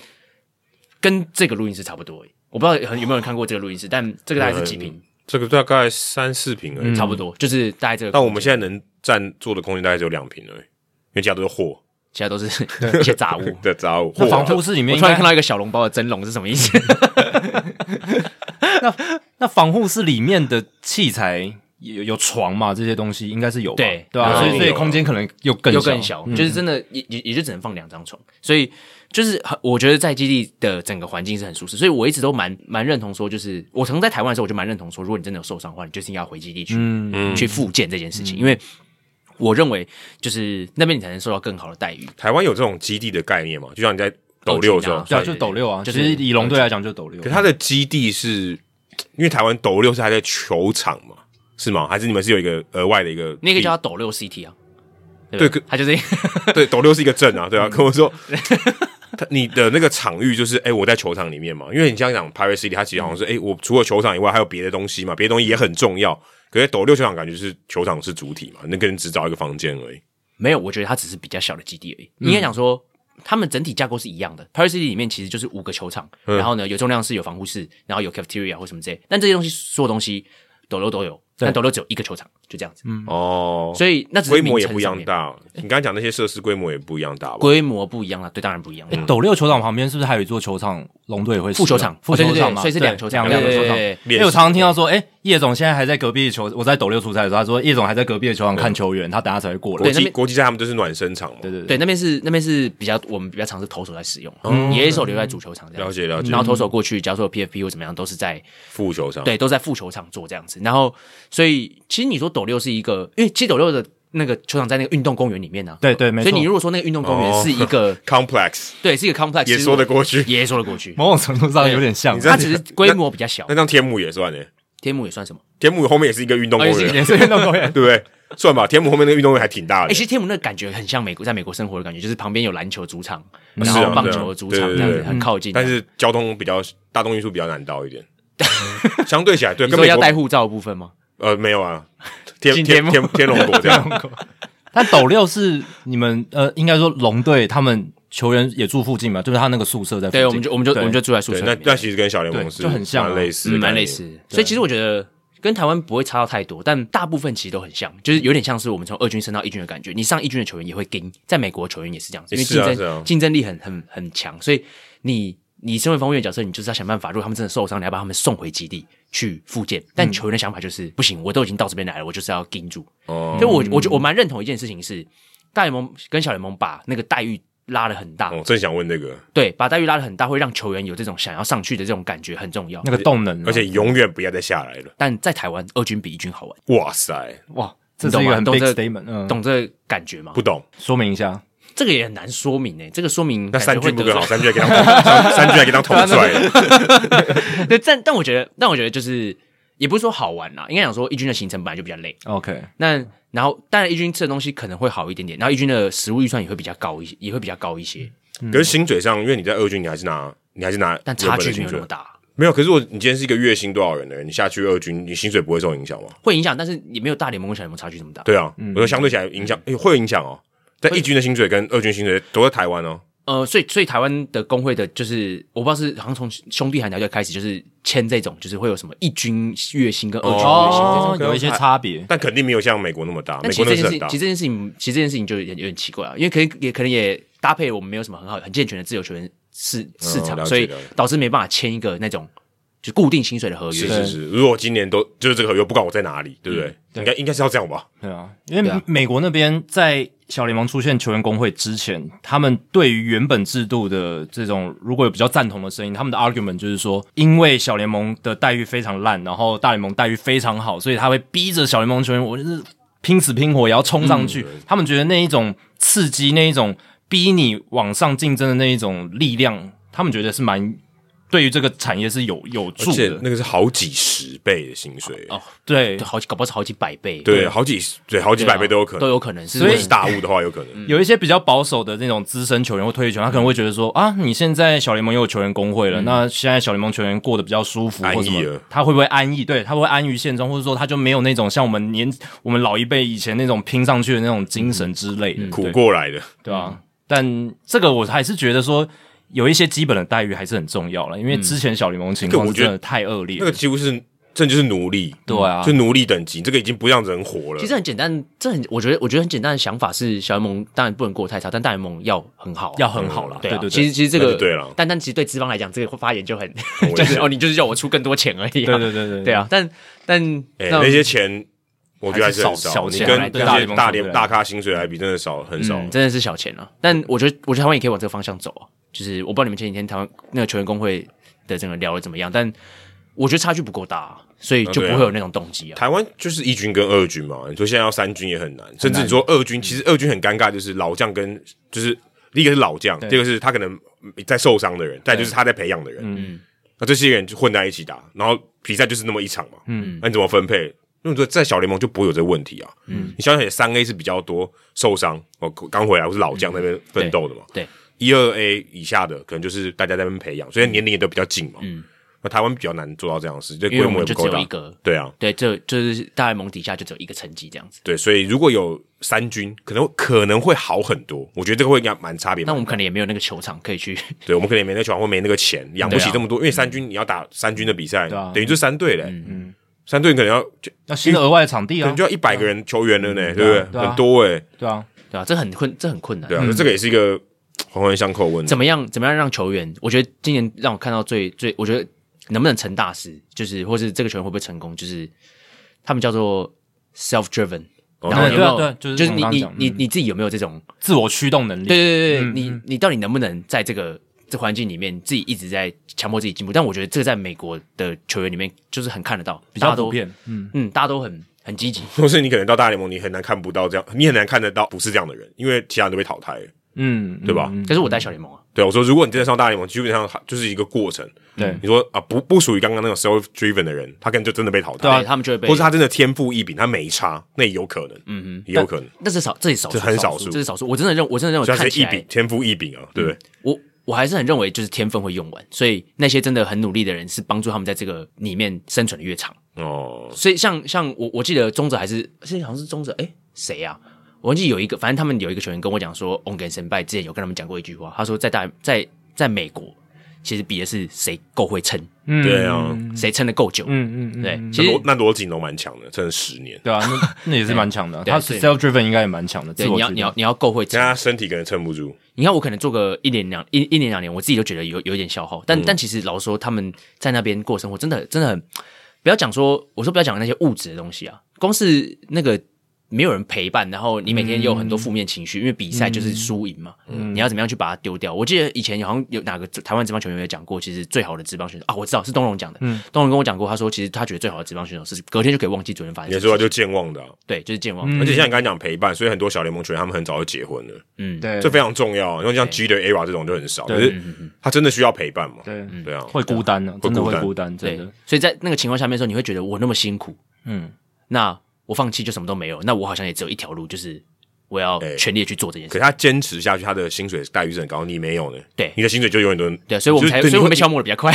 Speaker 3: 跟这个录音室差不多而已。我不知道有有没有人看过这个录音室，但这个大概是几平，
Speaker 2: 这个大概三四平而
Speaker 1: 嗯
Speaker 2: 已，
Speaker 3: 差不多，就是大概这个空间。
Speaker 2: 但我们现在能占坐的空间大概只有两平而已，因为其他都是货
Speaker 3: 其他都是 一些杂物。
Speaker 2: 的杂物。
Speaker 1: 那
Speaker 2: 货
Speaker 1: 防
Speaker 2: 啊
Speaker 1: 护室里面
Speaker 3: 我
Speaker 1: 应
Speaker 3: 突然
Speaker 1: 该嗯
Speaker 3: 看到一个小笼包的蒸笼是什么意思？
Speaker 1: 那防护室里面的器材有有床嘛？这些东西应该是有吧？
Speaker 3: 对
Speaker 1: 对吧、啊
Speaker 2: 有
Speaker 1: 所以所以空间可能又更嗯
Speaker 3: 又更小，就是真的也也也就只能放两张床，所以就是很我觉得在基地的整个环境是很舒适，所以我一直都蛮蛮认同说，就是我曾在台湾的时候，我就蛮认同说，如果你真的有受伤的话，你就是应该回基地去、
Speaker 1: 嗯
Speaker 2: 嗯
Speaker 3: 去复健这件事情，因为我认为就是那边你才能受到更好的待遇。
Speaker 2: 台湾有这种基地的概念嘛？就像你在斗六这
Speaker 3: 斗啊
Speaker 2: 种
Speaker 3: 鸡，
Speaker 1: 对啊，
Speaker 3: 对
Speaker 1: 就斗六啊，
Speaker 3: 就
Speaker 1: 就是是以龙队来讲就斗六
Speaker 2: 可。它的基地是因为台湾斗六是还在球场嘛？是吗？还是你们是有一个额外的一个？
Speaker 3: 那个叫它斗六 CT 啊，
Speaker 2: 对
Speaker 3: 对吧
Speaker 2: 可，
Speaker 3: 它就是一个
Speaker 2: 对斗六是一个镇啊，对
Speaker 3: 嗯
Speaker 2: 啊。跟我说，它你的那个场域就是哎、我在球场里面嘛，因为你像讲 Pirate City，它其实好像是哎、我除了球场以外还有别的东西嘛，别的东西也很重要。可是斗六球场感觉是球场是主体嘛，那个人只找一个房间而已。
Speaker 3: 没有，我觉得它只是比较小的基地而已。应该讲说，他们整体架构是一样的。Paris City 里面其实就是五个球场，然后呢有重量室、有防护室，然后有 cafeteria 或什么之类。但这些东西所有东西斗六都有，但斗六只有一个球场，就这样子。
Speaker 2: 哦，
Speaker 3: 嗯所以那只是
Speaker 2: 规模
Speaker 3: 名
Speaker 2: 也
Speaker 3: 称
Speaker 2: 不一
Speaker 3: 上
Speaker 2: 样
Speaker 3: 面，
Speaker 2: 大。你刚刚讲那些设施规模也不一样大吧？
Speaker 3: 规模不一样啊，对，当然不一样。
Speaker 1: 哎斗六球场旁边是不是还有一座球场？龙队也会使用
Speaker 3: 副球场
Speaker 1: 副球场
Speaker 3: 哦对对对
Speaker 1: 嘛，
Speaker 3: 所以是两球场
Speaker 1: 两个
Speaker 3: 对
Speaker 1: 球
Speaker 3: 对对
Speaker 1: 场。
Speaker 3: 对
Speaker 1: 因为我常常听到说，哎，叶总现在还在隔壁球，我在斗六出差的时候，他说叶总还在隔壁的球场看球员，他等下才会过来
Speaker 2: 国。
Speaker 3: 对那
Speaker 2: 际
Speaker 3: 边
Speaker 2: 国际赛他们就是暖身场嘛。对对
Speaker 3: 对，那边是那边是比较我们比较常是投手在使用，野手留在主球场这样
Speaker 2: 了
Speaker 3: 子。
Speaker 2: 解了解，
Speaker 3: 然后投手过去，假如说有 PFP 或怎么样，都是在
Speaker 2: 副球场。
Speaker 3: 对，都在副球场做这样子。然后，所以其实你说斗六是一个，因为其实斗六的那个球场在那个运动公园里面呢、
Speaker 1: 对对没错
Speaker 3: 所以你如果说那个运动公园是一个，
Speaker 2: complex
Speaker 3: 对，是一个 complex，
Speaker 2: 也哦说得过去。
Speaker 3: 也说得过去。
Speaker 1: 某种程度上有点像
Speaker 2: 你，知道
Speaker 3: 它只是规模比较小
Speaker 2: 那，张天母也算呢，
Speaker 3: 天幕也算什么？
Speaker 2: 天母后面也是一个运动公
Speaker 3: 哦也是
Speaker 2: 园，
Speaker 1: 也是运动公园。
Speaker 2: 对不对？算吧，天母后面那个运动公园还挺大
Speaker 3: 哎、
Speaker 2: 的
Speaker 3: 其。实天幕那个感觉很像美国，在美国生活的感觉，就是旁边有篮球主场，
Speaker 2: 是
Speaker 3: 然
Speaker 2: 啊
Speaker 3: 后棒球的主场
Speaker 2: 对
Speaker 3: 这
Speaker 2: 对
Speaker 3: 样子，
Speaker 2: 对
Speaker 3: 很靠近。啊
Speaker 2: 但是交通比较大众运输比较难到一点， 相对起来对，
Speaker 3: 你
Speaker 2: 跟
Speaker 3: 说
Speaker 2: 美
Speaker 3: 要
Speaker 2: 国
Speaker 3: 带护照的部分吗？
Speaker 2: 呃没有啊，天
Speaker 3: 进
Speaker 2: 天
Speaker 3: 天幕
Speaker 2: 天天龙国这 样，
Speaker 1: 但斗六是你们呃，应该说龙队他们球员也住附近嘛，就是他那个宿舍在附近。
Speaker 3: 对，我们就我们就我们就住在宿
Speaker 2: 对，
Speaker 3: 舍里
Speaker 2: 那
Speaker 3: 面，
Speaker 2: 那其实跟小联盟
Speaker 1: 对
Speaker 2: 是
Speaker 1: 就很像啊
Speaker 2: 蛮类似，
Speaker 3: 嗯，蛮类。似的。所以其实我觉得跟台湾不会差到太多，但大部分其实都很像，就是有点像是我们从二军升到一军的感觉。你上一军的球员也会跟，在美国球员也是这样子，因为
Speaker 2: 是
Speaker 3: 竞
Speaker 2: 啊
Speaker 3: 争
Speaker 2: 是啊
Speaker 3: 竞争力很很很强，所以你你身为防护员的角色，你就是要想办法，如果他们真的受伤，你要把他们送回基地去复健。但球员的想法就是，不行，我都已经到这边来了，我就是要盯住。
Speaker 2: 哦
Speaker 3: 所以我我觉我蛮认同一件事情是，大联盟跟小联盟把那个待遇拉得很大，
Speaker 2: 哦我正想问这个，
Speaker 3: 对，把待遇拉得很大，会让球员有这种想要上去的这种感觉很重要
Speaker 1: 那。个动
Speaker 3: 嗯
Speaker 1: 能啊，
Speaker 2: 而且永远不要再下来了。
Speaker 3: 但在台湾，二军比一军好玩，
Speaker 2: 哇塞，
Speaker 1: 哇，这
Speaker 3: 你
Speaker 1: 是
Speaker 3: 懂
Speaker 1: 一
Speaker 3: 吗
Speaker 1: 个很
Speaker 3: 懂
Speaker 1: big
Speaker 3: 这
Speaker 1: statement，嗯，
Speaker 3: 懂这感觉吗
Speaker 2: 不？懂。
Speaker 1: 说明一下，
Speaker 3: 这个也很难说明诶、欸这个说明
Speaker 2: 那
Speaker 3: 感觉
Speaker 2: 三
Speaker 3: 会
Speaker 2: 军不
Speaker 3: 得罪
Speaker 2: 更好？三军还给他三三 军还给他统帅了。
Speaker 3: 对，但但我觉得，但我觉得就是也不是说好玩啦，应该讲说一军的行程本来就比较累。
Speaker 1: OK，
Speaker 3: 那然后当然一军吃的东西可能会好一点点，然后一军的食物预算也会比较高一些，也会比较高一
Speaker 1: 嗯
Speaker 3: 些，
Speaker 2: 可是薪水上，因为你在二军，你还是拿，你还是拿
Speaker 3: 嗯但
Speaker 2: 原
Speaker 3: 差
Speaker 2: 本的
Speaker 3: 距
Speaker 2: 薪
Speaker 3: 没有那
Speaker 2: 水
Speaker 3: 么。大，
Speaker 2: 没有，可是我你今天是一个月薪多少人的人，你下去二军，你薪水不会受影响吗？
Speaker 3: 会影响，但是也没有大联盟跟小联盟差距这么大。
Speaker 2: 对啊，我说相对起来
Speaker 3: 嗯
Speaker 2: 影响，哎，会有影响哦。在一军的薪水跟二军薪水都在台湾哦，
Speaker 3: 呃，所以所以台湾的工会的，就是我不知道是好像从兄弟海聊就开始，就是签这种，就是会有什么一军月薪跟二军月薪这种。
Speaker 1: 哦，有一些差别，
Speaker 2: 但肯定没有像美国那么大。
Speaker 3: 但
Speaker 2: 美
Speaker 3: 其
Speaker 2: 国
Speaker 3: 实
Speaker 2: 那个是
Speaker 3: 这件事
Speaker 2: 很
Speaker 3: 情，
Speaker 2: 大
Speaker 3: 其。实这件事情，其实这件事情就有点有点奇怪啊，因为可能也可能也搭配我们没有什么很好很健全的自由球员市市场，
Speaker 2: 哦了解
Speaker 3: 所以
Speaker 2: 了解
Speaker 3: 导致没办法签一个那种就固定薪水的合约。
Speaker 2: 是是是，如果今年都就是这个合约，不管我在哪里，对不
Speaker 3: 嗯
Speaker 2: 对？
Speaker 1: 对
Speaker 2: 应该应该是要这样吧？
Speaker 1: 对啊，因
Speaker 3: 对
Speaker 1: 为
Speaker 3: 啊
Speaker 1: 美国那边在小联盟出现球员工会之前，他们对于原本制度的这种如果有比较赞同的声音，他们的 argument 就是说，因为小联盟的待遇非常烂，然后大联盟待遇非常好，所以他会逼着小联盟球员，我就是拼死拼活也要冲上去。他们觉得那一种刺激，那一种逼你往上竞争的那一种力量，他们觉得是蛮。对于这个产业是有有
Speaker 2: 而
Speaker 1: 助
Speaker 2: 且
Speaker 1: 的，
Speaker 2: 那个是好几十倍的薪水，
Speaker 3: 哦，
Speaker 1: 对
Speaker 3: 就，好几，搞不好是好几百倍，
Speaker 2: 对，好几对好几
Speaker 3: 对啊嗯
Speaker 2: 百倍都有可
Speaker 3: 都
Speaker 2: 能。
Speaker 3: 有可能。是
Speaker 1: 所以
Speaker 2: 如果是大雾的话，有可能。
Speaker 1: 有一些比较保守的那种资深球员或退役球员，他可能会觉得说
Speaker 2: 嗯
Speaker 1: 啊，你现在小联盟也有球员工会了，那现在小联盟球员过得比较舒服，
Speaker 2: 安逸
Speaker 1: 或什么
Speaker 2: 了
Speaker 1: 他会不会安逸？对他会不会安于现状，或者说他就没有那种像我们年我们老一辈以前那种拼上去的那种精神之类的，
Speaker 2: 嗯苦
Speaker 1: 对
Speaker 2: 过来的，
Speaker 1: 对吧、但这个我还是觉得说。有一些基本的待遇还是很重要了，因为之前小联盟情况
Speaker 2: 嗯这个我
Speaker 1: 是
Speaker 2: 觉得
Speaker 1: 真的太恶劣
Speaker 2: 那个
Speaker 1: 了。
Speaker 2: 几乎是，这就是奴隶，
Speaker 1: 对啊
Speaker 2: 就奴隶等级，这个已经不让人活了。
Speaker 3: 其实很简单，这很我觉得我觉得很简单的想法是，小联盟当然不能过得太差，但大联盟要很好啊、
Speaker 1: 要很好啦，
Speaker 3: 对啊
Speaker 1: 对对，
Speaker 3: 其实其实这
Speaker 2: 那
Speaker 3: 个
Speaker 2: 就对了
Speaker 3: 但但其实对资方来讲，这个发言就很
Speaker 2: 危
Speaker 3: 就
Speaker 2: 险
Speaker 3: 是哦，你就是叫我出更多钱而已、
Speaker 1: 对
Speaker 3: 啊，
Speaker 1: 对对对
Speaker 3: 对啊，但但、
Speaker 2: 哎、
Speaker 3: 那
Speaker 2: 那些钱我觉得还是很
Speaker 1: 还是少
Speaker 2: 少，
Speaker 1: 少
Speaker 2: 你
Speaker 1: 钱
Speaker 2: 跟
Speaker 1: 来对
Speaker 2: 那
Speaker 1: 大
Speaker 2: 些
Speaker 1: 联盟
Speaker 2: 大
Speaker 1: 球
Speaker 2: 连
Speaker 1: 队
Speaker 2: 大咖薪水来比，真的少很少。
Speaker 3: 嗯，真的是小钱了、但我觉得，我觉得台湾也可以往这个方向走啊。就是我不知道你们前几天台湾那个球员工会的整个聊的怎么样，但我觉得差距不够大、啊，所以
Speaker 1: 哦
Speaker 3: 就不
Speaker 2: 对啊
Speaker 3: 会有那种动机啊。
Speaker 2: 台湾就是一军跟二军嘛，你说现在要三军也很难，甚至你说二军，其实二军很尴尬，就是老将跟就是第一个是老将，第二个是他可能在受伤的人，再就是他在培养的人，嗯，那这些人就混在一起打，然后比赛就是那么一场嘛，嗯，那你怎么分配？那你说在小联盟就不会有这个问题啊，嗯，你想想三 A 是比较多受伤，我刚回来我是老将那边奋斗的嘛，
Speaker 3: 嗯对，
Speaker 2: 一二 A 以下的可能就是大家在那边培养，所以年龄也都比较近嘛，嗯，那台湾比较难做到这样的事，这
Speaker 3: 因为
Speaker 2: 规
Speaker 3: 我
Speaker 2: 模
Speaker 3: 们
Speaker 2: 也
Speaker 3: 就
Speaker 2: 不够
Speaker 3: 只有
Speaker 2: 大
Speaker 3: 一，个，
Speaker 2: 对啊，
Speaker 3: 对，这就是大联盟底下就只有一个成绩这样子。
Speaker 2: 对，所以如果有三军，可能可能会好很多。我觉得这个会应该蛮差别
Speaker 3: 那
Speaker 2: 蛮。
Speaker 3: 我们可能也没有那个球场可以去，
Speaker 2: 对我们可能也没那个球场，或没那个钱，养不
Speaker 3: 对
Speaker 2: 起
Speaker 3: 啊
Speaker 2: 这么多。因为三军你要打三军的比赛，
Speaker 1: 对啊
Speaker 2: 等于就三队嘞、嗯，三队可能要就
Speaker 1: 要新的额外的场地
Speaker 2: 可
Speaker 1: 啊
Speaker 2: 能，就要一百个人球员了呢、
Speaker 1: 对啊
Speaker 2: 对不
Speaker 1: 对啊
Speaker 2: 很多哎、
Speaker 1: 对啊，
Speaker 3: 对啊，这很困，这很困难。
Speaker 2: 对啊，那这个也是一个环环相扣的问题
Speaker 3: 怎。么样？怎么样让球员？我觉得今年让我看到最最，我觉得能不能成大事，就是或是这个球员会不会成功，就是他们叫做 self driven，、然后有没有、
Speaker 1: 对啊对啊就是
Speaker 3: 就是
Speaker 1: 我
Speaker 3: 你
Speaker 1: 刚刚
Speaker 3: 你
Speaker 1: 讲
Speaker 3: 你你自己有没有这种？
Speaker 1: 自我驱动能力，
Speaker 3: 对对对
Speaker 2: 嗯
Speaker 3: 对，你你到底能不能在这个这环境里面自己一直在强迫自己进步？但我觉得这个在美国的球员里面就是很看得到，
Speaker 1: 比
Speaker 3: 大
Speaker 1: 较
Speaker 3: 家都
Speaker 1: 普遍，嗯，
Speaker 3: 嗯，大家都很很积极，
Speaker 2: 或是你可能到大联盟，你很难看不到这样，你很难看得到不是这样的人，因为其他人都被淘汰了，
Speaker 1: 嗯，
Speaker 2: 对吧？
Speaker 3: 可是我在小联盟啊，
Speaker 2: 对，我说如果你真的上大联盟，基本上就是一个过程。
Speaker 1: 对
Speaker 2: 你说啊，不不属于刚刚那种 self driven 的人，他可能就真的被淘汰。
Speaker 1: 对啊
Speaker 3: 对他们就会被
Speaker 2: 或是他真的天赋异禀，他没差，那也有可能，嗯哼，也有可能，
Speaker 3: 那是少，这是少数，
Speaker 2: 这很
Speaker 3: 少
Speaker 2: 少数
Speaker 3: 这是少数。我真的认，我真的认为
Speaker 2: 虽
Speaker 3: 哦看
Speaker 2: 然是
Speaker 3: 起
Speaker 2: 异
Speaker 3: 来嗯
Speaker 2: 禀，天赋异禀啊，对不对？
Speaker 3: 我我还是很认为就是天分会用完，所以那些真的很努力的人是帮助他们在这个里面生存的越长。
Speaker 2: 哦，
Speaker 3: 所以像像我我记得中泽还是是好像是中泽诶，谁啊？我忘记有一个，反正他们有一个球员跟我讲说，On 跟 s e n 之前有跟他们讲过一句话，他说在大在在美国，其实比的是谁够会撑，
Speaker 1: 嗯
Speaker 2: 对啊
Speaker 3: 谁撑得够久。
Speaker 1: 嗯嗯嗯，
Speaker 3: 对，
Speaker 2: 那
Speaker 3: 其实
Speaker 2: 罗那罗景龙蛮强的，撑了十年，
Speaker 1: 对啊， 那那也是蛮强的啊，
Speaker 3: 对
Speaker 1: 他
Speaker 3: 对
Speaker 1: self driven 应该也蛮强的，
Speaker 3: 对
Speaker 1: 自我
Speaker 3: 你要
Speaker 1: 驱
Speaker 3: 你
Speaker 1: 动
Speaker 3: 要你要够会撑
Speaker 2: 但，他身体可能撑不住。
Speaker 3: 你看，我可能做个一年两一一年两年，我自己都觉得有有一点消耗。但、但其实老实说，他们在那边过生活，真的真的很，不要讲说，我说不要讲那些物质的东西啊，光是那个没有人陪伴，然后你每天也有很多负面情绪，因为比赛就是输赢嘛，嗯你要怎么样去把它丢掉？我记得以前好像有哪个台湾职棒球员也讲过，其实最好的职棒选手啊，我知道是东荣讲的，东荣跟我讲过，他说其实他觉得最好的职棒选手是隔天就可以忘记昨天发生
Speaker 2: 你
Speaker 3: 的事
Speaker 2: 说
Speaker 3: 情，
Speaker 2: 他就健忘的啊、
Speaker 3: 对，就是健忘，
Speaker 1: 嗯
Speaker 2: 而且像你刚才讲陪伴，所以很多小联盟球员他们很早就结婚了，
Speaker 3: 嗯，
Speaker 1: 对
Speaker 2: 这非常重要啊。因为像 G 的 A 瓦这种就很少，可是
Speaker 3: 嗯
Speaker 2: 他真的需要陪伴嘛？
Speaker 1: 对
Speaker 2: 对啊，
Speaker 1: 会孤单呢，真的会孤单，真
Speaker 3: 对
Speaker 1: 的，，
Speaker 3: 所以在那个情况下面的时候，你会觉得我那么辛苦，
Speaker 1: 嗯，
Speaker 3: 那我放弃就什么都没有，那我好像也只有一条路，就是我要
Speaker 2: 对
Speaker 3: 全力地去做这件
Speaker 2: 可
Speaker 3: 事。
Speaker 2: 他坚持下去，他的薪水待遇是很高，你没有呢？
Speaker 3: 对
Speaker 2: 你的薪水就永远都
Speaker 3: 对，啊所以我们
Speaker 2: 就是
Speaker 3: 才，
Speaker 2: 对
Speaker 3: 所以我们被
Speaker 2: 你
Speaker 3: 消磨的比 较快。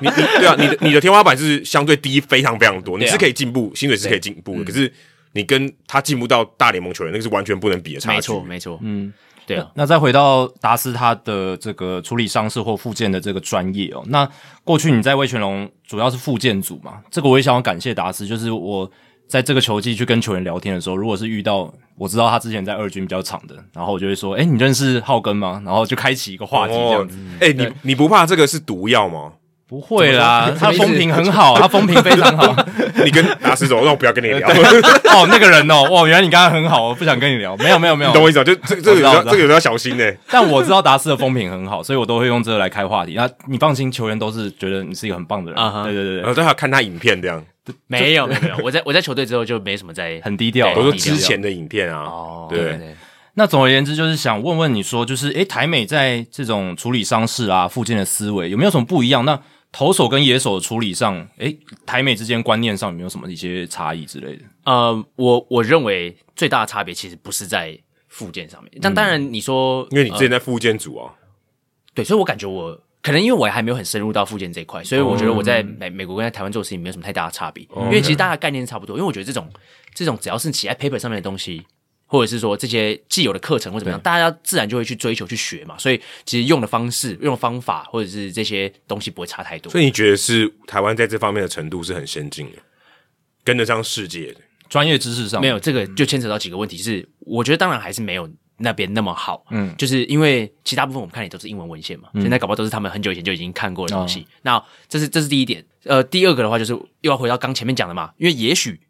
Speaker 2: 你你对啊，你的你的天花板是相对低非常非常多，你
Speaker 3: 对啊
Speaker 2: 是可以进步，薪水是可以进步的，可是你跟他进步到大联盟球员，那个是完全不能比的差距。
Speaker 3: 没错，没错，嗯，对啊，
Speaker 1: 那再回到达斯他的这个处理伤势或复健的这个专业哦，那过去你在魏全龙主要是复健组嘛，这个我也想要感谢达斯，就是我在这个球季去跟球员聊天的时候，如果是遇到我知道他之前在二军比较长的，然后我就会说，哎、你认识浩根吗？然后就开启一个话题这样子。
Speaker 2: 哦，哎、你你不怕这个是毒药吗？
Speaker 1: 不会啦，
Speaker 3: 怎
Speaker 1: 他
Speaker 3: 么说
Speaker 1: 风评很好，啊他风评非常 好。
Speaker 2: 你跟达斯 走，那我不要跟你聊，
Speaker 1: 哦，那个人哦，哇，原来你刚刚很好，我不想跟你聊。没有没有没有，
Speaker 2: 懂我意思吗？就这这个有时
Speaker 1: 我
Speaker 2: 候
Speaker 1: 知道我知道
Speaker 2: 这个有时候要小心呢、
Speaker 1: 但我知道达斯的风评很好，所以我都会用这个来开话题。那你放心，球员都是觉得你是一个很棒的人。
Speaker 3: 啊哈
Speaker 1: 对对对
Speaker 2: 然后
Speaker 1: 对，
Speaker 2: 都还要看他影片这样，
Speaker 3: 没有，没有，没有。我在我在球队之后就没什 么在
Speaker 1: 很低调。
Speaker 3: 对
Speaker 2: 我说
Speaker 3: 低调
Speaker 2: 之前的影片啊，
Speaker 3: 哦，
Speaker 2: 对
Speaker 3: 对对，
Speaker 1: 那总而言之，就是想问问你说，就是诶，台美在这种处理伤势啊、附件的思维有没有什么不一样？那投手跟野手的处理上，诶，台美之间观念上有没有什么一些差异之类的？
Speaker 3: 呃，我我认为最大的差别其实不是在附件上面，
Speaker 2: 嗯
Speaker 3: 但当然你说，
Speaker 2: 因为你之
Speaker 3: 呃
Speaker 2: 前在复健组啊，
Speaker 3: 对，所以我感觉我可能因为我还没有很深入到附件这一块，所以我觉得我在美美国跟在台湾做的事情没有什么太大的差别，因为其实大家的概念差不多。因为我觉得这种这种只要是写在 paper 上面的东西，或者是说这些既有的课程或怎么样，大家自然就会去追求去学嘛，所以其实用的方式、用的方法或者是这些东西不会差太多。
Speaker 2: 所以你觉得是台湾在这方面的程度是很先进的，跟得上世界的。
Speaker 1: 专业知识上
Speaker 3: 没有这个就牵扯到几个问题，是我觉得当然还是没有那边那么好，
Speaker 1: 嗯
Speaker 3: 嗯，就是因为其他部分我们看也都是英文文献嘛，现在搞不好都是他们很久以前就已经看过的东西。那这是这是第一点，呃，第二个的话就是又要回到刚前面讲的嘛，因为也许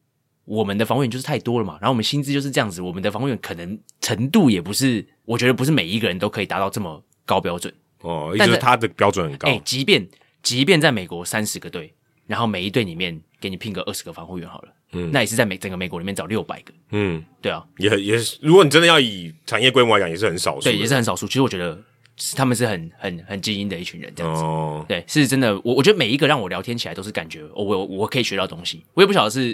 Speaker 3: 我们的防卫员就是太多了嘛，然后我们薪资就是这样子，我们的防卫员可能程度也不是，我觉得不是每一个人都可以达到这么高标准。
Speaker 2: 哦，意思
Speaker 3: 但是
Speaker 2: 是他的标准很高
Speaker 3: 哎、，即便即便在美国三十个队，然后每一队里面给你聘个二十个防护员好了，嗯，那也是在美整个美国里面找六百个，
Speaker 2: 嗯，
Speaker 3: 对啊，
Speaker 2: 也很也是，如果你真的要以产业规模来讲，也是很少数的，
Speaker 3: 对，也是很少数。其实我觉得是他们是很很很精英的一群人，这样子。
Speaker 2: 哦，
Speaker 3: 对，是真的。我我觉得每一个让我聊天起来都是感觉，哦、我我可以学到东西。我也不晓得是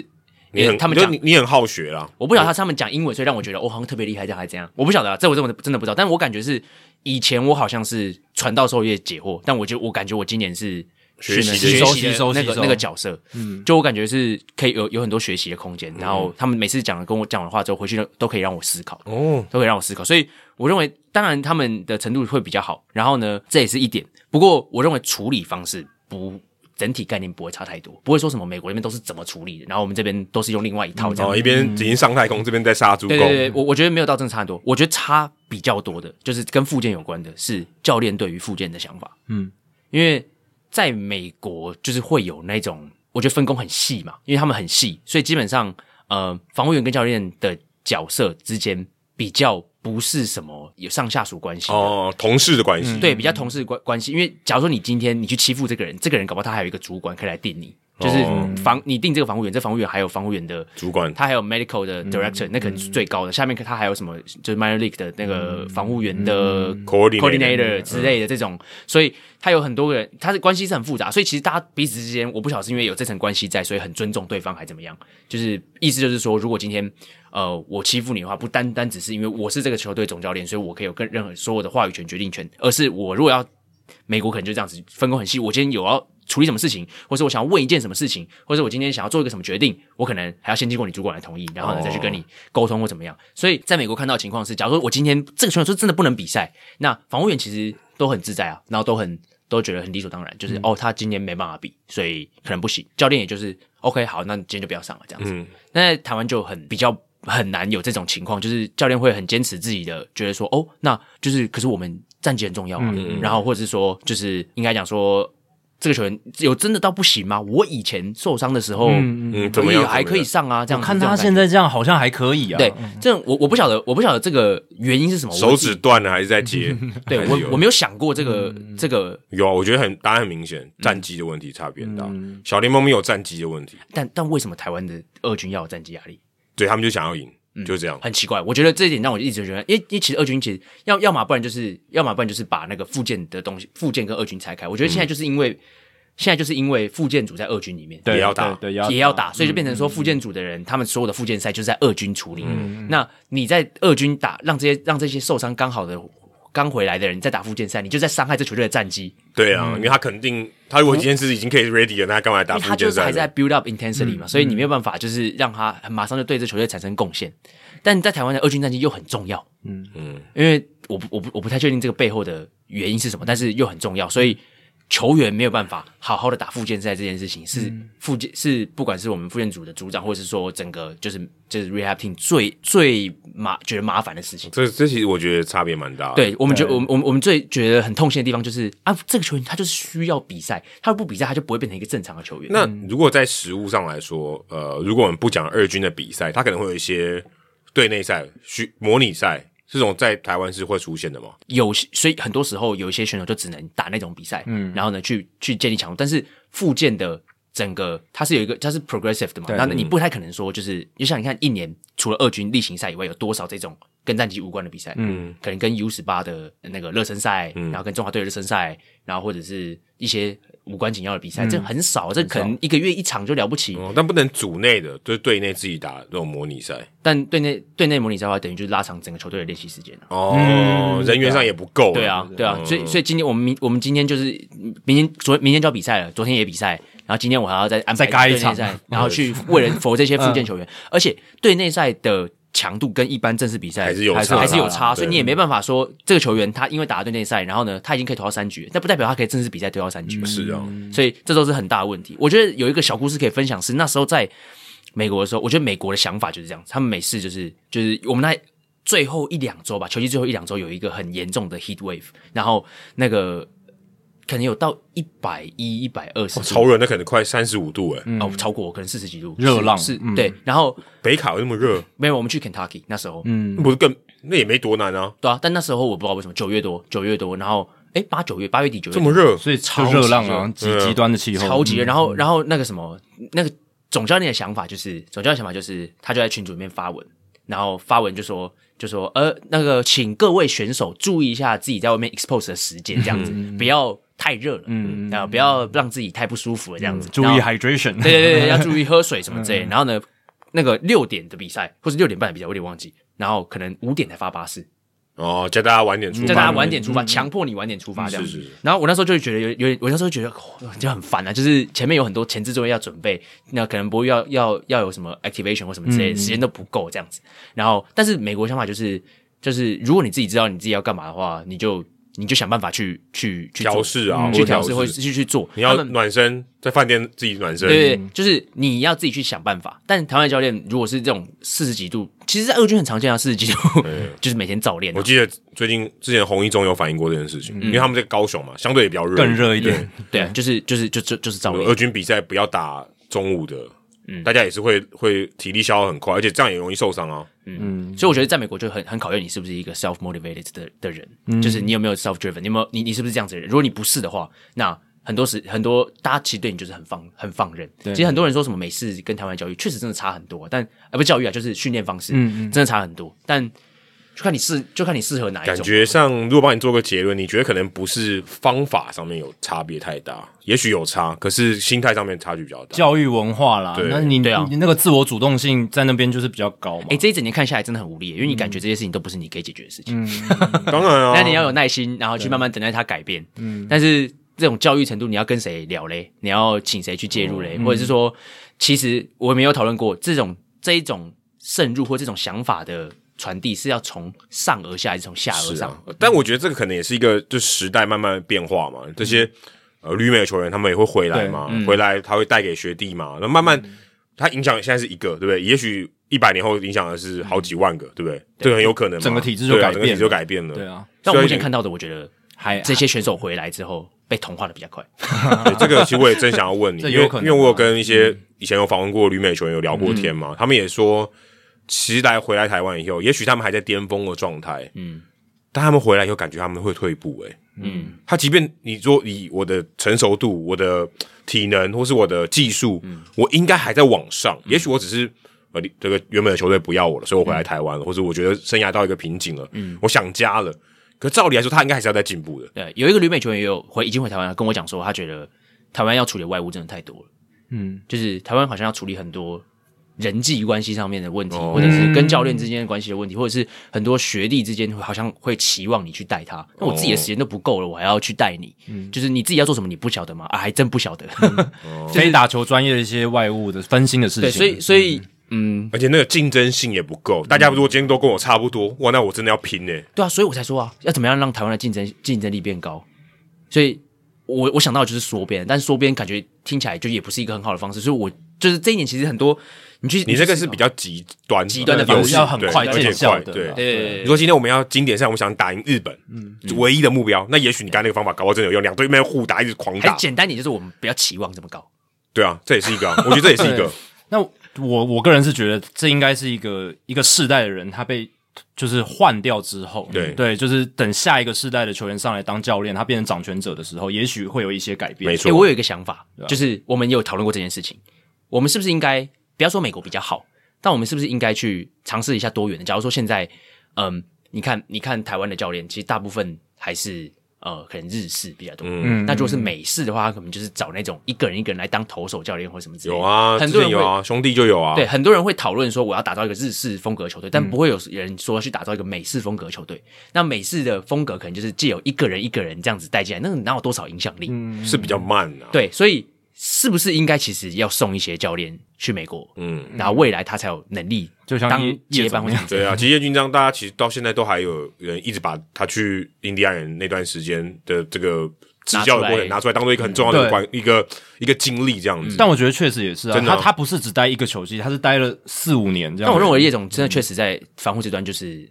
Speaker 2: 你
Speaker 3: 因为
Speaker 2: 很
Speaker 3: 他们
Speaker 2: 就
Speaker 3: 讲
Speaker 2: 你，你很好学啦，
Speaker 3: 我不晓得他他们讲英文，所以让我觉得我、哦、好像特别厉害，这样还怎样？我不晓得啊，这我真的真的不知道。但我感觉是以前我好像是传道授业解惑，但我觉得我感觉我今年是
Speaker 2: 学习的
Speaker 3: 学
Speaker 1: 吸收
Speaker 3: 习
Speaker 1: 吸收
Speaker 3: 的那
Speaker 1: 吸
Speaker 3: 个
Speaker 1: 收
Speaker 3: 那个角色，嗯，就我感觉是可以有有很多学习的空间。然后他们每次讲了跟我讲完话之后，回去都都可以让我思考，
Speaker 2: 哦，
Speaker 3: 都会让我思考。所以我认为，当然他们的程度会比较好，然后呢，这也是一点。不过我认为处理方式不整体概念不会差太多，不会说什么美国那边都是怎么处理的，然后我们这边都是用另外一套这
Speaker 2: 然
Speaker 3: 样。
Speaker 2: 哦后一边已经上太空，这边在杀猪狗
Speaker 3: 嗯对，对对，我我觉得没有到真的差很多，我觉得差比较多的就是跟附件有关的是教练对于附件的想法。
Speaker 1: 嗯，
Speaker 3: 因为在美国就是会有那种，我觉得分工很细嘛，因为他们很细，所以基本上呃，防护员跟教练的角色之间比较不是什么有上下属关系的
Speaker 2: 哦，同事的关系，
Speaker 3: 对，比较同事关关系。因为假如说你今天你去欺负这个人，这个人搞不好他还有一个主管可以来定你，就是
Speaker 2: 哦
Speaker 3: 防、你定这个防护员，这防护员还有防护员的
Speaker 2: 主管
Speaker 3: 他还有 medical 的 director，、那可能是最高的。下面他还有什么？就是 minor league 的那个防护员
Speaker 2: Coordinator
Speaker 3: 的
Speaker 2: 嗯
Speaker 3: coordinator 之类的这种，所以他有很多个人，他的关系是很复杂。所以其实大家彼此之间，我不晓得是因为有这层关系在，所以很尊重对方，还怎么样？就是意思就是说，如果今天呃我欺负你的话，不单单只是因为我是这个球队总教练，所以我可以有更任何所有的话语权、决定权，而是我如果要美国可能就这样子分工很细。我今天有要处理什么事情，或者我想要问一件什么事情，或者我今天想要做一个什么决定，我可能还要先经过你主管的同意，然后呢再去跟你沟通或怎么样。所以在美国看到的情况是，假如说我今天这个选手是真的不能比赛，那防务员其实都很自在啊，然后都很都觉得很理所当然，
Speaker 2: 嗯
Speaker 3: 就是、哦，他今年没办法比，所以可能不行。教练也就是 OK，好，那你今天就不要上了这样子。
Speaker 2: 嗯
Speaker 3: 那在台湾就很比较很难有这种情况，就是教练会很坚持自己的，觉得说哦，那就是可是我们战绩很重要
Speaker 2: 嗯
Speaker 3: 啊，然后或者是说就是应该讲说。这个球员有真的到不行吗？我以前受伤的时候，
Speaker 2: 嗯怎么样
Speaker 3: 也还
Speaker 2: 怎么样
Speaker 3: 可以上啊，这样
Speaker 1: 我
Speaker 3: 子
Speaker 1: 看
Speaker 3: 这
Speaker 1: 他
Speaker 3: 种感觉
Speaker 1: 现在这样好像还可以啊。
Speaker 3: 对，这种我我不晓得，我不晓得这个原因是什么。
Speaker 2: 手
Speaker 3: 我自
Speaker 2: 指
Speaker 3: 己
Speaker 2: 断了还是在接？
Speaker 3: 嗯对
Speaker 2: 还是有
Speaker 3: 我我没有想过这个
Speaker 1: 嗯
Speaker 3: 这个，
Speaker 2: 有啊，我觉得很答案很明
Speaker 3: 嗯
Speaker 2: 显，战绩的问题差别很大。小联盟没有战绩的问题，
Speaker 3: 但但为什么台湾的二军要有战绩压力？
Speaker 2: 对他们就想要赢，
Speaker 3: 嗯
Speaker 2: 就这样。
Speaker 3: 很奇怪，我觉得这一点让我一直觉得，因为因为其实二军其实要要么不然就是要么不然就是把那个附件的东西，附件跟二军拆开。我觉得
Speaker 1: 嗯
Speaker 3: 现在就是因为、现在就是因为附件组在二军里面，
Speaker 1: 对，
Speaker 2: 也要打
Speaker 1: 对，嗯对
Speaker 3: 也要打，所以就变成说附件组的人，他们所有的附件赛就是在二军处理。
Speaker 1: 嗯
Speaker 3: 那你在二军打，让这些让这些受伤刚好的刚回来的人在打附件赛，你就在伤害这球队的战绩。
Speaker 2: 对啊，因为他肯定，他如果今天是已经可以 ready 了，那他干嘛来打
Speaker 3: 嗯因为他
Speaker 2: 附
Speaker 3: 就
Speaker 2: 件
Speaker 3: 是还
Speaker 2: 赛
Speaker 3: 是在
Speaker 2: 呢？
Speaker 3: build up intensity 嘛，所以你没有办法就是让他很马上就对这球队产生贡献。但在台湾的二军战绩又很重要，嗯嗯，因为我不我不我不太确定这个背后的原因是什么，但是又很重要，所以球员没有办法好好的打复健赛这件事情是复健是不管是我们复健组的组长，或者是说整个就是就是 rehab team 最最麻觉得麻烦的事情。
Speaker 2: 这这其实我觉得差别蛮大的。
Speaker 3: 对我们觉
Speaker 1: 对
Speaker 3: 我们我们我们最觉得很痛心的地方就是啊，这个球员他就是需要比赛，他如果不比赛他就不会变成一个正常的球员。
Speaker 2: 那如果在实物上来说，呃，如果我们不讲二军的比赛，它可能会有一些队内赛、虚模拟赛这种在台湾是会出现的嘛？
Speaker 3: 有些，所以很多时候有一些选手就只能打那种比赛，嗯，然后呢去去建立强度，但是复健的整个它是有一个它是 progressive 的嘛，
Speaker 1: 对
Speaker 3: 那你不太可能说就是，就像你看一年除了二军例行赛以外，有多少这种跟战绩无关的比赛，嗯，可能跟 U 十八的那个热身赛，然后跟中华队的热身赛，然后或者是一些无关紧要的比赛，这嗯很少，嗯这可能一个月一场就了不起，
Speaker 2: 哦，但不能组内的，就是队内自己打这种模拟赛
Speaker 3: 但对内对内模拟赛的话，等于就是拉长整个球队的练习时间了。
Speaker 2: 哦，人员上也不够。嗯
Speaker 3: 嗯对啊，对啊，所以所以今天我们明我们今天就是嗯明天昨明天就要比赛了，昨天也比赛，然后今天我还要再安
Speaker 1: 再
Speaker 3: 排
Speaker 1: 嘎一
Speaker 3: 队内
Speaker 1: 场
Speaker 3: 赛，然后去为了否这些附
Speaker 2: 嗯
Speaker 3: 件球员，而且队内赛的强度跟一般正式比赛
Speaker 2: 还是有
Speaker 3: 还是
Speaker 2: 差
Speaker 3: 还是有
Speaker 2: 啦
Speaker 3: 差，
Speaker 2: 对
Speaker 3: 所以你也没办法说这个球员他因为打了队内赛，然后呢他已经可以投到三局，但不代表他可以正式比赛投到三局，
Speaker 2: 是啊，
Speaker 3: 所以这都是很大的问题。我觉得有一个小故事可以分享是，那时候在美国的时候，我觉得美国的想法就是这样，他们每次就是就是我们那最后一两周吧，球季最后一两周有一个很严重的 heat wave，然后那个可能有到一百一、一百二十，
Speaker 2: 潮哦人那可能快三十五度哎、
Speaker 3: 哦超过可能四十几度
Speaker 1: 热浪
Speaker 3: 是是
Speaker 1: 嗯
Speaker 3: 对，然后
Speaker 2: 北卡有那么热，
Speaker 3: 没有我们去 Kentucky 那时候，嗯，
Speaker 2: 不是更那也没多难啊，
Speaker 3: 对啊，但那时候我不知道为什么九月多九月多，然后哎八九月八月底九月
Speaker 2: 这么
Speaker 3: 多
Speaker 2: 热，
Speaker 1: 所以超热浪啊，极
Speaker 2: 对啊
Speaker 1: 极端的气候，
Speaker 3: 超级热。
Speaker 1: 嗯
Speaker 3: 然后，然后那个什么，那个总教练的想法就是，总教练的想法就是，他就在群组里面发文，然后发文就说，就说，呃，那个请各位选手注意一下自己在外面 expose 的时间，这样子，
Speaker 1: 嗯
Speaker 3: 不要太热了，嗯，然后不要让自己太不舒服了，这样子，
Speaker 1: 嗯注
Speaker 3: 然
Speaker 1: 意嗯
Speaker 3: 后
Speaker 1: hydration。
Speaker 3: 对 对对 对，要注意喝水什么之类的。然后呢，那个六点的比赛或是六点半的比赛，我有点忘记，然后可能五点才发巴士，
Speaker 2: 哦，叫大家晚点出发，
Speaker 3: 叫大家晚点出
Speaker 1: 嗯
Speaker 3: 发，强迫你晚点出发这样。
Speaker 2: 是是是
Speaker 3: 然后我那时候就觉得有有点，我那时候觉得、哦就很烦啊，就是前面有很多前置作业要准备，那可能不会要要要有什么 activation 或什么之类
Speaker 2: 嗯
Speaker 3: 的，时间都不够这样子。然后，但是美国想法就是就是，如果你自己知道你自己要干嘛的话，你就你就想办法去去去做
Speaker 2: 调试啊
Speaker 3: 嗯
Speaker 2: 或
Speaker 3: 去
Speaker 2: 者
Speaker 3: 调
Speaker 2: 调
Speaker 3: 试
Speaker 2: 试
Speaker 3: 或去去做。
Speaker 2: 你
Speaker 3: 他
Speaker 2: 要
Speaker 3: 们
Speaker 2: 暖身，在饭店自己暖身，
Speaker 3: 对对，就是你要自己去想办法。但台湾的教练如果是这种四十几度，其实，在二军很常见啊，四十几度 就是每天早练啊、
Speaker 2: 我记得最近之前红一中有反映过这件事情，因为他们在高雄嘛，相对也比较热，
Speaker 1: 更热一点，
Speaker 3: 对啊，就是就是就就就是早
Speaker 2: 对。
Speaker 3: 练
Speaker 2: 俄。军比赛不要打中午的，大家也是会会体力消耗很快，而且这样也容易受伤啊。
Speaker 3: 所以我觉得在美国就很很考验你是不是一个 self motivated 的的人，
Speaker 2: 嗯
Speaker 3: 就是你有没有 self driven，你有没有你你是不是这样子的人？如果你不是的话，那很多时很多大家其实对你就是很放很放任。其实很多人说什么美式跟台湾教育确实真的差很多，但啊不是教育啊，就是训练方式，
Speaker 2: 嗯
Speaker 3: 真的差很多。但就看你适就看你适合哪一种。
Speaker 2: 感觉上，如果帮你做个结论，你觉得可能不是方法上面有差别太大，也许有差，可是心态上面差距比较大。
Speaker 1: 教育文化啦，
Speaker 2: 对
Speaker 1: 那你
Speaker 3: 对啊
Speaker 1: 你那个自我主动性在那边就是比较高嘛
Speaker 3: 哎、。这一整年看下来真的很无力，因为
Speaker 2: 嗯
Speaker 3: 你感觉这些事情都不是你可以解决的事情。
Speaker 2: 当然啊，
Speaker 3: 那你要有耐心，然后去慢慢等待它改变。嗯，但是这种教育程度，你要跟谁聊嘞？你要请谁去介入嘞？
Speaker 2: 嗯
Speaker 3: 或者是说，其实我没有讨论过这种这一种渗入或这种想法的传递是要从上而下，还是从下而
Speaker 2: 是
Speaker 3: 上？
Speaker 2: 啊，但我觉得这个可能也是一个，就时代慢慢变化嘛。
Speaker 1: 嗯
Speaker 2: 这些、呃绿美球员他们也会回来嘛，回
Speaker 1: 嗯
Speaker 2: 来他会带给学弟嘛，那慢慢、他影响现在是一个，对不对？也许一百年后影响的是好几万个，对不对？这个很有可能嘛，
Speaker 1: 整个体制就
Speaker 2: 对啊
Speaker 1: 改
Speaker 2: 整个体
Speaker 1: 变
Speaker 2: 制就
Speaker 1: 了
Speaker 2: 改变了。
Speaker 1: 对啊，
Speaker 3: 但
Speaker 2: 所
Speaker 3: 我目
Speaker 2: 以哎
Speaker 3: 前看到的，我觉得
Speaker 1: 还
Speaker 3: 这些选手回来之后被同化的比较快。
Speaker 2: 对，这个其实我也真想要问你，
Speaker 1: 这
Speaker 2: 因
Speaker 1: 有
Speaker 2: 为
Speaker 1: 可
Speaker 2: 因
Speaker 1: 能哦嗯
Speaker 2: 为我有跟一些以前有访问过旅美球员有聊过天嘛，他们也说，其实来回来台湾以后，也许他们还在巅峰的状态，嗯，但他们回来以后感觉他们会退步、欸，嗯，他即便你说以我的成熟度、我的体能或是我的技术，
Speaker 1: 嗯
Speaker 2: 我应该还在往上，也许我只是。呃，这个原本的球队不要我了，所以我回
Speaker 1: 嗯
Speaker 2: 来台湾了，或者我觉得生涯到一个瓶颈了，嗯，我想家了。可照理来说，他应该还是要在进步的，
Speaker 3: 对，有一个旅美球员也有回已经回台湾了，跟我讲说，他觉得台湾要处理外务真的太多了，
Speaker 1: 嗯，
Speaker 3: 就是台湾好像要处理很多人际关系上面的问题，或者是跟教练之间的关系的问题，或者是很多学弟之间会好像会期望你去带他，那我自己的时间都不够了，我还要去带你，就是你自己要做什么你不晓得吗？啊，还真不晓得。
Speaker 1: 非打球专业的一些外务的分心的事情，
Speaker 3: 对，所以所以嗯，
Speaker 2: 而且那个竞争性也不够。大家如果今天都跟我差不多，哇，那我真的要拼呢、
Speaker 3: 对啊，所以我才说啊，要怎么样让台湾的竞争竞争力变高？所以我我想到的就是缩编，但是缩编感觉听起来就也不是一个很好的方式，所以我就是这一年其实很多你去
Speaker 2: 你这个是比较极端、
Speaker 3: 极端的方
Speaker 2: 有
Speaker 3: 式
Speaker 2: 戏
Speaker 1: 要很快
Speaker 2: 对而且
Speaker 1: 见效
Speaker 2: 快。
Speaker 1: 的
Speaker 2: 对
Speaker 1: 啦，
Speaker 3: 对对对
Speaker 2: 你说今天我们要经典赛，我们想打赢日本，嗯，唯一的目标，那也许你刚才那个方法搞不好真的有用，两队面互打，一直狂
Speaker 3: 还
Speaker 2: 打，
Speaker 3: 简单点，就是我们不要期望这么高。
Speaker 2: 对啊，这也是一个、啊，我觉得这也是 一个
Speaker 1: 那我我个人是觉得这应该是一个一个世代的人，他被就是换掉之后，
Speaker 2: 对
Speaker 1: 对，就是等下一个世代的球员上来当教练，他变成掌权者的时候，也许会有一些改变。
Speaker 2: 没
Speaker 3: 哎、
Speaker 2: 错。
Speaker 3: 我有一个想法，
Speaker 2: 啊
Speaker 3: 就是我们也有讨论过这件事情，我们是不是应该不要说美国比较好，但我们是不是应该去尝试一下多元的？假如说现在，嗯，你看，你看台湾的教练，其实大部分还是呃，可能日式比较多。
Speaker 1: 嗯
Speaker 3: 那如果是美式的话，他可能就是找那种一个人一个人来当投手教练或什么之类的。
Speaker 2: 有啊，
Speaker 3: 很
Speaker 2: 之
Speaker 3: 多
Speaker 2: 前
Speaker 3: 人
Speaker 2: 有
Speaker 3: 会
Speaker 2: 啊，兄弟就有啊，
Speaker 3: 对，很多人会讨论说我要打造一个日式风格球队，但不会有人说去打造一个美式风格球队。那美式的风格可能就是借由一个人一个人这样子带进来，那个哪有多少影响力？
Speaker 2: 是比较慢啊，
Speaker 3: 对，所以是不是应该其实要送一些教练去美国，
Speaker 2: 嗯，
Speaker 3: 然后未来他才有能力
Speaker 1: 就像
Speaker 3: 当
Speaker 1: 叶
Speaker 3: 接班或
Speaker 1: 叶
Speaker 3: 者
Speaker 1: 总
Speaker 2: 对啊，其实叶军章，大家其实到现在都还有人一直把他去印第安人那段时间的这个执教的过程拿
Speaker 3: 拿
Speaker 2: 出来，当做一个很重要的
Speaker 1: 对
Speaker 2: 关一个一个经历这样子。
Speaker 1: 但我觉得确实也是啊，
Speaker 2: 真的啊
Speaker 1: 他他不是只待一个球季，他是待了四五年这样。
Speaker 3: 但我认为叶总真
Speaker 2: 嗯
Speaker 3: 的确实在防护这端就是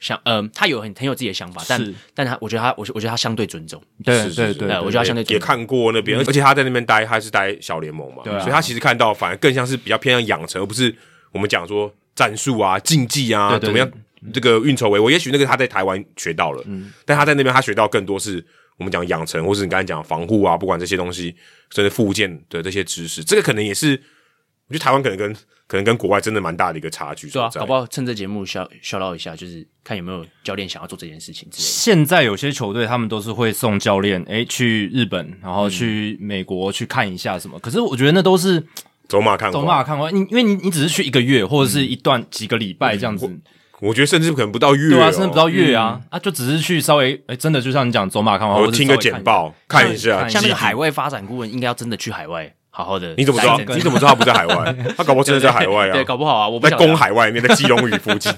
Speaker 3: 像，嗯、他有很很有自己的想法，但
Speaker 1: 是
Speaker 3: 但他我觉得他我觉我觉得他相对尊重，
Speaker 1: 对
Speaker 2: 是是
Speaker 1: 对
Speaker 2: 是
Speaker 1: 对
Speaker 3: 呃
Speaker 1: 对嗯
Speaker 3: 我觉得他相对
Speaker 2: 也也看过那边，而且他在那边待，他是待小联盟嘛，
Speaker 1: 对啊
Speaker 2: 所以他其实看到反而更像是比较偏向养成，而不是我们讲说战术啊、竞技啊
Speaker 1: 对对
Speaker 2: 怎么样这个运筹帷幄。也许那个他在台湾学到了，
Speaker 1: 嗯
Speaker 2: 但他在那边他学到更多是我们讲养成，或是你刚才讲防护啊，不管这些东西，甚至附件的这些知识，这个可能也是我觉得台湾可能跟可能跟国外真的蛮大的一个差距所
Speaker 3: 对啊，
Speaker 2: 在。
Speaker 3: 搞不好趁这节目消消到一下，就是看有没有教练想要做这件事情之类的。
Speaker 1: 现在有些球队他们都是会送教练，诶，去日本，然后去
Speaker 2: 嗯
Speaker 1: 美国去看一下什么。可是我觉得那都是
Speaker 2: 走马看花，
Speaker 1: 走马看花，你因为你你只是去一个月或者是一段几个礼拜这样子，
Speaker 2: 我觉得甚至可能不到嗯月、哦，嗯
Speaker 1: 对啊，甚至不到月啊，啊，就只是去稍微，哎、真的就像你讲走马看花，或
Speaker 2: 哦我
Speaker 1: 者是
Speaker 2: 听
Speaker 1: 稍
Speaker 2: 个
Speaker 1: 微看
Speaker 2: 简报啊看一下，
Speaker 1: 看一下
Speaker 3: 像那个
Speaker 1: 积极
Speaker 3: 海外发展顾问，应该要真的去海外好好的。
Speaker 2: 你怎么知道
Speaker 3: 来一？阵
Speaker 2: 你
Speaker 3: 子
Speaker 2: 怎么知道他不在海 外？他搞不好真的在海外
Speaker 3: 对，
Speaker 2: 啊，
Speaker 3: 搞不好啊，我不
Speaker 2: 在
Speaker 3: 晓得啊
Speaker 2: 公海外面，在基隆屿 附近。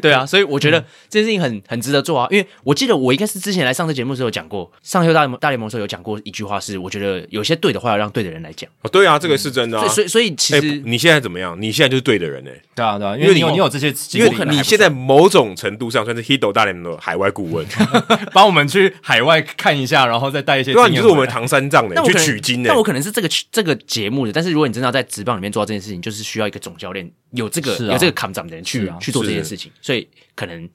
Speaker 3: 对啊，所以我觉得
Speaker 2: 嗯
Speaker 3: 这件事情很很值得做啊，因为我记得我应该是之前来上次节目的时候有讲过，上秀大联盟大联盟的时候有讲过一句话是，我觉得有些对的话要让对的人来讲，
Speaker 2: 哦对啊，这个是真的啊
Speaker 3: 所以。所以所以其
Speaker 2: 哎，
Speaker 3: 实、
Speaker 2: 你现在怎么样？你现在就是对的人哎，
Speaker 1: 对啊对啊，因
Speaker 2: 因为
Speaker 1: 为你有
Speaker 2: 你
Speaker 1: 你有这些经
Speaker 2: 因
Speaker 1: 历，
Speaker 2: 为你现在某种程度上算是 Hido 大联盟的海外顾 问，
Speaker 1: 帮我们去海外看一下，然后再带一些
Speaker 2: 对啊，
Speaker 1: 经
Speaker 2: 你就
Speaker 1: 验回
Speaker 2: 是
Speaker 1: 来，
Speaker 2: 我们唐三藏的，
Speaker 3: 但
Speaker 2: 你
Speaker 3: 我
Speaker 2: 去
Speaker 3: 可能
Speaker 2: 取经欸的
Speaker 3: 但我。可能是这个这个节目的，但是如果你真的要在职棒里面做到这件事情，就是需要一个总教练有这个、
Speaker 1: 是啊
Speaker 3: 有这个 com 长的人去、
Speaker 1: 是啊
Speaker 3: 去做这件
Speaker 2: 是
Speaker 3: 事情，所以可能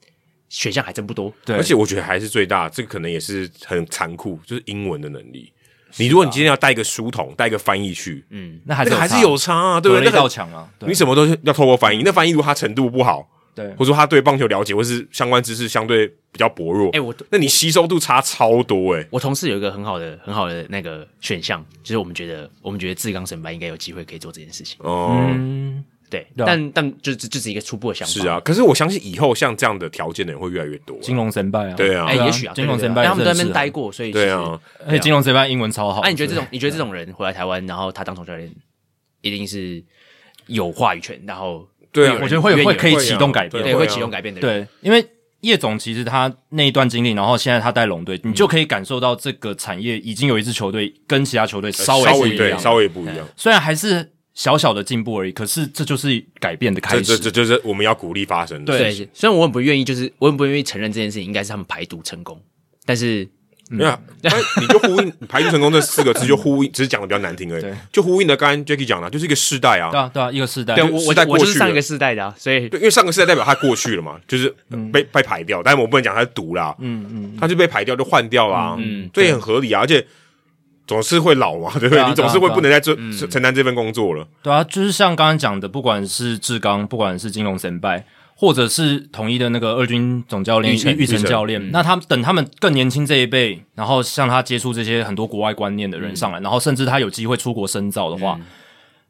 Speaker 3: 选项还真不多。
Speaker 1: 对，啊
Speaker 2: 而且我觉得还是最大，这个可能也是很残酷，就是英文的能力。你
Speaker 3: 啊
Speaker 2: 如果你今天要带一个书童，带一个翻译去，
Speaker 3: 嗯
Speaker 1: 那还
Speaker 2: 那
Speaker 1: 是
Speaker 2: 个还是有差啊，对
Speaker 1: 对
Speaker 2: 不对？
Speaker 1: 那
Speaker 2: 那
Speaker 1: 道
Speaker 2: 个
Speaker 1: 墙啊，对
Speaker 2: 你什么都是要透过翻译，那翻译如果他程度不好，
Speaker 1: 对
Speaker 2: 或者说他对棒球了解或是相关知识相对比较薄弱，
Speaker 3: 哎、我
Speaker 2: 那你吸收度差超多哎、
Speaker 3: 我同事有一个很好的很好的那个选项，就是我们觉得我们觉得志刚神班应该有机会可以做这件事情。
Speaker 2: 哦、
Speaker 1: 嗯，
Speaker 3: 对，
Speaker 1: 对啊
Speaker 3: 但但就就只是一个初步的想法。
Speaker 2: 是啊，可是我相信以后像这样的条件的人会越来越多、
Speaker 1: 金融神拜啊，
Speaker 2: 对啊
Speaker 3: 哎、也许啊，
Speaker 1: 金
Speaker 3: 对
Speaker 1: 融
Speaker 3: 对对
Speaker 1: 神拜，
Speaker 3: 他们都在那边待，过，所以啊
Speaker 2: 对啊，
Speaker 1: 而哎且金融神拜英文超好，
Speaker 3: 那、你觉得这种，你觉得这种人回来台湾，然后他当总教练，一定是有话语权，然后
Speaker 2: 对啊
Speaker 3: 有人
Speaker 1: 我觉得会
Speaker 3: 愿意
Speaker 1: 会可以
Speaker 2: 会啊
Speaker 1: 启动改变，
Speaker 3: 对
Speaker 2: 会
Speaker 3: 会
Speaker 2: 啊
Speaker 3: 启动改变的人，
Speaker 1: 对，因为叶总其实他那一段经历，然后现在他带龙队，
Speaker 2: 嗯
Speaker 1: 你就可以感受到这个产业已经有一支球队跟其他球队稍微
Speaker 2: 呃稍
Speaker 1: 不
Speaker 2: 微
Speaker 1: 一样
Speaker 2: 对
Speaker 1: 了，
Speaker 2: 稍微不一样。
Speaker 1: 虽然还是小小的进步而已，可是这哎就是改变的
Speaker 2: 这
Speaker 1: 开
Speaker 2: 这
Speaker 1: 始。
Speaker 2: 这就是我们要鼓励发生的。
Speaker 1: 对
Speaker 3: 对，虽然我很不愿意，就是我很不愿意承认这件事情应该是他们排毒成功，但是
Speaker 2: 没有啊，那你就呼应 排除成功这四个字，就呼应，只是讲的比较难听而已
Speaker 1: 对，
Speaker 2: 就呼应的刚刚 Jacky 讲的，就是一个世代啊
Speaker 1: 对。啊，对啊，一个世代
Speaker 3: 对，我我
Speaker 2: 时代过
Speaker 3: 我
Speaker 2: 去
Speaker 3: 就是上一
Speaker 2: 了
Speaker 3: 个世代的啊，所以
Speaker 2: 对，因为上个世代代表他过去了嘛，就是被被排掉，但是我不能讲他是毒啦，嗯嗯，他就被排掉就换掉啦，嗯，这也很合理啊，而且总是会老嘛，对
Speaker 1: 对
Speaker 2: 不对？
Speaker 1: 啊
Speaker 2: 你总是会不能再做承担这份工作了，
Speaker 1: 对啊，就是像刚刚讲的，不管是志刚，不管是金龙神拜，或者是统一的那个二军总教练
Speaker 2: 玉成
Speaker 1: 玉玉成
Speaker 2: 玉成
Speaker 1: 教
Speaker 3: 嗯
Speaker 1: 练，那他们等他们更年轻这一辈，然后像他接触这些很多国外观念
Speaker 3: 嗯
Speaker 1: 的人上来，然后甚至他有机会出国深造的话，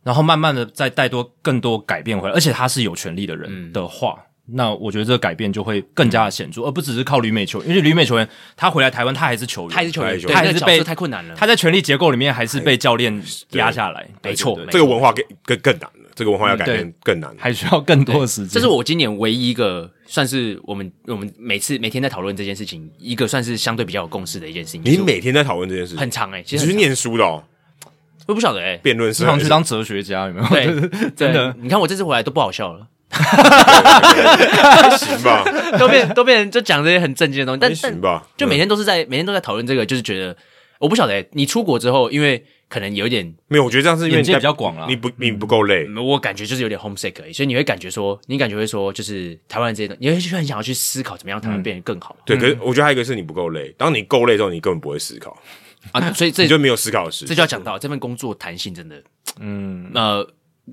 Speaker 1: 然后慢慢的再带多更多改变回来，而且他是有权利的
Speaker 3: 嗯
Speaker 1: 人的话。那我觉得这个改变就会更加的显著，而不只是靠旅美球员，因为旅美球员他回来台湾，他还是球员，
Speaker 3: 他还是球员，
Speaker 2: 他
Speaker 3: 对
Speaker 1: 还
Speaker 3: 那
Speaker 1: 是
Speaker 3: 个角
Speaker 1: 被
Speaker 3: 色太困难了。
Speaker 1: 他在权力结构里面还是被教练压下来，对
Speaker 3: 对没错嗯
Speaker 1: 对对
Speaker 2: 这个文化更更更难了，这个文化要改变更难。
Speaker 1: 还需要更多的时间。
Speaker 3: 这是我今年唯一一个算是我们我们每次每天在讨论这件事情，一个算是相对比较有共识的一件事情。就
Speaker 2: 你
Speaker 3: 是
Speaker 2: 每天在讨论这件事，
Speaker 3: 很长哎、欸，其
Speaker 2: 你
Speaker 3: 实
Speaker 2: 是
Speaker 3: 很长
Speaker 2: 念书的哦，
Speaker 3: 我不晓得哎、欸，
Speaker 2: 辩论
Speaker 1: 只
Speaker 2: 社
Speaker 1: 好像去当哲学家，有没有？
Speaker 3: 对，
Speaker 1: 真的
Speaker 3: 对，你看我这次回来都不好笑了，
Speaker 2: 还 行吧，
Speaker 3: 都变都变成就讲这些很正经的东西，但
Speaker 2: 还行
Speaker 3: 但
Speaker 2: 吧，
Speaker 3: 就每
Speaker 2: 嗯
Speaker 3: 天都是在每天都在讨论这个，就是觉得我不晓得、欸，你出国之后，因为可能有一点，
Speaker 2: 没有，我觉得这样是因为
Speaker 1: 眼
Speaker 2: 你
Speaker 1: 界
Speaker 2: 在
Speaker 1: 比较广啦
Speaker 3: 啊
Speaker 2: 你
Speaker 3: 嗯
Speaker 2: 不你不够累，
Speaker 3: 我感觉就是有点 homesick，、欸、所以你会感觉说，你感觉会说，就是台湾这些东西，你会去很想要去思考怎么样台湾变得更好、
Speaker 2: 对，可是我觉得还有一个是你不够累，当你够累之后，你根本不会思考，
Speaker 3: 啊，所以这
Speaker 2: 嗯你就没有思考的时
Speaker 3: 这
Speaker 2: 间
Speaker 3: 就。要讲到这份工作弹性真的，
Speaker 1: 嗯，
Speaker 3: 呃，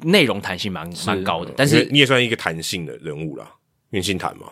Speaker 3: 内容弹性蛮蛮高的，但
Speaker 2: 因为
Speaker 3: 是
Speaker 2: 你也算一个弹性的人物啦，袁心谈嘛，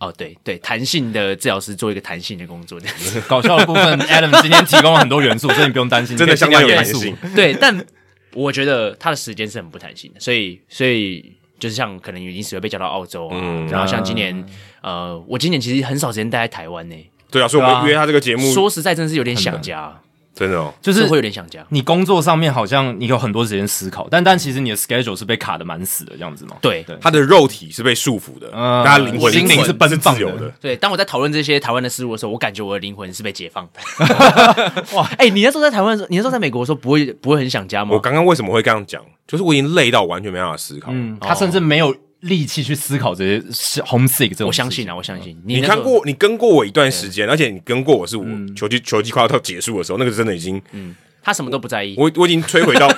Speaker 3: 哦，对对，弹性的治疗师做一个弹性的工作，这 样子
Speaker 1: 搞笑的部 分，Adam 今天提供了很多元素，所以你不用担心，
Speaker 2: 真的相当有
Speaker 1: 你可
Speaker 2: 弹
Speaker 1: 以尽量
Speaker 2: 性
Speaker 1: 元素。。
Speaker 3: 对，但我觉得他的时间是很不弹性的，所以所以就是像可能临时会被叫到澳洲啊，
Speaker 2: 嗯
Speaker 3: 然后像今年呃，我今年其实很少时间待在台湾呢、
Speaker 2: 对啊，所以我
Speaker 1: 对
Speaker 2: 们
Speaker 1: 啊
Speaker 2: 约他这个节目，
Speaker 3: 说实嗯在，真的是有点想家，
Speaker 2: 真的哦，
Speaker 1: 就
Speaker 3: 就是
Speaker 1: 是
Speaker 3: 会有点想家。
Speaker 1: 你工作上面好像你有很多时间思考，但但其实你的 schedule 是被卡的蛮死的，这样子吗？
Speaker 3: 对
Speaker 1: 对
Speaker 2: 他的肉体是被束缚的，
Speaker 1: 嗯
Speaker 2: 但他灵魂
Speaker 1: 心灵是奔
Speaker 2: 是
Speaker 1: 放
Speaker 2: 自由
Speaker 1: 的
Speaker 2: 的。
Speaker 3: 对，当我在讨论这些台湾的事物的时候，我感觉我的灵魂是被解放的。 哇，哎、你那时候在台湾的时候，你那时候在美国的时候，不会不会很想家吗？
Speaker 2: 我刚刚为什么会这样讲？就是我已经累到完全没办法思考。
Speaker 1: 嗯，他甚至没有力气去思考这些是 homesick 这种。
Speaker 3: 我相信，啊，我相信
Speaker 2: 嗯你
Speaker 3: 那时候
Speaker 2: 看过，你跟过我一段时间，而且你跟过我是我
Speaker 3: 嗯
Speaker 2: 球季球季快要到结束的时候，那个真的已经，
Speaker 3: 他什么都不在意，
Speaker 2: 我我已经摧毁 到，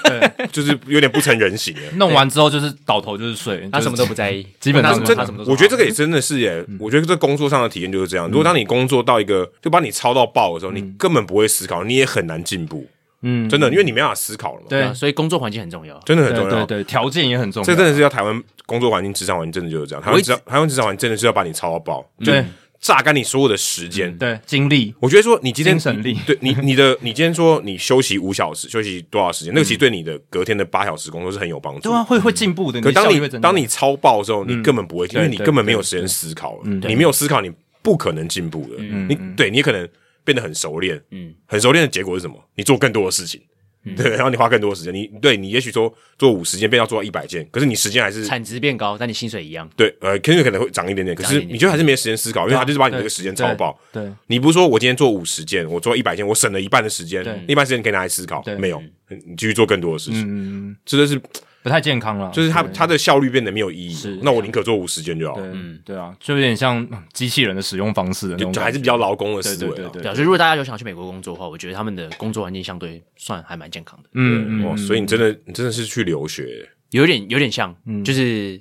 Speaker 2: 就是有点不成人形了。
Speaker 1: 弄完之后就是倒头就是睡，
Speaker 3: 他
Speaker 1: 就是
Speaker 3: 什么都不在意，
Speaker 1: 基本上
Speaker 3: 他
Speaker 1: 是
Speaker 3: 什
Speaker 2: 真的
Speaker 3: 么他什么都，
Speaker 2: 我觉得这
Speaker 3: 个
Speaker 2: 个也真的是
Speaker 3: 嗯
Speaker 2: 耶。我觉得这工作上的体验就是这样。如果当你工作到一个就把你操到爆的时候，
Speaker 3: 嗯
Speaker 2: 你根本不会思考，你也很难进步。
Speaker 1: 嗯，
Speaker 2: 真的，因为你没办法思考了嘛。
Speaker 1: 对
Speaker 3: 啊所以工作环境很重要。
Speaker 2: 真的很
Speaker 1: 对
Speaker 2: 重
Speaker 1: 对
Speaker 2: 要。
Speaker 1: 对，条件也很重要。
Speaker 2: 这真的是要台湾工作环境、职场环境，真的就是这样。台
Speaker 3: 我
Speaker 2: 湾
Speaker 3: 一
Speaker 2: 职场台湾职场环境真的是要把你操到爆，就
Speaker 1: 对
Speaker 2: 榨干你所有的时间。
Speaker 1: 对精力，
Speaker 2: 我觉得说你今天
Speaker 1: 精神力
Speaker 2: 对你你的你今天说你休息五小时，休息多少时间？那个其实对你的隔天的八小时工作是很有帮助
Speaker 1: 嗯对。啊，会会进步的。
Speaker 2: 可
Speaker 1: 的效
Speaker 2: 当
Speaker 1: 率会
Speaker 2: 你
Speaker 1: 增加嗯
Speaker 2: 当你超爆的时候，你根本不会，因为
Speaker 1: 对
Speaker 2: 你
Speaker 1: 对嗯
Speaker 2: 根本没有时间思考了。你没有思考，你不可能进步的。你对你可能变得很熟练，嗯
Speaker 3: 嗯，
Speaker 2: 很熟练的结果是什么？你做更多的事情，
Speaker 1: 嗯
Speaker 2: 对，然后你花更多的时间。你对你也许说做五十件变要做到一百件，可是你时间还是
Speaker 3: 产值变高，但你薪水一样。
Speaker 2: 对，呃，可能可能会涨一点点，可
Speaker 3: 涨一
Speaker 2: 是
Speaker 3: 点点
Speaker 2: 你就还是没时间思考，因为他就是把你这个时间超爆。
Speaker 1: 对对
Speaker 2: 你不是说我今天做五十件，我做一百件，我省了一半的时间
Speaker 1: 对，
Speaker 2: 一半时间你可以拿来思考
Speaker 1: 对，
Speaker 2: 没有，你继续做更多的事情，
Speaker 1: 嗯，
Speaker 2: 这就是
Speaker 1: 不太健康了。
Speaker 2: 就是它
Speaker 1: 对
Speaker 2: 它的效率变得没有意
Speaker 1: 是
Speaker 2: 义。那我宁可做五十件就好，
Speaker 1: 对，对啊，就有点像嗯机器人的使用方式的那
Speaker 2: 嗯就
Speaker 1: 种
Speaker 2: 就
Speaker 1: 感觉，
Speaker 2: 还是比较劳工的
Speaker 1: 对
Speaker 2: 思
Speaker 1: 对
Speaker 2: 维
Speaker 1: 对
Speaker 2: 啊。
Speaker 1: 对，
Speaker 3: 对啊，所以如果大家有想去美国工作的话，我觉得他们的工作环境相对算还蛮健康的，
Speaker 1: 嗯嗯
Speaker 2: 哇，所以你真的你真的是去留学，
Speaker 3: 有点有点像，
Speaker 1: 嗯
Speaker 3: 就是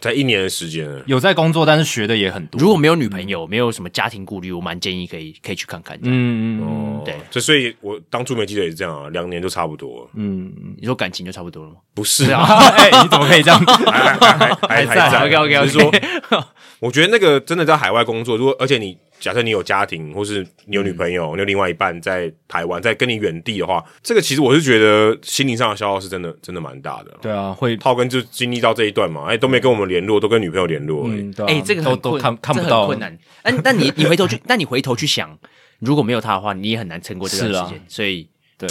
Speaker 2: 才一年的时间，
Speaker 1: 有在工作，但是学的也很多。
Speaker 3: 如果没有女朋友，没有什么家庭顾虑，我蛮建议可以可以去看看。嗯，
Speaker 1: 嗯嗯嗯
Speaker 2: 哦
Speaker 3: 对
Speaker 2: 这所以我当初没记得也是这样啊，两年就差不多了，
Speaker 1: 嗯，嗯
Speaker 3: 你说感情就差不多了吗？
Speaker 2: 不是啊，
Speaker 1: 哎，你怎么可以这样？
Speaker 2: 还还还
Speaker 1: 还
Speaker 2: 还
Speaker 1: 在
Speaker 2: 在就
Speaker 3: OK，OK，OK
Speaker 2: 是说，我觉得那个真的在海外工作，如果而且你假设你有家庭，或是你有女朋
Speaker 1: 嗯
Speaker 2: 友，你有另外一半在台湾，在跟你远地的话，这个其实我是觉得心灵上的消耗是真的真的蛮大的。
Speaker 1: 对啊，会
Speaker 2: 炮哥就经历到这一段嘛，哎，都没跟我们联络，都跟女朋友联络而已。
Speaker 1: 嗯，对啊
Speaker 3: 哎、这个很
Speaker 1: 都都
Speaker 3: 困
Speaker 1: 看看
Speaker 3: 这
Speaker 1: 不
Speaker 3: 很
Speaker 1: 到
Speaker 3: 困。难。但但你你回头去，但你回头去想，如果没有他的话，你也很难撑过这段
Speaker 1: 是啊
Speaker 3: 时间。所以
Speaker 1: 对，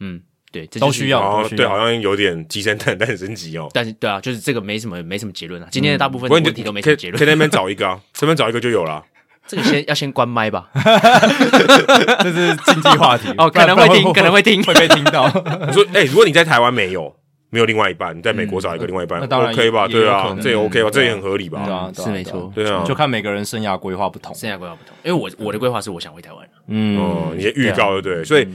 Speaker 3: 嗯，对，这
Speaker 1: 都
Speaker 3: 就是
Speaker 1: 需要
Speaker 2: 哦
Speaker 1: 都，需
Speaker 2: 对，
Speaker 1: 要
Speaker 2: 好像有点鸡生蛋，蛋生鸡哦。
Speaker 3: 但是对啊，就是这个没什么没什么结论啊。今天的大部分
Speaker 1: 嗯
Speaker 2: 不过
Speaker 3: 的
Speaker 2: 你
Speaker 3: 问
Speaker 2: 就
Speaker 3: 题都没什
Speaker 2: 可以
Speaker 3: 么
Speaker 2: 可
Speaker 3: 结
Speaker 2: 以
Speaker 3: 论。
Speaker 2: 在那边找一个啊， 这边找一个就有了。
Speaker 3: 这个先要先关麦吧。
Speaker 1: 这是经济话题
Speaker 3: 哦，可能会听，可能会听。
Speaker 1: 会被听 到。
Speaker 2: 我说，哎，如果你在台湾没有，没有另外一半，你在美国找一个另外一半
Speaker 1: 嗯那当然
Speaker 2: ，OK 吧？
Speaker 1: 也有
Speaker 2: 对
Speaker 1: 可
Speaker 2: 啊
Speaker 1: 能，嗯
Speaker 2: 这也 OK 吧？这也很合理
Speaker 1: 对
Speaker 2: 吧？
Speaker 1: 啊，对啊
Speaker 3: 是没错
Speaker 1: 对啊
Speaker 2: 对啊
Speaker 1: 就，看每个人生涯规划不同。
Speaker 3: 生涯规划不同，因为我我的规划是我想回台湾。
Speaker 2: 哦，
Speaker 1: 嗯，
Speaker 2: 你的预告对不嗯对？所以，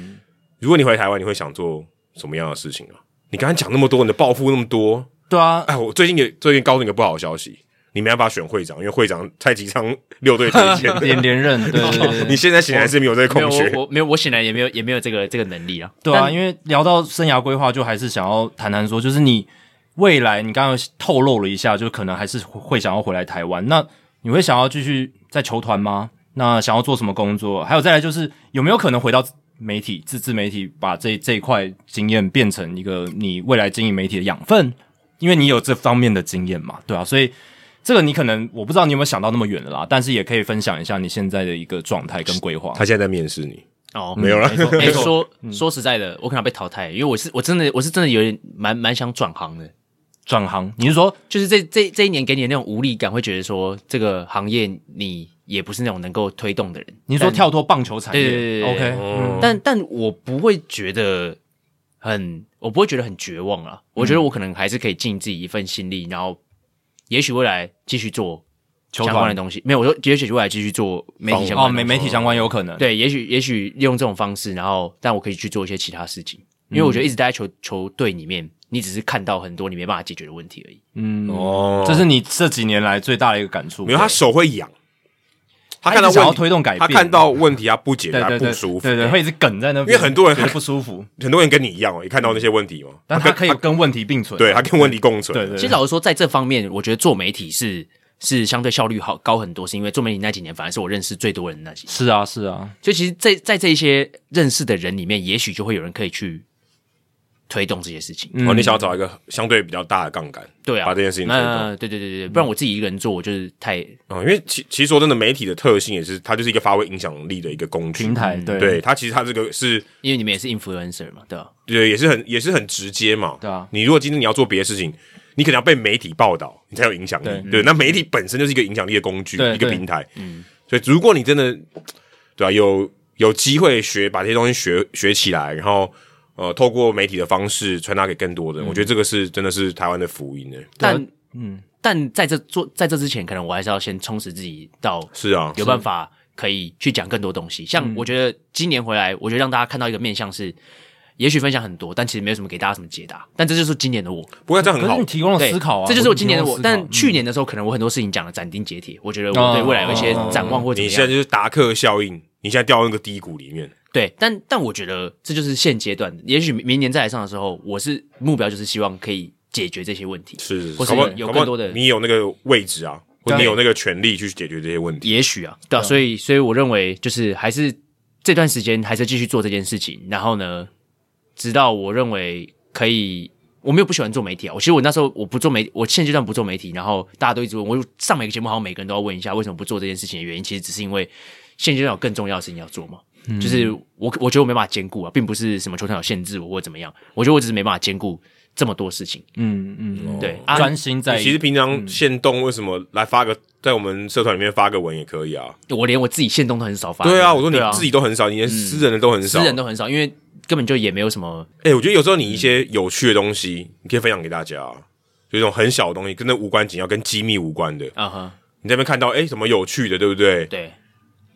Speaker 2: 如果你回台湾，你会想做什么样的事情啊？你刚才讲那么多，你的抱负那么多，
Speaker 1: 对啊，
Speaker 2: 哎，我最近也最近告诉你个不好的消息，你没办法选会长，因为会长蔡其昌六队推荐的。
Speaker 1: 连连任，对对对
Speaker 2: 你现在显然是没有这个
Speaker 3: 没 有
Speaker 2: 空缺，
Speaker 3: 我我没有我显然也没有也没有这个这个能力啊。
Speaker 1: 对啊，
Speaker 3: 但
Speaker 1: 因为聊到生涯规划，就还是想要谈谈说，就是你未来，你刚刚透露了一下，就可能还是会想要回来台湾。那你会想要继续在球团吗？那想要做什么工作？还有再来就是有没有可能回到媒体自自媒体，把这这一块经验变成一个你未来经营媒体的养分？因为你有这方面的经验嘛，对啊，所以这个你可能我不知道你有没有想到那么远的啦，但是也可以分享一下你现在的一个状态跟规划。
Speaker 2: 他现在在面试你，
Speaker 3: 哦，
Speaker 1: 嗯
Speaker 2: 没有了。
Speaker 3: 哎、 说说实在的，我可能被淘汰，因为我是我真的我是真的有点蛮蛮想转行的，
Speaker 1: 转行，你是说
Speaker 3: 就是这这这一年给你的那种无力感，会觉得说这个行业你也不是那种能够推动的人。
Speaker 1: 你是说跳脱棒球产业嗯
Speaker 3: 对对对对
Speaker 1: o k
Speaker 2: 哦，
Speaker 3: 但但我不会觉得很，我不会觉得很绝望
Speaker 1: 嗯
Speaker 3: 啦。我觉得我可能还是可以尽自己一份心力，然后也许未来继续做
Speaker 1: 球
Speaker 3: 相关
Speaker 1: 团
Speaker 3: 的东西。没有，我说也许未来继续做媒体相
Speaker 1: 哦，
Speaker 3: 关的东西
Speaker 1: 媒媒体相关有可能，，
Speaker 3: 对，也许也许用这种方式，然后但我可以去做一些其他事情，因为我
Speaker 2: 嗯
Speaker 3: 觉得一直待在球球队里面，你只是看到很多你没办法解决的问题而已。
Speaker 1: 嗯，
Speaker 2: 哦
Speaker 1: 这是你这几年来最大的一个感触。
Speaker 2: 没有，他手会痒，他
Speaker 1: 他
Speaker 2: 看到
Speaker 1: 一直想要
Speaker 2: 问题
Speaker 1: 推动改变，
Speaker 2: 他看到问题他不解决，
Speaker 1: 对
Speaker 2: 他
Speaker 1: 对
Speaker 2: 不
Speaker 1: 对
Speaker 2: 舒服。
Speaker 1: 对对，会一直梗在那边，
Speaker 2: 因为很多人
Speaker 1: 觉得不舒服，
Speaker 2: 很多人跟你一样哦，一看到那些问题哦，
Speaker 1: 但他可以跟问题并存，
Speaker 2: 对他跟问题共存。
Speaker 1: 对对，
Speaker 3: 其实老实说，在这方面，我觉得做媒体是是相对效率好高很多，是因为做媒体那几年反而是我认识最多人的那几年。
Speaker 1: 是啊是啊，
Speaker 3: 就其实在，在这一些认识的人里面，也许就会有人可以去推动这些事情。
Speaker 1: 嗯
Speaker 2: 哦，你想要找一个相对比较大的杠杆，
Speaker 3: 对啊，
Speaker 2: 把这件事情推动。嗯
Speaker 3: 那对对对对，不然我自己一个人做，我就是太
Speaker 2: 啊、因为其其实说真的，媒体的特性也是，它就是一个发挥影响力的一个工具
Speaker 1: 平。台
Speaker 3: 嗯
Speaker 1: 对
Speaker 2: 对它，其实它这个是，
Speaker 3: 因为你们也是 influencer 嘛，对啊吧、
Speaker 2: 对，也是很也是很直接嘛。
Speaker 1: 对啊
Speaker 2: 你如果今天你要做别的事情，你可能要被媒体报道，你才有影响力。
Speaker 1: 对
Speaker 2: 对，那媒体本身就是一个影响力的工具，
Speaker 1: 对
Speaker 2: 一个
Speaker 1: 对
Speaker 2: 平台。嗯，所以如果你真的，对啊，有有机会学把这些东西学学起来，然后呃，透过媒体的方式传达给更多的
Speaker 1: 嗯
Speaker 2: 人，我觉得这个是真的是台湾的福音呢。欸
Speaker 1: 啊
Speaker 3: 但嗯，但在这做在这之前，可能我还是要先充实自己到
Speaker 2: 是啊，
Speaker 3: 有办法可以去讲更多东西。
Speaker 1: 嗯
Speaker 3: 像我觉得今年回来，我觉得让大家看到一个面向是，也许分享很多，但其实没有什么给大家什么解答。但这就是今年的我，
Speaker 2: 不过这样
Speaker 1: 可
Speaker 2: 很
Speaker 1: 是
Speaker 2: 好
Speaker 1: 你，提供了
Speaker 3: 对，
Speaker 1: 思考啊，
Speaker 3: 这就是我今年的
Speaker 1: 提
Speaker 3: 我。
Speaker 1: 供了思考哦
Speaker 3: 但去年的时候，可能我很多事情讲的斩钉截铁，我觉得我对未来有一些展望或者
Speaker 2: 你
Speaker 3: 怎么
Speaker 2: 现在
Speaker 3: 样。
Speaker 2: 就是达克效应，你现在掉到那个低谷里面。
Speaker 3: 对，但但我觉得这就是现阶段的。也许明年再来上的时候，我是目标就是希望可以解决这些问题，
Speaker 2: 是，
Speaker 3: 或是
Speaker 2: 搞不好
Speaker 3: 有
Speaker 2: 搞不好
Speaker 3: 更多的
Speaker 2: 你有那个位置啊，或
Speaker 1: 对
Speaker 2: 你有那个权利去解决这些问题。
Speaker 3: 也许啊，对啊，所以所以我认为就是还是这段时间还是继续做这件事情，然后呢，直到我认为可以，我没有不喜欢做媒体啊，我其实我那时候我不做媒，我现阶段不做媒体，然后大家都一直问，我上每个节目好像每个人都要问一下为什么不做这件事情的原因，其实只是因为现阶段有更重要的事情要做嘛。
Speaker 2: 嗯
Speaker 3: 就是我，我觉得我没办法兼顾啊，并不是什么球团有限制我或怎么样，我觉得我只是没办法兼顾这么多事情。
Speaker 1: 嗯嗯，
Speaker 2: 哦
Speaker 3: 对
Speaker 1: 嗯
Speaker 3: 啊，
Speaker 1: 专心在
Speaker 2: 其实平常限动为什么来发个在我们社团里面发个文也可以啊？
Speaker 3: 我连我自己线动都很少发。
Speaker 2: 对啊，我说你
Speaker 3: 啊
Speaker 2: 自己都很少，你连私人的都很少。
Speaker 3: 私人都嗯很少，因为根本就也没有什么
Speaker 2: 哎，我觉得有时候你一些有趣的东西，你可以分享给大家啊，就一种很小的东西，跟那无关紧要、跟机密无关的，
Speaker 3: 啊哈，
Speaker 2: 你在那边看到哎什么有趣的，对不对？
Speaker 3: 对，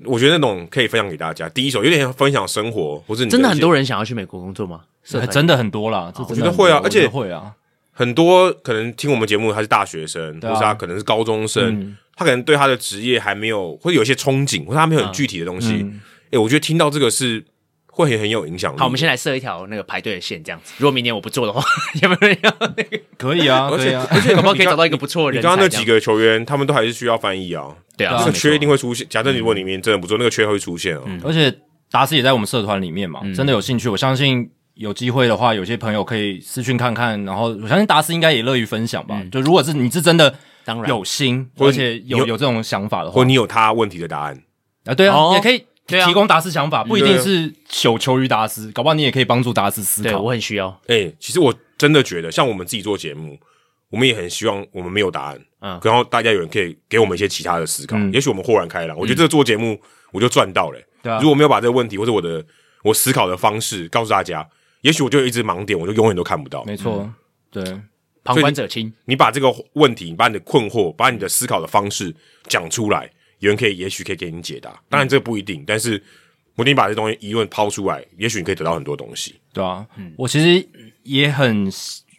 Speaker 2: 我觉得那种可以分享给大家，第一手有点像分享生活，或是你的
Speaker 3: 真的
Speaker 2: 一
Speaker 3: 很
Speaker 2: 些
Speaker 3: 多人想要去美国工作
Speaker 2: 哎
Speaker 3: 吗？社
Speaker 1: 还
Speaker 3: 团哦
Speaker 1: 真的很多啦，这真的
Speaker 2: 我觉得会啊
Speaker 1: 很多我觉得
Speaker 2: 而且
Speaker 1: 会啊，
Speaker 2: 很多可能听我们节目他是大学生，
Speaker 1: 对啊
Speaker 2: 或是他可能是高中生，
Speaker 3: 嗯
Speaker 2: 他可能对他的职业还没有，或者有一些憧憬，或者他没有
Speaker 3: 嗯
Speaker 2: 很具体的东西。诶，我觉得听到这个是会很很有影响力。
Speaker 3: 好，我们先来设一条那个排队的线，这样子。如果明年我不做的话， 有没有 人要那个？
Speaker 1: 可以啊，
Speaker 2: 而
Speaker 1: 可以
Speaker 2: 且
Speaker 1: 啊，
Speaker 2: 而且
Speaker 3: 可不可以
Speaker 2: 你刚
Speaker 3: 找到一个不错的
Speaker 2: 你
Speaker 3: 人才？
Speaker 2: 刚刚那几个球员，他们都还是需要翻译啊，
Speaker 3: 这样对啊，
Speaker 2: 这
Speaker 3: 是
Speaker 2: 个
Speaker 3: 没错嗯
Speaker 2: 缺一定会出现。假设你如果里面真的不做，那个缺会出现啊。
Speaker 1: 而且达斯也在我们社团里面嘛，真的有兴趣，我相信有机会的话，有些朋友可以私讯看看，然后我相信达斯应该也乐于分享吧。就如果是你是真的
Speaker 3: 嗯当然
Speaker 1: 有心，
Speaker 2: 或
Speaker 1: 而
Speaker 2: 者你
Speaker 1: 且有
Speaker 2: 有
Speaker 1: 有这种想法的
Speaker 2: 或
Speaker 1: 话，
Speaker 2: 你有他问题的答案，
Speaker 1: 啊，对啊，
Speaker 3: 哦
Speaker 1: 也可以
Speaker 3: 对啊
Speaker 1: 提供达斯想法，不一定是求求于达斯，搞不好你也可以帮助达斯思
Speaker 3: 对
Speaker 1: 考。
Speaker 3: 我很需要，
Speaker 2: 哎、其实我真的觉得，像我们自己做节目，我们也很希望我们没有答案，
Speaker 3: 嗯
Speaker 2: 然后大家有人可以给我们一些其他的思考，
Speaker 1: 嗯
Speaker 2: 也许我们豁然开朗。我觉得这个做节目我就赚到了、
Speaker 1: 对啊
Speaker 2: 如果没有把这个问题或者我的我思考的方式告诉大家，也许我就有一直盲点，我就永远都看不到。
Speaker 1: 没错，
Speaker 3: 嗯
Speaker 1: 对，
Speaker 3: 旁观者清，
Speaker 2: 你把这个问题，你把你的困惑，把你的思考的方式讲出来，有人可以，也许可以给你解答。当然这不一定，但是我你把这东西疑问抛出来，也许你可以得到很多东西。
Speaker 1: 对啊，我其实也很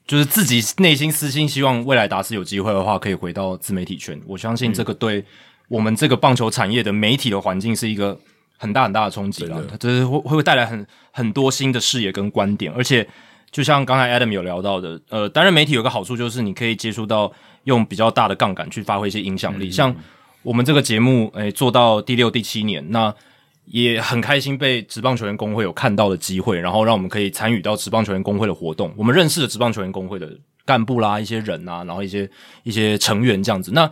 Speaker 1: 就是自己内心私心希望未来达斯有机会的话，可以回到自媒体圈。我相信这个对我们这个棒球产业的媒体的环境是一个很大很大的冲击啊，它就是会会带来很很多新的视野跟观点，而且。就像刚才 Adam 有聊到的，呃，担任媒体有个好处就是你可以接触到用比较大的杠杆去发挥一些影响力，像我们这个节目，诶、做到第六、第七年，那也很开心被职棒球员工会有看到的机会，然后让我们可以参与到职棒球员工会的活动。我们认识了职棒球员工会的干部啦、一些人啊，然后一些一些成员这样子。那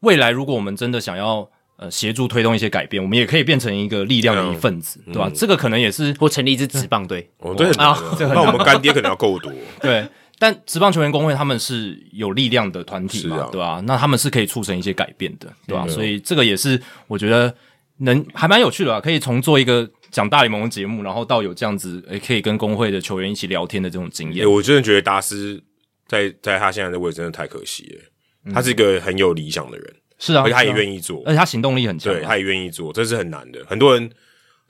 Speaker 1: 未来如果我们真的想要呃协助推动一些改变，我们也可以变成一个力量的一份子，对吧？这个可能也是
Speaker 3: 或成立一支职棒队，
Speaker 2: 哦，这很难啊那我们干爹可能要够多。
Speaker 1: 对，但职棒球员工会他们是有力量的团体嘛，
Speaker 2: 是啊啊
Speaker 1: 对吧、那他们是可以促成一些改变的，对吧、所以这个也是我觉得能还蛮有趣的啊，可以从做一个讲大联盟的节目，然后到有这样子，诶，可以跟工会的球员一起聊天的这种经
Speaker 2: 哎、
Speaker 1: 验。
Speaker 2: 我真的觉得达斯在在他现在的位置真的太可惜了。他是一个很有理想的人，
Speaker 1: 嗯是啊，
Speaker 2: 而且他也
Speaker 1: 意，
Speaker 2: 愿意做，
Speaker 1: 而且他行动力很强啊、
Speaker 2: 对，他也愿意做，这是很难的。很多人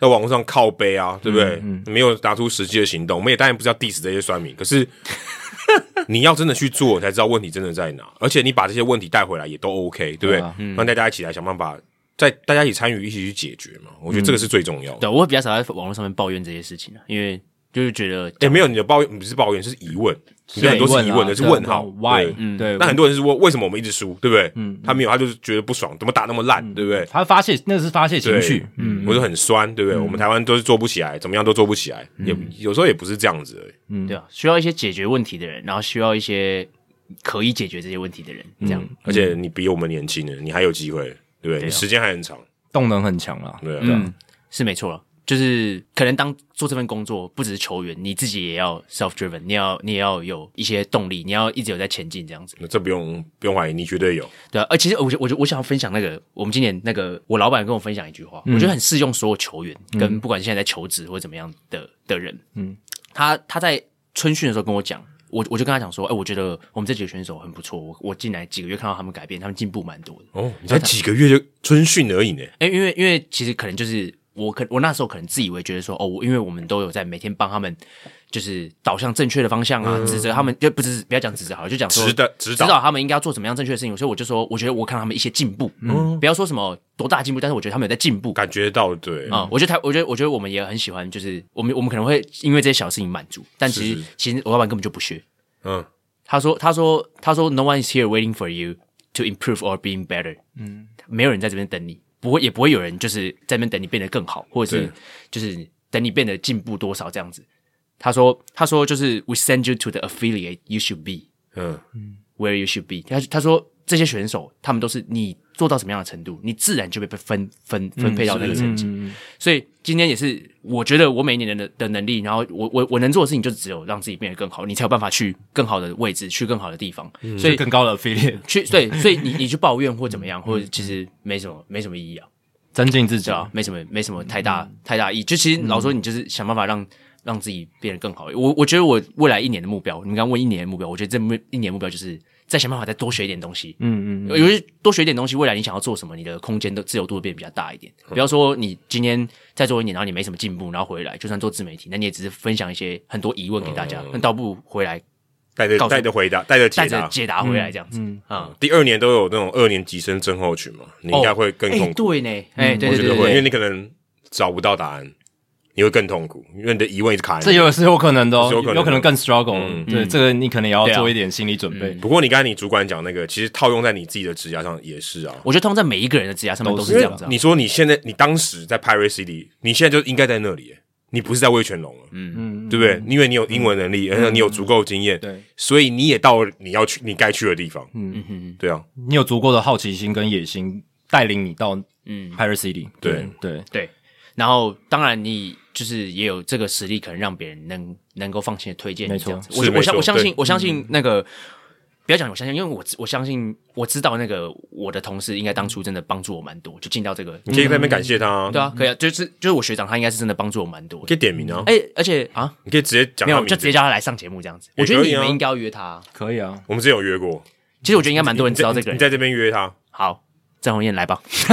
Speaker 2: 在网络上靠背啊，对不对？
Speaker 1: 嗯
Speaker 2: 没有拿出实际的行动，我们也当然不知道 diss 这些酸民，可是你要真的去做，才知道问题真的在哪。而且你把这些问题带回来也都 OK，对不对？
Speaker 1: 对啊
Speaker 2: 让大家一起来想办法，在大家一起参与，一起去解决嘛。我觉
Speaker 1: 嗯
Speaker 2: 得这个是最重要的。
Speaker 3: 对我会比较少在网络上面抱怨这些事情啊，因为就是觉得
Speaker 2: 也、欸没有你的抱怨，不是抱怨，是疑问。你
Speaker 1: 对
Speaker 2: 的很多是疑问
Speaker 1: 啊
Speaker 2: 的，是问号。
Speaker 1: ，why？
Speaker 2: 对
Speaker 1: 嗯，对，
Speaker 2: 那很多人是问为什么我们一直输，对不对？
Speaker 3: 嗯
Speaker 2: 他没有，他就是觉得不爽，怎么打那么烂，对不对？
Speaker 1: 嗯他发泄那是发泄情
Speaker 2: 对
Speaker 1: 绪，，
Speaker 2: 嗯，我就很酸，对不对？我们台湾都是做不起来，怎么样都做不起来，
Speaker 3: 嗯
Speaker 2: 也有时候也不是这样子而已。
Speaker 3: 对啊，需要一些解决问题的人，然后需要一些可以解决这些问题的人，这样、
Speaker 2: 而且你比我们年轻人，你还有机会，对
Speaker 3: 啊
Speaker 2: 不对？你时间还很长，
Speaker 1: 动能很强啊。
Speaker 2: 对
Speaker 3: 嗯
Speaker 2: 啊，
Speaker 3: 是没错了。就是可能当做这份工作，不只是球员，你自己也要 self driven，你要你也要有一些动力，你要一直有在前进这样子。
Speaker 2: 那这不用不用怀疑，你绝对有。
Speaker 3: 对啊，呃，其实我我我想要分享那个，我们今年那个我老板跟我分享一句话，我觉得很适用所有球员，跟不管现在在求职或怎么样的的人，嗯，他他在春训的时候跟我讲，我我就跟他讲说，哎、我觉得我们这几个选手很不错，我我进来几个月看到他们改变，他们进步蛮多的。
Speaker 2: 哦，你才几个月就春训而已呢，
Speaker 3: 哎、因为因为其实可能就是我可我那时候可能自以为觉得说哦，我因为我们都有在每天帮他们就是导向正确的方向啊，指责他们就不是不要讲指责好了，就讲
Speaker 2: 嗯
Speaker 3: 说
Speaker 2: 指导指
Speaker 3: 指
Speaker 2: 导
Speaker 3: 导他们应该要做怎么样正确的事情。所以我就说，我觉得我看到他们一些进步，嗯，不要说什么多大进步，但是我觉得他们有在进步。
Speaker 2: 感嗯觉到对，
Speaker 3: 啊、我觉得台，我觉得，我觉得我们也很喜欢，就是我们，我们可能会因为这些小事情满足，但其实，
Speaker 2: 是是
Speaker 3: 其实我老板根本就不屑，
Speaker 2: 嗯，
Speaker 3: 他说：“他说，他说，No one is here waiting for you to improve or being better。嗯，没有人在这边等你，不会，也不会有人就是在那边等你变得更好，或者是
Speaker 2: 对
Speaker 3: 就是等你变得进步多少这样子。”他说：“他说，就是 We send you to the affiliate you should be
Speaker 2: 嗯，
Speaker 3: where you should be 他。”他说这些选手他们都是你做到什么样的程度，你自然就被分分分配到那个成绩。所以今天也是，我觉得我每一年的的能力，然后我我我能做的事情就只有让自己变得更好，你才有办法去更好的位置，去更好的地方。
Speaker 2: 嗯
Speaker 3: 所以
Speaker 1: 更高的 affiliate
Speaker 3: 去对，所以你你去抱怨或怎么样，或者其实没什么没什么意义啊，
Speaker 1: 增进自己
Speaker 3: 对啊，没什么没什么太大、太大意义。就其实老实说，你就是想办法让让自己变得更好。我我觉得我未来一年的目标，你们刚刚问一年的目标，我觉得这目一年目标就是再想办法再多学一点东西。嗯嗯，尤其多学一点东西，未来你想要做什么，你的空间的自由度会变得比较大一点。
Speaker 2: 嗯
Speaker 3: 不要说你今天再做一年，然后你没什么进步，然后回来就算做自媒体，那你也只是分享一些很多疑问给大家，那倒不如回来
Speaker 2: 带着
Speaker 3: 告诉
Speaker 2: 带着回嗯答，带着解
Speaker 3: 带着
Speaker 2: 答。
Speaker 3: 解答回来这样子。嗯啊。
Speaker 2: 第二年都有那种二年级生症候群嘛，你应该会更
Speaker 3: 哎
Speaker 2: 痛苦，嗯
Speaker 3: 对呢，哎、对
Speaker 2: 我
Speaker 3: 对
Speaker 2: 觉
Speaker 3: 对
Speaker 2: 得
Speaker 3: 对
Speaker 2: 会，因为
Speaker 3: 对，
Speaker 2: 你可能找不到答案，你会更痛苦，因为你的疑问一直卡在那里。
Speaker 1: 这有是有可能的、哦，
Speaker 2: 是有可能的嗯
Speaker 1: 可能更 struggle、对，这个你可能也要
Speaker 3: 对啊
Speaker 1: 做一点心理准备。
Speaker 2: 不过你刚才你主管讲那个，其实套用在你自己的职涯上也是啊。
Speaker 3: 我觉得通常在每一个人的职涯上面都是
Speaker 2: 因
Speaker 3: 这
Speaker 2: 为
Speaker 3: 样子、啊。
Speaker 2: 你说你现在你当时在 Pirate City，你现在就应该在那里耶，你不是在威权龙了，嗯嗯，对不对？因为你有英文能
Speaker 3: 嗯
Speaker 2: 力，而且你有足够经验，
Speaker 1: 对，
Speaker 2: 所以你也到了你要去你该去的地方，嗯嗯，对啊，
Speaker 1: 你有足够的好奇心跟野心，带领你到
Speaker 3: 嗯
Speaker 1: 嗯 Pirate City
Speaker 2: 对
Speaker 1: 对，
Speaker 3: 对，然后当然你就是也有这个实力，可能让别人能能够放心的推荐
Speaker 1: 没
Speaker 3: 你
Speaker 1: 错
Speaker 3: 这样子。
Speaker 2: 是
Speaker 3: 我
Speaker 2: 没
Speaker 3: 我相
Speaker 2: 错
Speaker 3: 我相
Speaker 2: 对嗯
Speaker 3: 信我相信那个。不要讲，我相信，因为我我相信我知道那个我的同事应该当初真的帮助我蛮多，就进到这个，
Speaker 2: 你可以在那边感谢他、啊，
Speaker 3: 对啊，可以啊，就是就是我学长他应该是真的帮助我蛮多
Speaker 2: 可
Speaker 3: 的，
Speaker 2: 以点名啊，
Speaker 3: 哎、而且啊，
Speaker 2: 你可以直接讲
Speaker 3: 没
Speaker 2: 他
Speaker 3: 有
Speaker 2: 名字。
Speaker 3: 就直接叫他来上节目这样子，
Speaker 2: 也
Speaker 3: 我觉得
Speaker 2: 可以
Speaker 3: 你
Speaker 2: 啊
Speaker 3: 们应该要约他啊、
Speaker 1: 可以啊，
Speaker 2: 我们之前有约过，
Speaker 3: 其实我觉得应该蛮多人知道这个
Speaker 2: 你
Speaker 3: 人。
Speaker 2: 在这边约他，
Speaker 3: 好，郑红燕来吧。
Speaker 1: 直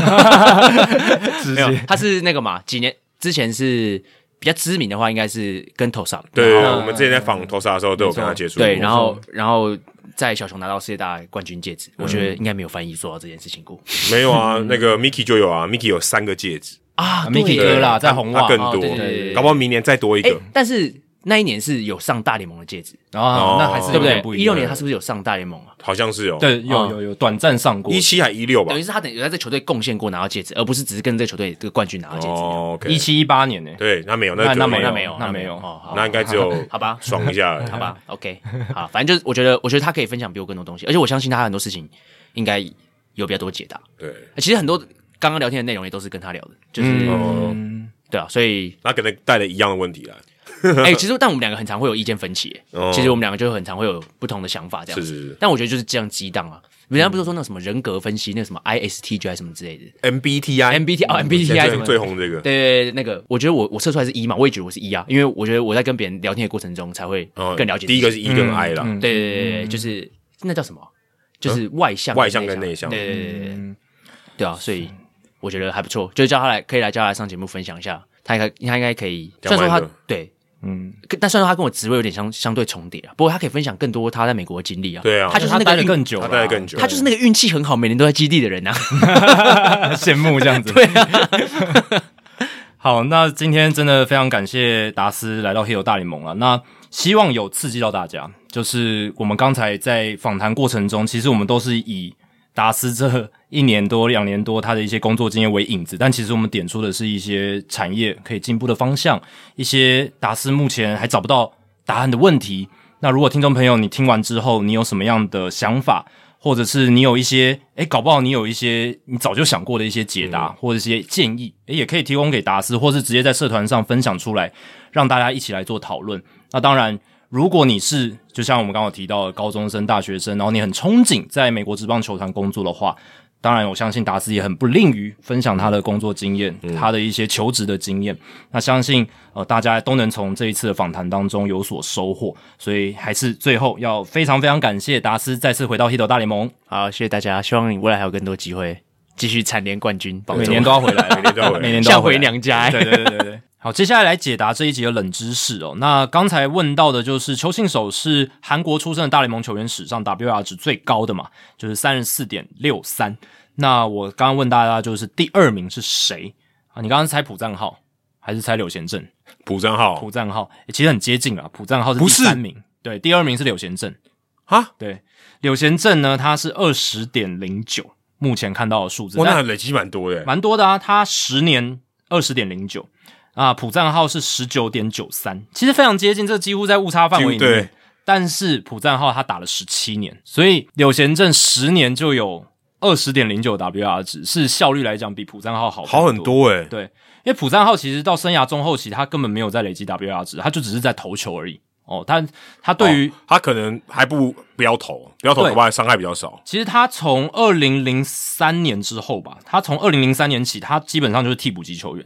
Speaker 3: 没有
Speaker 1: 接，
Speaker 3: 他是那个嘛，几年之前是比较知名的话，应该是跟头上
Speaker 2: 对对对，
Speaker 1: 嗯
Speaker 2: 我们之前在访投沙的时候都有跟他接触过。
Speaker 3: 对，然后然后在小熊拿到世界大赛冠军戒指，我觉得应该没有翻译做到这件事情过
Speaker 2: 没有啊，
Speaker 1: 嗯
Speaker 2: 那个 Mickey 就有啊，Mickey 有三个戒指，
Speaker 3: 啊
Speaker 1: Mickey
Speaker 3: 对
Speaker 1: 哥啦
Speaker 2: 他
Speaker 1: 在红袜
Speaker 2: 他更
Speaker 3: 哦
Speaker 2: 多
Speaker 3: 对对对对，对
Speaker 2: 搞不好明年再多一
Speaker 3: 哎
Speaker 2: 个。，
Speaker 3: 但是那一年是有上大联盟的戒指，
Speaker 1: 然后那还是
Speaker 2: 哦
Speaker 1: 有
Speaker 3: 对不
Speaker 1: 点
Speaker 3: 对
Speaker 1: 不？
Speaker 3: 一
Speaker 1: 一
Speaker 3: 六
Speaker 1: 样
Speaker 3: 年他是不是有上大联盟啊？
Speaker 2: 好像是哦，
Speaker 1: 对有
Speaker 3: 哦
Speaker 1: 有有短暂上过
Speaker 2: 一七还一六吧
Speaker 3: 等于，是他等于在这球队贡献过拿到戒指，而不是只是跟这个球队这个冠军拿到戒指。啊
Speaker 2: 哦，OK，
Speaker 1: 一七一八年呢，
Speaker 2: 对，那没有，
Speaker 1: 那
Speaker 2: 那
Speaker 1: 那
Speaker 2: 没
Speaker 1: 有
Speaker 3: 那没有，
Speaker 1: 那没有
Speaker 3: 哦，好
Speaker 2: 那应该只有
Speaker 3: 好吧
Speaker 2: 爽一下，
Speaker 3: 好？吧，OK，好，反正就是我觉得，我觉得他可以分享比我更多东西，而且我相信他很多事情应该有比较多解答。
Speaker 2: 对，
Speaker 3: 其实很多刚刚聊天的内容也都是跟他聊的，就是、
Speaker 2: 哦，
Speaker 1: 嗯
Speaker 3: 对啊，所以
Speaker 2: 那可能带了一样的问题来，
Speaker 3: 哎、其实但我们两个很常会有意见分歧耶，
Speaker 2: 哦
Speaker 3: 其实我们两个就很常会有不同的想法这样
Speaker 2: 是嗯
Speaker 3: 子。
Speaker 2: 是是
Speaker 3: 但我觉得就是这样激荡啊，人家不是说那个什么人格分析，那个什么 ISTJ 还是什么之类的
Speaker 2: MBTI
Speaker 3: MBTI 哦
Speaker 2: 现
Speaker 3: MBTI
Speaker 2: 在
Speaker 3: 什
Speaker 2: 最
Speaker 3: 么
Speaker 2: 最
Speaker 3: 的。
Speaker 2: 红这个，
Speaker 3: 对对对，那个我觉得我我测出来是一嘛，我也觉得我是一啊，因为我觉得我在跟别人聊天的过程中才会
Speaker 2: 哦
Speaker 3: 更了解自己、
Speaker 2: 第一个是 E 跟 I 啦，
Speaker 1: 嗯
Speaker 3: 对对对对，就是那叫什么？就是嗯外向、
Speaker 2: 外向跟内向
Speaker 3: 对对对对对，对啊，所以我觉得还不错，就是叫他来，可以来叫他来上节目分享一下，他应该他应该可以，虽
Speaker 2: 讲
Speaker 3: 然说
Speaker 2: 完
Speaker 3: 他
Speaker 2: 了
Speaker 3: 对，
Speaker 1: 嗯，
Speaker 3: 跟但虽然说他跟我职位有点相相对重叠啊，不过他可以分享更多他在美国的经历啊，
Speaker 2: 对啊
Speaker 3: 他就是
Speaker 1: 他
Speaker 3: 那
Speaker 1: 待
Speaker 3: 个
Speaker 1: 的
Speaker 3: 运
Speaker 1: 更久啦，
Speaker 2: 他待得更久
Speaker 3: 他就是那个运气很好，每年都在基地的人啊，
Speaker 1: 羡慕这样子。对、好，那今天真的非常感谢达斯来到 Hero 大联盟啊。那希望有刺激到大家，就是我们刚才在访谈过程中，其实我们都是以达斯这一年多、两年多他的一些工作经验为引子，但其实我们点出的是一些产业可以进步的方向，一些达斯目前还找不到答案的问题。那如果听众朋友你听完之后，你有什么样的想法，或者是你有一些，诶，搞不好你有一些你早就想过的一些解答、或者一些建议，诶，也可以提供给达斯，或是直接在社团上分享出来，让大家一起来做讨论。那当然，如果你是就像我们刚刚有提到的高中生、大学生，然后你很憧憬在美国职棒球团工作的话，当然我相信达斯也很不吝于分享他的工作经验，他的一些求职的经验。那相信呃大家都能从这一次的访谈当中有所收获，所以还是最后要非常非常感谢达斯再次回到 Hit 大联盟，
Speaker 3: 好，谢谢大家，希望你未来还有更多机会继续蝉联冠军，保
Speaker 1: 每
Speaker 3: 重
Speaker 1: 年都要回来，每年
Speaker 2: 都要回来
Speaker 1: 每年都要
Speaker 3: 像
Speaker 1: 回
Speaker 3: 回
Speaker 1: 来。
Speaker 3: 娘家、欸，
Speaker 1: 对对对对对。好，接下来来解答这一集的冷知识哦。那刚才问到的就是邱信守是韩国出生的大联盟球员史上 WR 值最高的嘛，就是三十四点六三。那我刚刚问大家就是第二名是谁啊？你刚刚猜朴赞浩还是猜柳贤镇？
Speaker 2: 朴赞浩
Speaker 1: 朴赞浩、欸其实很接近啊，朴赞浩是
Speaker 2: 哦不
Speaker 1: 第
Speaker 2: 是
Speaker 1: 三名，对，第二名是柳贤镇。
Speaker 2: 啊，
Speaker 1: 对，柳贤镇呢，他是二十点零九，目前看到的数字，
Speaker 2: 哇，
Speaker 1: 但
Speaker 2: 哦那累积蛮多的，
Speaker 1: 蛮多的啊。他十年二十点零九啊，普赞号是十九点九三，其实非常接近，这几乎在误差范围里
Speaker 2: 几乎
Speaker 1: 面
Speaker 2: 对。
Speaker 1: 但是普赞号他打了十七年，所以柳贤镇十年就有二十点零九 WR 值，是效率来讲比普赞号好
Speaker 2: 好很
Speaker 1: 多。
Speaker 2: 多哎，
Speaker 1: 对，因为普赞浩其实到生涯中后期，他根本没有在累积 WR 值，他就只是在投球而已。哦，他他对于、
Speaker 2: 哦他可能还不不要投，不要投，
Speaker 1: 对
Speaker 2: 恐怕伤害比较少。
Speaker 1: 其实他从二零零三年之后吧，他从二零零三年起，他基本上就是替补级球员。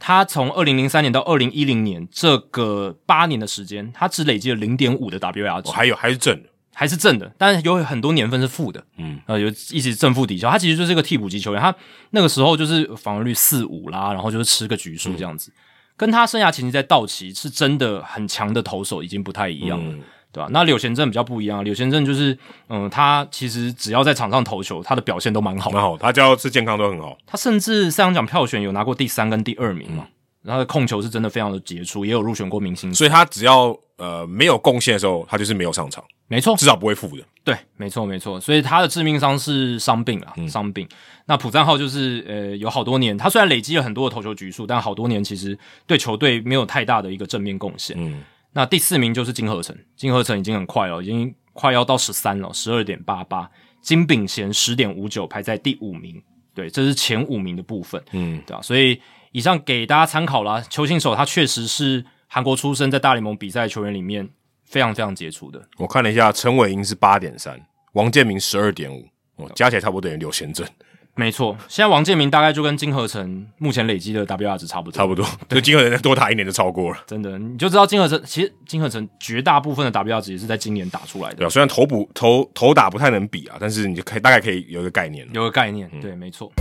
Speaker 1: 他从二零零三年到二零一零年这个八年的时间，他只累积了零点五的 WR 值，
Speaker 2: 哦还有还是正的，
Speaker 1: 还是正的，但是有很多年份是负的，嗯，呃，有一直正负抵消。他其实就是一个替补级球员，他那个时候就是防御率四五啦，然后就是吃个局数这样子，跟他生涯前期在道奇是真的很强的投手已经不太一样了，对吧、那柳贤镇比较不一样，柳贤镇就是，嗯，他其实只要在场上投球，他的表现都蛮好的
Speaker 2: 蛮好，他只要是健康都很好。
Speaker 1: 他甚至三项奖票选有拿过第三跟第二名嘛，然后他的控球是真的非常的杰出，也有入选过明星赛，
Speaker 2: 所以他只要呃没有贡献的时候，他就是没有上场，
Speaker 1: 没错，
Speaker 2: 至少不会负的。
Speaker 1: 对，没错没错，所以他的致命伤是伤病啊，
Speaker 2: 嗯
Speaker 1: 伤病。那朴赞浩就是呃，有好多年，他虽然累积了很多的投球局数，但好多年其实对球队没有太大的一个正面贡献。
Speaker 2: 嗯，
Speaker 1: 那第四名就是金合成，金合成已经很快了，已经快要到十三了，十二点八八。金炳贤十点五九排在第五名，对，这是前五名的部分，
Speaker 2: 嗯，
Speaker 1: 对啊，所以以上给大家参考啦。邱信守他确实是韩国出生，在大联盟比赛球员里面非常非常杰出的。
Speaker 2: 我看了一下，陈伟英是八点三，王建民十二点五，哦，加起来差不多等于刘贤正，
Speaker 1: 没错，现在王建民大概就跟金合成目前累积的 WR 值差不多，
Speaker 2: 差不多。就金合成再多打一年就超过了，
Speaker 1: 真的，你就知道金合成其实金合成绝大部分的 WR 值也是在今年打出来的
Speaker 2: 对。啊吧、虽然头补头头打不太能比啊，但是你就可以大概可以有一个概念了。
Speaker 1: 有个概念，对，没错。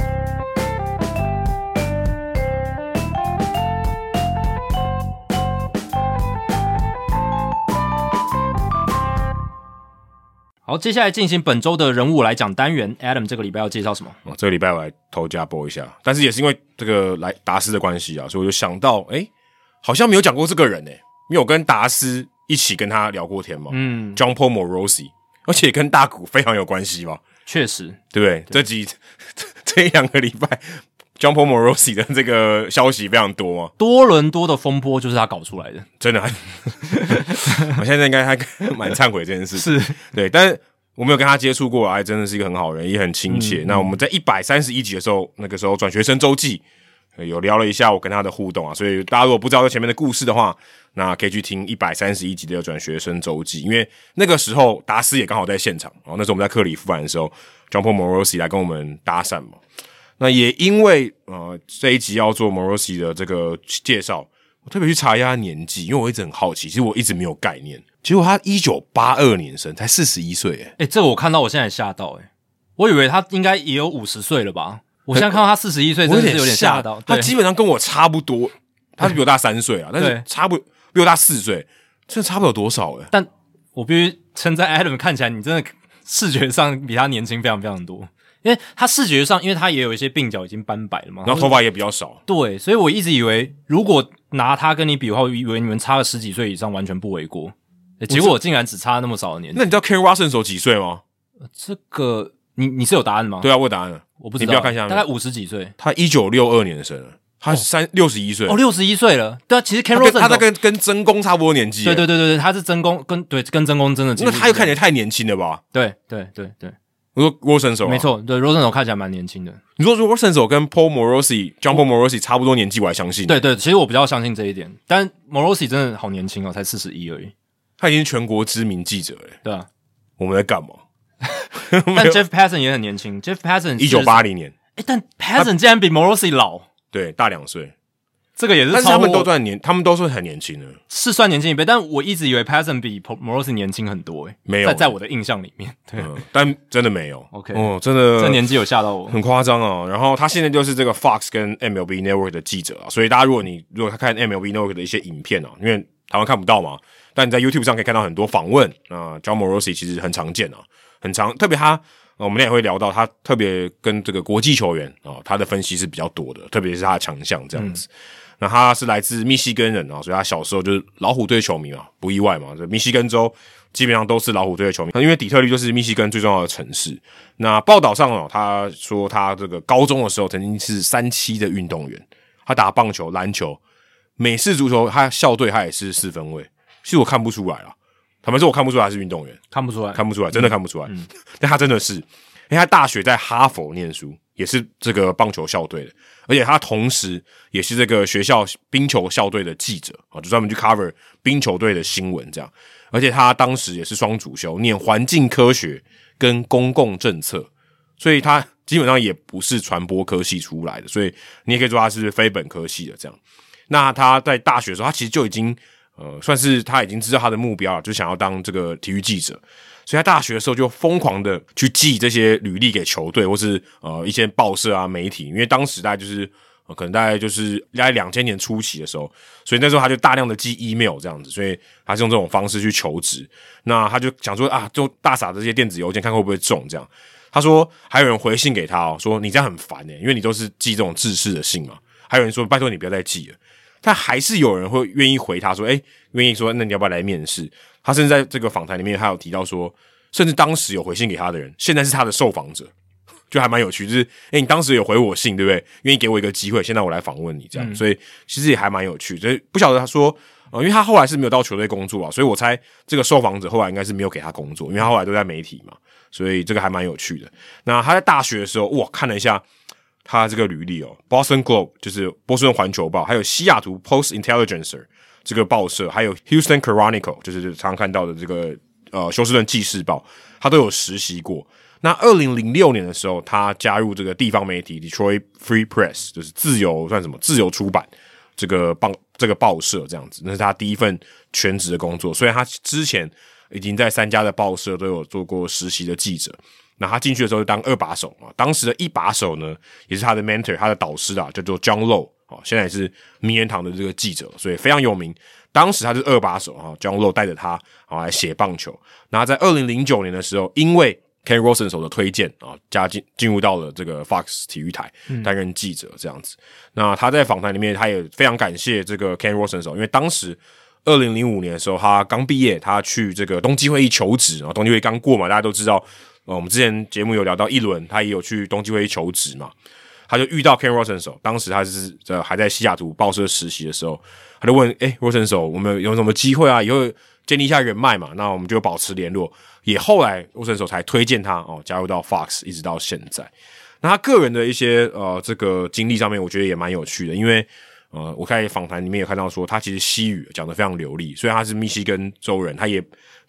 Speaker 1: 好，接下来进行本周的人物来讲单元。Adam 这个礼拜要介绍什么？
Speaker 2: 哦，这个礼拜我来偷家播一下，但是也是因为这个来达斯的关系啊，所以我就想到，哎、好像没有讲过这个人呢、因为我跟达斯一起跟他聊过天嘛、
Speaker 1: 嗯，
Speaker 2: j o h n Paul Morosi，而且跟大谷非常有关系嘛，
Speaker 1: 确实，
Speaker 2: 对不对？这几 这这一两个礼拜，John Paul Morosi 的这个消息非常多嘛，
Speaker 1: 多伦多的风波就是他搞出来的。
Speaker 2: 真的还， 我现在应该还蛮忏悔这件事，是对，但是。我没有跟他接触过，哎，真的是一个很好人，也很亲切。那我们在一百三十一集的时候，那个时候转学生周记呃有聊了一下我跟他的互动啊，所以大家如果不知道这前面的故事的话，那可以去听一百三十一集的转学生周记，因为那个时候达斯也刚好在现场，哦然后那时候我们在克里夫兰的时候，John Paul Morosi 来跟我们搭讪嘛。那也因为呃这一集要做 Morosi 的这个介绍，我特别去查一下他年纪，因为我一直很好奇，其实我一直没有概念。结果他一九八二年生，才四十一岁，哎，
Speaker 1: 哎、这个我看到，我现在也吓到、欸，哎，我以为他应该也有五十岁了吧？我现在看到他四十一岁，
Speaker 2: 我
Speaker 1: 真的是有点吓到。
Speaker 2: 他
Speaker 1: 对
Speaker 2: 基本上跟我差 不多，他是比我大三岁啊，但
Speaker 1: 对
Speaker 2: 是差不比我大四岁，真的差不了多少哎、
Speaker 1: 但我必须称赞 Adam，看起来你真的视觉上比他年轻非常非常多，因为他视觉上，因为他也有一些鬓角已经斑白了嘛，
Speaker 2: 然后头发也比较少，
Speaker 1: 对，所以我一直以为如果拿他跟你比的话，我以为你们差了十几岁以上完全不为过，诶结果我竟然只差那么少的年纪
Speaker 2: 那。你知道 Ken Watson 的时候几岁吗？
Speaker 1: 哦这个你你是有答案吗？，
Speaker 2: 对啊，我有答案了，
Speaker 1: 我不知道，
Speaker 2: 你不要看下面
Speaker 1: 大概五十几岁，
Speaker 2: 他一九六二年生的，他三六十一岁
Speaker 1: 哦，，六十一岁了。对啊，其实 Ken
Speaker 2: 他
Speaker 1: Rosen
Speaker 2: 跟他在跟跟真宫差不多年纪，欸
Speaker 1: 对对，对对对，他是真宫跟对跟真宫真的几乎
Speaker 2: 那
Speaker 1: 是一样，
Speaker 2: 他又看起来太年轻了吧？
Speaker 1: 对对对对，
Speaker 2: 我说 Wilson 手、啊
Speaker 1: 没，错，对 Rosen 看起来蛮年轻的。
Speaker 2: 你说如果 Wilson 手跟 Paul Morosi、John Paul Morosi 差不多年纪，我还相信，
Speaker 1: 哦对对，其实我比较相信这一点，但 Morosi 真的好年轻哦，才四十一而已，
Speaker 2: 他已经是全国知名记者了、
Speaker 1: 对 啊。
Speaker 2: 我们在干嘛？
Speaker 1: 但 Jeff Passan 也很年轻，Jeff Passan
Speaker 2: 一九八，零年，
Speaker 1: 哎，但 Passan 竟然比 Morosi 老，
Speaker 2: 对，大两岁。
Speaker 1: 这个也是
Speaker 2: 但是
Speaker 1: 超
Speaker 2: 他
Speaker 1: 过
Speaker 2: 们都算年，他们都算很年轻的。
Speaker 1: 是算年轻一辈，但我一直以为 Passan 比 Po- Morosi 年轻很多，哎，
Speaker 2: 没有
Speaker 1: 在在我的印象里面，对，
Speaker 2: 嗯，但真的没有。
Speaker 1: OK
Speaker 2: 哦，真的，
Speaker 1: 这年纪有吓到我，
Speaker 2: 很夸张哦。然后他现在就是这个 Fox 跟 MLB Network 的记者啊，所以大家如果你如果看 MLB Network 的一些影片啊，因为台湾看不到嘛，但你在 YouTube 上可以看到很多访问啊、John Morosi 其实很常见啊，很常，特别他。呃我们俩也会聊到他特别跟这个国际球员啊、他的分析是比较多的，特别是他的强项这样子。那他是来自密西根人啊，所以他小时候就是老虎队球迷嘛，不意外嘛。这密西根州基本上都是老虎队的球迷，那因为底特律就是密西根最重要的城市。那报道上哦，他说他这个高中的时候曾经是三期的运动员，他打棒球、篮球、美式足球，他校队他也是四分卫。其实我看不出来啊，坦白说，我看不出来他是运动员，
Speaker 1: 看不出来，嗯
Speaker 2: 看不出来，真的看不出来。 但他真的是，因为他大学在哈佛念书，也是这个棒球校队的，而且他同时也是这个学校冰球校队的记者啊，就专门去 cover 冰球队的新闻这样。而且他当时也是双主修，念环境科学跟公共政策，所以他基本上也不是传播科系出来的，所以你也可以说他是非本科系的这样。那他在大学的时候，他其实就已经呃，算是他已经知道他的目标了，就想要当这个体育记者。所以他大学的时候就疯狂的去寄这些履历给球队或是呃一些报社啊媒体，因为当时大概就是、呃可能大概就是大概两千年初期的时候，所以那时候他就大量的寄 email 这样子，所以他是用这种方式去求职。那他就想说啊，就大撒这些电子邮件看会不会中这样。他说还有人回信给他哦，说你这样很烦诶、因为你都是寄这种制式的信嘛。还有人说拜托你不要再寄了。但还是有人会愿意回他说：“哎、愿意说，那你要不要来面试？”他甚至在这个访谈里面，他有提到说，甚至当时有回信给他的人，现在是他的受访者，就还蛮有趣。就是，哎、你当时有回我信，对不对？愿意给我一个机会，现在我来访问你，这样，所以其实也还蛮有趣。所以不晓得他说，呃，因为他后来是没有到球队工作啊，所以我猜这个受访者后来应该是没有给他工作，因为他后来都在媒体嘛，所以这个还蛮有趣的。那他在大学的时候，哇，看了一下，他这个履历哦，《Boston Globe》就是波士顿环球报，还有西雅图《Post Intelligencer》这个报社，还有《Houston Chronicle》就是常常看到的这个呃休斯顿纪事报，他都有实习过。那二零零六年的时候，他加入这个地方媒体 Detroit Free Press，就是自由算什么自由出版这个报这个报社这样子，那是他第一份全职的工作。虽然他之前已经在三家的报社都有做过实习的记者，那他进去的时候就当二把手嘛。当时的一把手呢，也是他的 mentor，他的导师啊，叫做 John Low 哦，现在也是名人堂的这个记者，所以非常有名。当时他是二把手啊、j o h n Low 带着他啊、来写棒球。那在二零零九年的时候，因为 Ken Rosen 手的推荐啊，加进进入到了这个 Fox 体育台担任记者这样子。那他在访谈里面，他也非常感谢这个 Ken Rosen 手，因为当时二零零五年的时候，他刚毕业，他去这个冬季会议求职，然后冬季会议刚过嘛，大家都知道，呃，我们之前节目有聊到一轮，他也有去冬季会议求职嘛，他就遇到 Ken Rosen 手，当时他是呃还在西雅图报社实习的时候，他就问，哎、r o s e n 手，我们有什么机会啊？以后建立一下人脉嘛，那我们就保持联络。也后来 Rosen 手才推荐他哦加入到 Fox，一直到现在。那他个人的一些呃这个经历上面，我觉得也蛮有趣的，因为呃我在访谈里面也看到说，他其实西语讲得非常流利，虽然他是密西根州人，他也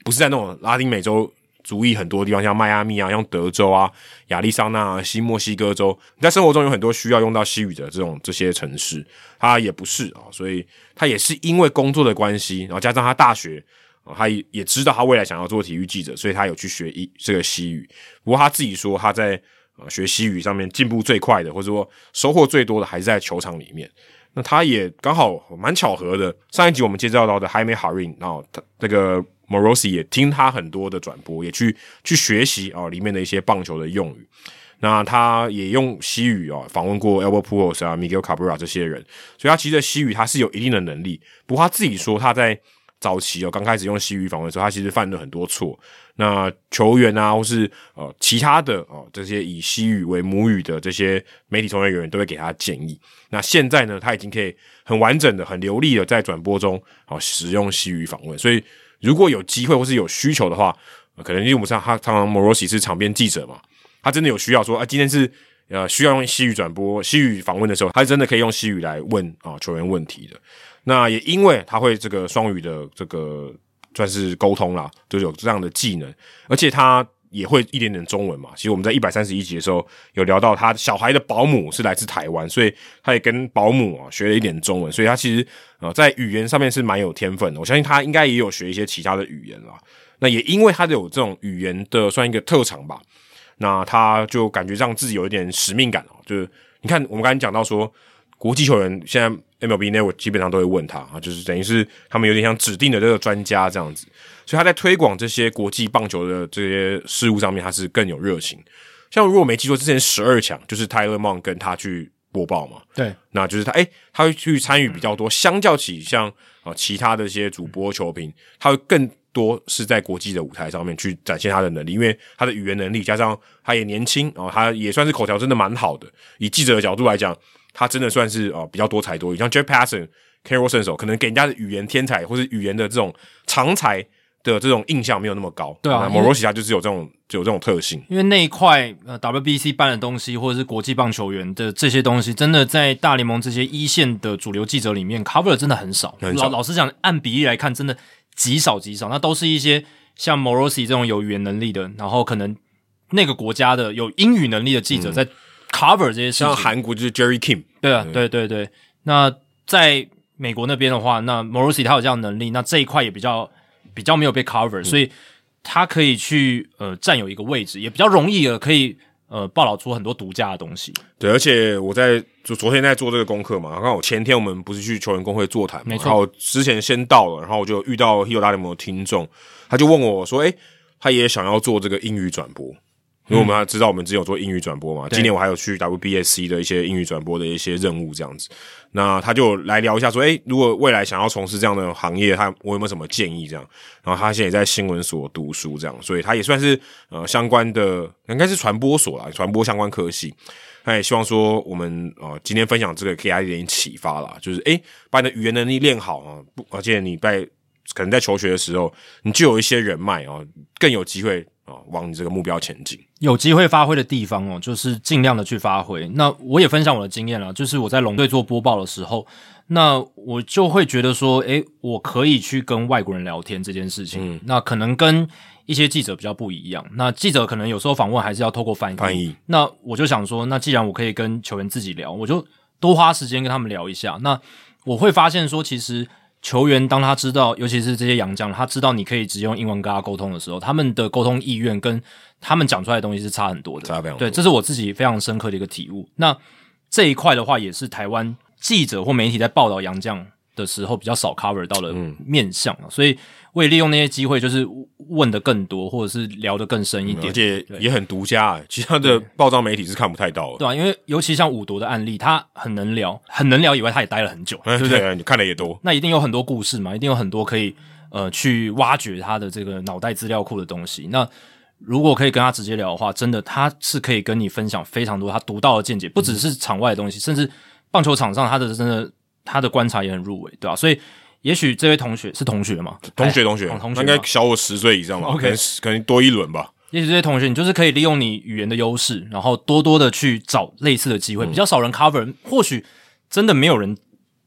Speaker 2: 不是在那种拉丁美洲族裔很多地方，像迈阿密啊、像德州啊、亚利桑那、啊、西墨西哥州，你在生活中有很多需要用到西语的这种这些城市，他也不是啊、所以他也是因为工作的关系，然后加上他大学。啊他也也知道他未来想要做体育记者，所以他有去学一这个西语。不过他自己说他在呃学西语上面进步最快的，或者说收获最多的，还是在球场里面。那他也刚好蛮巧合的，上一集我们介绍到的海美哈瑞，然后他那个 Morosi 也听他很多的转播，也去去学习啊、哦里面的一些棒球的用语。那他也用西语哦访问过 Albert Pujols 啊、Miguel Cabrera 这些人，所以他其实的西语他是有一定的能力。不过他自己说他在早期哦刚开始用西语访问的时候，他其实犯了很多错。那球员啊，或是呃其他的哦这些以西语为母语的这些媒体从业人员都会给他建议。那现在呢，他已经可以很完整的、很流利的在转播中哦使用西语访问，所以如果有机会或是有需求的话，呃可能因为我们上他常常 Morosi 是场边记者嘛，他真的有需要说啊，今天是呃需要用西语转播、西语访问的时候，他真的可以用西语来问啊、球员问题的。那也因为他会这个双语的这个算是沟通啦，就是有这样的技能，而且他也会一点点中文嘛。其实我们在一百三十一集的时候有聊到，他小孩的保姆是来自台湾，所以他也跟保姆啊学了一点中文，所以他其实呃在语言上面是蛮有天分的。我相信他应该也有学一些其他的语言啦。那也因为他有这种语言的算一个特长吧，那他就感觉让自己有一点使命感哦。就是你看，我们刚才讲到说，国际球员现在 MLB Network 基本上都会问他啊，就是等于是他们有点像指定的这个专家这样子，所以他在推广这些国际棒球的这些事物上面，他是更有热情。像如果我没记错，之前十二强就是泰勒·曼跟他去播报嘛，
Speaker 4: 对，
Speaker 2: 那就是他，诶、他会去参与比较多，相较起像啊、呃其他的一些主播球评，他会更多是在国际的舞台上面去展现他的能力，因为他的语言能力加上他也年轻，然、后他也算是口条真的蛮好的。以记者的角度来讲，他真的算是啊、呃比较多才多艺，像 Jeff Passan、k a r o l 选手，可能给人家的语言天才或是语言的这种常才的这种印象没有那么高。
Speaker 1: 对啊
Speaker 2: 那 Morosi 他就是有这种就有这种特性。
Speaker 1: 因为那一块呃 WBC 办的东西，或者是国际棒球员的这些东西，真的在大联盟这些一线的主流记者里面 cover 的真的很少。
Speaker 2: 很少
Speaker 1: 老老实讲，按比例来看，真的极少极少。那都是一些像 Morosi 这种有语言能力的，然后可能那个国家的有英语能力的记者在 cover 这些事
Speaker 2: 嗯像
Speaker 1: 情。
Speaker 2: 韩国就是 Jerry Kim，
Speaker 1: 对啊，对对对。那在美国那边的话，那 Morosi 他有这样的能力，那这一块也比较比较没有被 cover，、所以他可以去呃占有一个位置，也比较容易的可以呃报道出很多独家的东西。
Speaker 2: 对，而且我在昨昨天在做这个功课嘛，然后我前天我们不是去球员工会座谈嘛，
Speaker 1: 没错
Speaker 2: 然后之前先到了，然后我就遇到 h i o 大联盟的听众，他就问我说：“诶，他也想要做这个英语转播，因为我们他知道我们之前有做英语转播嘛，
Speaker 1: 嗯对
Speaker 2: 今年我还有去 WBSC 的一些英语转播的一些任务这样子。那他就来聊一下说：诶，如果未来想要从事这样的行业，他我有没有什么建议这样？然后他现在也在新闻所读书这样，所以他也算是呃相关的，应该是传播所啦，传播相关科系。”那也希望说我们呃今天分享这个可以大家一点启发啦，就是诶、把你的语言能力练好啊，不，而且你在可能在求学的时候，你就有一些人脉哦，更有机会啊，往你这个目标前进。
Speaker 1: 有机会发挥的地方哦，就是尽量的去发挥。那我也分享我的经验了，就是我在龙队做播报的时候，那我就会觉得说，诶，我可以去跟外国人聊天这件事情。嗯那可能跟一些记者比较不一样，那记者可能有时候访问还是要透过翻译。
Speaker 2: 翻译
Speaker 1: 那我就想说，那既然我可以跟球员自己聊，我就多花时间跟他们聊一下。那我会发现说，其实球员当他知道，尤其是这些洋将，他知道你可以直接用英文跟他沟通的时候，他们的沟通意愿跟他们讲出来的东西是差很多的，
Speaker 2: 差非常多
Speaker 1: 对，这是我自己非常深刻的一个体悟。那这一块的话，也是台湾记者或媒体在报道洋将的时候比较少 cover 到的
Speaker 2: 嗯
Speaker 1: 面向、啊所以我也利用那些机会，就是问的更多，或者是聊得更深一点。
Speaker 2: 而且也很独家、欸，其他的报章媒体是看不太到的。
Speaker 1: 对啊，因为尤其像五夺的案例，他很能聊，很能聊以外，他也待了很久，
Speaker 2: 哎， 对，你看的也多，
Speaker 1: 那一定有很多故事嘛，一定有很多可以呃去挖掘他的这个脑袋资料库的东西。那如果可以跟他直接聊的话，真的他是可以跟你分享非常多他独到的见解，不
Speaker 2: 嗯
Speaker 1: 只是场外的东西，甚至棒球场上他的真的他的观察也很入围，对吧、所以也许这位同学是同学嘛，
Speaker 2: 同学同学，
Speaker 1: 哎哦同同
Speaker 2: 那
Speaker 1: 学
Speaker 2: 应
Speaker 1: 嘛
Speaker 2: 该小我十岁以上吧
Speaker 1: OK
Speaker 2: 可能可能多一轮吧。
Speaker 1: 也许这些同学，你就是可以利用你语言的优势，然后多多的去找类似的机
Speaker 2: 嗯
Speaker 1: 会，比较少人 cover，或许真的没有人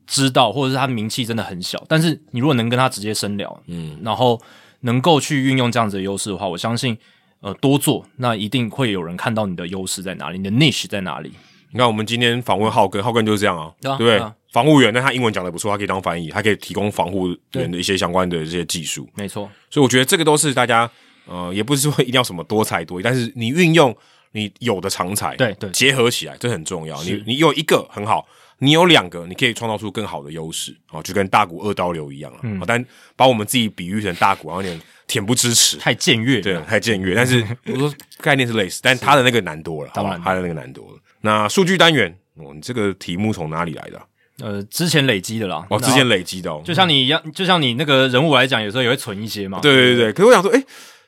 Speaker 1: 知道，或者是他名气真的很小，但是你如果能跟他直接深聊，嗯，然后能够去运用这样子的优势的话，我相信，呃，多做那一定会有人看到你的优势在哪里，你的 niche 在哪里。
Speaker 2: 你看，我们今天访问浩根，浩根就是这样啊，
Speaker 1: 对啊
Speaker 2: 对不
Speaker 1: 对
Speaker 2: 对
Speaker 1: 啊？
Speaker 2: 防护员，但他英文讲的不错，他可以当翻译，他可以提供防护员的一些相关的这些技术，
Speaker 1: 没错，
Speaker 2: 所以我觉得这个都是大家呃，也不是说一定要什么多才多艺，但是你运用你有的长才，
Speaker 1: 对对
Speaker 2: 结合起来，这很重要。你你有一个很好，你有两个，你可以创造出更好的优势哦，就跟大股二刀流一样啊。嗯、但把我们自己比喻成大股，然后有点恬不知耻，
Speaker 1: 太僭越
Speaker 2: 对
Speaker 1: 了，，
Speaker 2: 太僭越。但是我说概念是类似，但他的那个难多了，好
Speaker 1: 当
Speaker 2: 吧
Speaker 1: 然？
Speaker 2: 他的那个难多了。那数据单元，哦，你这个题目从哪里来的啊？
Speaker 1: 呃，之前累积的啦，
Speaker 2: 哦，
Speaker 1: 然
Speaker 2: 之
Speaker 1: 后
Speaker 2: 前累积的、哦，
Speaker 1: 就像你一样，就像你那个人物来讲，有时候也会存一些嘛，
Speaker 2: 对对对对。可是我想说，哎、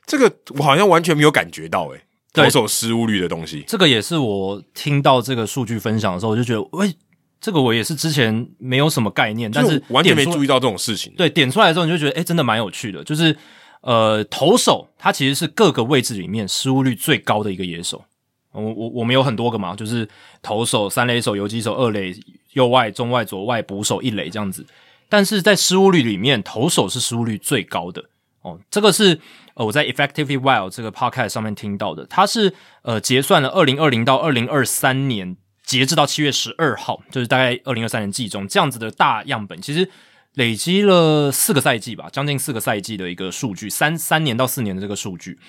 Speaker 2: 这个我好像完全没有感觉到、诶哎，
Speaker 1: 对
Speaker 2: 投手失误率的东西，
Speaker 1: 这个也是我听到这个数据分享的时候，我就觉得，喂、这个我也是之前没有什么概念，但
Speaker 2: 就是我完全没
Speaker 1: 点出
Speaker 2: 注意到这种事情。
Speaker 1: 对，点出来之后你就觉得，哎、真的蛮有趣的。就是呃，投手他其实是各个位置里面失误率最高的一个野手。我我我们有很多个嘛，就是投手、三垒手、游击手、二垒、右外、中外、左外、捕手、一垒这样子。但是在失误率里面，投手是失误率最高的哦。这个是呃我在 Effectively Wild 这个 podcast 上面听到的，它是呃结算了二零二零到二零二三年截至到七月十二号，就是大概二零二三年季中这样子的大样本，其实累积了四个赛季吧，将近四个赛季的一个数据，三三年到四年的这个数据。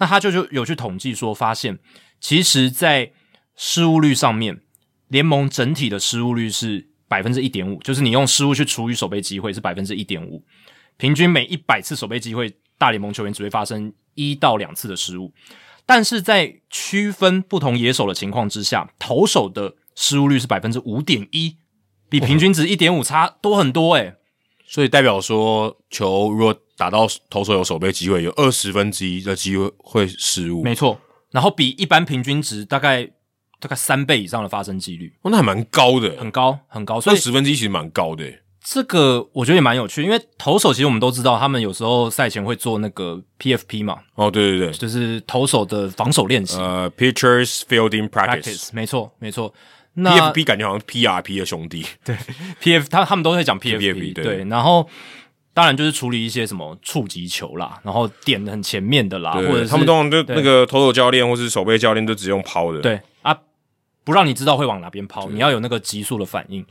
Speaker 1: 那他就就有去统计说，发现其实，在失误率上面，联盟整体的失误率是百分之一点五，就是你用失误去除以守备机会是百分之一点五，平均每一百次守备机会，大联盟球员只会发生一到两次的失误。但是在区分不同野手的情况之下，投手的失误率是百分之五点一，比平均值一点五差多很多欸诶、
Speaker 2: 所以代表说，球如果打到投手有守备机会，有二十分之一的机会会失误，
Speaker 1: 没错，然后比一般平均值大概大概三倍以上的发生几率，
Speaker 2: 哦，那还蛮高的、欸
Speaker 1: 很，高很高。所
Speaker 2: 二
Speaker 1: 以
Speaker 2: 十分之一其实蛮高的、欸
Speaker 1: 这个我觉得也蛮有趣，因为投手其实我们都知道，他们有时候赛前会做那个 PFP 嘛，
Speaker 2: 哦，对对对，
Speaker 1: 就是投手的防守练习、
Speaker 2: 呃，pitchers fielding practice。
Speaker 1: practice，没错没错。那
Speaker 2: PFP 感觉好像 PRP 的兄弟，
Speaker 1: PF 他他们都会讲 PFP，
Speaker 2: PFP 对
Speaker 1: 对，然后。当然就是处理一些什么触及球啦，然后点很前面的啦，或
Speaker 2: 对
Speaker 1: 者是
Speaker 2: 他们通常就
Speaker 1: 对
Speaker 2: 那个投手教练或是守备教练都只用抛的，，
Speaker 1: 对啊，不让你知道会往哪边抛，你要有那个急速的反应。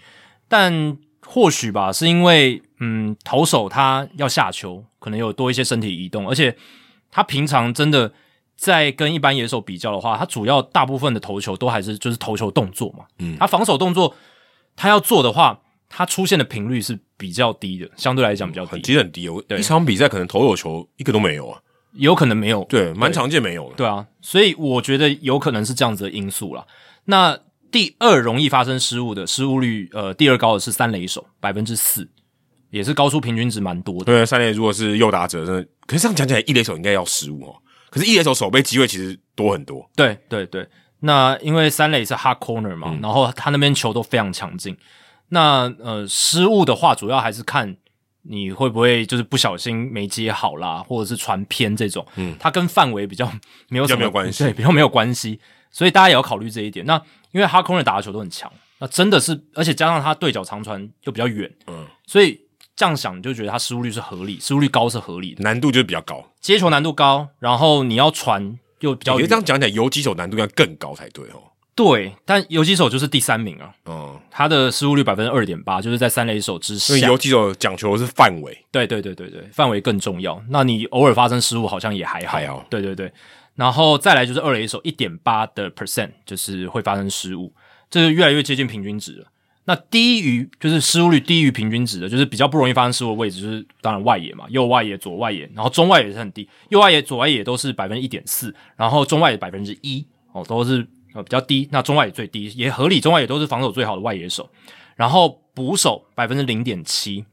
Speaker 1: 但或许吧，是因为嗯，投手他要下球，可能有多一些身体移动，而且他平常真的在跟一般野手比较的话，他主要大部分的投球都还是就是投球动作嘛，嗯，他防守动作他要做的话，他出现的频率是比较低的，相对来讲比较
Speaker 2: 很
Speaker 1: 嗯低，
Speaker 2: 其实很低哦。一场比赛可能投手球一个都没有啊，
Speaker 1: 有可能没有
Speaker 2: 对，蛮常见没有的。
Speaker 1: 对啊，所以我觉得有可能是这样子的因素啦。那第二容易发生失误的失误率，呃，第二高的是三垒手，百分之四，也是高出平均值蛮多的。
Speaker 2: 对，三垒如果是右打者，真的，可是这样讲起来，一垒手应该要失误哦。可是，一垒手守备机会其实多很多，
Speaker 1: 对对对，那因为三垒是 hard corner 嘛，
Speaker 2: 嗯
Speaker 1: 然后他那边球都非常强劲。那呃，失误的话，主要还是看你会不会就是不小心没接好啦，或者是传偏这种，嗯，它跟范围比较没有什么
Speaker 2: 比较没有关系
Speaker 1: 对，比较没有关系，所以大家也要考虑这一点。那因为哈空人打的球都很强，那真的是，而且加上他对角长传又比较远，嗯，所以这样想你就觉得他失误率是合理，失误率高是合理的，
Speaker 2: 难度就是比较高。
Speaker 1: 接球难度高，然后你要传又比较
Speaker 2: 我觉得
Speaker 1: 远，
Speaker 2: 这样讲起来，游击手难度要更高才对哦。
Speaker 1: 对，但游击手就是第三名啊，
Speaker 2: 嗯，
Speaker 1: 他的失误率百分之二点八，就是在三垒手之
Speaker 2: 因为
Speaker 1: 下。
Speaker 2: 游击手讲求的是范围，
Speaker 1: 对对对对对，范围更重要。那你偶尔发生失误，好像也还好。
Speaker 2: 还好
Speaker 1: 对对对，然后再来就是二垒手一点八的 percent，就是会发生失误，这就越来越接近平均值了。那低于就是失误率低于平均值的，就是比较不容易发生失误的位置，就是当然外野嘛，右外野、左外野，然后中外野是很低，右外野、左外野都是百分之一点四，然后中外野百分之一哦，都是呃比较低。那中外野最低也合理，中外野都是防守最好的外野手，然后捕手百分之零点七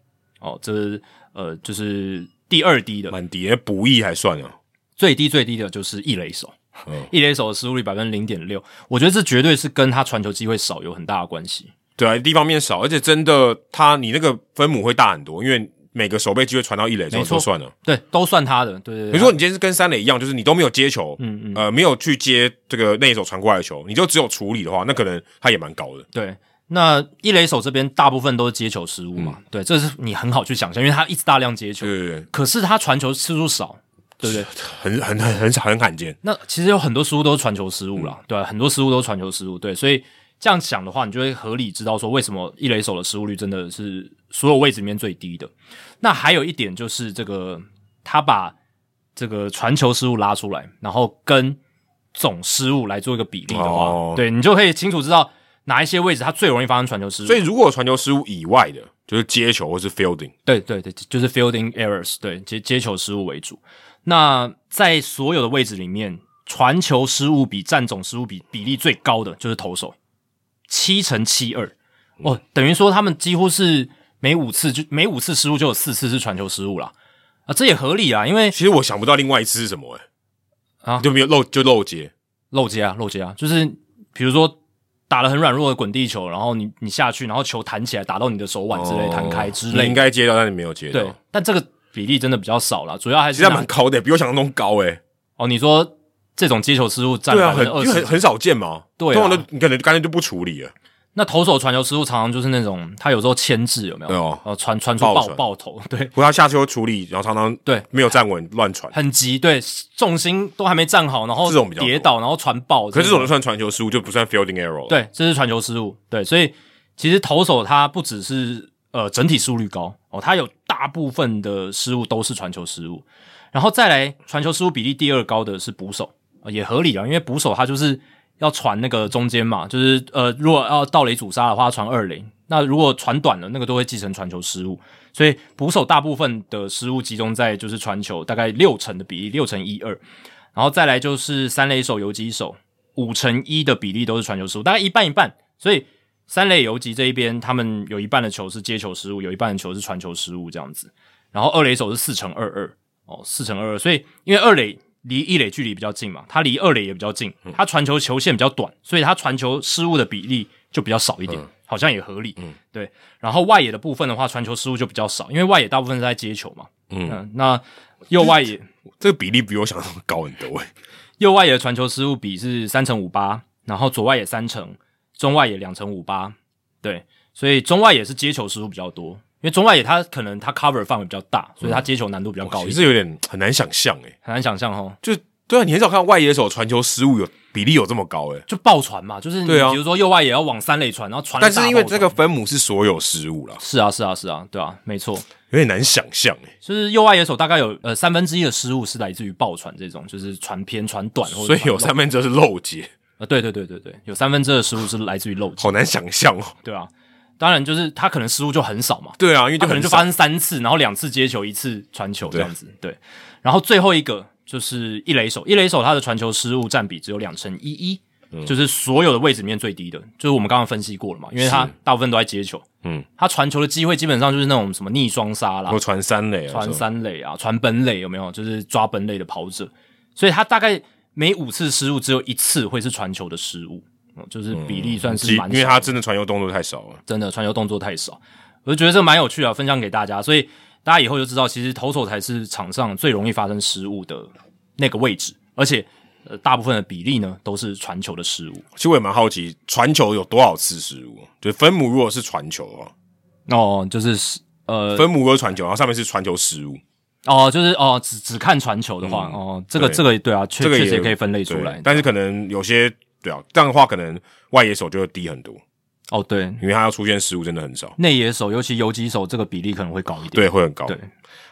Speaker 1: 哦，这是呃就是第二低的，
Speaker 2: 蛮低，因为不易还算啊。
Speaker 1: 最低最低的就是一垒手，
Speaker 2: 嗯
Speaker 1: 一垒手的失误率百分之零点六，我觉得这绝对是跟他传球机会少有很大的关系。
Speaker 2: 对啊，一方面少，而且真的他你那个分母会大很多，因为每个手背机会传到一垒之后
Speaker 1: 没错
Speaker 2: 就算了。
Speaker 1: 对，都算他的，对对对。
Speaker 2: 比如说你今天是跟三垒一样，就是你都没有接球，嗯嗯，呃，没有去接这个那一手传过来的球，你就只有处理的话，那可能他也蛮高的。
Speaker 1: 对，那一垒手这边大部分都是接球失误嘛，对，这是你很好去想象，因为他一直大量接球，
Speaker 2: 嗯对对对，
Speaker 1: 可是他传球次数少，对不对？
Speaker 2: 很很很很很罕见。
Speaker 1: 那其实有很多失误都是传球失误啦，
Speaker 2: 嗯
Speaker 1: 对啊、很多失误都是传球失误，对，所以这样想的话，你就会合理知道说为什么一垒手的失误率真的是所有位置里面最低的。那还有一点就是这个他把这个传球失误拉出来，然后跟总失误来做一个比例的话，
Speaker 2: 哦
Speaker 1: 对你就可以清楚知道哪一些位置它最容易发生传球失误。
Speaker 2: 所以如果有传球失误以外的，就是接球或是 fielding，
Speaker 1: 对对对，就是 fielding errors，对接接球失误为主。那在所有的位置里面，传球失误比占总失误比比例最高的就是投手，七乘七二哦，等于说他们几乎是每五次就每五次失误就有四次是传球失误啦。啊，这也合理啊，因为
Speaker 2: 其实我想不到另外一次是什么、欸，
Speaker 1: 啊
Speaker 2: 就没有漏就漏接，
Speaker 1: 漏接啊，漏接啊，就是比如说打了很软弱的滚地球，然后你你下去，然后球弹起来打到你的手啊腕之类，弹开之
Speaker 2: 哦你
Speaker 1: 类
Speaker 2: 应
Speaker 1: 的，
Speaker 2: 该接到，但你没有接到，
Speaker 1: 对，但这个比例真的比较少了，主要还
Speaker 2: 其
Speaker 1: 是
Speaker 2: 实还
Speaker 1: 拿
Speaker 2: 蛮高的、比我想象中高诶、
Speaker 1: 哦，你说这种接球失误占
Speaker 2: 对啊，
Speaker 1: 百
Speaker 2: 很
Speaker 1: 分之二
Speaker 2: 因为很
Speaker 1: 十，
Speaker 2: 很少见嘛，
Speaker 1: 对啊
Speaker 2: 通常都你可能干脆就不处理了，
Speaker 1: 那投手传球失误常常就是那种他有时候牵制有没有？
Speaker 2: 对哦
Speaker 1: 哦，传传出
Speaker 2: 爆
Speaker 1: 爆
Speaker 2: 传
Speaker 1: 爆头，对，
Speaker 2: 不过他下球处理，然后常常
Speaker 1: 对
Speaker 2: 没有站稳乱传，
Speaker 1: 很急，对，重心都还没站好，然后
Speaker 2: 这种比较多
Speaker 1: 跌倒，然后传爆，
Speaker 2: 可是这种就算传球失误，就不算 fielding error，了，
Speaker 1: 对，这是传球失误，对，所以其实投手他不只是呃整体失误率高哦，他有大部分的失误都是传球失误，然后再来传球失误比例第二高的是捕手，呃也合理啊，因为捕手他就是要传那个中间嘛，就是呃如果要盗垒阻杀的话，他传二垒，那如果传短了，那个都会继承传球失误，所以捕手大部分的失误集中在就是传球，大概六成的比例，六成一二。然后再来就是三垒手、游击手，五乘一的比例都是传球失误，大概一半一半。所以三垒游击这一边，他们有一半的球是接球失误，有一半的球是传球失误这样子。然后二垒手是四乘二二，哦，四乘二二。所以因为二垒离一垒距离比较近嘛，他离二垒也比较近，他传球球线比较短，所以他传球失误的比例就比较少一点，好像也合理。嗯，对。然后外野的部分的话，传球失误就比较少，因为外野大部分是在接球嘛。嗯，那右外野。
Speaker 2: 这个比例比我想象中高很多、欸，
Speaker 1: 右外野的传球失误比是三乘五八，然后左外野三乘，中外野两乘五八，对，所以中外野是接球失误比较多，因为中外野他可能他 cover 范围比较大，所以他接球难度比较高
Speaker 2: 嗯哦其
Speaker 1: 一
Speaker 2: 实
Speaker 1: 些，
Speaker 2: 有点很难想象诶、
Speaker 1: 很难想象哦，
Speaker 2: 就对啊，你很少看到外野手传球失误有比例有这么高欸诶、
Speaker 1: 就爆传嘛，就是你
Speaker 2: 对啊
Speaker 1: 比如说右外野要往三垒传，然后传了
Speaker 2: 但
Speaker 1: 大爆传，
Speaker 2: 是因为这个分母是所有失误啦，
Speaker 1: 是啊是啊是啊，对啊，没错，
Speaker 2: 有点难想象欸诶、
Speaker 1: 就是右外野手大概有呃三分之一的失误是来自于爆传这种，就是传偏传短或者
Speaker 2: 所以
Speaker 1: 传
Speaker 2: 有
Speaker 1: 漏
Speaker 2: 三分之二是漏接，
Speaker 1: 呃对对对对对，有三分之二的失误是来自于漏接，
Speaker 2: 好难想象哦。
Speaker 1: 对啊，当然就是他可能失误就很少嘛，
Speaker 2: 对啊，因为
Speaker 1: 他
Speaker 2: 就
Speaker 1: 可
Speaker 2: 很
Speaker 1: 能就
Speaker 2: 少
Speaker 1: 发生三次，然后两次接球，一次传球这样子。对，然后最后一个就是一垒手，一垒手他的传球失误占比只有两成一一、
Speaker 2: 嗯
Speaker 1: 就是所有的位置里面最低的，就是我们刚刚分析过了嘛，因为他大部分都在接球，
Speaker 2: 嗯，
Speaker 1: 他传球的机会基本上就是那种什么逆双杀啦
Speaker 2: 我，传三垒啊，
Speaker 1: 传
Speaker 2: 是吧
Speaker 1: 三垒啊，传本垒有没有？就是抓本垒的跑者，所以他大概每五次失误只有一次会是传球的失误，嗯就是比例算是
Speaker 2: 其
Speaker 1: 蛮、少
Speaker 2: 嗯因为
Speaker 1: 的
Speaker 2: 他真的传球动作太少了。
Speaker 1: 啊真的传球动作太少，我就觉得这个蛮有趣的，分享给大家。所以大家以后就知道，其实投手才是场上最容易发生失误的那个位置，而且呃，大部分的比例呢都是传球的失误。
Speaker 2: 其实我也蛮好奇，传球有多少次失误？就是分母如果是传球哦，
Speaker 1: 哦，就是呃，
Speaker 2: 分母如果是传球，然后上面是传球失误，
Speaker 1: 哦，就是哦，只只看传球的话，哦，这个
Speaker 2: 嗯对
Speaker 1: 这个对啊，确
Speaker 2: 这个
Speaker 1: 确实也
Speaker 2: 也
Speaker 1: 可以分类出
Speaker 2: 对
Speaker 1: 来。
Speaker 2: 但是可能有些对啊，这样的话可能外野手就会低很多，
Speaker 1: 哦，对，
Speaker 2: 因为他要出现失误真的很少，
Speaker 1: 内野手尤其游击手这个比例可能会高一点。
Speaker 2: 对，会很高。
Speaker 1: 对，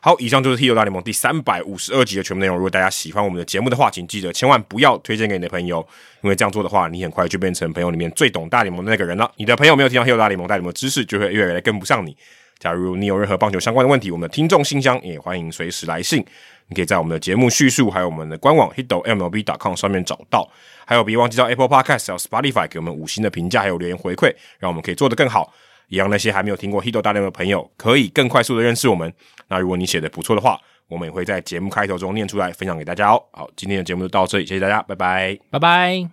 Speaker 2: 好，以上就是《踢球大联盟》第三百五十二集的全部内容。如果大家喜欢我们的节目的话，请记得千万不要推荐给你的朋友，因为这样做的话，你很快就变成朋友里面最懂大联盟的那个人了。你的朋友没有听到《踢球大联盟》大联盟的知识，就会越来越跟不上你。假如你有任何棒球相关的问题，我们的听众信箱也欢迎随时来信。你可以在我们的节目叙述，还有我们的官网 hito mlb com 上面找到。还有，别忘记到 Apple Podcast 还有 Spotify 给我们五星的评价，还有留言回馈，让我们可以做得更好，也让那些还没有听过 hito 大联盟的朋友可以更快速的认识我们。那如果你写的不错的话，我们也会在节目开头中念出来，分享给大家哦。好，今天的节目就到这里，谢谢大家，拜拜。
Speaker 1: 拜拜。